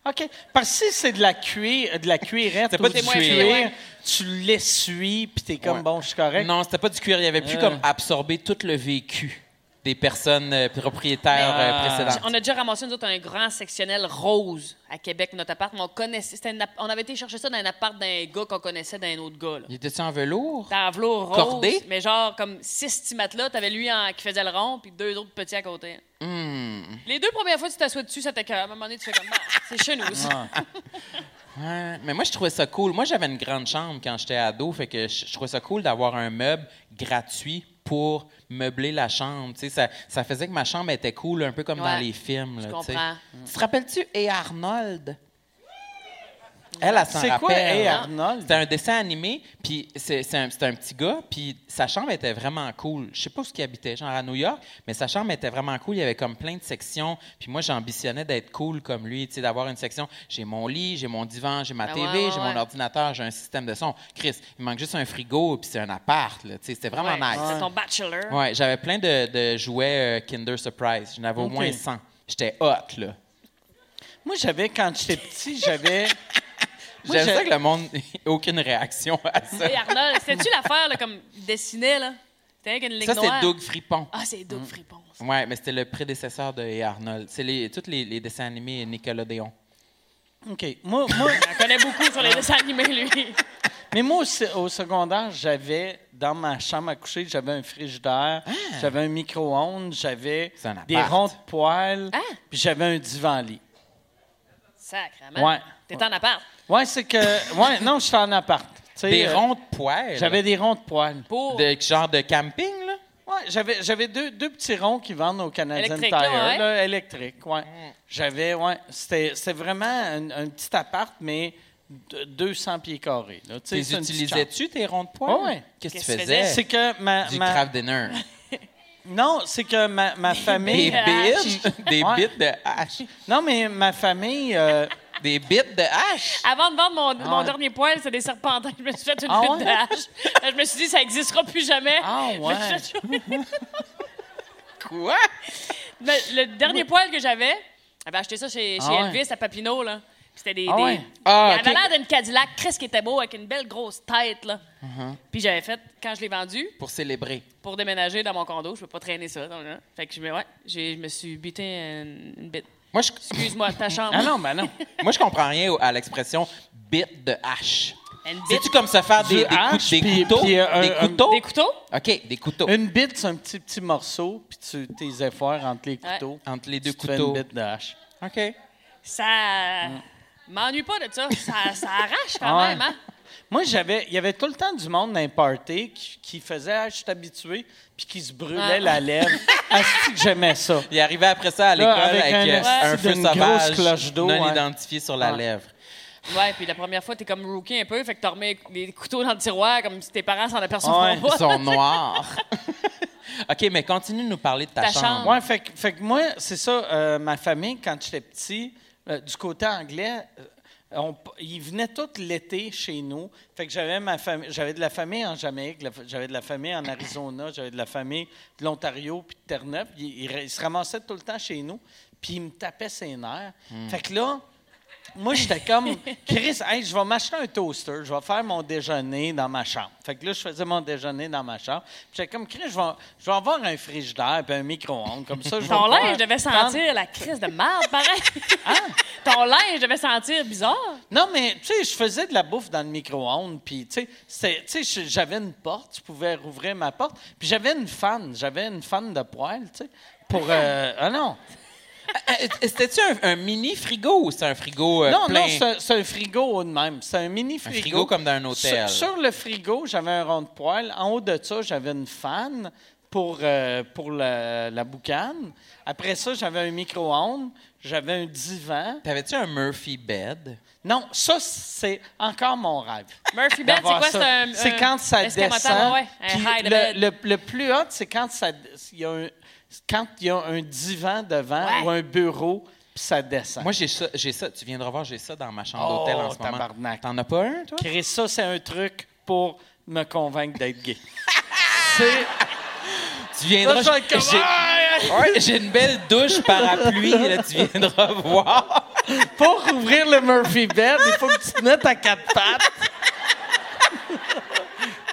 Speaker 1: OK. Parce que si c'est de la cuir, de la cuirette, ou
Speaker 6: pas
Speaker 1: du
Speaker 6: du
Speaker 1: cuir,
Speaker 6: cuir,
Speaker 5: ouais.
Speaker 1: tu l'essuies, puis t'es comme,
Speaker 6: Ouais.
Speaker 1: bon, je suis correct.
Speaker 6: Non, c'était pas du cuir. Il avait pu
Speaker 1: Euh.
Speaker 6: comme absorber tout le vécu des personnes euh, propriétaires euh,
Speaker 1: Ah.
Speaker 6: précédentes.
Speaker 5: On a déjà ramassé, nous autres, un grand sectionnel rose à Québec, notre appart. Mais on connaissait. c'était un app- on avait été chercher ça dans un appart d'un gars qu'on connaissait d'un autre gars. là.
Speaker 6: Il était en velours?
Speaker 5: T'as un velours rose,
Speaker 6: Mm. Cordé?
Speaker 5: mais genre comme six petits matelas. T'avais lui en- qui faisait le rond, puis deux autres petits à côté.
Speaker 6: Hmm.
Speaker 5: Les deux premières fois que tu t'assois dessus, ça t'écoeure. À un moment donné, tu fais comme, Ah, c'est chez nous, ça.
Speaker 6: Ouais. Hein? Mais moi, je trouvais ça cool. Moi, j'avais une grande chambre quand j'étais ado, fait que je, je trouvais ça cool d'avoir un meuble gratuit pour meubler la chambre. Tu sais, Ça, ça faisait que ma chambre était cool, un peu comme dans
Speaker 5: Ouais.
Speaker 6: les films.
Speaker 5: Je
Speaker 6: là, tu sais.
Speaker 5: comprends.
Speaker 6: Tu te rappelles-tu Et Arnold? Elle, elle s'en
Speaker 1: C'est quoi,
Speaker 6: rappelle. hein?
Speaker 1: Hey Arnold?
Speaker 6: C'était un dessin animé, puis c'est- c'est un, c'était un petit gars, puis sa chambre était vraiment cool. Je sais pas où ce qu'il habitait, genre à New York, mais sa chambre était vraiment cool. Il y avait comme plein de sections, puis moi j'ambitionnais d'être cool comme lui, tu sais, d'avoir une section. J'ai mon lit, j'ai mon divan, j'ai ma
Speaker 5: Ah
Speaker 6: TV,
Speaker 5: ouais, ouais,
Speaker 6: j'ai
Speaker 5: ouais.
Speaker 6: mon ordinateur, j'ai un système de son. Chris, il manque juste un frigo, puis c'est un appart, là, tu sais, c'était vraiment
Speaker 5: Ouais, Ah,
Speaker 6: nice.
Speaker 5: C'est ton bachelor.
Speaker 6: Ouais, j'avais plein de, de jouets euh, Kinder Surprise. J'en avais au
Speaker 1: Ok.
Speaker 6: moins 100. J'étais hot, là.
Speaker 1: Moi, j'avais, quand j'étais petit, j'avais... Moi,
Speaker 6: J'aime
Speaker 1: j'ai-
Speaker 6: ça que le monde (laughs) ait aucune réaction à ça.
Speaker 5: Hey, Arnold, c'était-tu l'affaire, là, comme il dessinait, là? C'était avec une ligne
Speaker 6: Ça, c'est
Speaker 5: noire.
Speaker 6: Doug Mm. Fripon.
Speaker 5: Ah, c'est Doug Fripon. ça.
Speaker 6: Ouais, mais c'était le prédécesseur de Hey Arnold. C'est les, tous les, les dessins animés Nickelodeon.
Speaker 1: OK. Moi, moi...
Speaker 5: Il en connaît beaucoup sur les dessins animés, lui.
Speaker 1: Mais moi, au, se- au secondaire, j'avais, dans ma chambre à coucher, j'avais un frigidaire, j'avais un micro-ondes, j'avais
Speaker 6: Ah! C'est un
Speaker 1: des
Speaker 6: appart.
Speaker 1: ronds de poêle,
Speaker 5: Ah!
Speaker 1: puis j'avais un divan-lit.
Speaker 5: Sacrement.
Speaker 1: Ouais.
Speaker 5: T'étais en appart.
Speaker 1: Ouais, c'est que. Ouais, non, j'étais en appart. Tu sais,
Speaker 6: Des
Speaker 1: euh,
Speaker 6: ronds de poêle.
Speaker 1: J'avais des ronds de poêle.
Speaker 5: Pour.
Speaker 6: de, genre de camping, là.
Speaker 1: Ouais, j'avais, j'avais deux, deux petits ronds qui vendent au Canadian
Speaker 5: Électrique,
Speaker 1: Tire,
Speaker 5: là, ouais.
Speaker 6: Mm.
Speaker 1: là, électrique, ouais. J'avais, ouais, c'était, c'était vraiment un, un petit appart, mais de- 200 pieds carrés. là. Tu sais,
Speaker 6: Les
Speaker 1: c'est une petite chambre.
Speaker 6: utilisais-tu, tes ronds de poils?
Speaker 1: Ouais, ouais.
Speaker 6: Qu'est-ce que tu
Speaker 5: Qu'est-ce que tu
Speaker 6: faisais?
Speaker 1: C'est que ma,
Speaker 6: Du
Speaker 1: ma- (laughs)
Speaker 6: craft dinner.
Speaker 1: non, c'est que ma,
Speaker 6: (laughs)
Speaker 1: ma
Speaker 6: Des
Speaker 1: famille.
Speaker 6: bits, (laughs) des
Speaker 1: Ouais.
Speaker 6: bits de hache.
Speaker 1: non, mais ma famille.
Speaker 5: (laughs)
Speaker 1: euh,
Speaker 6: Des bits de hache.
Speaker 5: Avant de vendre mon, mon dernier poil, c'est des serpentins. Je me suis fait une
Speaker 1: Ah
Speaker 5: bite
Speaker 1: ouais?
Speaker 5: de hache. Je me suis dit, ça n'existera plus jamais.
Speaker 1: Ah
Speaker 5: Je me
Speaker 1: ouais.
Speaker 5: suis fait-
Speaker 6: Quoi?
Speaker 5: Mais le dernier poil que j'avais, j'avais acheté ça chez, chez
Speaker 1: Ah ouais.
Speaker 5: Elvis à Papineau, là. Puis c'était des.
Speaker 1: Ah
Speaker 5: des-
Speaker 1: ouais.
Speaker 6: Ah,
Speaker 5: il avait
Speaker 6: ok.
Speaker 5: l'air d'une Cadillac, Chris qui était beau, avec une belle grosse tête, là.
Speaker 1: Uh-huh.
Speaker 5: Puis j'avais fait, quand je l'ai vendu,
Speaker 6: Pour célébrer.
Speaker 5: pour déménager dans mon condo, je peux pas traîner ça. Donc, là. Fait que je me, ouais, j'ai- je me suis buté une, une bite.
Speaker 6: Moi, je,
Speaker 5: Excuse-moi, ta chambre.
Speaker 1: (laughs) Ah non, mais non.
Speaker 6: moi, je comprends rien au- à l'expression bit de hache.
Speaker 5: Une bite.
Speaker 6: C'est-tu comme ça faire des, des, cou-
Speaker 1: hache,
Speaker 6: des
Speaker 1: puis-
Speaker 6: couteaux?
Speaker 1: puis, euh,
Speaker 6: des
Speaker 1: un-
Speaker 6: couteaux?
Speaker 5: Des couteaux?
Speaker 6: OK, des couteaux.
Speaker 1: Une bite, c'est un petit petit morceau, puis tu tes efforts entre les
Speaker 5: Ouais.
Speaker 1: couteaux.
Speaker 6: Entre les
Speaker 1: tu
Speaker 6: deux
Speaker 1: te fais
Speaker 6: couteaux.
Speaker 1: une bite de hache.
Speaker 6: OK.
Speaker 5: Ça. M'ennuie pas de ça. Ça, ça arrache quand
Speaker 1: Mm. Ah Ouais.
Speaker 5: même, hein?
Speaker 1: Moi, j'avais, il y avait tout le temps du monde dans les parties qui, qui faisait ah, « je suis habitué », puis qui se brûlait
Speaker 5: Ouais.
Speaker 1: la lèvre.
Speaker 5: (laughs)
Speaker 1: Asti que j'aimais ça.
Speaker 6: Il est arrivé après ça à l'école
Speaker 1: avec
Speaker 6: avec,
Speaker 1: un
Speaker 6: euh,
Speaker 1: esti
Speaker 6: un, feu
Speaker 1: d'une
Speaker 6: sauvage
Speaker 1: grosse cloche d'eau,
Speaker 6: non
Speaker 1: ouais.
Speaker 6: identifié sur la
Speaker 1: Ouais.
Speaker 6: lèvre.
Speaker 5: Ouais, puis la première fois, t'es comme rookie un peu, fait que t'as remis les couteaux dans le tiroir comme si tes parents s'en apercevaient
Speaker 1: Ah Ouais.
Speaker 6: Ils
Speaker 5: pas.
Speaker 6: sont noirs. (laughs) OK, mais continue de nous parler de ta,
Speaker 5: Ta
Speaker 6: chambre.
Speaker 5: chambre.
Speaker 1: Ouais, fait, que- fait que moi, c'est ça, euh, ma famille, quand j'étais petit, euh, du côté anglais, euh, on- ils venaient tout l'été chez nous. Fait que j'avais ma famille, j'avais de la famille en Jamaïque, la- j'avais de la famille en Arizona, j'avais de la famille de l'Ontario puis de Terre-Neuve. Ils, ils ra- ils se ramassaient tout le temps chez nous, puis ils me tapaient ses nerfs. Fait que là, moi, j'étais comme, Chris, hey, je vais m'acheter un toaster, je vais faire mon déjeuner dans ma chambre. Fait que là, je faisais mon déjeuner dans ma chambre. Puis J'étais comme, Chris, je vais, je vais avoir un frigidaire puis un micro-ondes. Comme ça, je vais
Speaker 5: Ton
Speaker 1: pouvoir
Speaker 5: linge devait
Speaker 1: prendre- Ah.
Speaker 5: sentir la crise de marde,
Speaker 1: (laughs)
Speaker 5: pareil. Ton linge devait sentir bizarre.
Speaker 1: Non, mais tu sais, je faisais de la bouffe dans le micro-ondes, puis tu sais, c'était- tu sais, je- j'avais une porte, je pouvais rouvrir ma porte, puis j'avais une fan, j'avais une fan de poêle, tu sais, pour... euh, ah non,
Speaker 6: Euh, euh, C'était-tu un, un mini frigo ou c'est un frigo euh,
Speaker 1: non,
Speaker 6: plein?
Speaker 1: non, c'est un- c'est un frigo de même, c'est un mini frigo.
Speaker 6: frigo comme dans un hôtel.
Speaker 1: Sur, sur le frigo, j'avais un rond de poêle, en haut de ça, j'avais une fan pour, euh, pour la, la boucane, après ça, j'avais un micro-ondes, j'avais un divan.
Speaker 6: T'avais-tu un Murphy bed?
Speaker 1: Non, ça, c'est encore mon rêve.
Speaker 5: Murphy Bed, Ben, c'est
Speaker 1: d'avoir
Speaker 5: quoi?
Speaker 1: ça.
Speaker 5: C'est un. euh,
Speaker 1: C'est
Speaker 5: un
Speaker 1: quand ça
Speaker 5: escamotable,
Speaker 1: descend.
Speaker 5: ouais, un
Speaker 1: puis
Speaker 5: high de
Speaker 1: le,
Speaker 5: bed.
Speaker 1: le, le plus haut, c'est quand ça, il y a un, quand il y a un divan devant
Speaker 5: Ouais.
Speaker 1: ou un bureau, puis ça descend.
Speaker 6: Moi, j'ai ça, j'ai ça. Tu viendras voir, j'ai ça dans ma chambre
Speaker 1: Oh,
Speaker 6: d'hôtel en ce moment.
Speaker 1: tabarnak.
Speaker 6: T'en as pas un, toi?
Speaker 1: Chris, ça, c'est un truc pour me convaincre d'être gay. c'est
Speaker 6: Tu
Speaker 1: Ça,
Speaker 6: viendras.
Speaker 1: je vais être comme,
Speaker 6: j'ai- Ouais, J'ai une belle douche parapluie, là, tu viendras (laughs) voir.
Speaker 1: pour ouvrir le Murphy Bed, il faut que tu te mettes à quatre pattes.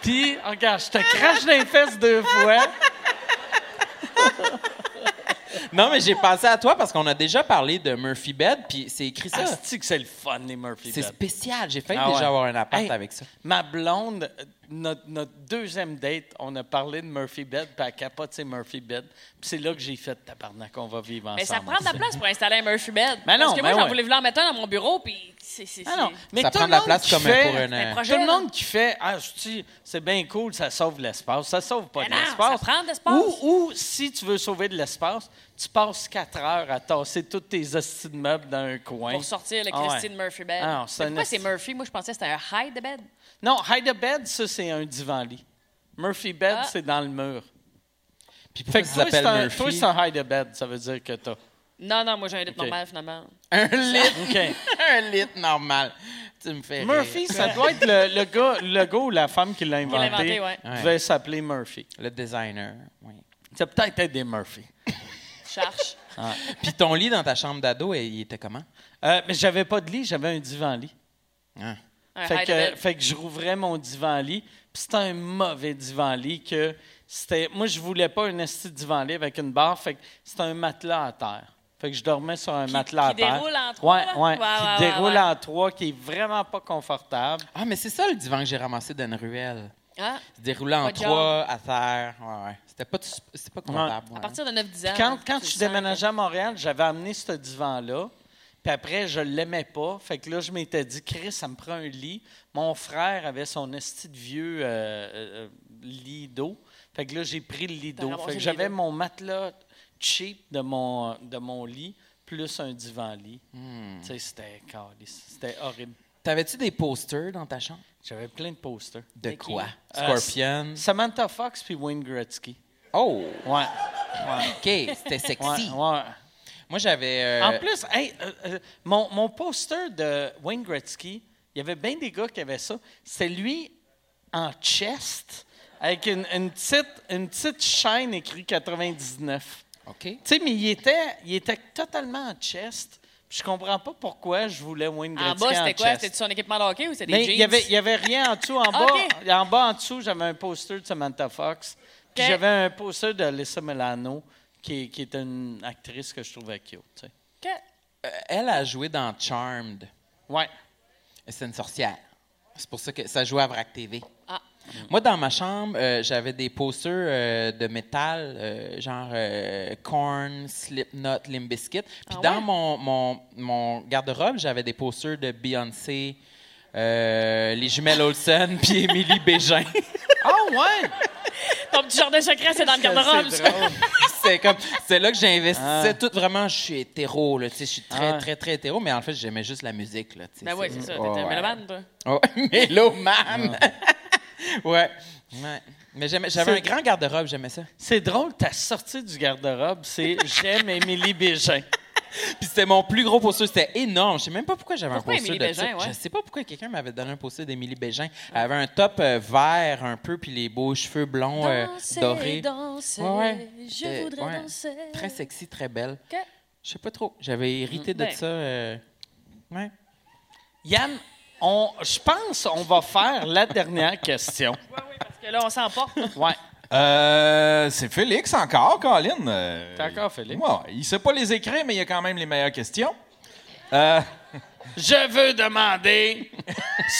Speaker 1: puis, regarde, je te crache dans les fesses deux fois.
Speaker 6: Non, mais j'ai pensé à toi parce qu'on a déjà parlé de Murphy bed, puis c'est écrit ça.
Speaker 1: Asti que c'est le fun, les Murphy
Speaker 6: C'est
Speaker 1: Bed.
Speaker 6: spécial. J'ai failli
Speaker 1: Ah ouais.
Speaker 6: déjà avoir un appart
Speaker 1: Hey,
Speaker 6: avec ça.
Speaker 1: Ma blonde, euh, notre, notre deuxième date, on a parlé de Murphy Bed, puis elle capote ses Murphy Bed. Puis c'est là que j'ai fait tabarnak, on va vivre ensemble.
Speaker 5: Mais ça prend de la place pour installer un Murphy Bed.
Speaker 1: Mais Ben non,
Speaker 5: Parce que moi,
Speaker 1: mais
Speaker 5: j'en
Speaker 1: ouais.
Speaker 5: voulais vouloir en mettre un dans mon bureau, puis c'est. c'est-
Speaker 1: Ah non,
Speaker 5: c'est-
Speaker 1: mais
Speaker 6: ça
Speaker 1: tout
Speaker 6: prend de la
Speaker 1: le monde
Speaker 6: place
Speaker 1: qui
Speaker 6: comme
Speaker 1: fait-
Speaker 6: pour un.
Speaker 5: un
Speaker 6: euh,
Speaker 5: projet.
Speaker 1: Tout le
Speaker 5: là.
Speaker 1: monde qui fait Ah, je c'est bien cool, ça sauve l'espace. Ça sauve pas
Speaker 5: Mais
Speaker 1: de
Speaker 5: non,
Speaker 1: l'espace.
Speaker 5: ça prend de l'espace.
Speaker 1: Ou, ou si tu veux sauver de l'espace, tu passes quatre heures à tasser toutes tes hosties de meubles dans un coin.
Speaker 5: Pour sortir le
Speaker 1: Ah ouais.
Speaker 5: Christine Murphy Bed.
Speaker 1: Ah non, c'est
Speaker 5: Mais
Speaker 1: un
Speaker 5: pourquoi
Speaker 1: esti-
Speaker 5: c'est Murphy? Moi, je pensais que c'était un high de bed.
Speaker 1: Non, hide a bed, ça, c'est un divan-lit. Murphy bed,
Speaker 5: Ah.
Speaker 1: c'est dans le mur. Fait
Speaker 6: Puis pourquoi
Speaker 1: que
Speaker 6: tu
Speaker 1: toi, c'est
Speaker 6: l'appelles
Speaker 1: un, toi,
Speaker 6: Murphy?
Speaker 1: c'est un hide a bed, ça veut dire que t'as.
Speaker 5: Non, non, moi, j'ai un lit
Speaker 1: Ok.
Speaker 5: normal, finalement.
Speaker 6: Un lit.
Speaker 1: OK.
Speaker 6: (laughs) un lit normal. Tu me fais. rire.
Speaker 1: Murphy, ça doit être le, le gars, le gars ou la femme qui l'a inventé.
Speaker 5: inventé, ouais.
Speaker 6: Ouais.
Speaker 1: devait s'appeler Murphy.
Speaker 6: Le designer. Oui.
Speaker 1: Ça peut-être être des Murphy.
Speaker 5: Charge.
Speaker 6: Puis ton lit dans ta chambre d'ado, il il était comment?
Speaker 1: Euh, mais j'avais pas de lit, j'avais un divan-lit.
Speaker 6: Hein?
Speaker 5: Un
Speaker 1: Fait
Speaker 5: high de
Speaker 1: que, euh,
Speaker 5: bed.
Speaker 1: fait que je rouvrais mon divan-lit, puis c'était un mauvais divan-lit que c'était... Moi, je voulais pas un esti de divan-lit avec une barre, fait que c'était un matelas à terre. Fait que je dormais sur un matelas
Speaker 5: qui
Speaker 1: à terre.
Speaker 5: déroule en trois,
Speaker 1: Ouais,
Speaker 5: là?
Speaker 1: ouais,
Speaker 5: Ouais,
Speaker 1: qui
Speaker 5: ouais, ouais,
Speaker 1: déroule
Speaker 5: ouais.
Speaker 1: en trois, qui est vraiment pas confortable.
Speaker 6: Ah, mais c'est ça le divan que j'ai ramassé d'une ruelle.
Speaker 5: Hein?
Speaker 6: Il se déroulait en
Speaker 5: Pas de
Speaker 6: trois, à terre. Ouais, ouais. C'était pas, c'était pas comptable.
Speaker 5: À partir de 9-10 ans.
Speaker 1: Quand,
Speaker 5: là,
Speaker 1: quand
Speaker 5: tu
Speaker 1: je
Speaker 5: sens que-
Speaker 1: déménageais à Montréal, j'avais amené ce divan-là. Puis après, je l'aimais pas. Fait que là, je m'étais dit, Chris, ça me prend un lit. Mon frère avait son esti de vieux euh, euh, euh, lit d'eau. Fait que là, j'ai pris le lit
Speaker 5: T'as
Speaker 1: d'eau.
Speaker 5: ramassé
Speaker 1: Fait que
Speaker 5: le
Speaker 1: j'avais
Speaker 5: lit d'eau.
Speaker 1: mon matelas cheap de mon, de mon lit, plus un divan-lit. Tu sais, c'était calice. C'était horrible.
Speaker 6: T'avais-tu des posters dans ta chambre?
Speaker 1: J'avais plein de posters.
Speaker 6: De quoi?
Speaker 1: Euh,
Speaker 6: Scorpion.
Speaker 1: Samantha Fox puis Wayne Gretzky.
Speaker 6: Oh!
Speaker 1: Ouais.
Speaker 6: OK, c'était sexy.
Speaker 1: Ouais, ouais.
Speaker 6: Moi, j'avais. euh,
Speaker 1: En plus, hey, euh, euh, mon, mon poster de Wayne Gretzky, il y avait bien des gars qui avaient ça. C'est lui en chest avec une, une petite, une petite chaîne écrite 99.
Speaker 6: OK. Euh,
Speaker 1: Tu sais, mais il était, il était totalement en chest. Puis Je comprends pas pourquoi je voulais Wayne
Speaker 5: En
Speaker 1: Gretzky en,
Speaker 5: bas, c'était quoi?
Speaker 1: chest.
Speaker 5: C'était son équipement de hockey ou c'était des
Speaker 1: Mais
Speaker 5: jeans?
Speaker 1: il y avait, il y avait rien en dessous. En bas,
Speaker 5: (laughs) Ok.
Speaker 1: en bas, en dessous, j'avais un poster de Samantha Fox. Puis
Speaker 5: Ok.
Speaker 1: j'avais un poster de Alyssa Milano, qui, qui est une actrice que je trouvais cute. tu sais.
Speaker 5: Que-
Speaker 6: Euh, elle a joué dans Charmed.
Speaker 1: Ouais.
Speaker 6: C'est une sorcière. C'est pour ça que ça jouait à Vrac TV.
Speaker 5: Ah.
Speaker 6: Moi, dans ma chambre, euh, j'avais des posters euh, de métal, euh, genre euh, Korn, Slipknot, Limp Bizkit. Puis
Speaker 5: Ah
Speaker 6: dans
Speaker 5: ouais?
Speaker 6: mon, mon- mon garde-robe, j'avais des posters de Beyoncé, euh, les jumelles Olsen, (laughs) puis Émilie Bégin. (laughs)
Speaker 1: Ah ouais!
Speaker 5: Ton petit jardin secret, c'est dans le garde-robe. ça.
Speaker 6: c'est comme, c'est là que j'ai investi. Tout vraiment, je suis hétéro, là, tu sais, je suis très,
Speaker 1: Ah.
Speaker 6: très, très hétéro, mais en fait, j'aimais juste la musique, là, tu sais,
Speaker 5: Ben oui, c'est ça.
Speaker 6: Ouais,
Speaker 5: T'étais un
Speaker 6: ouais.
Speaker 5: mélomane, toi.
Speaker 6: (laughs) Oh, mélomane! (laughs) ouais. ouais. Mais j'aimais- j'avais un grand garde-robe, j'aimais ça.
Speaker 1: C'est drôle, ta sortie du garde-robe, c'est J'aime Émilie Bégin.
Speaker 6: Puis c'était mon plus gros poster, c'était énorme. Je sais même pas pourquoi j'avais un
Speaker 5: Pourquoi
Speaker 6: poster
Speaker 5: Émilie
Speaker 6: de ça.
Speaker 5: Bégin, ouais?
Speaker 6: Je sais pas pourquoi quelqu'un m'avait donné un poster d'Émilie Bégin. Elle avait un top euh, vert un peu, puis les beaux cheveux blonds euh, dorés.
Speaker 5: danser,
Speaker 6: Ouais, ouais.
Speaker 5: je
Speaker 6: Euh,
Speaker 5: voudrais
Speaker 6: ouais.
Speaker 5: danser.
Speaker 6: Très sexy, très belle.
Speaker 5: Que-
Speaker 6: Je sais pas trop. J'avais hérité de
Speaker 5: Ben.
Speaker 6: ça. euh, Ouais.
Speaker 1: Yann, on, je pense on va faire la dernière question.
Speaker 5: Ouais, oui, parce que là, on s'emporte.
Speaker 1: Ouais.
Speaker 3: Euh, c'est Félix encore, Colin. Euh,
Speaker 1: C'est encore Félix.
Speaker 3: Ouais, il sait pas les écrire, mais il a quand même les meilleures questions. Euh,
Speaker 1: Je veux demander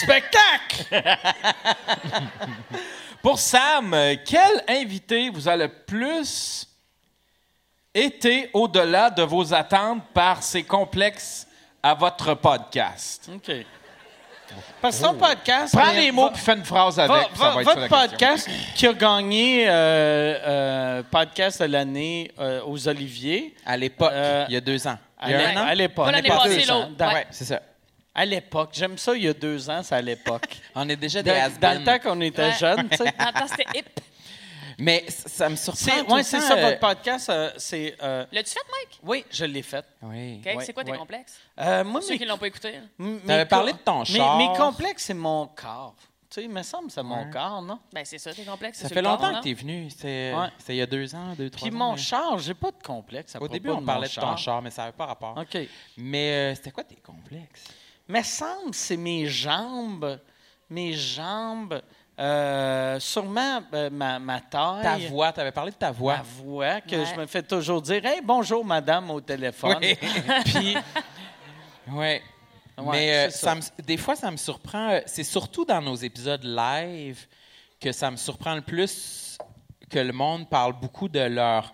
Speaker 1: spectacle!
Speaker 3: pour Sam, euh, quel invité vous a le plus été au-delà de vos attentes par ses complexes à votre podcast?
Speaker 1: OK. Parce que ton podcast.
Speaker 3: Prends
Speaker 1: mais
Speaker 3: les
Speaker 1: va-
Speaker 3: mots puis fais une phrase avec.
Speaker 1: va-
Speaker 3: puis ça
Speaker 1: va-
Speaker 3: va être ça,
Speaker 1: votre
Speaker 3: la question.
Speaker 1: podcast qui a gagné euh, euh, podcast de l'année euh, aux Oliviers.
Speaker 6: À l'époque,
Speaker 1: Euh,
Speaker 6: il y a deux ans.
Speaker 1: À
Speaker 6: Il y a
Speaker 1: l'é-
Speaker 6: un an?
Speaker 1: à l'époque.
Speaker 5: Pas l'année
Speaker 1: Pas
Speaker 5: passée,
Speaker 1: deux ans.
Speaker 5: l'autre.
Speaker 1: Dans-
Speaker 5: Ouais.
Speaker 6: Ouais, c'est ça.
Speaker 1: À l'époque. J'aime ça, il y a deux ans, c'est à l'époque.
Speaker 6: On est déjà des
Speaker 1: dans, dans
Speaker 6: has-beens.
Speaker 1: le temps qu'on était
Speaker 5: Ouais.
Speaker 1: jeunes, tu sais.
Speaker 5: En même temps, c'était hip.
Speaker 6: Mais c- ça me
Speaker 1: (laughs)
Speaker 6: surprend.
Speaker 1: C'est
Speaker 6: tout
Speaker 1: ouais,
Speaker 6: le
Speaker 1: c'est
Speaker 6: temps,
Speaker 1: ça,
Speaker 6: euh,
Speaker 1: votre podcast. euh, c'est, euh,
Speaker 5: L'as-tu fait, Mike?
Speaker 1: oui, je l'ai fait.
Speaker 6: Oui.
Speaker 5: OK,
Speaker 1: Ouais,
Speaker 5: c'est quoi tes
Speaker 1: ouais.
Speaker 5: complexes?
Speaker 1: Euh, moi,
Speaker 5: Ceux
Speaker 1: mes,
Speaker 5: qui l'ont pas écouté. là.
Speaker 1: m-
Speaker 6: T'avais
Speaker 1: mes
Speaker 6: parlé
Speaker 1: co-
Speaker 6: de ton
Speaker 1: mes-
Speaker 6: char.
Speaker 1: Mes complexes, c'est mon corps. Tu sais, il me semble que c'est mon corps, non?
Speaker 5: Ben, c'est ça, tes complexes.
Speaker 6: Ça
Speaker 5: c'est
Speaker 6: fait
Speaker 5: sur le corps,
Speaker 6: longtemps
Speaker 5: non?
Speaker 6: que t'es venu. C'est
Speaker 1: Ouais.
Speaker 6: c'est il y a deux ans, deux, trois
Speaker 1: Puis
Speaker 6: ans,
Speaker 1: mon
Speaker 6: mais-
Speaker 1: char, j'ai pas de complexe. à
Speaker 6: Au
Speaker 1: propos
Speaker 6: début, on
Speaker 1: mon
Speaker 6: parlait de ton
Speaker 1: char.
Speaker 6: char, mais ça n'avait pas rapport.
Speaker 1: OK.
Speaker 6: Mais euh, c'était quoi tes complexes?
Speaker 1: Mais semble, c'est mes jambes. Mes jambes. euh, sûrement euh, ma, ma taille.
Speaker 6: Ta voix, t'avais parlé de ta voix.
Speaker 1: Ma voix, que
Speaker 5: Ouais.
Speaker 1: je me fais toujours dire Hey, bonjour, madame, au téléphone.
Speaker 6: (laughs) Oui.
Speaker 1: Puis,
Speaker 6: Ouais. mais
Speaker 1: Ouais,
Speaker 6: euh,
Speaker 1: c'est
Speaker 6: ça me- des fois, ça me surprend. euh, C'est surtout dans nos épisodes live que ça me surprend le plus que le monde parle beaucoup de leur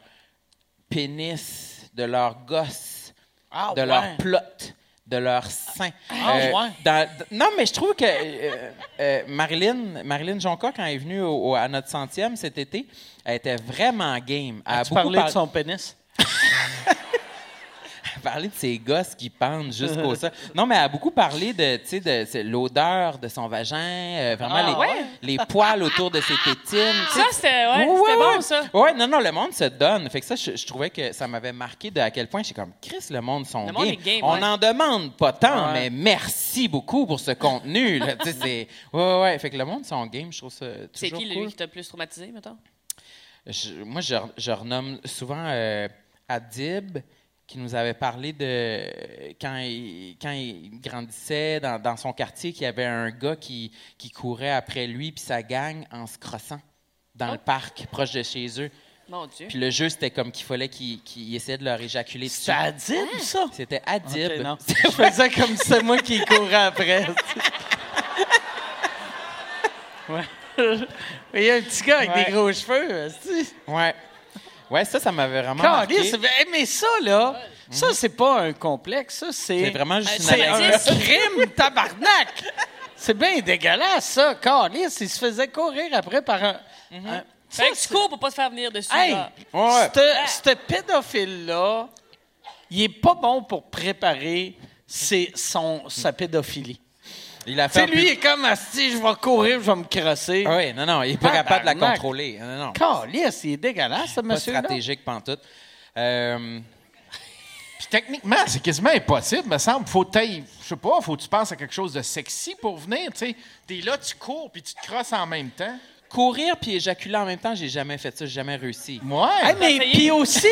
Speaker 6: pénis, de leur gosse,
Speaker 1: Ah,
Speaker 6: de
Speaker 1: ouais.
Speaker 6: leur plot, de leur sein. Euh,
Speaker 1: Ah, ouais.
Speaker 6: dans- d- non, mais je trouve que euh, euh, Marilyn, Marilyn Jonca, quand elle est venue au- au- à notre centième cet été, elle était vraiment game. Elle a
Speaker 1: tu
Speaker 6: beaucoup
Speaker 1: parlais de
Speaker 6: par-
Speaker 1: son pénis?
Speaker 6: parler de ces gosses qui
Speaker 5: (laughs)
Speaker 6: pendent jusqu'au sol. Non, mais elle a beaucoup parlé de, tu sais, de, c'est l'odeur de son vagin, euh, vraiment
Speaker 1: Ah,
Speaker 6: les,
Speaker 5: ouais?
Speaker 6: les poils autour de ses tétines. tu sais.
Speaker 5: Ça, Ah, c'était ouais, c'était bon, ça.
Speaker 6: Ouais, non, non, le monde se donne. Fait que ça, je, je trouvais que ça m'avait marqué de à quel point j'étais comme Chris, le monde sont
Speaker 5: Le
Speaker 6: game.
Speaker 5: monde est game,
Speaker 6: On
Speaker 5: ouais.
Speaker 6: en demande pas tant,
Speaker 1: Ouais.
Speaker 6: mais merci beaucoup pour ce contenu. là. Tu sais, c'est- ouais, ouais, ouais. Fait que le monde sont game, je trouve ça toujours
Speaker 5: C'est qui, lui,
Speaker 6: cool.
Speaker 5: qui t'a plus traumatisé, mettons?
Speaker 6: Je- moi, je, re- je renomme souvent euh, Adib, qui nous avait parlé de euh, quand il, quand il grandissait dans, dans son quartier, qu'il y avait un gars qui, qui courait après lui puis sa gang en se crossant dans le parc, proche de chez eux.
Speaker 5: Mon Dieu.
Speaker 6: Puis le jeu, c'était comme qu'il fallait qu'il qu'il essayait de leur éjaculer dessus.
Speaker 1: C'est Adib, ça?
Speaker 6: C'était Adib.
Speaker 1: Ok,
Speaker 6: (laughs)
Speaker 1: non. Je faisais comme si c'est moi qui courais après. ouais. Il y a un petit gars avec
Speaker 6: Ouais.
Speaker 1: des gros cheveux. esti.
Speaker 6: ouais. ouais, ça, ça m'avait vraiment
Speaker 1: Caliste,
Speaker 6: marqué. Mhm.
Speaker 1: mais- mais ça, là, ça, c'est pas un complexe. Ça, c'est.
Speaker 6: C'est vraiment juste une
Speaker 1: Euh, C'est
Speaker 6: anecdote.
Speaker 1: un crime, tabarnak! C'est bien dégueulasse, ça. Carlis, il se faisait courir après par un.
Speaker 6: Mhm.
Speaker 1: un- Ça,
Speaker 5: Fait que tu
Speaker 1: c'est-
Speaker 5: cours pour pas te faire venir dessus.
Speaker 1: Hey!
Speaker 5: là.
Speaker 6: Ouais.
Speaker 1: Ce- Ce pédophile-là, il est pas bon pour préparer ses- son, sa pédophilie.
Speaker 6: Il a
Speaker 1: Tu sais,
Speaker 6: fait.
Speaker 1: lui, il est comme, si je vais courir, je vais me crosser.
Speaker 6: Ah oui, non, non, il est pas capable de la
Speaker 1: Tabarnak.
Speaker 6: contrôler. Non, non, non.
Speaker 1: Calisse, il est dégueulasse, ce
Speaker 6: Pas
Speaker 1: monsieur-là.
Speaker 6: stratégique, pantoute. Euh,
Speaker 3: Puis techniquement, c'est quasiment impossible, me semble. Faut que t'ailles- je sais pas, faut que tu penses à quelque chose de sexy pour venir, tu sais. T'es là, tu cours, puis tu te crosses en même temps.
Speaker 6: courir puis éjaculer en même temps, j'ai jamais fait ça, j'ai jamais réussi.
Speaker 3: Ouais.
Speaker 1: Hey, mais
Speaker 5: Essayez.
Speaker 1: puis aussi,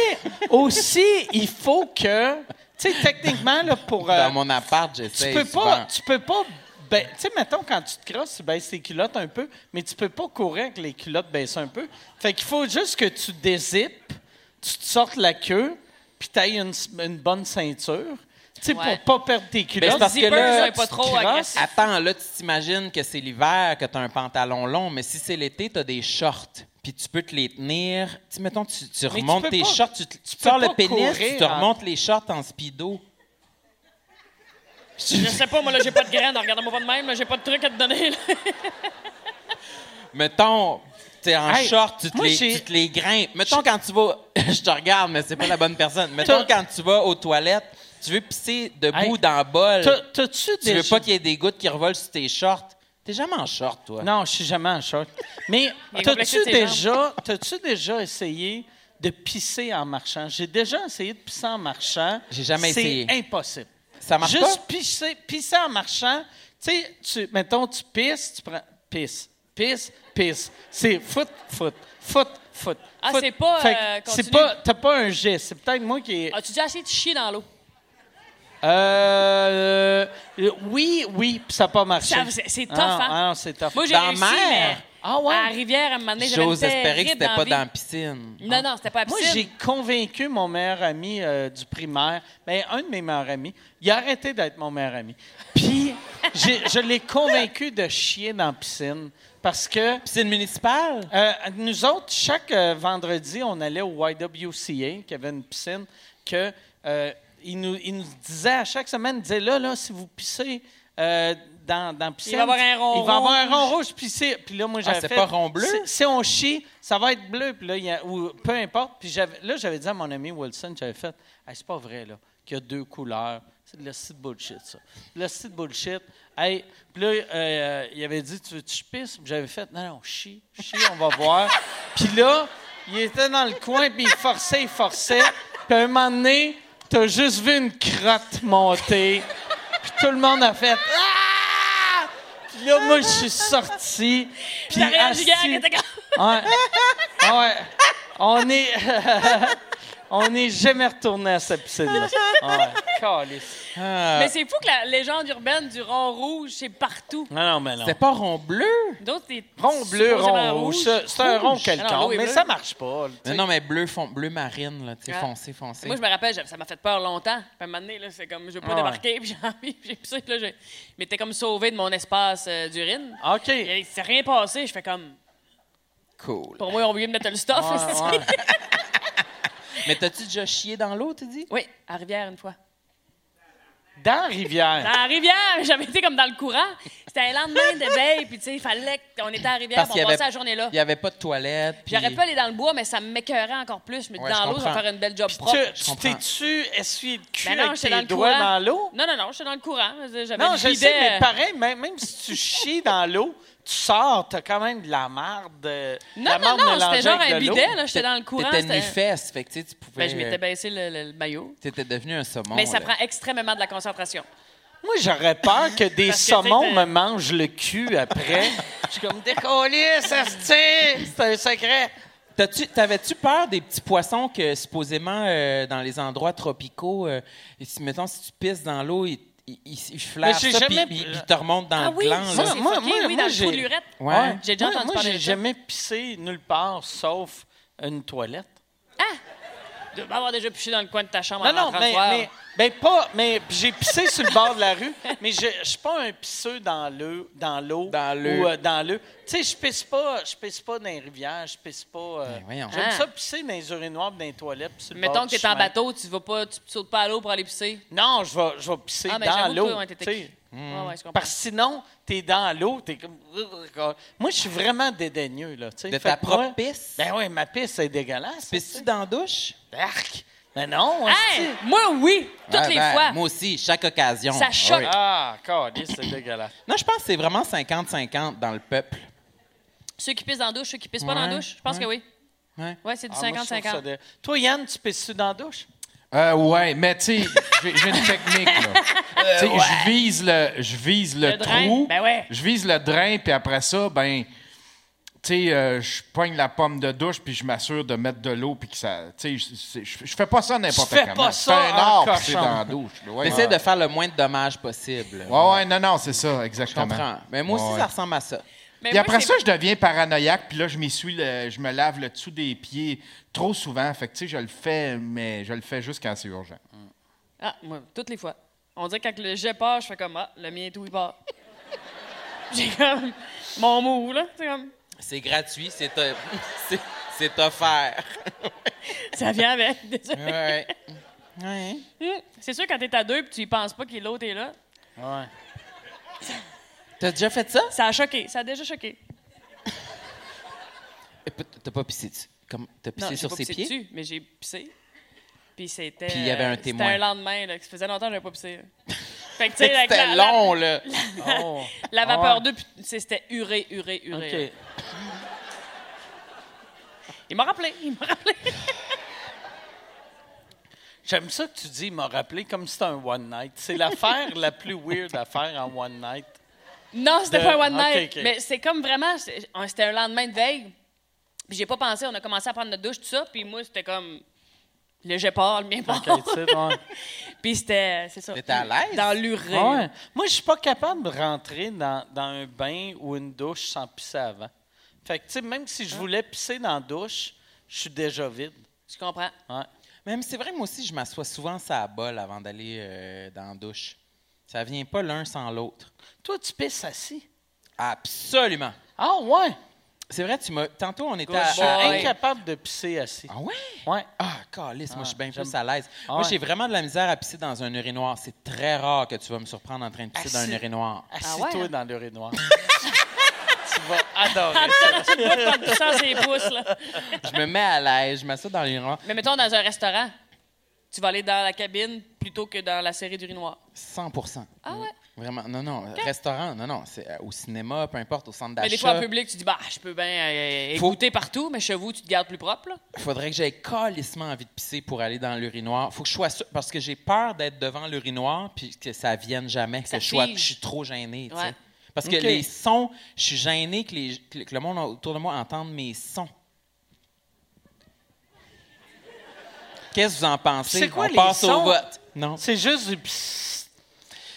Speaker 1: aussi, il faut que, tu sais, techniquement, là, pour... euh,
Speaker 6: Dans mon appart,
Speaker 1: tu
Speaker 6: j'essaie.
Speaker 1: peux
Speaker 6: souvent.
Speaker 1: pas, tu peux pas, ben, tu sais, mettons, quand tu te crosses, tu baisses tes culottes un peu, mais tu peux pas courir avec les culottes baissées un peu. Fait qu'il faut juste que tu dézippes, tu te sortes la queue, puis t'ailles une, une bonne ceinture, tu sais,
Speaker 5: Ouais.
Speaker 1: pour pas perdre tes
Speaker 6: Ben,
Speaker 1: culottes.
Speaker 6: c'est parce que
Speaker 5: zipper,
Speaker 6: là,
Speaker 5: sois pas
Speaker 6: tu te
Speaker 5: trop
Speaker 6: crosses.
Speaker 5: agressif.
Speaker 6: Attends, là, tu t'imagines que c'est l'hiver, que tu as un pantalon long, mais si c'est l'été, tu as des shorts. Puis tu peux te les tenir. Tu sais, mettons, tu, tu
Speaker 1: tu
Speaker 6: remontes
Speaker 1: peux
Speaker 6: tes
Speaker 1: pas-
Speaker 6: shorts, tu, te- tu
Speaker 1: peux
Speaker 6: sors
Speaker 1: pas
Speaker 6: le pénis, tu
Speaker 1: courir
Speaker 6: te
Speaker 1: en-
Speaker 6: remontes les shorts en speedo.
Speaker 5: Je sais pas, moi, là, j'ai pas de graines. Regarde-moi pas de même. là, J'ai pas de truc à te donner. là.
Speaker 6: Mettons, tu es en
Speaker 1: Hey,
Speaker 6: short, tu te,
Speaker 1: moi,
Speaker 6: les,
Speaker 1: j'ai-
Speaker 6: tu te les grimpes. Mettons, quand tu vas. (laughs) je te regarde, mais c'est pas la bonne personne. Mettons, quand tu vas aux toilettes, tu veux pisser debout
Speaker 1: Hey,
Speaker 6: dans le bol.
Speaker 1: T'as- T'as-tu
Speaker 6: Tu veux
Speaker 1: déjà-
Speaker 6: pas qu'il y ait des gouttes qui revolent sur tes shorts. T'es jamais en short, toi.
Speaker 1: Non, je suis jamais en short. Mais
Speaker 5: (laughs) Il est complexé
Speaker 1: t'as-tu
Speaker 5: de ses
Speaker 1: déjà, t'as-tu déjà essayé de pisser en marchant? J'ai déjà essayé de pisser en marchant.
Speaker 6: J'ai jamais essayé.
Speaker 1: C'est impossible.
Speaker 6: Ça marche
Speaker 1: Juste pisser, pisser en marchant. Tu sais, tu, mettons, tu pisses, tu prends... Pisse, pisse, pisse. C'est foot, foot, foot, foot.
Speaker 5: Ah,
Speaker 1: foot.
Speaker 5: c'est pas,
Speaker 1: Fait que
Speaker 5: euh,
Speaker 1: c'est
Speaker 5: continue.
Speaker 1: pas... T'as pas un geste. C'est peut-être moi qui...
Speaker 5: (laughs) As-tu déjà essayé de chier dans l'eau? Ah.
Speaker 1: Euh, euh, oui, oui, puis ça n'a pas marché.
Speaker 5: Ça, c'est- c'est tough,
Speaker 1: Ah,
Speaker 5: hein?
Speaker 1: Ah, non, c'est tough.
Speaker 5: Moi, j'ai
Speaker 6: Dans
Speaker 5: réussi,
Speaker 6: mer?
Speaker 5: mais
Speaker 1: Ah ouais?
Speaker 5: à la rivière, à un moment donné, j'avais
Speaker 6: J'ose
Speaker 5: une
Speaker 6: espérer que
Speaker 5: terrible
Speaker 6: c'était pas
Speaker 5: envie.
Speaker 6: dans la piscine.
Speaker 5: Non, non, c'était pas à la
Speaker 1: Moi,
Speaker 5: piscine.
Speaker 1: j'ai convaincu mon meilleur ami euh, du primaire, mais un de mes meilleurs amis, il a arrêté d'être mon meilleur ami.
Speaker 5: (laughs)
Speaker 1: Puis, j'ai- je l'ai convaincu de chier dans la piscine parce que
Speaker 6: Piscine municipale?
Speaker 1: euh, nous autres, chaque euh, vendredi, on allait au YWCA, qui avait une piscine, que euh, il nous, il nous disait à chaque semaine, il disait là, là, si vous pissez euh, dans, dans la piscine,
Speaker 5: va avoir un rond
Speaker 1: il va avoir un
Speaker 5: rouge.
Speaker 1: rond rouge. Puis, c'est- puis là, moi, j'avais
Speaker 6: Ah, c'est
Speaker 1: fait,
Speaker 6: pas rond bleu?
Speaker 1: Si, si on chie, ça va être bleu. Puis là, il y a- ou peu importe. Puis j'avais- là, j'avais dit à mon ami Wilson, j'avais fait, Hey, c'est pas vrai là, qu'il y a deux couleurs. C'est de la petite bullshit, ça. De la petite bullshit. Hey, puis là, euh, il avait dit, tu veux que je pisse? Puis j'avais fait, non, non, chie, chie, on va voir. Puis là, il était dans le coin, puis il forçait, il forçait. Puis à un moment donné, t'as juste vu une crotte monter. Puis tout le monde a fait, ah! Puis là, moi, je suis
Speaker 5: (laughs)
Speaker 1: sorti. Puis
Speaker 5: La réunion du gang
Speaker 1: assis-
Speaker 5: était comme-
Speaker 1: Ouais. Ah ouais. On est. (laughs) On n'est jamais retourné à cette
Speaker 5: (laughs)
Speaker 1: piscine-là. Ah ouais. Calisse.
Speaker 5: Mais c'est fou que la légende urbaine du rond rouge, c'est partout.
Speaker 1: Non, non, mais non.
Speaker 6: C'est pas rond bleu?
Speaker 5: D'autres, c'est
Speaker 1: Rond bleu,
Speaker 5: supposément
Speaker 1: rond rouge. ça, C'est un rond quelconque,
Speaker 5: Ah non, oui,
Speaker 1: mais
Speaker 5: bleu.
Speaker 1: ça marche pas. tu sais.
Speaker 6: Non, non, mais bleu, fond, bleu marine, là, tu sais,
Speaker 5: Ah.
Speaker 6: foncé, foncé.
Speaker 5: Moi, je me rappelle, j'avais- ça m'a fait peur longtemps. Puis à un moment donné, là, c'est comme, je veux pas
Speaker 1: Ah ouais.
Speaker 5: débarquer, puis j'ai envie, (laughs) puis j'ai pissé, puis là, j'ai... Mais t'es comme sauvé de mon espace euh, d'urine.
Speaker 1: OK.
Speaker 5: Et Il s'est rien passé, je fais comme...
Speaker 6: Cool.
Speaker 5: Pour moi, ils ont oublié de mettre le stuff. (laughs) c'est-
Speaker 1: Ouais, ouais.
Speaker 6: Mais t'as-tu déjà chié dans l'eau, tu dis?
Speaker 5: Oui, à Rivière, une fois.
Speaker 1: Dans la rivière.
Speaker 5: Dans la Rivière, (laughs) j'avais été comme dans le courant. C'était un lendemain de veille, puis tu sais, il fallait qu'on était à la Rivière,
Speaker 6: Parce
Speaker 5: puis
Speaker 6: qu'il
Speaker 5: on
Speaker 6: y avait,
Speaker 5: passait la journée là.
Speaker 6: il y avait pas de toilette. puis-
Speaker 5: J'aurais pu aller dans le bois, mais ça m'écœurait encore plus. Je me dis,
Speaker 6: Ouais, je
Speaker 5: dans l'eau, je vais
Speaker 6: comprends.
Speaker 5: faire une belle job propre.
Speaker 1: Tu-
Speaker 6: je
Speaker 1: Tu
Speaker 6: comprends.
Speaker 1: t'es-tu essuyé le cul
Speaker 5: Ben non,
Speaker 1: avec
Speaker 5: j'étais
Speaker 1: tes
Speaker 5: dans le
Speaker 1: doigts
Speaker 5: courant.
Speaker 1: dans l'eau?
Speaker 5: Non, non, non, j'étais dans le courant. J'avais
Speaker 1: Non,
Speaker 5: le
Speaker 1: je
Speaker 5: bidet,
Speaker 1: sais, mais
Speaker 5: euh,
Speaker 1: pareil, même, même si tu chies dans l'eau, tu sors, t'as quand même de la marde. euh, de
Speaker 5: Non,
Speaker 1: la
Speaker 5: non,
Speaker 1: marde
Speaker 5: non, c'était
Speaker 1: mélangée
Speaker 5: genre
Speaker 1: avec
Speaker 5: un
Speaker 1: de l'eau.
Speaker 5: bidet, là. J'étais dans le courant.
Speaker 6: T'étais
Speaker 5: c'était-
Speaker 6: nu-fesse, fait que tu sais, tu pouvais...
Speaker 5: Ben, je m'étais baissé le, le- le maillot.
Speaker 6: T'étais devenu un saumon.
Speaker 5: Mais ça
Speaker 6: là.
Speaker 5: prend extrêmement de la concentration.
Speaker 1: Moi, j'aurais peur que des
Speaker 5: Parce que,
Speaker 1: saumons
Speaker 5: tu sais,
Speaker 1: me mangent le cul
Speaker 5: (laughs)
Speaker 1: après. Je suis comme décollé, ça se tient, c'est un secret.
Speaker 6: T'as-tu- T'avais-tu peur des petits poissons que, supposément, euh, dans les endroits tropicaux, euh, et si, mettons, si tu pisses dans l'eau, ils il, flairent
Speaker 1: j'ai
Speaker 6: ça, puis
Speaker 1: jamais-
Speaker 6: ils ils te remontent dans
Speaker 5: Ah
Speaker 6: le
Speaker 5: oui,
Speaker 6: gland.
Speaker 5: ça,
Speaker 6: là.
Speaker 5: c'est
Speaker 1: Moi,
Speaker 5: fucké,
Speaker 1: moi,
Speaker 5: oui,
Speaker 1: moi,
Speaker 5: dans le
Speaker 1: j'ai-
Speaker 5: trou de l'urette.
Speaker 6: Ouais.
Speaker 5: J'ai déjà
Speaker 1: moi,
Speaker 5: entendu
Speaker 1: moi,
Speaker 5: parler
Speaker 1: j'ai
Speaker 5: de ça.
Speaker 1: jamais pissé nulle part sauf une toilette.
Speaker 5: Tu dois avoir déjà piché dans le coin de ta chambre
Speaker 1: Non,
Speaker 5: en
Speaker 1: non,
Speaker 5: rentrant le
Speaker 1: mais,
Speaker 5: soir.
Speaker 1: mais, ben pas, mais puis j'ai pissé sur le bord de la (laughs) rue, mais je, je suis pas un pisseux dans l'eau, dans l'eau,
Speaker 6: Dans le-
Speaker 1: ou, euh, dans le. Tu sais, je pisse pas, je pisse pas dans les rivières, je pisse pas. euh,
Speaker 6: Ben, voyons.
Speaker 1: J'aime
Speaker 5: Ah.
Speaker 1: ça pisser dans les urinoirs, puis dans les toilettes, puis sur le
Speaker 5: Mettons
Speaker 1: bord
Speaker 5: que
Speaker 1: du
Speaker 5: t'es en
Speaker 1: chemin.
Speaker 5: bateau, tu vas pas, tu sautes pas à l'eau pour aller pisser.
Speaker 1: Non, je vais, je vais pisser
Speaker 5: Ah, mais
Speaker 1: dans
Speaker 5: j'avoue,
Speaker 1: l'eau.
Speaker 5: toi, ouais, t'étais...
Speaker 1: tu sais.
Speaker 5: Ouais, ouais, je comprends.
Speaker 1: Parce que sinon, t'es dans l'eau, t'es comme. euh, Moi, je suis vraiment dédaigneux, là. tu sais.
Speaker 6: De
Speaker 1: Fait
Speaker 6: ta
Speaker 1: que moi-
Speaker 6: propre pisse?
Speaker 1: Ben oui, ma pisse, c'est dégueulasse.
Speaker 6: Pisses-tu dans la douche?
Speaker 1: Arc! Mais non,
Speaker 5: Hey, moi, oui, toutes
Speaker 6: Ouais,
Speaker 5: les
Speaker 6: ben,
Speaker 5: fois.
Speaker 6: Moi aussi, chaque occasion.
Speaker 5: ça choque.
Speaker 6: Ouais.
Speaker 1: Ah, calice, c'est dégueulasse.
Speaker 6: Non, je pense que c'est vraiment 50-50 dans le peuple.
Speaker 5: Ceux qui pissent dans la douche, ceux qui pissent pas
Speaker 6: Ouais,
Speaker 5: dans la douche, je pense
Speaker 6: ouais.
Speaker 5: que oui.
Speaker 6: Ouais.
Speaker 5: Ouais, c'est du
Speaker 1: Ah, moi, je trouve ça
Speaker 5: 50-50.
Speaker 1: dé- Toi, Yann, tu pisses-tu dans la douche?
Speaker 3: Euh, ouais, mais tu sais, j'ai j'ai une technique. là. Tu sais, Je vise le, je vise le,
Speaker 5: Le drain,
Speaker 3: trou,
Speaker 5: ben ouais.
Speaker 3: je vise le drain, puis après ça, ben, tu sais, euh, je pogne la pomme de douche, puis je m'assure de mettre de l'eau, puis que ça, tu sais, c'est- je je fais pas ça n'importe
Speaker 1: Tu fais
Speaker 3: comment.
Speaker 1: pas
Speaker 3: Je
Speaker 1: ça
Speaker 3: fais un
Speaker 1: en
Speaker 3: art, puis c'est
Speaker 1: cochon.
Speaker 3: dans la douche. là, Ouais,
Speaker 6: J'essaie de faire le moins de dommages possible.
Speaker 3: ouais, ouais, non, non, c'est ça,
Speaker 6: Je
Speaker 3: exactement.
Speaker 6: comprends. Mais moi aussi,
Speaker 3: Ouais.
Speaker 6: ça ressemble à ça.
Speaker 5: Mais
Speaker 3: Puis
Speaker 5: moi,
Speaker 3: après
Speaker 5: c'est-
Speaker 3: ça, je deviens paranoïaque, puis là, je m'essuie, le- je me lave le dessous des pieds trop souvent. Fait que, tu sais, je le fais, mais je le fais juste quand c'est urgent.
Speaker 5: Ah, moi, toutes les fois. On dirait que quand le jet part, je fais comme, ah, le mien, tout, il part. (laughs) J'ai comme mon mou, là. C'est comme,
Speaker 6: C'est gratuit, c'est c'est- c'est offert.
Speaker 5: ça vient avec. (laughs) désolé.
Speaker 6: Ouais. Ouais.
Speaker 5: Hum, C'est sûr, quand t'es à deux puis tu y penses pas que l'autre est là,
Speaker 6: T'as déjà fait ça?
Speaker 5: ça a choqué. Ça a déjà choqué.
Speaker 6: Et puis, T'as pas pissé dessus. Comme, t'as pissé
Speaker 5: j'ai
Speaker 6: sur
Speaker 5: pas
Speaker 6: ses
Speaker 5: pissé
Speaker 6: pieds?
Speaker 5: dessus, mais j'ai pissé. Puis c'était.
Speaker 6: Puis il y avait un
Speaker 5: euh,
Speaker 6: témoin.
Speaker 5: C'était un lendemain, là. que Ça faisait longtemps que j'avais pas
Speaker 6: (laughs)
Speaker 5: pissé. là. Fait que, tu sais, avec la-
Speaker 1: C'était
Speaker 5: la-
Speaker 1: long, là.
Speaker 6: hein?
Speaker 5: La vapeur d'eau, puis c'est- c'était huré, huré, huré.
Speaker 1: Oh. OK.
Speaker 5: Il m'a rappelé, il m'a rappelé. (laughs)
Speaker 1: J'aime ça que tu dis, il m'a rappelé comme si c'était un one night. C'est l'affaire la plus weird à faire en one night.
Speaker 5: Non, c'était
Speaker 1: De-
Speaker 5: pas un one
Speaker 1: OK,
Speaker 5: night.
Speaker 1: OK.
Speaker 5: Mais c'est comme vraiment, c'est- on- c'était un lendemain de veille. Puis j'ai pas pensé, on a commencé à prendre notre douche, tout ça. Puis moi, c'était comme le jet part, le mien part. (laughs)
Speaker 1: OK, tu sais, ouais.
Speaker 5: puis c'était, c'est ça.
Speaker 6: T'étais à l'aise?
Speaker 5: Dans l'urée.
Speaker 1: Ah ouais. Moi, je suis pas capable de rentrer dans, dans un bain ou une douche sans pisser avant. Fait que, tu sais, même si
Speaker 6: Ah.
Speaker 1: je voulais pisser dans la douche, je suis déjà vide.
Speaker 5: Je comprends. (laughs)
Speaker 1: Ouais.
Speaker 6: Même c'est vrai que moi aussi, je m'assois souvent ça à bol avant d'aller euh, dans la douche. Ça vient pas l'un sans l'autre.
Speaker 1: Toi, tu pisses assis.
Speaker 6: Absolument.
Speaker 1: Ah, ouais.
Speaker 6: C'est vrai, tu m'as. Tantôt, on était
Speaker 5: Good
Speaker 6: à.
Speaker 5: boy.
Speaker 6: à-
Speaker 5: Ouais.
Speaker 1: Incapable de pisser assis.
Speaker 6: Ah ouais?
Speaker 1: Ouais.
Speaker 6: Ah, calisse, moi, je suis bien
Speaker 1: j'aime-
Speaker 6: plus à l'aise.
Speaker 1: Ah
Speaker 6: Moi,
Speaker 1: ouais.
Speaker 6: j'ai vraiment de la misère à pisser dans un urinoir. C'est très rare que tu vas me surprendre en train de pisser dans
Speaker 1: Assis.
Speaker 6: un urinoir.
Speaker 1: Assis-toi
Speaker 5: ouais, hein?
Speaker 1: dans l'urinoir. tu vas adorer.
Speaker 5: Tu vois, prendre du sang ses pouces, là.
Speaker 6: Je me mets à l'aise, je m'assois dans l'urinoir.
Speaker 5: Mais mettons, dans un restaurant, tu vas aller dans la cabine plutôt que dans la série du noir.
Speaker 6: 100
Speaker 5: Ah ouais?
Speaker 6: Vraiment, non, non. Restaurant, non, non. C'est euh, au cinéma, peu importe, au centre d'achat.
Speaker 5: Mais des fois, en public, tu dis, bah, je peux bien euh,
Speaker 6: Faut-
Speaker 5: écouter partout, mais chez vous, tu te gardes plus propre, là.
Speaker 6: faudrait que j'aie calissement envie de pisser pour aller dans l'urinoir. Faut que je sois sûr, parce que j'ai peur d'être devant l'urinoir puis que ça vienne jamais, que,
Speaker 5: Ça
Speaker 6: je, sois,
Speaker 5: fige.
Speaker 6: je suis trop gênée. tu sais.
Speaker 5: Ouais.
Speaker 6: Parce que les sons, je suis gênée que, les- que- que le monde autour de moi entende mes sons. Qu'est-ce que vous en pensez?
Speaker 1: C'est quoi
Speaker 6: On
Speaker 1: les
Speaker 6: passe
Speaker 1: sons?
Speaker 6: au vote. Non.
Speaker 1: C'est juste du psst.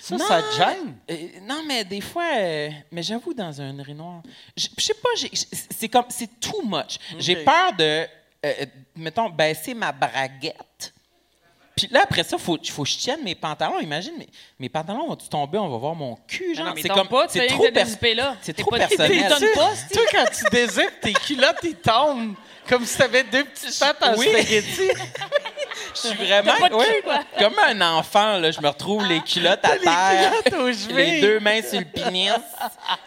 Speaker 1: Ça,
Speaker 6: Non.
Speaker 1: ça te gêne.
Speaker 6: Euh, non, mais des fois, euh, mais j'avoue, dans un urinoir, je je sais pas, j'ai- j'- c'est comme, c'est too much. J'ai peur de, euh, euh, mettons, baisser ma braguette. Puis là, après ça, faut, faut que je tienne mes pantalons. Imagine, mes, mes pantalons vont-tu tomber? On va voir mon cul, genre.
Speaker 5: Ah non, mais
Speaker 6: C'est
Speaker 5: tombe
Speaker 6: comme,
Speaker 5: pas, tu fais
Speaker 6: c'est
Speaker 5: rien
Speaker 6: trop,
Speaker 5: que de
Speaker 6: pers-
Speaker 5: zipper là.
Speaker 6: c'est
Speaker 5: T'es
Speaker 6: trop
Speaker 5: pas-
Speaker 6: personnel.
Speaker 5: t'étonnes pas, c'est-
Speaker 1: Toi, quand tu dézippes tes culottes, ils tombent. Comme si t'avais deux petites pattes en
Speaker 6: Oui.
Speaker 1: spaghetti.
Speaker 6: Je suis vraiment,
Speaker 5: T'as pas de cul,
Speaker 6: ouais,
Speaker 5: quoi.
Speaker 6: comme un enfant, là, je me retrouve les culottes à terre.
Speaker 1: Culottes aux
Speaker 6: les
Speaker 1: chevilles.
Speaker 6: deux mains sur le pénis.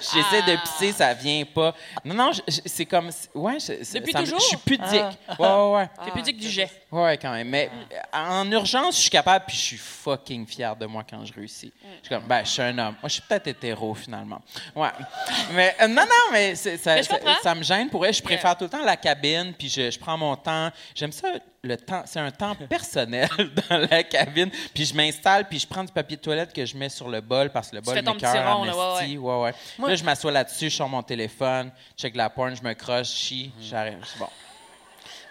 Speaker 6: J'essaie de pisser, ça vient pas. Non, non, je- je- c'est comme. si- Ouais, je, c'est-
Speaker 5: Depuis
Speaker 6: ça me-
Speaker 5: toujours? Ah.
Speaker 6: Je suis pudique. Ouais, ouais, ouais.
Speaker 5: T'es plus dit que du jet.
Speaker 6: Ouais, ouais, quand même. Mais euh, en urgence, je suis capable, puis je suis fucking fier de moi quand je réussis.
Speaker 5: Mm.
Speaker 6: Je suis comme, ben, je suis un homme. Moi, je suis peut-être hétéro, finalement. Ouais. Mais euh, non, non, mais, c'est- ça,
Speaker 5: Mais je
Speaker 6: ça,
Speaker 5: comprends.
Speaker 6: ça me gêne pour elle. Je préfère tout le temps la cabine, puis je, je prends mon temps. J'aime ça, le temps. C'est un temps personnel (laughs) dans la cabine. Puis je m'installe, puis je prends du papier de toilette que je mets sur le bol, parce que le bol
Speaker 5: fais ton
Speaker 6: m'écoeure
Speaker 5: petit rond,
Speaker 6: en
Speaker 5: là, ouais,
Speaker 6: esti. Ouais, ouais. Là, je m'assois là-dessus, je sors mon téléphone, check la porn, je me croche, je chie, j'arrive. C'est bon.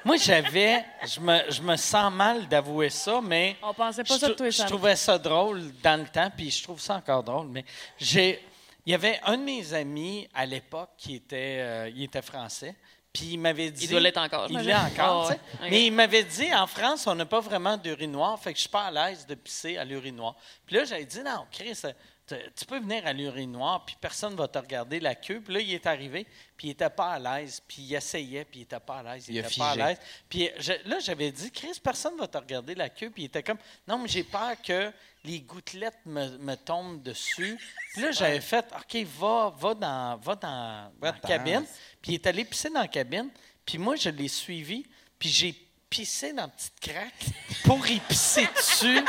Speaker 1: Moi, j'avais. Je me, je me sens mal d'avouer ça, mais.
Speaker 5: On pensait pas
Speaker 1: je
Speaker 5: ça de
Speaker 1: trou-
Speaker 5: toi,
Speaker 1: Je
Speaker 5: Sam.
Speaker 1: trouvais ça drôle dans le temps, puis je trouve ça encore drôle. Mais j'ai. Il y avait un de mes amis à l'époque qui était, euh, il était français, puis il m'avait dit.
Speaker 5: doit l'être encore,
Speaker 1: Il l'est
Speaker 5: j'imagine.
Speaker 1: encore,
Speaker 5: Ah ouais.
Speaker 1: tu sais.
Speaker 5: Ok.
Speaker 1: Mais il m'avait dit, en France, on n'a pas vraiment d'urinoir, fait que je suis pas à l'aise de pisser à l'urinoir. Puis là, j'avais dit, non, Chris, euh, tu tu peux venir à l'urinoir, puis personne va te regarder la queue. Puis là, il est arrivé, puis il était pas à l'aise, puis il essayait, puis il était pas à l'aise, il,
Speaker 6: Il a
Speaker 1: était pas à
Speaker 6: figé.
Speaker 1: l'aise. Puis je- là, j'avais dit, Chris, personne va te regarder la queue. Puis il était comme, non, mais j'ai peur que les gouttelettes me, me tombent dessus. Puis là, j'avais fait, OK, va, va dans, va dans, dans la
Speaker 6: Va-t'en.
Speaker 1: cabine. Puis il est allé pisser dans la cabine. Puis moi, je l'ai suivi. Puis j'ai pisser dans la petite craque pour y pisser dessus.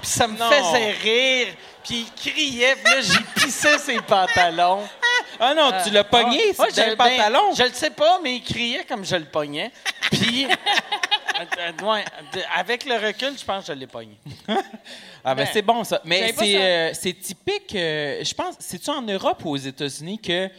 Speaker 1: Puis ça me
Speaker 8: Non.
Speaker 1: faisait rire. Puis il criait. Puis là, j'y pissais ses pantalons.
Speaker 6: Ah non, tu
Speaker 5: Euh,
Speaker 6: l'as pogné,
Speaker 1: Ah, ouais,
Speaker 6: c'était
Speaker 1: je-
Speaker 6: le
Speaker 1: ben,
Speaker 6: pantalon.
Speaker 1: je le sais pas, mais il criait comme je le pognais. Puis, euh, euh, ouais, de- avec le recul, je pense que je l'ai pogné.
Speaker 6: Ah ben, c'est bon ça.
Speaker 5: j'avais
Speaker 6: Mais
Speaker 5: pas
Speaker 6: c'est
Speaker 5: ça.
Speaker 6: euh, c'est typique, euh, je pense, c'est-tu en Europe ou aux États-Unis que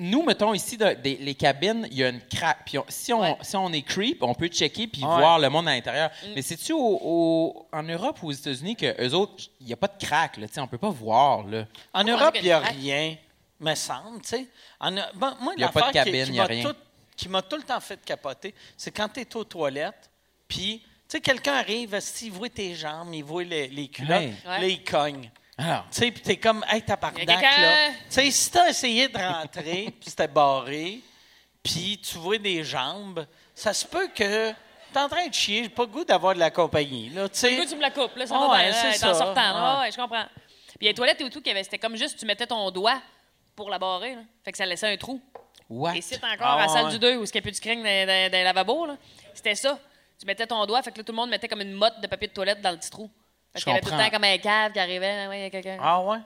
Speaker 6: nous, mettons ici, dans des- les cabines, il y a une craque. Puis on- si, on, si on est creep, on peut checker puis voir le monde à l'intérieur.
Speaker 5: Mm.
Speaker 6: Mais c'est-tu au- au- en Europe ou aux États-Unis que eux autres, il n'y a pas de craque, là, tu sais, on peut pas voir, là.
Speaker 1: En
Speaker 5: Pourquoi
Speaker 1: Europe,
Speaker 5: on dit
Speaker 1: il n'y a
Speaker 5: que-
Speaker 1: rien, me semble, tu sais. En- bon, moi,
Speaker 6: Il y a
Speaker 1: l'affaire
Speaker 6: pas de
Speaker 1: qui-
Speaker 6: cabine,
Speaker 1: qui
Speaker 6: il y a
Speaker 1: m'a
Speaker 6: rien.
Speaker 1: tout- Qui m'a tout le temps fait capoter, c'est quand tu es aux toilettes, puis, tu sais, quelqu'un arrive, s'il voit tes jambes, il voit les, les culottes,
Speaker 6: Ouais.
Speaker 1: là, il cogne.
Speaker 6: Alors,
Speaker 1: Tu sais, puis t'es comme, hey, tabarnak,
Speaker 5: Y a quelqu'un?
Speaker 1: là. Tu sais, si t'as essayé de rentrer, (laughs) puis c'était barré, puis tu vois des jambes, ça se peut que t'es en train de chier, j'ai pas le goût d'avoir de la compagnie, là, tu sais.
Speaker 5: Écoute, tu me la coupes, là, ça
Speaker 1: Ah
Speaker 5: va
Speaker 1: ouais,
Speaker 5: bien,
Speaker 1: c'est
Speaker 5: là,
Speaker 1: ça.
Speaker 5: en sortant. là.
Speaker 1: Ouais.
Speaker 5: Ouais, je comprends. Puis les toilettes et tout, qu'il y avait, c'était comme juste, tu mettais ton doigt pour la barrer, là. Fait que ça laissait un trou.
Speaker 6: what?
Speaker 5: Et c'est encore
Speaker 1: Ah
Speaker 5: à la salle
Speaker 1: ouais.
Speaker 5: du 2 où ce qu'il n'y a plus du cringue dans, dans- dans les lavabos, là. C'était ça. Tu mettais ton doigt, fait que là, tout le monde mettait comme une motte de papier de toilette dans le petit trou. Parce
Speaker 6: Je
Speaker 5: qu'il y avait tout le
Speaker 6: comprends.
Speaker 5: temps comme un cave qui arrivait, Ah ouais, il y a quelqu'un.
Speaker 1: Ah ouais?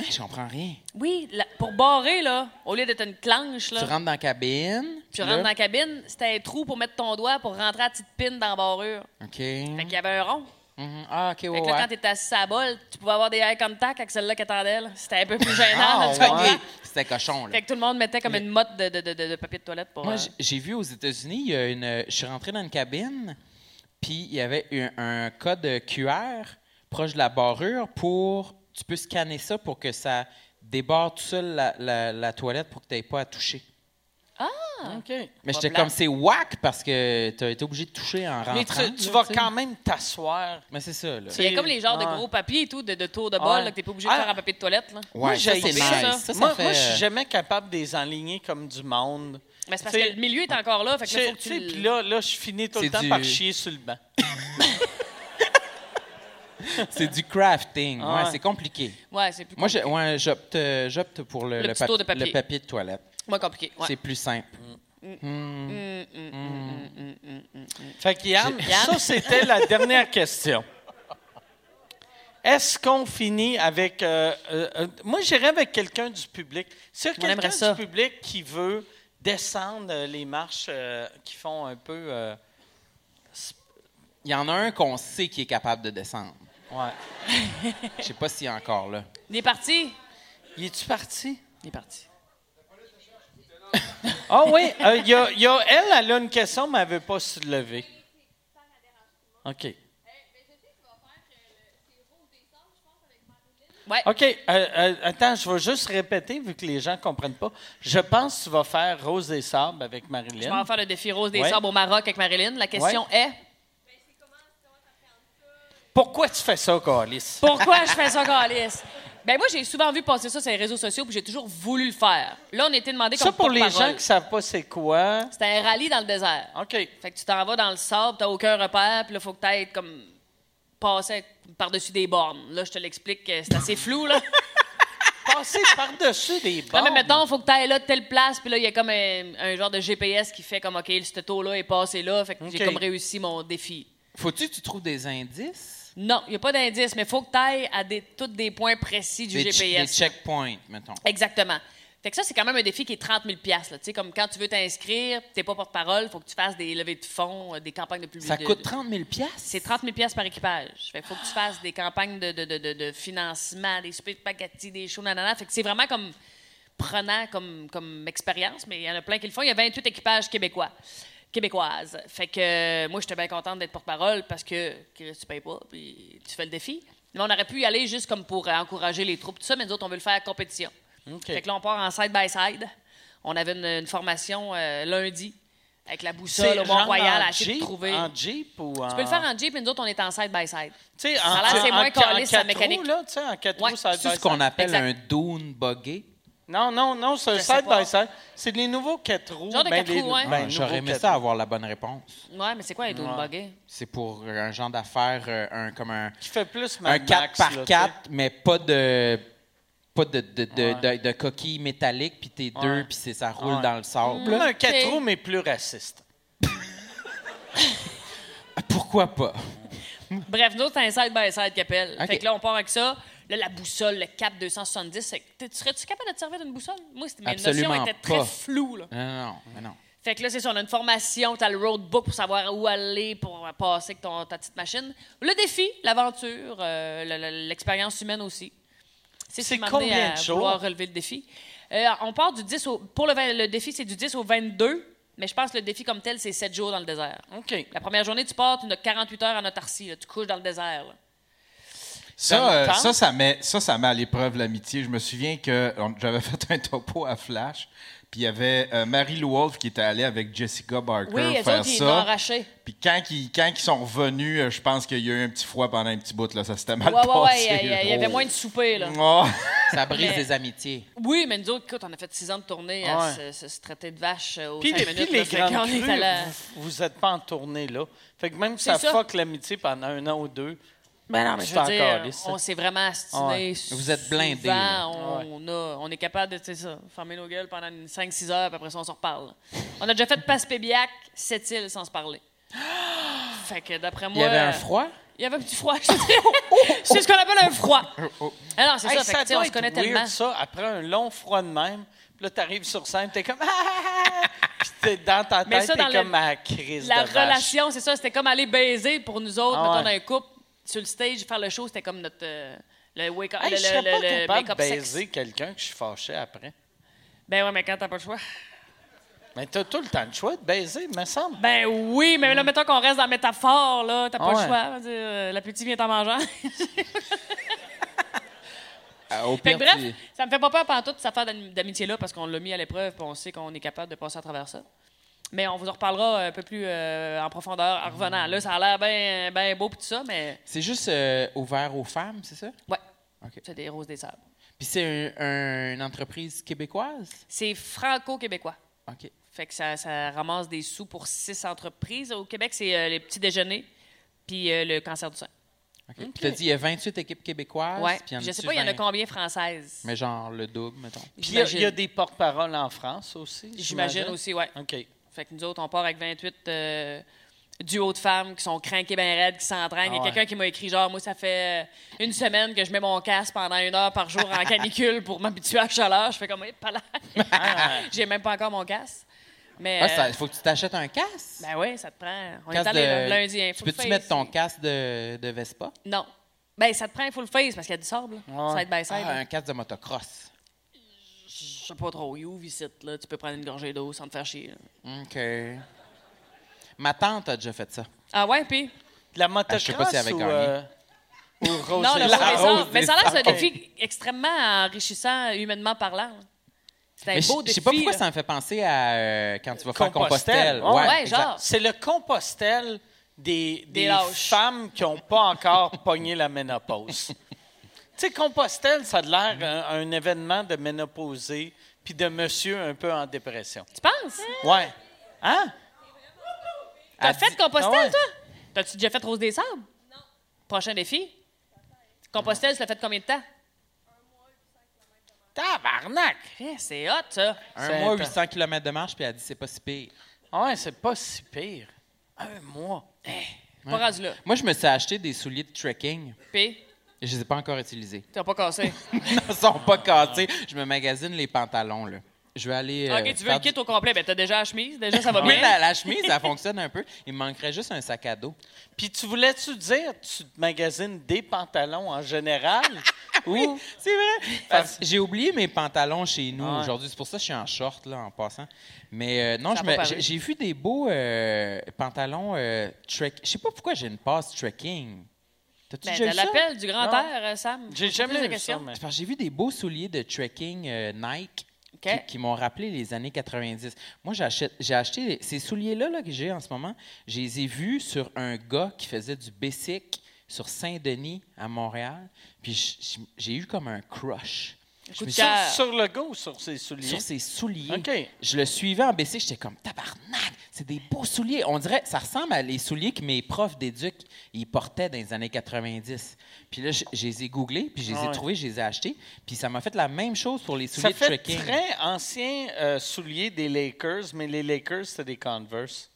Speaker 6: Hey, je comprends rien.
Speaker 5: Oui, la- pour barrer, là, au lieu d'être une clanche, là,
Speaker 6: Tu rentres dans la cabine.
Speaker 5: tu
Speaker 6: là,
Speaker 5: rentres dans la cabine, c'était un trou pour mettre ton doigt pour rentrer à la petite pine dans la barrure.
Speaker 6: OK.
Speaker 5: Fait qu'il y avait un rond.
Speaker 6: Mhm. Ah, OK,
Speaker 5: Fait
Speaker 6: ouais,
Speaker 5: que là,
Speaker 6: ouais.
Speaker 5: quand t'étais assis à la bolle, tu pouvais avoir des eye contact avec celle-là qui attendait. là. C'était un peu plus gênant.
Speaker 6: Ah,
Speaker 5: tu vois.
Speaker 6: ouais. C'était cochon, là.
Speaker 5: Fait que tout le monde mettait comme une motte de, de- de- de papier de toilette pour.
Speaker 6: Moi,
Speaker 5: euh,
Speaker 6: j- j'ai vu aux États-Unis, il y a une. euh, Je suis rentré dans une cabine, puis il y avait un, un code QR proche de la barrure pour. Tu peux scanner ça pour que ça débarre tout seul la, la- la toilette pour que tu n'aies pas à toucher.
Speaker 1: OK.
Speaker 6: Mais j'étais comme c'est whack parce que tu as été obligé de toucher en rentrant.
Speaker 1: Mais tu, tu
Speaker 6: là,
Speaker 1: vas
Speaker 6: sais.
Speaker 1: quand même t'asseoir.
Speaker 6: Mais c'est ça, là.
Speaker 5: il y a comme les genres
Speaker 1: Ouais.
Speaker 5: de gros papiers et tout, de, de tours de bol,
Speaker 1: Ouais.
Speaker 5: là, que t'es pas obligé de
Speaker 1: Ah.
Speaker 5: faire en papier de toilette. Là. Ben,
Speaker 6: Ouais, ça,
Speaker 1: j'ai
Speaker 6: c'est nice.
Speaker 1: ça.
Speaker 6: Ça, ça
Speaker 1: moi,
Speaker 6: fait- euh,
Speaker 1: moi, je suis jamais capable de les enligner comme du monde.
Speaker 5: Mais c'est parce
Speaker 1: Tu sais,
Speaker 5: que le milieu est encore là. Fait que là, faut que
Speaker 1: Tu
Speaker 5: tu.
Speaker 1: sais,
Speaker 5: le-
Speaker 1: puis là, là, je finis tout
Speaker 6: C'est
Speaker 1: le temps
Speaker 6: du-
Speaker 1: par chier sur le banc.
Speaker 6: C'est du crafting.
Speaker 1: Ah
Speaker 6: ouais,
Speaker 1: ouais.
Speaker 6: c'est compliqué.
Speaker 5: Ouais, c'est plus
Speaker 6: Moi,
Speaker 5: compli-
Speaker 6: je- ouais, j'opte j'opte pour le,
Speaker 5: Le petit tour de papier.
Speaker 6: le papier de toilette.
Speaker 5: moins compliqué. ouais.
Speaker 6: C'est plus simple.
Speaker 1: Fait que Yann,
Speaker 5: Yann?
Speaker 1: ça, c'était la dernière question. Est-ce qu'on finit avec... euh, euh, euh, moi, j'irais avec quelqu'un du public. S'il y a
Speaker 5: aimerait
Speaker 1: quelqu'un
Speaker 5: ça.
Speaker 1: du public qui veut descendre euh, les marches euh, qui font un peu... euh,
Speaker 6: Il y en a un qu'on sait qui est capable de descendre.
Speaker 1: ouais.
Speaker 6: Je sais pas s'il est encore là.
Speaker 5: Il est parti.
Speaker 1: Il est-tu parti?
Speaker 5: Il est parti.
Speaker 1: Ah oui, euh, il y a, il y a- elle, elle a une question, mais elle ne veut pas se lever. OK.
Speaker 5: Eh, Ouais.
Speaker 1: OK. euh, euh, attends, je vais juste répéter, vu que les gens ne comprennent pas. Je pense que tu vas faire Rose des Sables avec
Speaker 5: On va
Speaker 1: Marilyn.
Speaker 5: faire le défi rose des
Speaker 1: Ouais.
Speaker 5: sables au Maroc avec Marilyn. La question est
Speaker 1: Pourquoi tu fais ça, Carlis?
Speaker 5: Pourquoi je fais ça, Calice? Ben moi, j'ai souvent vu passer ça sur les réseaux sociaux, puis j'ai toujours voulu le faire. Là, on était demandé
Speaker 1: Ça,
Speaker 5: comme
Speaker 1: pour les gens qui
Speaker 5: porte-parole.
Speaker 1: ne savent pas c'est quoi.
Speaker 5: C'était un rallye dans le désert.
Speaker 1: OK.
Speaker 5: Fait que tu t'en vas dans le sable, t'as aucun repère, puis là, faut que t'ailles comme passer par-dessus des bornes. Là, je te l'explique, euh, c'est assez flou, là.
Speaker 1: Passer par-dessus des
Speaker 5: Non,
Speaker 1: bornes.
Speaker 5: mais mettons, faut que t'ailles là, de telle place, puis là, il y a comme un, un genre de GPS qui fait comme, OK, ce taux-là est passé là, fait que
Speaker 1: OK.
Speaker 5: j'ai comme réussi mon défi.
Speaker 6: Faut-tu que tu trouves des indices?
Speaker 5: Non, il n'y a pas d'indice, mais faut que t'ailles à des, tous des points précis du
Speaker 6: des, che- des
Speaker 5: GPS.
Speaker 6: checkpoints, mettons.
Speaker 5: Exactement. Fait que ça, c'est quand même un défi qui est 30 000 là. Tu sais, comme quand tu veux t'inscrire, t'es pas porte-parole, faut que tu fasses des levées de fonds, euh, des campagnes de publicité.
Speaker 6: Ça coûte 30 000
Speaker 5: C'est 30 000 par équipage. Fait que faut que tu fasses des campagnes de, de, de, de, de financement, des super spaghetti, des shows, nanana. Fait que c'est vraiment comme prenant comme, comme expérience, mais il y en a plein qui le font. Il y a 28 équipages québécois, québécoises. Fait que euh, moi, j'étais bien contente d'être porte-parole parce que Chris, tu payes pas, puis tu fais le défi. Mais on aurait pu y aller juste comme pour euh, encourager les troupes, tout ça, mais nous autres, on veut le faire à compétition. Fait que là, on part en side-by-side. On avait une, une formation euh, lundi avec la boussole au
Speaker 1: genre
Speaker 5: Mont-Royal
Speaker 1: en
Speaker 5: à essayer de
Speaker 1: Jeep,
Speaker 5: trouver.
Speaker 1: En Jeep ou en...
Speaker 5: Tu peux le faire en Jeep, et nous autres, on est en side-by-side.
Speaker 1: Tu sais, en,
Speaker 5: a l'air, c'est
Speaker 1: en-
Speaker 5: moins
Speaker 1: en- en
Speaker 5: câlisse, la
Speaker 1: quatre
Speaker 5: mécanique.
Speaker 1: roues, là, tu sais, en quatre
Speaker 5: Ouais.
Speaker 1: roues, side
Speaker 6: C'est
Speaker 1: by
Speaker 6: ce qu'on
Speaker 1: side.
Speaker 6: appelle
Speaker 5: Exact.
Speaker 6: un dune buggy.
Speaker 1: Non, non, non, c'est un
Speaker 5: Je sais pas.
Speaker 1: side-by-side. C'est les nouveaux quatre roues.
Speaker 5: Genre de quatre
Speaker 1: les-
Speaker 5: roues, hein? ouais.
Speaker 1: ben,
Speaker 6: Ah, J'aurais
Speaker 1: nouveaux
Speaker 6: aimé
Speaker 1: quatre
Speaker 6: ça
Speaker 1: roues.
Speaker 6: avoir la bonne réponse.
Speaker 5: Ouais, mais c'est quoi un dune buggy?
Speaker 6: C'est pour euh, un genre d'affaires, euh, un, comme un,
Speaker 1: Qui fait plus
Speaker 6: un
Speaker 1: Mad Max,
Speaker 6: 4
Speaker 1: là,
Speaker 6: par
Speaker 1: tu sais.
Speaker 6: 4, mais pas de pas de, de, de,
Speaker 1: Ouais.
Speaker 6: de- de coquille métallique, puis t'es
Speaker 1: Ouais.
Speaker 6: deux, puis c'est- ça roule
Speaker 1: Ouais.
Speaker 6: dans le sable.
Speaker 1: Comme un 4
Speaker 5: Ok.
Speaker 1: roues, mais plus raciste.
Speaker 6: Pourquoi pas?
Speaker 5: Bref, nous autres, c'est un side-by-side qui appelle.
Speaker 6: OK.
Speaker 5: Fait que là, on part avec ça. Là, la boussole, le cap 270, c'est que t'es- serais-tu capable de te servir d'une boussole? Moi, c'était- mes
Speaker 6: Absolument
Speaker 5: notions étaient très
Speaker 6: pas.
Speaker 5: floues. Là.
Speaker 6: Non, non, non, mais non.
Speaker 5: Fait que là, c'est ça, on a une formation, t'as le roadbook pour savoir où aller pour passer avec ton, ta petite machine. Le défi, l'aventure, euh, le- le- l'expérience humaine aussi. C'est ce qui
Speaker 1: C'est
Speaker 5: m'a amené
Speaker 1: combien
Speaker 5: à
Speaker 1: de jours?
Speaker 5: vouloir relever le défi. Euh, on part du 10 au... Pour le, vingt- le défi, c'est du 10 au 22, mais je pense que le défi comme tel, c'est 7 jours dans le désert.
Speaker 1: OK.
Speaker 5: La première journée, tu pars, tu as 48 heures en autarcie. là. tu couches dans le désert. là.
Speaker 3: Ça,
Speaker 1: Ça me
Speaker 3: euh,
Speaker 1: tente.
Speaker 3: ça, ça met, ça, ça met à l'épreuve l'amitié. Je me souviens que on- j'avais (laughs) fait un topo à Flash, puis il y avait euh, Mary Lou Wolfe qui était allée avec Jessica Barker
Speaker 5: Oui, elles
Speaker 3: faire
Speaker 5: autres, ils l'ont
Speaker 3: ça.
Speaker 5: arraché.
Speaker 3: Puis quand ils, quand ils sont revenus, euh, je pense qu'il y a eu un petit froid pendant un petit bout. Là, ça s'était mal
Speaker 5: Ouais, ouais, ouais,
Speaker 3: passé.
Speaker 5: il y a- il y avait
Speaker 3: Oh.
Speaker 5: moins de souper, là.
Speaker 3: Oh.
Speaker 6: Ça brise
Speaker 5: Mais-
Speaker 6: des amitiés.
Speaker 5: Mm. Oui, mais nous autres, écoute, on a fait six ans de tournée à
Speaker 1: Ouais.
Speaker 5: se, se- se traiter de vache euh, aux
Speaker 1: Puis
Speaker 5: cinq
Speaker 1: les,
Speaker 5: minutes.
Speaker 1: puis les
Speaker 5: là. Fait
Speaker 1: grandes
Speaker 5: qu'on est
Speaker 1: crues,
Speaker 5: à la-
Speaker 1: vous- vous n'êtes pas en tournée là. Fait que même si
Speaker 5: C'est
Speaker 1: ça,
Speaker 5: ça.
Speaker 1: fuck l'amitié pendant un an ou deux,
Speaker 5: Ben non, mais
Speaker 1: C'est
Speaker 5: je veux dire,
Speaker 1: encore lisse.
Speaker 5: on s'est vraiment astinés.
Speaker 6: Vous êtes blindés,
Speaker 5: souvent.
Speaker 6: là.
Speaker 5: On, on a- on est capable de, tu sais ça, fermer nos gueules pendant 5-6 heures, puis après ça, on se reparle. On a déjà fait Passe-Pébiac, cette île, sans se (gasps) parler. fait que d'après moi...
Speaker 6: Il y avait un
Speaker 5: euh,
Speaker 6: froid?
Speaker 5: Il y avait un petit froid. je
Speaker 1: (laughs)
Speaker 5: dirais. C'est ce qu'on appelle un froid. Alors, c'est
Speaker 1: Oh, Hey,
Speaker 5: ça. Fait que, tu sais,
Speaker 1: doit
Speaker 5: on se
Speaker 1: être
Speaker 5: connaît
Speaker 1: weird,
Speaker 5: tellement.
Speaker 1: ça, après un long froid de même. Puis là, t'arrives sur scène, t'es comme... (laughs) puis t'es dans ta
Speaker 5: Mais
Speaker 1: tête,
Speaker 5: ça,
Speaker 1: t'es
Speaker 5: dans le-
Speaker 1: comme à crise
Speaker 5: La
Speaker 1: de vache.
Speaker 5: relation, c'est ça. C'était comme aller baiser pour nous autres,
Speaker 1: Ah
Speaker 5: mettons,
Speaker 1: ouais.
Speaker 5: dans un couple. Sur le stage, faire le show, c'était comme notre... euh, le wake-up,
Speaker 1: Hey,
Speaker 5: le,
Speaker 1: Ah, je serais
Speaker 5: le-
Speaker 1: pas
Speaker 5: le- le
Speaker 1: capable de
Speaker 5: make-up sexe.
Speaker 1: baiser quelqu'un que je suis fâché après.
Speaker 5: Ben ouais, mais quand t'as pas le choix.
Speaker 1: Mais t'as tout le temps le choix de baiser, me semble.
Speaker 5: Ben oui, mais là, mettons qu'on reste dans la métaphore, là. T'as
Speaker 1: Hmm.
Speaker 5: pas
Speaker 1: Ah
Speaker 5: le
Speaker 1: ouais.
Speaker 5: choix. Je veux dire, euh, L'appétit vient en mangeant.
Speaker 6: Ah, au
Speaker 5: fait que
Speaker 6: pire,
Speaker 5: bref,
Speaker 6: tu-
Speaker 5: ça me fait pas peur pendant toute cette affaire d'am- d'amitié-là parce qu'on l'a mis à l'épreuve et on sait qu'on est capable de passer à travers ça. Mais on vous en reparlera un peu plus euh, en profondeur en revenant. Là, ça a l'air bien ben beau pis tout ça, mais
Speaker 6: c'est juste euh, ouvert aux femmes, c'est ça?
Speaker 5: ouais.
Speaker 6: OK.
Speaker 5: C'est des roses des sables.
Speaker 6: Puis c'est un- un- une entreprise québécoise?
Speaker 5: C'est franco-québécois.
Speaker 6: OK.
Speaker 5: Fait que ça, ça ramasse des sous pour six entreprises. Au Québec, c'est euh, les petits déjeuners puis euh, le cancer du sein.
Speaker 6: OK. Puis t'as dit, il y a 28 équipes
Speaker 1: Ah,
Speaker 6: québécoises.
Speaker 5: Ouais.
Speaker 6: puis y en
Speaker 5: Je sais
Speaker 6: a-tu
Speaker 5: pas, il y en a Euh,
Speaker 6: 20?
Speaker 5: combien françaises?
Speaker 6: Mais genre le double, mettons.
Speaker 1: Puis il y a- il y, a
Speaker 5: J'imagine.
Speaker 1: des porte-paroles en France aussi,
Speaker 5: J'imagine aussi, Ah, ouais.
Speaker 1: OK.
Speaker 5: Fait que nous autres, on part avec 28 euh, duos de femmes qui sont craquées bien raides, qui s'entraînent. Il
Speaker 6: Ah
Speaker 5: y a quelqu'un qui m'a écrit genre, moi, ça fait euh, une semaine que je mets mon casque pendant une heure par jour
Speaker 6: (laughs)
Speaker 5: en canicule pour m'habituer à la chaleur. Je fais comme, Eh, pas là. (laughs) J'ai même pas encore mon casque. Mais.
Speaker 6: Ah, ça,
Speaker 5: euh,
Speaker 6: il faut que tu t'achètes un casque.
Speaker 5: ben oui, ça te prend. On
Speaker 6: Casque
Speaker 5: est allé
Speaker 6: de-
Speaker 5: là, lundi. hein,
Speaker 6: Tu
Speaker 5: full
Speaker 6: peux-tu
Speaker 5: face.
Speaker 6: mettre ton casque de, de Vespa?
Speaker 5: Non. Ben, ça te prend un full face parce qu'il y a du sable. là. Side by side.
Speaker 6: Ah,
Speaker 5: là.
Speaker 6: un casque de motocross.
Speaker 5: Je sais pas trop. You, visite, là. Tu peux prendre une gorgée d'eau sans te faire chier. là.
Speaker 6: OK. Ma tante a déjà fait ça.
Speaker 5: Ah ouais, puis.
Speaker 1: De la
Speaker 6: Ah, je
Speaker 1: motocross
Speaker 6: sais pas si elle avait
Speaker 1: ou,
Speaker 6: gagné.
Speaker 1: euh, ou rose
Speaker 5: Non, le
Speaker 1: des
Speaker 5: rose des
Speaker 1: sables?
Speaker 5: sables. Mais ça a l'air que c'est un défi extrêmement enrichissant, humainement parlant. C'est
Speaker 6: Mais
Speaker 5: un
Speaker 6: je
Speaker 5: beau
Speaker 6: je
Speaker 5: défi.
Speaker 6: sais pas pourquoi
Speaker 5: là.
Speaker 6: ça me fait penser à euh, quand tu vas faire
Speaker 1: Compostelle.
Speaker 6: Compostelle.
Speaker 1: Ouais,
Speaker 5: ouais,
Speaker 6: exact.
Speaker 5: genre.
Speaker 1: C'est le compostel des, des,
Speaker 5: lâches.
Speaker 1: femmes qui n'ont pas encore (laughs) pogné la ménopause. tu sais, compostel, ça a de l'air un, un événement de ménopausée puis de monsieur un peu en dépression.
Speaker 5: Tu penses?
Speaker 1: Ouais. Hein?
Speaker 5: T'as
Speaker 1: Elle
Speaker 5: fait
Speaker 1: dit-
Speaker 5: Compostelle,
Speaker 1: Ah ouais.
Speaker 5: toi? T'as-tu déjà fait Rose des Sables? Non. Prochain défi? Compostelle, tu l'as fait combien de temps?
Speaker 1: Tabarnak!
Speaker 5: Eh, C'est hot, ça.
Speaker 6: Un
Speaker 1: C'est
Speaker 6: mois,
Speaker 1: intense.
Speaker 6: 800 km de marche, puis elle dit c'est pas si pire.
Speaker 1: Ah Ouais, c'est pas si pire. Un mois.
Speaker 5: Pas rendu là.
Speaker 6: Moi, je me suis acheté des souliers de trekking.
Speaker 5: Puis,
Speaker 6: et Je les ai pas encore utilisés.
Speaker 5: t'as pas cassé.
Speaker 6: non, ils sont pas cassés. Je me magasine les pantalons, là. Je vais aller. euh,
Speaker 5: OK, tu veux
Speaker 6: faire
Speaker 5: le kit
Speaker 6: du-
Speaker 5: au complet. Ben, t'as déjà la chemise. Déjà, ça va
Speaker 6: Oui,
Speaker 5: bien.
Speaker 6: la, la chemise, ça fonctionne un peu. Il me manquerait juste un sac à dos.
Speaker 1: Puis tu voulais-tu dire, tu te magasines des pantalons en général?
Speaker 5: Oh.
Speaker 1: ou
Speaker 6: Ah C'est vrai. Parce que J'ai oublié mes pantalons chez nous
Speaker 1: Ouais.
Speaker 6: aujourd'hui. C'est pour ça que je suis en short, là, en passant. Mais euh, non,
Speaker 5: Ça
Speaker 6: je
Speaker 5: va
Speaker 6: me-
Speaker 5: pas
Speaker 6: j'ai
Speaker 5: paru.
Speaker 6: j'ai vu des beaux euh, pantalons euh, trek. Je sais pas pourquoi j'ai une passe trekking. T'as-tu
Speaker 5: Ben,
Speaker 6: déjà
Speaker 5: t'as
Speaker 6: vu ça?
Speaker 5: l'appel du grand
Speaker 1: Non.
Speaker 5: air, euh, Sam.
Speaker 1: (laughs) j'ai
Speaker 5: Pose plus de
Speaker 1: jamais vu ça,
Speaker 5: questions.
Speaker 1: mais...
Speaker 6: C'est parce que j'ai vu des beaux souliers de trekking euh, Nike
Speaker 5: OK.
Speaker 6: qui, qui m'ont rappelé les années 90. Moi, j'achète- j'ai acheté ces souliers-là là, que j'ai en ce moment. Je les ai vus sur un gars qui faisait du basic sur Saint-Denis à Montréal. Puis je- je- j'ai eu comme un crush. Je
Speaker 5: Coup
Speaker 6: me
Speaker 5: de
Speaker 6: suis-
Speaker 5: cœur.
Speaker 1: Sur, sur le go, sur ses souliers.
Speaker 6: sur ses souliers.
Speaker 1: OK.
Speaker 6: Je le suivais en BC, j'étais comme tabarnak, c'est des beaux souliers. On dirait, ça ressemble à les souliers que mes profs d'éduc ils portaient dans les années 90. Puis là, je, je les ai googlés, puis je les ai
Speaker 1: Ouais.
Speaker 6: trouvés, je les ai achetés. Puis ça m'a fait la même chose pour les
Speaker 1: Ça
Speaker 6: souliers de
Speaker 1: fait
Speaker 6: trekking.
Speaker 1: très ancien euh, soulier des Lakers, mais les Lakers, c'est des Converse.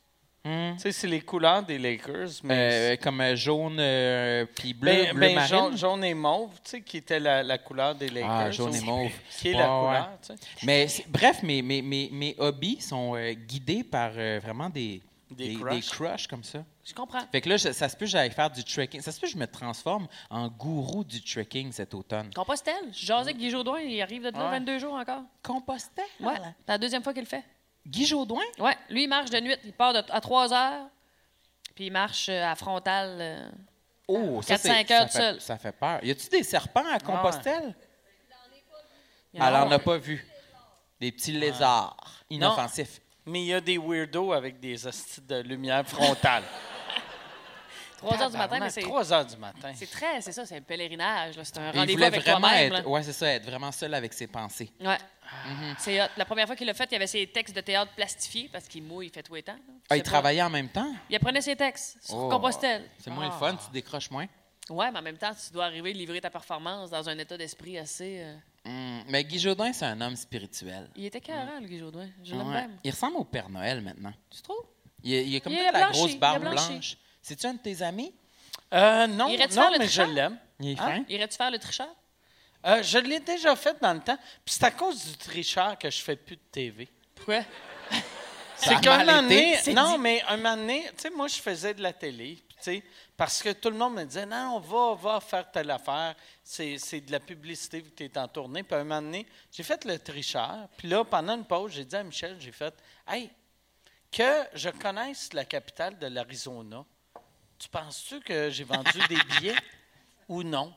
Speaker 1: Tu sais, c'est les couleurs des Lakers, mais.
Speaker 6: Euh, comme euh, jaune euh, puis bleu,
Speaker 1: Ben-
Speaker 6: bleu
Speaker 1: ben,
Speaker 6: marine.
Speaker 1: jaune, jaune et mauve, tu sais, qui était la, la couleur des Lakers.
Speaker 6: Ah, jaune et
Speaker 1: aussi,
Speaker 6: mauve.
Speaker 1: Qui est
Speaker 6: Ouais,
Speaker 1: la
Speaker 6: ouais.
Speaker 1: couleur, tu sais.
Speaker 6: Mais c'est- bref, mes, mes, mes, mes hobbies sont euh, guidés par euh, vraiment des,
Speaker 1: Des
Speaker 6: des, des
Speaker 1: crushs.
Speaker 6: crushs. comme ça.
Speaker 5: Je comprends.
Speaker 6: Fait que là, je- ça se peut que j'aille faire du trekking. Ça se peut que je me transforme en gourou du trekking cet automne.
Speaker 5: Compostelle. Je jasais avec Guy Jodoin, il arrive de là 22 jours encore.
Speaker 6: Compostel?
Speaker 5: Ouais. C'est la deuxième fois qu'il le fait.
Speaker 6: Guy Jodoin?
Speaker 5: Ouais. Lui, il marche de nuit. Il part de- à 3 heures, puis il marche euh, à frontale. euh.
Speaker 6: Oh, ça,
Speaker 5: 4-5
Speaker 6: c'est-
Speaker 5: heures
Speaker 6: ça fait-
Speaker 5: seul. Ah
Speaker 6: Ça fait peur. Y a-tu des serpents à Compostelle?
Speaker 5: Il y en a
Speaker 6: Elle en
Speaker 5: un.
Speaker 6: a pas vu. Des petits lézards inoffensifs.
Speaker 1: Mais il y a des weirdos avec des hosties de lumière frontale.
Speaker 5: 3 heures du matin, mais c'est.
Speaker 1: 3 heures du matin.
Speaker 5: C'est très, c'est ça, c'est un pèlerinage. là. C'est un
Speaker 6: Et il voulait
Speaker 5: rendez-vous avec
Speaker 6: vraiment
Speaker 5: toi-même.
Speaker 6: être, Mm-hmm.
Speaker 5: là.
Speaker 6: ouais, c'est ça, être vraiment seul avec ses pensées.
Speaker 5: Ouais. C'est hot. La première fois qu'il l'a fait, il avait ses textes de théâtre plastifiés parce qu'il mouille, il fait tout les temps. là.
Speaker 6: Ah, il
Speaker 5: C'est pas-
Speaker 6: travaillait en même temps?
Speaker 5: Il apprenait ses textes sur
Speaker 6: Oh.
Speaker 5: Compostelle. Ah.
Speaker 6: C'est moins le fun, tu décroches moins.
Speaker 5: Ouais, mais en même temps, tu dois arriver à livrer ta performance dans un état d'esprit assez. euh,
Speaker 6: Hum, Mais Guy Jodoin, c'est un homme spirituel.
Speaker 5: Il était carré, le Guy Jodoin. Je l'aime
Speaker 6: Ouais.
Speaker 5: même.
Speaker 6: Il ressemble au Père Noël maintenant.
Speaker 5: Tu trouves?
Speaker 6: Il, est- il est comme
Speaker 5: Il
Speaker 6: toute
Speaker 5: a
Speaker 6: la
Speaker 5: blanchi, il
Speaker 6: grosse
Speaker 5: a
Speaker 6: barbe
Speaker 5: blanchi.
Speaker 6: blanche. C'est-tu un de tes amis? Ah.
Speaker 1: Euh, non,
Speaker 5: Irais-tu
Speaker 1: non
Speaker 5: faire le
Speaker 1: mais je
Speaker 5: tricheur?
Speaker 1: l'aime.
Speaker 6: Il est
Speaker 1: Hein?
Speaker 6: fin?
Speaker 5: Irais-tu faire le tricheur?
Speaker 1: Euh, je l'ai déjà fait dans le temps. Puis c'est à cause du tricheur que je fais plus de TV.
Speaker 5: Pourquoi?
Speaker 1: (laughs) C'est
Speaker 6: a
Speaker 1: qu'un
Speaker 6: mal
Speaker 1: moment
Speaker 6: été.
Speaker 1: donné,
Speaker 5: C'est
Speaker 1: non,
Speaker 5: dit.
Speaker 1: mais un moment donné, tu sais, moi, je faisais de la télé, tu sais, parce que tout le monde me disait, non, on va, va faire telle affaire, c'est c'est de la publicité vu que tu es en tournée. Puis un moment donné, j'ai fait le tricheur, puis là, pendant une pause, j'ai dit à Michel, j'ai fait, hey, que je connaisse la capitale de l'Arizona, tu penses-tu que j'ai vendu des billets ou non?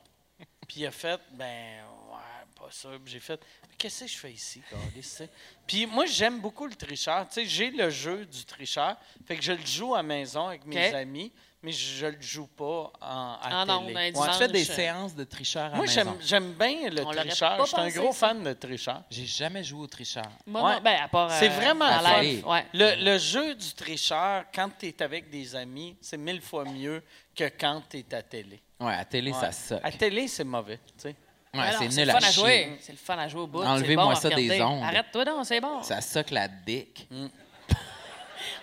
Speaker 1: Puis il a fait, ben, ouais, pas sûr. Puis j'ai fait, mais qu'est-ce que je fais ici, câlisse, tu sais? Puis moi, j'aime beaucoup le tricheur. Tu sais, j'ai le jeu du tricheur. Fait que je le joue à maison avec mes
Speaker 5: OK.
Speaker 1: amis, mais je, je le joue pas en, à
Speaker 5: Ah non,
Speaker 1: télé.
Speaker 5: on a dit-
Speaker 6: Ouais, tu fais des
Speaker 5: Dimanche.
Speaker 6: séances de tricheur à
Speaker 1: Moi,
Speaker 6: maison.
Speaker 1: j'aime, j'aime bien le
Speaker 5: On l'aurait
Speaker 1: tricheur.
Speaker 5: pas
Speaker 1: Je suis un
Speaker 5: pensé,
Speaker 1: gros
Speaker 5: ça.
Speaker 1: fan de tricheur.
Speaker 6: J'ai jamais joué au tricheur.
Speaker 5: Moi,
Speaker 1: Ouais.
Speaker 5: non. Ben, à part.
Speaker 1: C'est vraiment
Speaker 5: en
Speaker 1: le fun.
Speaker 5: live. Ouais.
Speaker 1: Le, le jeu du tricheur, quand tu es avec des amis, c'est mille fois mieux que quand tu es à télé.
Speaker 6: Ouais, à télé,
Speaker 1: Ouais.
Speaker 6: ça soque.
Speaker 1: À télé, c'est mauvais, tu sais.
Speaker 6: Ouais,
Speaker 5: Alors,
Speaker 6: c'est
Speaker 5: c'est
Speaker 6: nul
Speaker 5: le
Speaker 6: à
Speaker 5: fun à
Speaker 6: chier.
Speaker 5: jouer. C'est le fun à jouer au bout.
Speaker 6: Enlevez-moi
Speaker 5: C'est bon à
Speaker 6: ça des
Speaker 5: regarder.
Speaker 6: ondes.
Speaker 5: Arrête-toi donc, c'est bon.
Speaker 6: Ça soque la dick.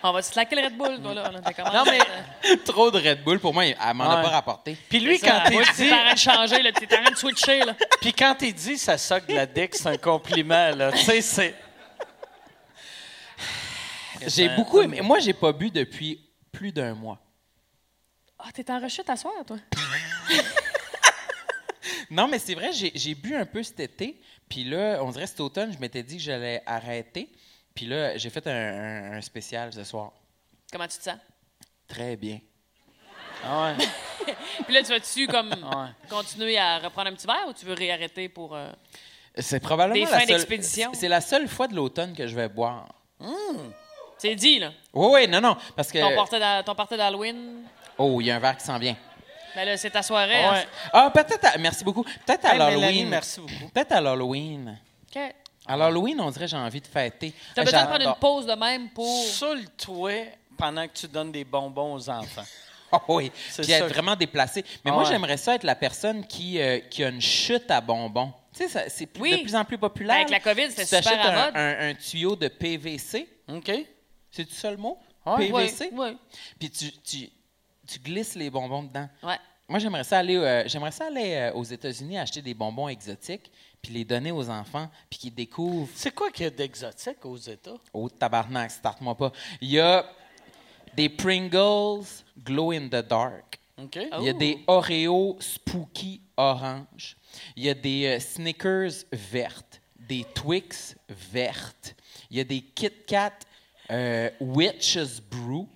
Speaker 5: On va se slacker le Red Bull, toi, là. là. T'as commencé,
Speaker 1: Non, mais-
Speaker 5: euh,
Speaker 6: (laughs) Trop de Red Bull, pour moi, il- elle m'en a
Speaker 1: Ouais.
Speaker 6: pas rapporté.
Speaker 1: Puis lui,
Speaker 5: ça,
Speaker 1: quand
Speaker 5: moi,
Speaker 1: il
Speaker 5: T'es
Speaker 1: dit,
Speaker 5: en train de changer, là. T'es en train de switcher, là.
Speaker 1: puis quand il dit, ça soque de la dick, c'est un compliment là. Tu sais, c'est.
Speaker 6: J'ai beaucoup aimé. Moi, j'ai pas bu depuis plus d'un mois.
Speaker 5: Ah, t'es en rechute à soir, toi.
Speaker 6: Non, mais c'est vrai, j'ai j'ai bu un peu cet été. Puis là, on dirait cet automne, je m'étais dit que j'allais arrêter. Puis là, j'ai fait un, un- un spécial ce soir.
Speaker 5: Comment tu te sens?
Speaker 6: Très bien.
Speaker 1: Ah ouais.
Speaker 5: Puis là, tu vas-tu
Speaker 6: (laughs)
Speaker 5: comme
Speaker 1: Ouais.
Speaker 5: continuer à reprendre un petit verre ou tu veux réarrêter pour. euh,
Speaker 6: C'est probablement
Speaker 5: Des
Speaker 6: la
Speaker 5: fins
Speaker 6: seule-
Speaker 5: d'expédition.
Speaker 6: C'est la seule fois de l'automne que je vais boire.
Speaker 5: C'est dit, là.
Speaker 6: Oui, oui, non, non, parce que...
Speaker 5: Ton party d'Ha- Ton party d'Halloween.
Speaker 6: Oh, il y a un verre qui s'en vient.
Speaker 5: Ben là, c'est ta soirée.
Speaker 1: Ouais.
Speaker 6: Ah, peut-être... à- Merci beaucoup. Peut-être à
Speaker 1: Hey, Mélanie,
Speaker 6: l'Halloween.
Speaker 1: merci beaucoup.
Speaker 6: Peut-être à l'Halloween.
Speaker 5: hein? OK.
Speaker 6: À l'Halloween, on dirait que j'ai envie de fêter.
Speaker 5: T'as besoin
Speaker 6: Ah,
Speaker 5: de
Speaker 6: j'adore.
Speaker 5: prendre une pause de même pour.
Speaker 1: Saoule-toi pendant que tu donnes des bonbons aux enfants.
Speaker 6: Ah oui,
Speaker 1: C'est
Speaker 6: puis
Speaker 1: ça.
Speaker 6: être vraiment déplacé. Mais
Speaker 1: Ah
Speaker 6: moi,
Speaker 1: ouais.
Speaker 6: j'aimerais ça être la personne qui, euh, qui a une chute à bonbons. Tu sais, ça- c'est plus-
Speaker 5: Oui.
Speaker 6: de plus en plus populaire.
Speaker 5: Avec la COVID, c'était
Speaker 6: Tu t'achètes
Speaker 5: super à
Speaker 6: un-
Speaker 5: mode.
Speaker 6: Un, un tuyau de PVC.
Speaker 1: OK?
Speaker 6: C'est tout ça le mot?
Speaker 1: Ouais.
Speaker 6: PVC?
Speaker 5: Ouais.
Speaker 6: Puis tu, tu, tu glisses les bonbons dedans.
Speaker 5: Ouais.
Speaker 6: Moi, j'aimerais ça aller, euh, j'aimerais ça aller euh, aux États-Unis acheter des bonbons exotiques, puis les donner aux enfants, puis qu'ils découvrent.
Speaker 1: C'est quoi qu'il y a d'exotique aux États?
Speaker 6: Oh, tabarnak, starte-moi pas. Il y a des Pringles Glow in the Dark.
Speaker 1: OK?
Speaker 6: Il y a des
Speaker 1: Oh.
Speaker 6: Oreos Spooky Orange. Il y a des euh, Snickers vertes. Des Twix vertes. Il y a des Kit Kat euh, Witch's Brew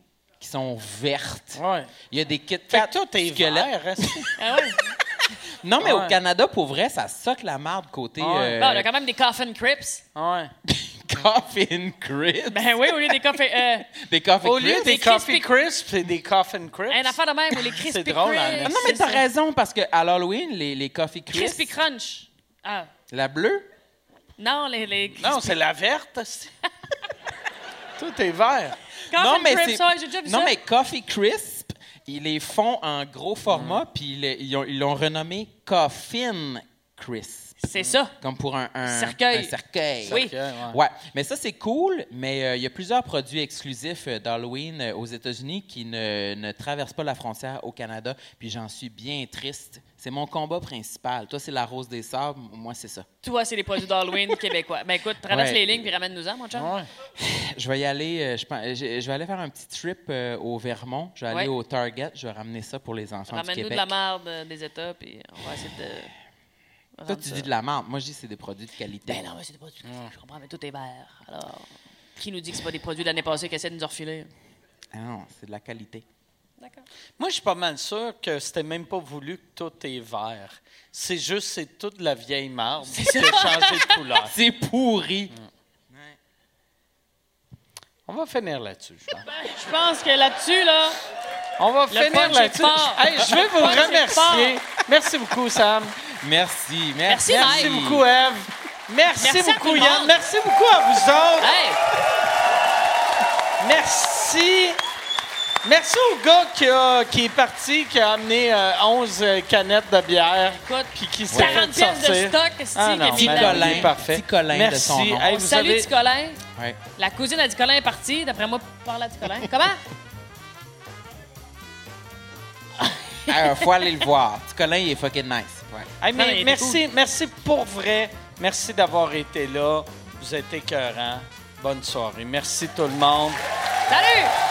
Speaker 6: qui sont vertes.
Speaker 1: Ouais.
Speaker 6: Il y a des Kit
Speaker 1: Fait
Speaker 6: Kat
Speaker 1: que toi, t'es
Speaker 6: squelettes.
Speaker 1: vert, hein?
Speaker 5: Ah ouais.
Speaker 6: Non, mais
Speaker 1: Ouais.
Speaker 6: au Canada, pour vrai, ça soque la marde côté
Speaker 1: Ouais. Bah,
Speaker 6: euh,
Speaker 5: Là, on a
Speaker 6: (laughs)
Speaker 5: quand même des Coffin Crips.
Speaker 1: Ouais.
Speaker 6: Coffin Crisp.
Speaker 5: Ben oui, au lieu des Coffin. Euh,
Speaker 6: Des Coffin
Speaker 1: Au
Speaker 6: Crisp.
Speaker 1: lieu des
Speaker 5: des
Speaker 1: Coffee
Speaker 5: Crispy-
Speaker 1: Crisp, c'est des Coffin Crisps.
Speaker 5: un affaire de même ou les
Speaker 6: (laughs)
Speaker 5: Crispy
Speaker 1: C'est drôle, hein?
Speaker 6: Ah
Speaker 5: Crisp.
Speaker 6: non, mais t'as raison, parce qu'à l'Halloween, les, les Coffee Crisp,
Speaker 5: Crispy Crunch. Ah.
Speaker 6: la bleue,
Speaker 5: Non, les. les
Speaker 1: Non, c'est la verte. c'est- toi, t'es vert.
Speaker 5: Coffin
Speaker 6: non, mais
Speaker 5: Crips,
Speaker 6: c'est-
Speaker 5: ouais, j'ai déjà vu
Speaker 6: non,
Speaker 5: ça.
Speaker 6: mais Coffee Crisp, ils les font en gros format, puis ils les- ils ont- ils l'ont renommé Coffin Crisp.
Speaker 5: C'est ça.
Speaker 6: Comme pour un, un-
Speaker 5: Cercueil.
Speaker 6: un cercueil.
Speaker 5: Oui.
Speaker 6: Ouais. Mais ça, c'est cool, mais euh, il y a plusieurs produits exclusifs euh, d'Halloween euh, aux États-Unis qui ne, ne traversent pas la frontière au Canada, puis j'en suis bien triste. C'est mon combat principal. Toi, c'est la rose des sables, moi, c'est ça.
Speaker 5: Toi, c'est les produits d'Halloween (laughs) québécois. Ben écoute, traverse
Speaker 6: Ouais.
Speaker 5: les lignes puis ramène-nous-en, mon chum.
Speaker 6: Je vais y aller, euh, je, pense- je- je vais aller faire un petit trip euh, au Vermont. Je vais aller
Speaker 5: Ouais.
Speaker 6: au Target, je vais ramener ça pour les enfants du
Speaker 5: Ramène-nous de la
Speaker 6: Québec.
Speaker 5: merde euh, des États, puis on va essayer de.
Speaker 6: Toi,
Speaker 5: rendre
Speaker 6: tu
Speaker 5: ça-
Speaker 6: dis de la merde. Moi, je dis que c'est des produits de qualité.
Speaker 5: Ben non, mais c'est des produits. Je comprends, mais tout est vert. Alors, qui nous dit que c'est pas des produits de l'année passée qu'essaie de nous en refiler?
Speaker 6: Ah non, c'est de la qualité. (laughs)
Speaker 5: D'accord.
Speaker 1: Moi, je suis pas mal sûr que c'était même pas voulu que tout est vert. C'est juste, c'est toute la vieille marbre qui a changé de couleur. Mm.
Speaker 6: C'est pourri.
Speaker 1: On va finir là-dessus, je pense.
Speaker 5: Ben, Je pense que là-dessus, là,
Speaker 1: On va finir
Speaker 5: punch est
Speaker 1: là-dessus.
Speaker 5: fort.
Speaker 1: Hey, je veux vous
Speaker 5: punch est
Speaker 1: remercier. Merci beaucoup, Sam.
Speaker 6: Merci,
Speaker 5: Merci,
Speaker 6: merci.
Speaker 1: Merci
Speaker 5: Mike.
Speaker 1: beaucoup, Eve. Merci,
Speaker 5: Merci à tout
Speaker 1: beaucoup,
Speaker 5: le
Speaker 1: Yann.
Speaker 5: monde.
Speaker 1: Merci beaucoup à vous autres.
Speaker 5: hey,
Speaker 1: Merci. Merci au gars qui, a- qui est parti, qui a amené euh, 11 canettes de bière.
Speaker 5: écoute,
Speaker 1: Puis qui s'est
Speaker 5: 40
Speaker 1: fait
Speaker 5: pièces de
Speaker 1: sortir.
Speaker 5: stock, c'est
Speaker 1: Ah, non,
Speaker 6: Petit
Speaker 1: ben,
Speaker 6: Colin,
Speaker 1: il est parfait.
Speaker 6: petit Colin de
Speaker 1: Merci.
Speaker 6: son nom.
Speaker 1: Hey, vous
Speaker 5: Salut,
Speaker 1: avez-
Speaker 5: Ticolin.
Speaker 6: Ouais.
Speaker 5: La cousine à Ticolin est partie. D'après moi, parle à Ticolin.
Speaker 1: (laughs)
Speaker 5: Comment?
Speaker 6: Ah, faut aller le voir. Petit Colin, il est fucking nice. Ouais.
Speaker 1: Hey, mais
Speaker 5: Non, mais il était
Speaker 1: merci, merci pour vrai. Merci d'avoir été là. Vous êtes écœurants. Bonne soirée. Merci tout le monde.
Speaker 5: Salut!